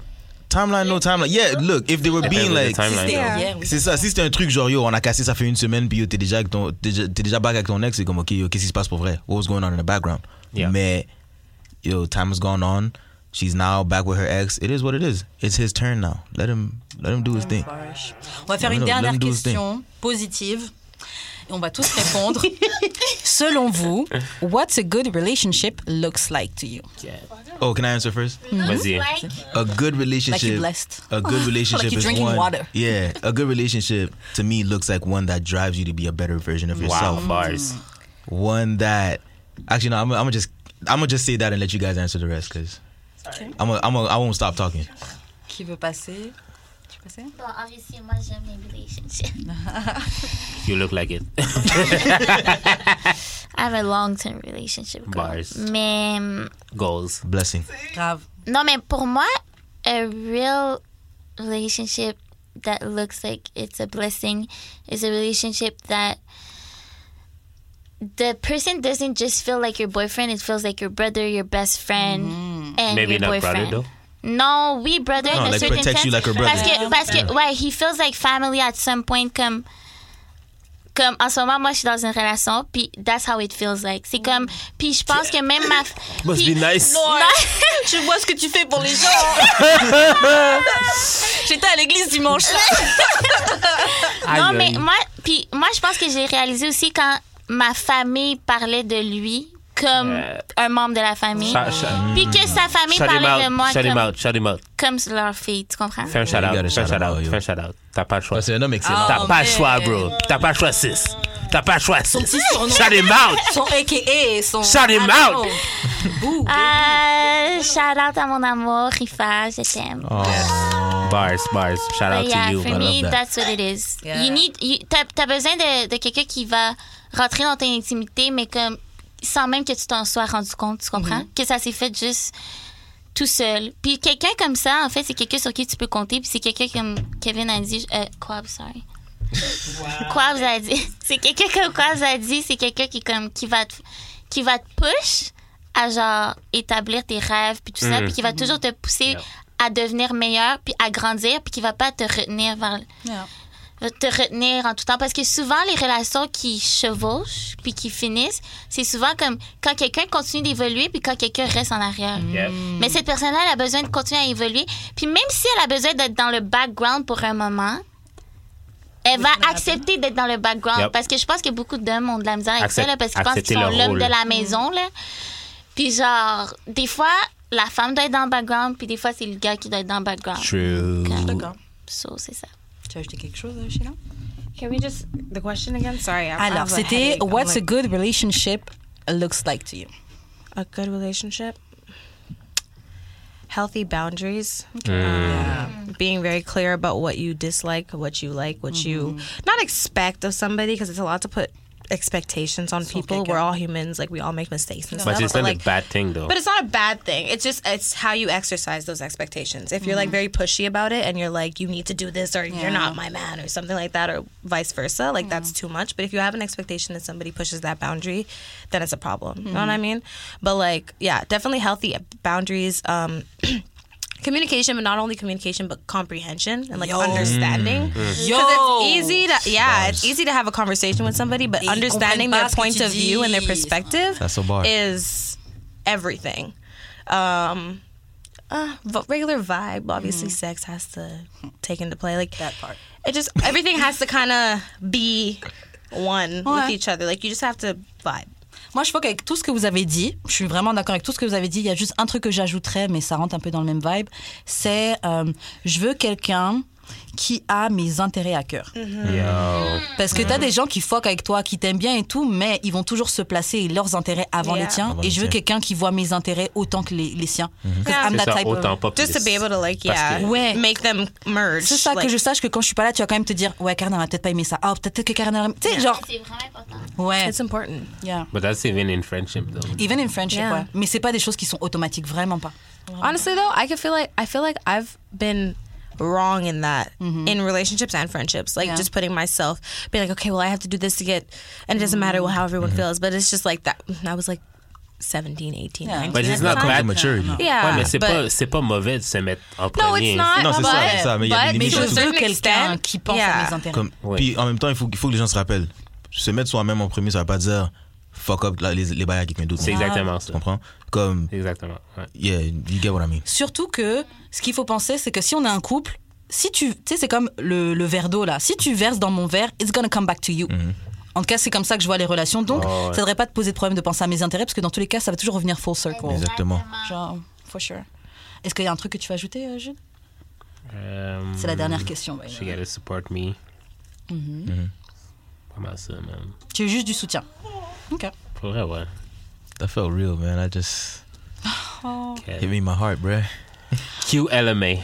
Speaker 5: Timeline, no timeline. Yeah, look, if they were
Speaker 3: Depends
Speaker 5: being
Speaker 3: on the
Speaker 5: like...
Speaker 3: timeline,
Speaker 2: C'était euh,
Speaker 3: though.
Speaker 2: hier, Eh oui.
Speaker 5: C'est ça, si c'était un truc genre yo, on a cassé ça fait une semaine, puis yo, t'es déjà, avec ton- t'es déjà, t'es déjà back avec ton ex, c'est comme ok, yo, qu'est-ce qui se passe pour vrai? What was going on in the background?
Speaker 3: Yeah.
Speaker 5: Mais yo, time has gone on, she's now back with her ex, it is what it is. It's his turn now. Let him, let him do his thing.
Speaker 2: On va faire
Speaker 5: Non,
Speaker 2: une
Speaker 5: non,
Speaker 2: dernière
Speaker 5: l'homme douce thing.
Speaker 2: question positive. Et on va tous répondre. <laughs> Selon vous, what's a good relationship looks like to you?
Speaker 5: Oh, can I answer first?
Speaker 3: Vas-y.
Speaker 5: A good relationship.
Speaker 2: Like you're blessed.
Speaker 5: A good
Speaker 2: <laughs>
Speaker 5: relationship
Speaker 2: Like you're
Speaker 5: is
Speaker 2: drinking
Speaker 5: one.
Speaker 2: water.
Speaker 5: Yeah, a good relationship to me looks like one that drives you to be a better version of
Speaker 3: Wow,
Speaker 5: yourself.
Speaker 3: bars.
Speaker 5: One that actually no, I'm gonna just I'm gonna just say that and let you guys answer the rest because I'm a, I'm a, I won't stop talking.
Speaker 2: Qui veut passer? Tu veux passer?
Speaker 7: Bon, obviously, moi j'aime les relationships.
Speaker 3: You look like it.
Speaker 7: <laughs>
Speaker 3: <laughs>
Speaker 7: I have a long-term relationship. girl.
Speaker 3: Bars.
Speaker 7: Mais hum,
Speaker 3: Goals.
Speaker 5: Blessing.
Speaker 2: Grave.
Speaker 7: non, mais pour moi, a real relationship that looks like it's a blessing is a relationship that the person doesn't just feel like your boyfriend; it feels like your brother, your best friend, and
Speaker 3: Maybe
Speaker 7: your
Speaker 3: not brother,
Speaker 7: boyfriend.
Speaker 3: though.
Speaker 7: No, we brother
Speaker 5: No,
Speaker 7: in a
Speaker 5: like,
Speaker 7: certain
Speaker 5: protects
Speaker 7: sense.
Speaker 5: you like a brother.
Speaker 7: Parce que, parce que, ouais, he feels like family at some point. Comme, comme en ce moment, moi, je suis dans une relation, puis that's how it feels like. C'est comme, puis je pense que même ma,
Speaker 3: Must
Speaker 7: puis-
Speaker 3: be nice.
Speaker 2: Je vois ce que tu fais pour les gens. <laughs> J'étais à l'église dimanche.
Speaker 7: Non,
Speaker 3: Aïe,
Speaker 7: mais
Speaker 3: aïe.
Speaker 7: moi, puis moi, je pense que j'ai réalisé aussi quand ma famille parlait de lui comme
Speaker 3: Euh,
Speaker 7: un membre de la famille,
Speaker 3: Shout- shout-
Speaker 7: puis que sa famille
Speaker 3: Shout him
Speaker 7: parlait de moi
Speaker 3: out. Shout him
Speaker 7: comme,
Speaker 3: out. Shout him out.
Speaker 7: comme leur fille, tu comprends?
Speaker 3: Fais un shout
Speaker 5: you
Speaker 3: out.
Speaker 5: gotta
Speaker 3: Fais un
Speaker 5: shout
Speaker 3: shout
Speaker 5: him out,
Speaker 3: out.
Speaker 5: yo.
Speaker 3: Fais un shout out. T'as pas le choix.
Speaker 5: Parce que un homme excellent.
Speaker 4: Ah.
Speaker 3: T'as
Speaker 2: Oh,
Speaker 3: pas le
Speaker 2: man.
Speaker 3: choix, bro. T'as pas le choix, sis. T'as pas le choix, sis.
Speaker 2: petit surnom.
Speaker 3: Shout him out.
Speaker 2: Son AKA, son.
Speaker 3: Shout him
Speaker 2: Allô.
Speaker 3: out.
Speaker 2: Bouh.
Speaker 7: Ah, shout out à mon amour, Rifa, je t'aime.
Speaker 3: Oh. Bars, bars. Shout out
Speaker 7: But yeah,
Speaker 3: to you.
Speaker 7: for
Speaker 5: I
Speaker 7: me,
Speaker 5: love that.
Speaker 7: that's what it is.
Speaker 2: Yeah.
Speaker 7: You need, you, t'as, t'as besoin de, de quelqu'un qui va rentrer dans ton intimité, mais comme sans même que tu t'en sois rendu compte, tu comprends? Que ça s'est fait juste tout seul. Puis quelqu'un comme ça, en fait, c'est quelqu'un sur qui tu peux compter. Puis c'est quelqu'un comme Kevin a dit, euh, Quab, sorry. Quabs a dit, <laughs> c'est quelqu'un comme Quabs a dit, c'est quelqu'un qui comme qui va te, qui va te push à genre établir tes rêves puis tout ça,
Speaker 3: Mm.
Speaker 7: puis qui va toujours te pousser
Speaker 3: Yeah.
Speaker 7: à devenir meilleur puis à grandir puis qui va pas te retenir vers
Speaker 2: Yeah.
Speaker 7: va te retenir en tout temps parce que souvent les relations qui chevauchent puis qui finissent, c'est souvent comme quand quelqu'un continue d'évoluer puis quand quelqu'un reste en arrière.
Speaker 3: Yeah.
Speaker 7: Mais cette personne-là, elle a besoin de continuer à évoluer. Puis même si elle a besoin d'être dans le background pour un moment, elle va accepter d'être dans le background.
Speaker 3: Yep.
Speaker 7: Parce que je pense que beaucoup d'hommes ont de la misère avec
Speaker 3: Accept-
Speaker 7: ça, là, parce qu'ils pensent
Speaker 3: accepter
Speaker 7: qu'ils sont
Speaker 3: leur
Speaker 7: l'homme
Speaker 3: rôle.
Speaker 7: de la maison. Là. Puis genre, des fois, la femme doit être dans le background, puis des fois, c'est le gars qui doit être dans le background.
Speaker 3: True.
Speaker 2: D'accord.
Speaker 7: So, c'est ça.
Speaker 2: Tu as ajouté quelque chose, euh, Sheila? Ah,
Speaker 4: Can we just the question again? Sorry. I, I
Speaker 2: Alors,
Speaker 4: have a
Speaker 2: c'était
Speaker 4: headache. I'm
Speaker 2: What's a
Speaker 4: like,
Speaker 2: good relationship looks like to you?
Speaker 4: a good relationship? healthy boundaries.
Speaker 3: Mm.
Speaker 4: Um, being very clear about what you dislike, what you like, what you
Speaker 2: Mm-hmm.
Speaker 4: not expect of somebody because it's a lot to put expectations on people.
Speaker 2: quelqu'un.
Speaker 4: We're all humans, like we all make mistakes and
Speaker 3: But
Speaker 4: stuff.
Speaker 3: it's
Speaker 4: but,
Speaker 3: not
Speaker 4: like,
Speaker 3: a bad thing, though.
Speaker 4: but it's not a bad thing. It's just it's how you exercise those expectations. If you're like very pushy about it and you're like you need to do this or you're not my man or something like that or vice versa, like that's too much. But if you have an expectation that somebody pushes that boundary, then it's a problem. You know what I mean? But like yeah, definitely healthy boundaries um <clears throat> communication, but not only communication, but comprehension and like understanding.
Speaker 3: Mm-hmm.
Speaker 4: Because
Speaker 2: Yo.
Speaker 4: it's easy to yeah, it's easy to have a conversation with somebody, but
Speaker 2: ils comprennent
Speaker 4: understanding
Speaker 2: pas
Speaker 4: their
Speaker 2: ce que
Speaker 4: point
Speaker 2: tu
Speaker 4: of view and their
Speaker 2: dis.
Speaker 4: perspective
Speaker 5: That's a bar.
Speaker 4: is everything. Um, uh, v- regular vibe, obviously, sex has to take into play. Like
Speaker 2: That part.
Speaker 4: it just everything has to kind of be one
Speaker 2: Ouais.
Speaker 4: with each other. Like you just have to vibe.
Speaker 2: Moi, je crois qu'avec tout ce que vous avez dit, je suis vraiment d'accord avec tout ce que vous avez dit. Il y a juste un truc que j'ajouterais, mais ça rentre un peu dans le même vibe. C'est euh, je veux quelqu'un qui a mes intérêts à cœur.
Speaker 3: Mm. Yo.
Speaker 2: Parce que t'as des gens qui fuck avec toi, qui t'aiment bien et tout, mais ils vont toujours se placer leurs intérêts avant
Speaker 4: Yeah.
Speaker 2: les tiens.
Speaker 5: Avant
Speaker 2: et
Speaker 5: les
Speaker 2: je veux
Speaker 5: tiens.
Speaker 2: quelqu'un qui voit mes intérêts autant que les, les siens. 'Cause
Speaker 4: Yeah.
Speaker 2: I'm
Speaker 3: C'est
Speaker 2: that
Speaker 3: ça,
Speaker 2: type of-
Speaker 3: autant pas
Speaker 4: Just to
Speaker 3: plus.
Speaker 4: be able to like
Speaker 3: Parce
Speaker 4: yeah,
Speaker 3: que-
Speaker 2: Ouais.
Speaker 4: make them merge.
Speaker 2: C'est ça
Speaker 4: like,
Speaker 2: que je sache que quand je suis pas là, tu vas quand même te dire ouais, Karen elle va peut-être pas aimer ça. Oh, peut-être que Karen elle... tu sais genre
Speaker 7: C'est vraiment important.
Speaker 2: ouais.
Speaker 4: It's important.
Speaker 2: Yeah.
Speaker 3: But that's even in friendship, though.
Speaker 2: Even in friendship,
Speaker 4: Yeah.
Speaker 2: ouais. Mais c'est pas des choses qui sont automatiques, vraiment pas.
Speaker 4: Honestly though, I could feel like I feel like I've been wrong in that in relationships and friendships.
Speaker 2: Mm-hmm.
Speaker 4: Like
Speaker 2: Yeah.
Speaker 4: just putting myself being like, okay, well I have to do this to get and it doesn't matter
Speaker 2: Mm-hmm.
Speaker 4: how everyone feels, but it's just like that mm, I was like 17, 18,
Speaker 2: Yeah.
Speaker 4: 19.
Speaker 3: But
Speaker 4: at
Speaker 3: it's
Speaker 4: the
Speaker 3: not
Speaker 4: time.
Speaker 3: bad.
Speaker 5: maturity.
Speaker 4: Yeah.
Speaker 3: Ouais, mais c'est
Speaker 4: but-
Speaker 3: pas, c'est pas mauvais de se mettre en
Speaker 4: No,
Speaker 3: premier.
Speaker 4: it's not.
Speaker 5: Non, c'est
Speaker 4: but,
Speaker 5: ça, c'est ça, mais il y a
Speaker 4: but
Speaker 5: des
Speaker 2: Mais
Speaker 5: limites
Speaker 2: je
Speaker 4: to a
Speaker 5: à tout.
Speaker 2: veux
Speaker 4: certain
Speaker 2: quelqu'un
Speaker 4: extent,
Speaker 2: qui pense à
Speaker 4: yeah.
Speaker 2: mes intérêts.
Speaker 5: Comme,
Speaker 3: Ouais.
Speaker 5: Puis en même temps, il faut, il faut que les gens se rappellent. Se mettre soi-même en premier, ça veut pas dire fuck up là, les, les bails à quelqu'un d'autre.
Speaker 3: C'est exactement ça.
Speaker 5: Tu comprends? Comme,
Speaker 3: Exactement. ouais.
Speaker 5: yeah, you get what I mean.
Speaker 2: Surtout que ce qu'il faut penser, c'est que si on a un couple, si tu, tu sais, c'est comme le, le verre d'eau là. Si tu verses dans mon verre, it's gonna come back to you. En tout cas, c'est comme ça que je vois les relations. Donc,
Speaker 3: Mhm. Oh, ouais.
Speaker 2: ça devrait pas te poser de problème de penser à mes intérêts, parce que dans tous les cas, ça va toujours revenir full
Speaker 4: Oh
Speaker 2: circle.
Speaker 5: Exactement.
Speaker 2: Genre, for sure. Est-ce qu'il y a un truc que tu veux ajouter, euh, Jude
Speaker 3: Um,
Speaker 2: C'est la dernière question. by the
Speaker 3: She
Speaker 2: way.
Speaker 3: gotta support me.
Speaker 5: Mm-hmm.
Speaker 3: Pas mal ça, man.
Speaker 2: Tu veux juste du soutien. Ok.
Speaker 3: Pour vrai, ouais.
Speaker 5: That felt real, man. I just
Speaker 3: Okay.
Speaker 5: hit me in my heart, bruh.
Speaker 3: QLMA.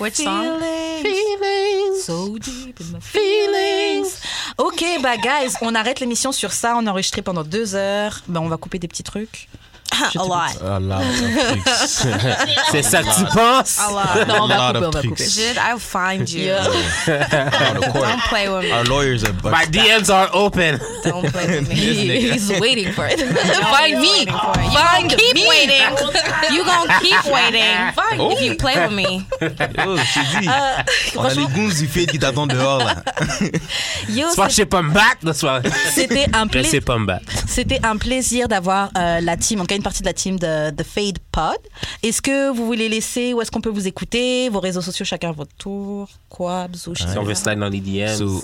Speaker 4: Which song?
Speaker 2: So deep in my feelings. Ok, bah guys, on arrête l'émission sur ça. On a enregistré pendant deux heures. Bah, on va couper des petits <laughs> trucs.
Speaker 4: a lot.
Speaker 5: A lot <laughs> of tricks.
Speaker 3: C'est ça que tu penses?
Speaker 4: A lot.
Speaker 2: Non, on va
Speaker 5: lot
Speaker 2: couper, on
Speaker 5: of
Speaker 2: va
Speaker 5: tricks.
Speaker 2: couper.
Speaker 4: Dude, I'll find you.
Speaker 5: Out of court.
Speaker 4: Don't play
Speaker 2: <laughs>
Speaker 4: with me.
Speaker 5: Our lawyers
Speaker 3: <laughs>
Speaker 5: are.
Speaker 3: My DMs are open.
Speaker 4: Don't play with me.
Speaker 5: This nigga.
Speaker 2: He's waiting for <laughs> it. Find me.
Speaker 4: Fine, keep waiting. You gonna
Speaker 2: <laughs>
Speaker 4: keep waiting. Fine, if you play with me.
Speaker 5: Oh, je te
Speaker 4: Euh,
Speaker 5: dis. on a les goons du fait qui t'attendent dehors, là.
Speaker 2: Yo,
Speaker 3: Soit je sais pas me battre, soit
Speaker 2: c'était un
Speaker 3: je
Speaker 2: plaisir.
Speaker 3: sais pas me battre.
Speaker 2: C'était un plaisir d'avoir euh, la team, en tout cas une partie de la team de The Fade Pod. Est-ce que vous voulez laisser, où est-ce qu'on peut vous écouter, vos réseaux sociaux chacun à votre tour, quoi, bisous, je sais
Speaker 3: Si on
Speaker 2: pas.
Speaker 3: veut slide dans les DMs.
Speaker 5: So,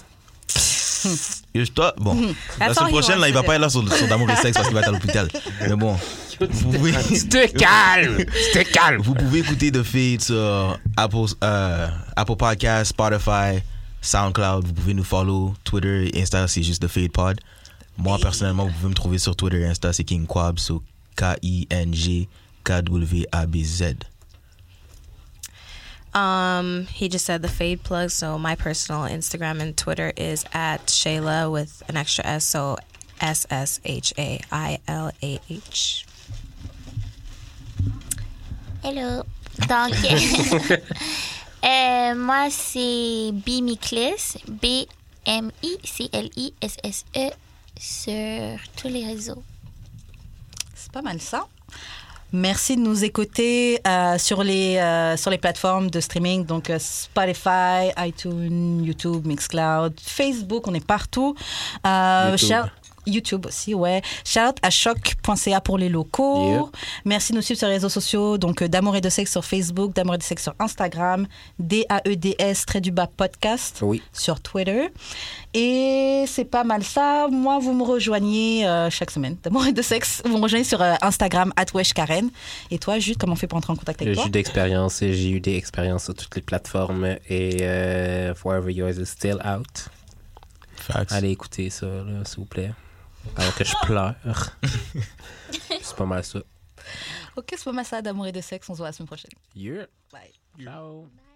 Speaker 3: <laughs>
Speaker 5: Yo, je- toi,
Speaker 3: Hmm.
Speaker 5: bon. La
Speaker 4: That's all
Speaker 5: semaine
Speaker 4: he
Speaker 5: prochaine,
Speaker 4: wants
Speaker 5: là, il va
Speaker 4: to
Speaker 5: pas
Speaker 4: do.
Speaker 5: être là sur, sur D'amour et Sexe parce qu'il va être à l'hôpital.
Speaker 3: <laughs>
Speaker 5: Mais bon. Vous pouvez,
Speaker 3: Tu te calmes! Tu te calmes!
Speaker 5: vous pouvez écouter The Fade sur Apple, euh, Apple Podcast, Spotify, SoundCloud. Vous pouvez nous follow. Twitter et Insta, c'est juste The Fade Pod. Moi, personnellement, vous pouvez me trouver sur Twitter et Insta, c'est King Quab, so K-I-N-G-K-W-A-B-Z.
Speaker 4: Um, he just said the fade plug. So my personal Instagram and Twitter is at Shayla with an extra S. So S S H A I L A H.
Speaker 7: Hello. Donc, <laughs> euh, moi, c'est Bimiclis, B-M-I-C-L-I-S-S-E, E sur tous les réseaux.
Speaker 2: C'est pas mal ça. Merci de nous écouter euh, sur, les, euh, sur les plateformes de streaming, donc euh, Spotify, iTunes, YouTube, Mixcloud, Facebook, on est partout. Euh,
Speaker 3: YouTube.
Speaker 2: shout- YouTube aussi, ouais. Shout à choc.ca pour les locaux.
Speaker 3: Yep.
Speaker 2: Merci de nous suivre sur les réseaux sociaux, donc euh, d'amour et de sexe sur Facebook, d'amour et de sexe sur Instagram, E D-A-E-D-S, très du bas podcast
Speaker 3: Oui.
Speaker 2: sur Twitter. Et c'est pas mal ça. Moi, vous me rejoignez euh, chaque semaine, d'amour et de sexe. Vous me rejoignez sur euh, Instagram, Karen. Et toi, Jude, comment on fait pour entrer en contact avec
Speaker 3: Le
Speaker 2: toi
Speaker 3: jus d'expérience, j'ai eu des expériences sur toutes les plateformes et euh, Forever Yours is still out.
Speaker 5: Facts.
Speaker 3: Allez écouter ça, là, s'il vous plaît. Alors que je pleure. C'est pas mal ça.
Speaker 2: Ok, c'est pas mal ça d'amour et de sexe. On se voit la semaine prochaine.
Speaker 3: Yeah.
Speaker 2: Bye.
Speaker 3: Ciao.
Speaker 7: Bye.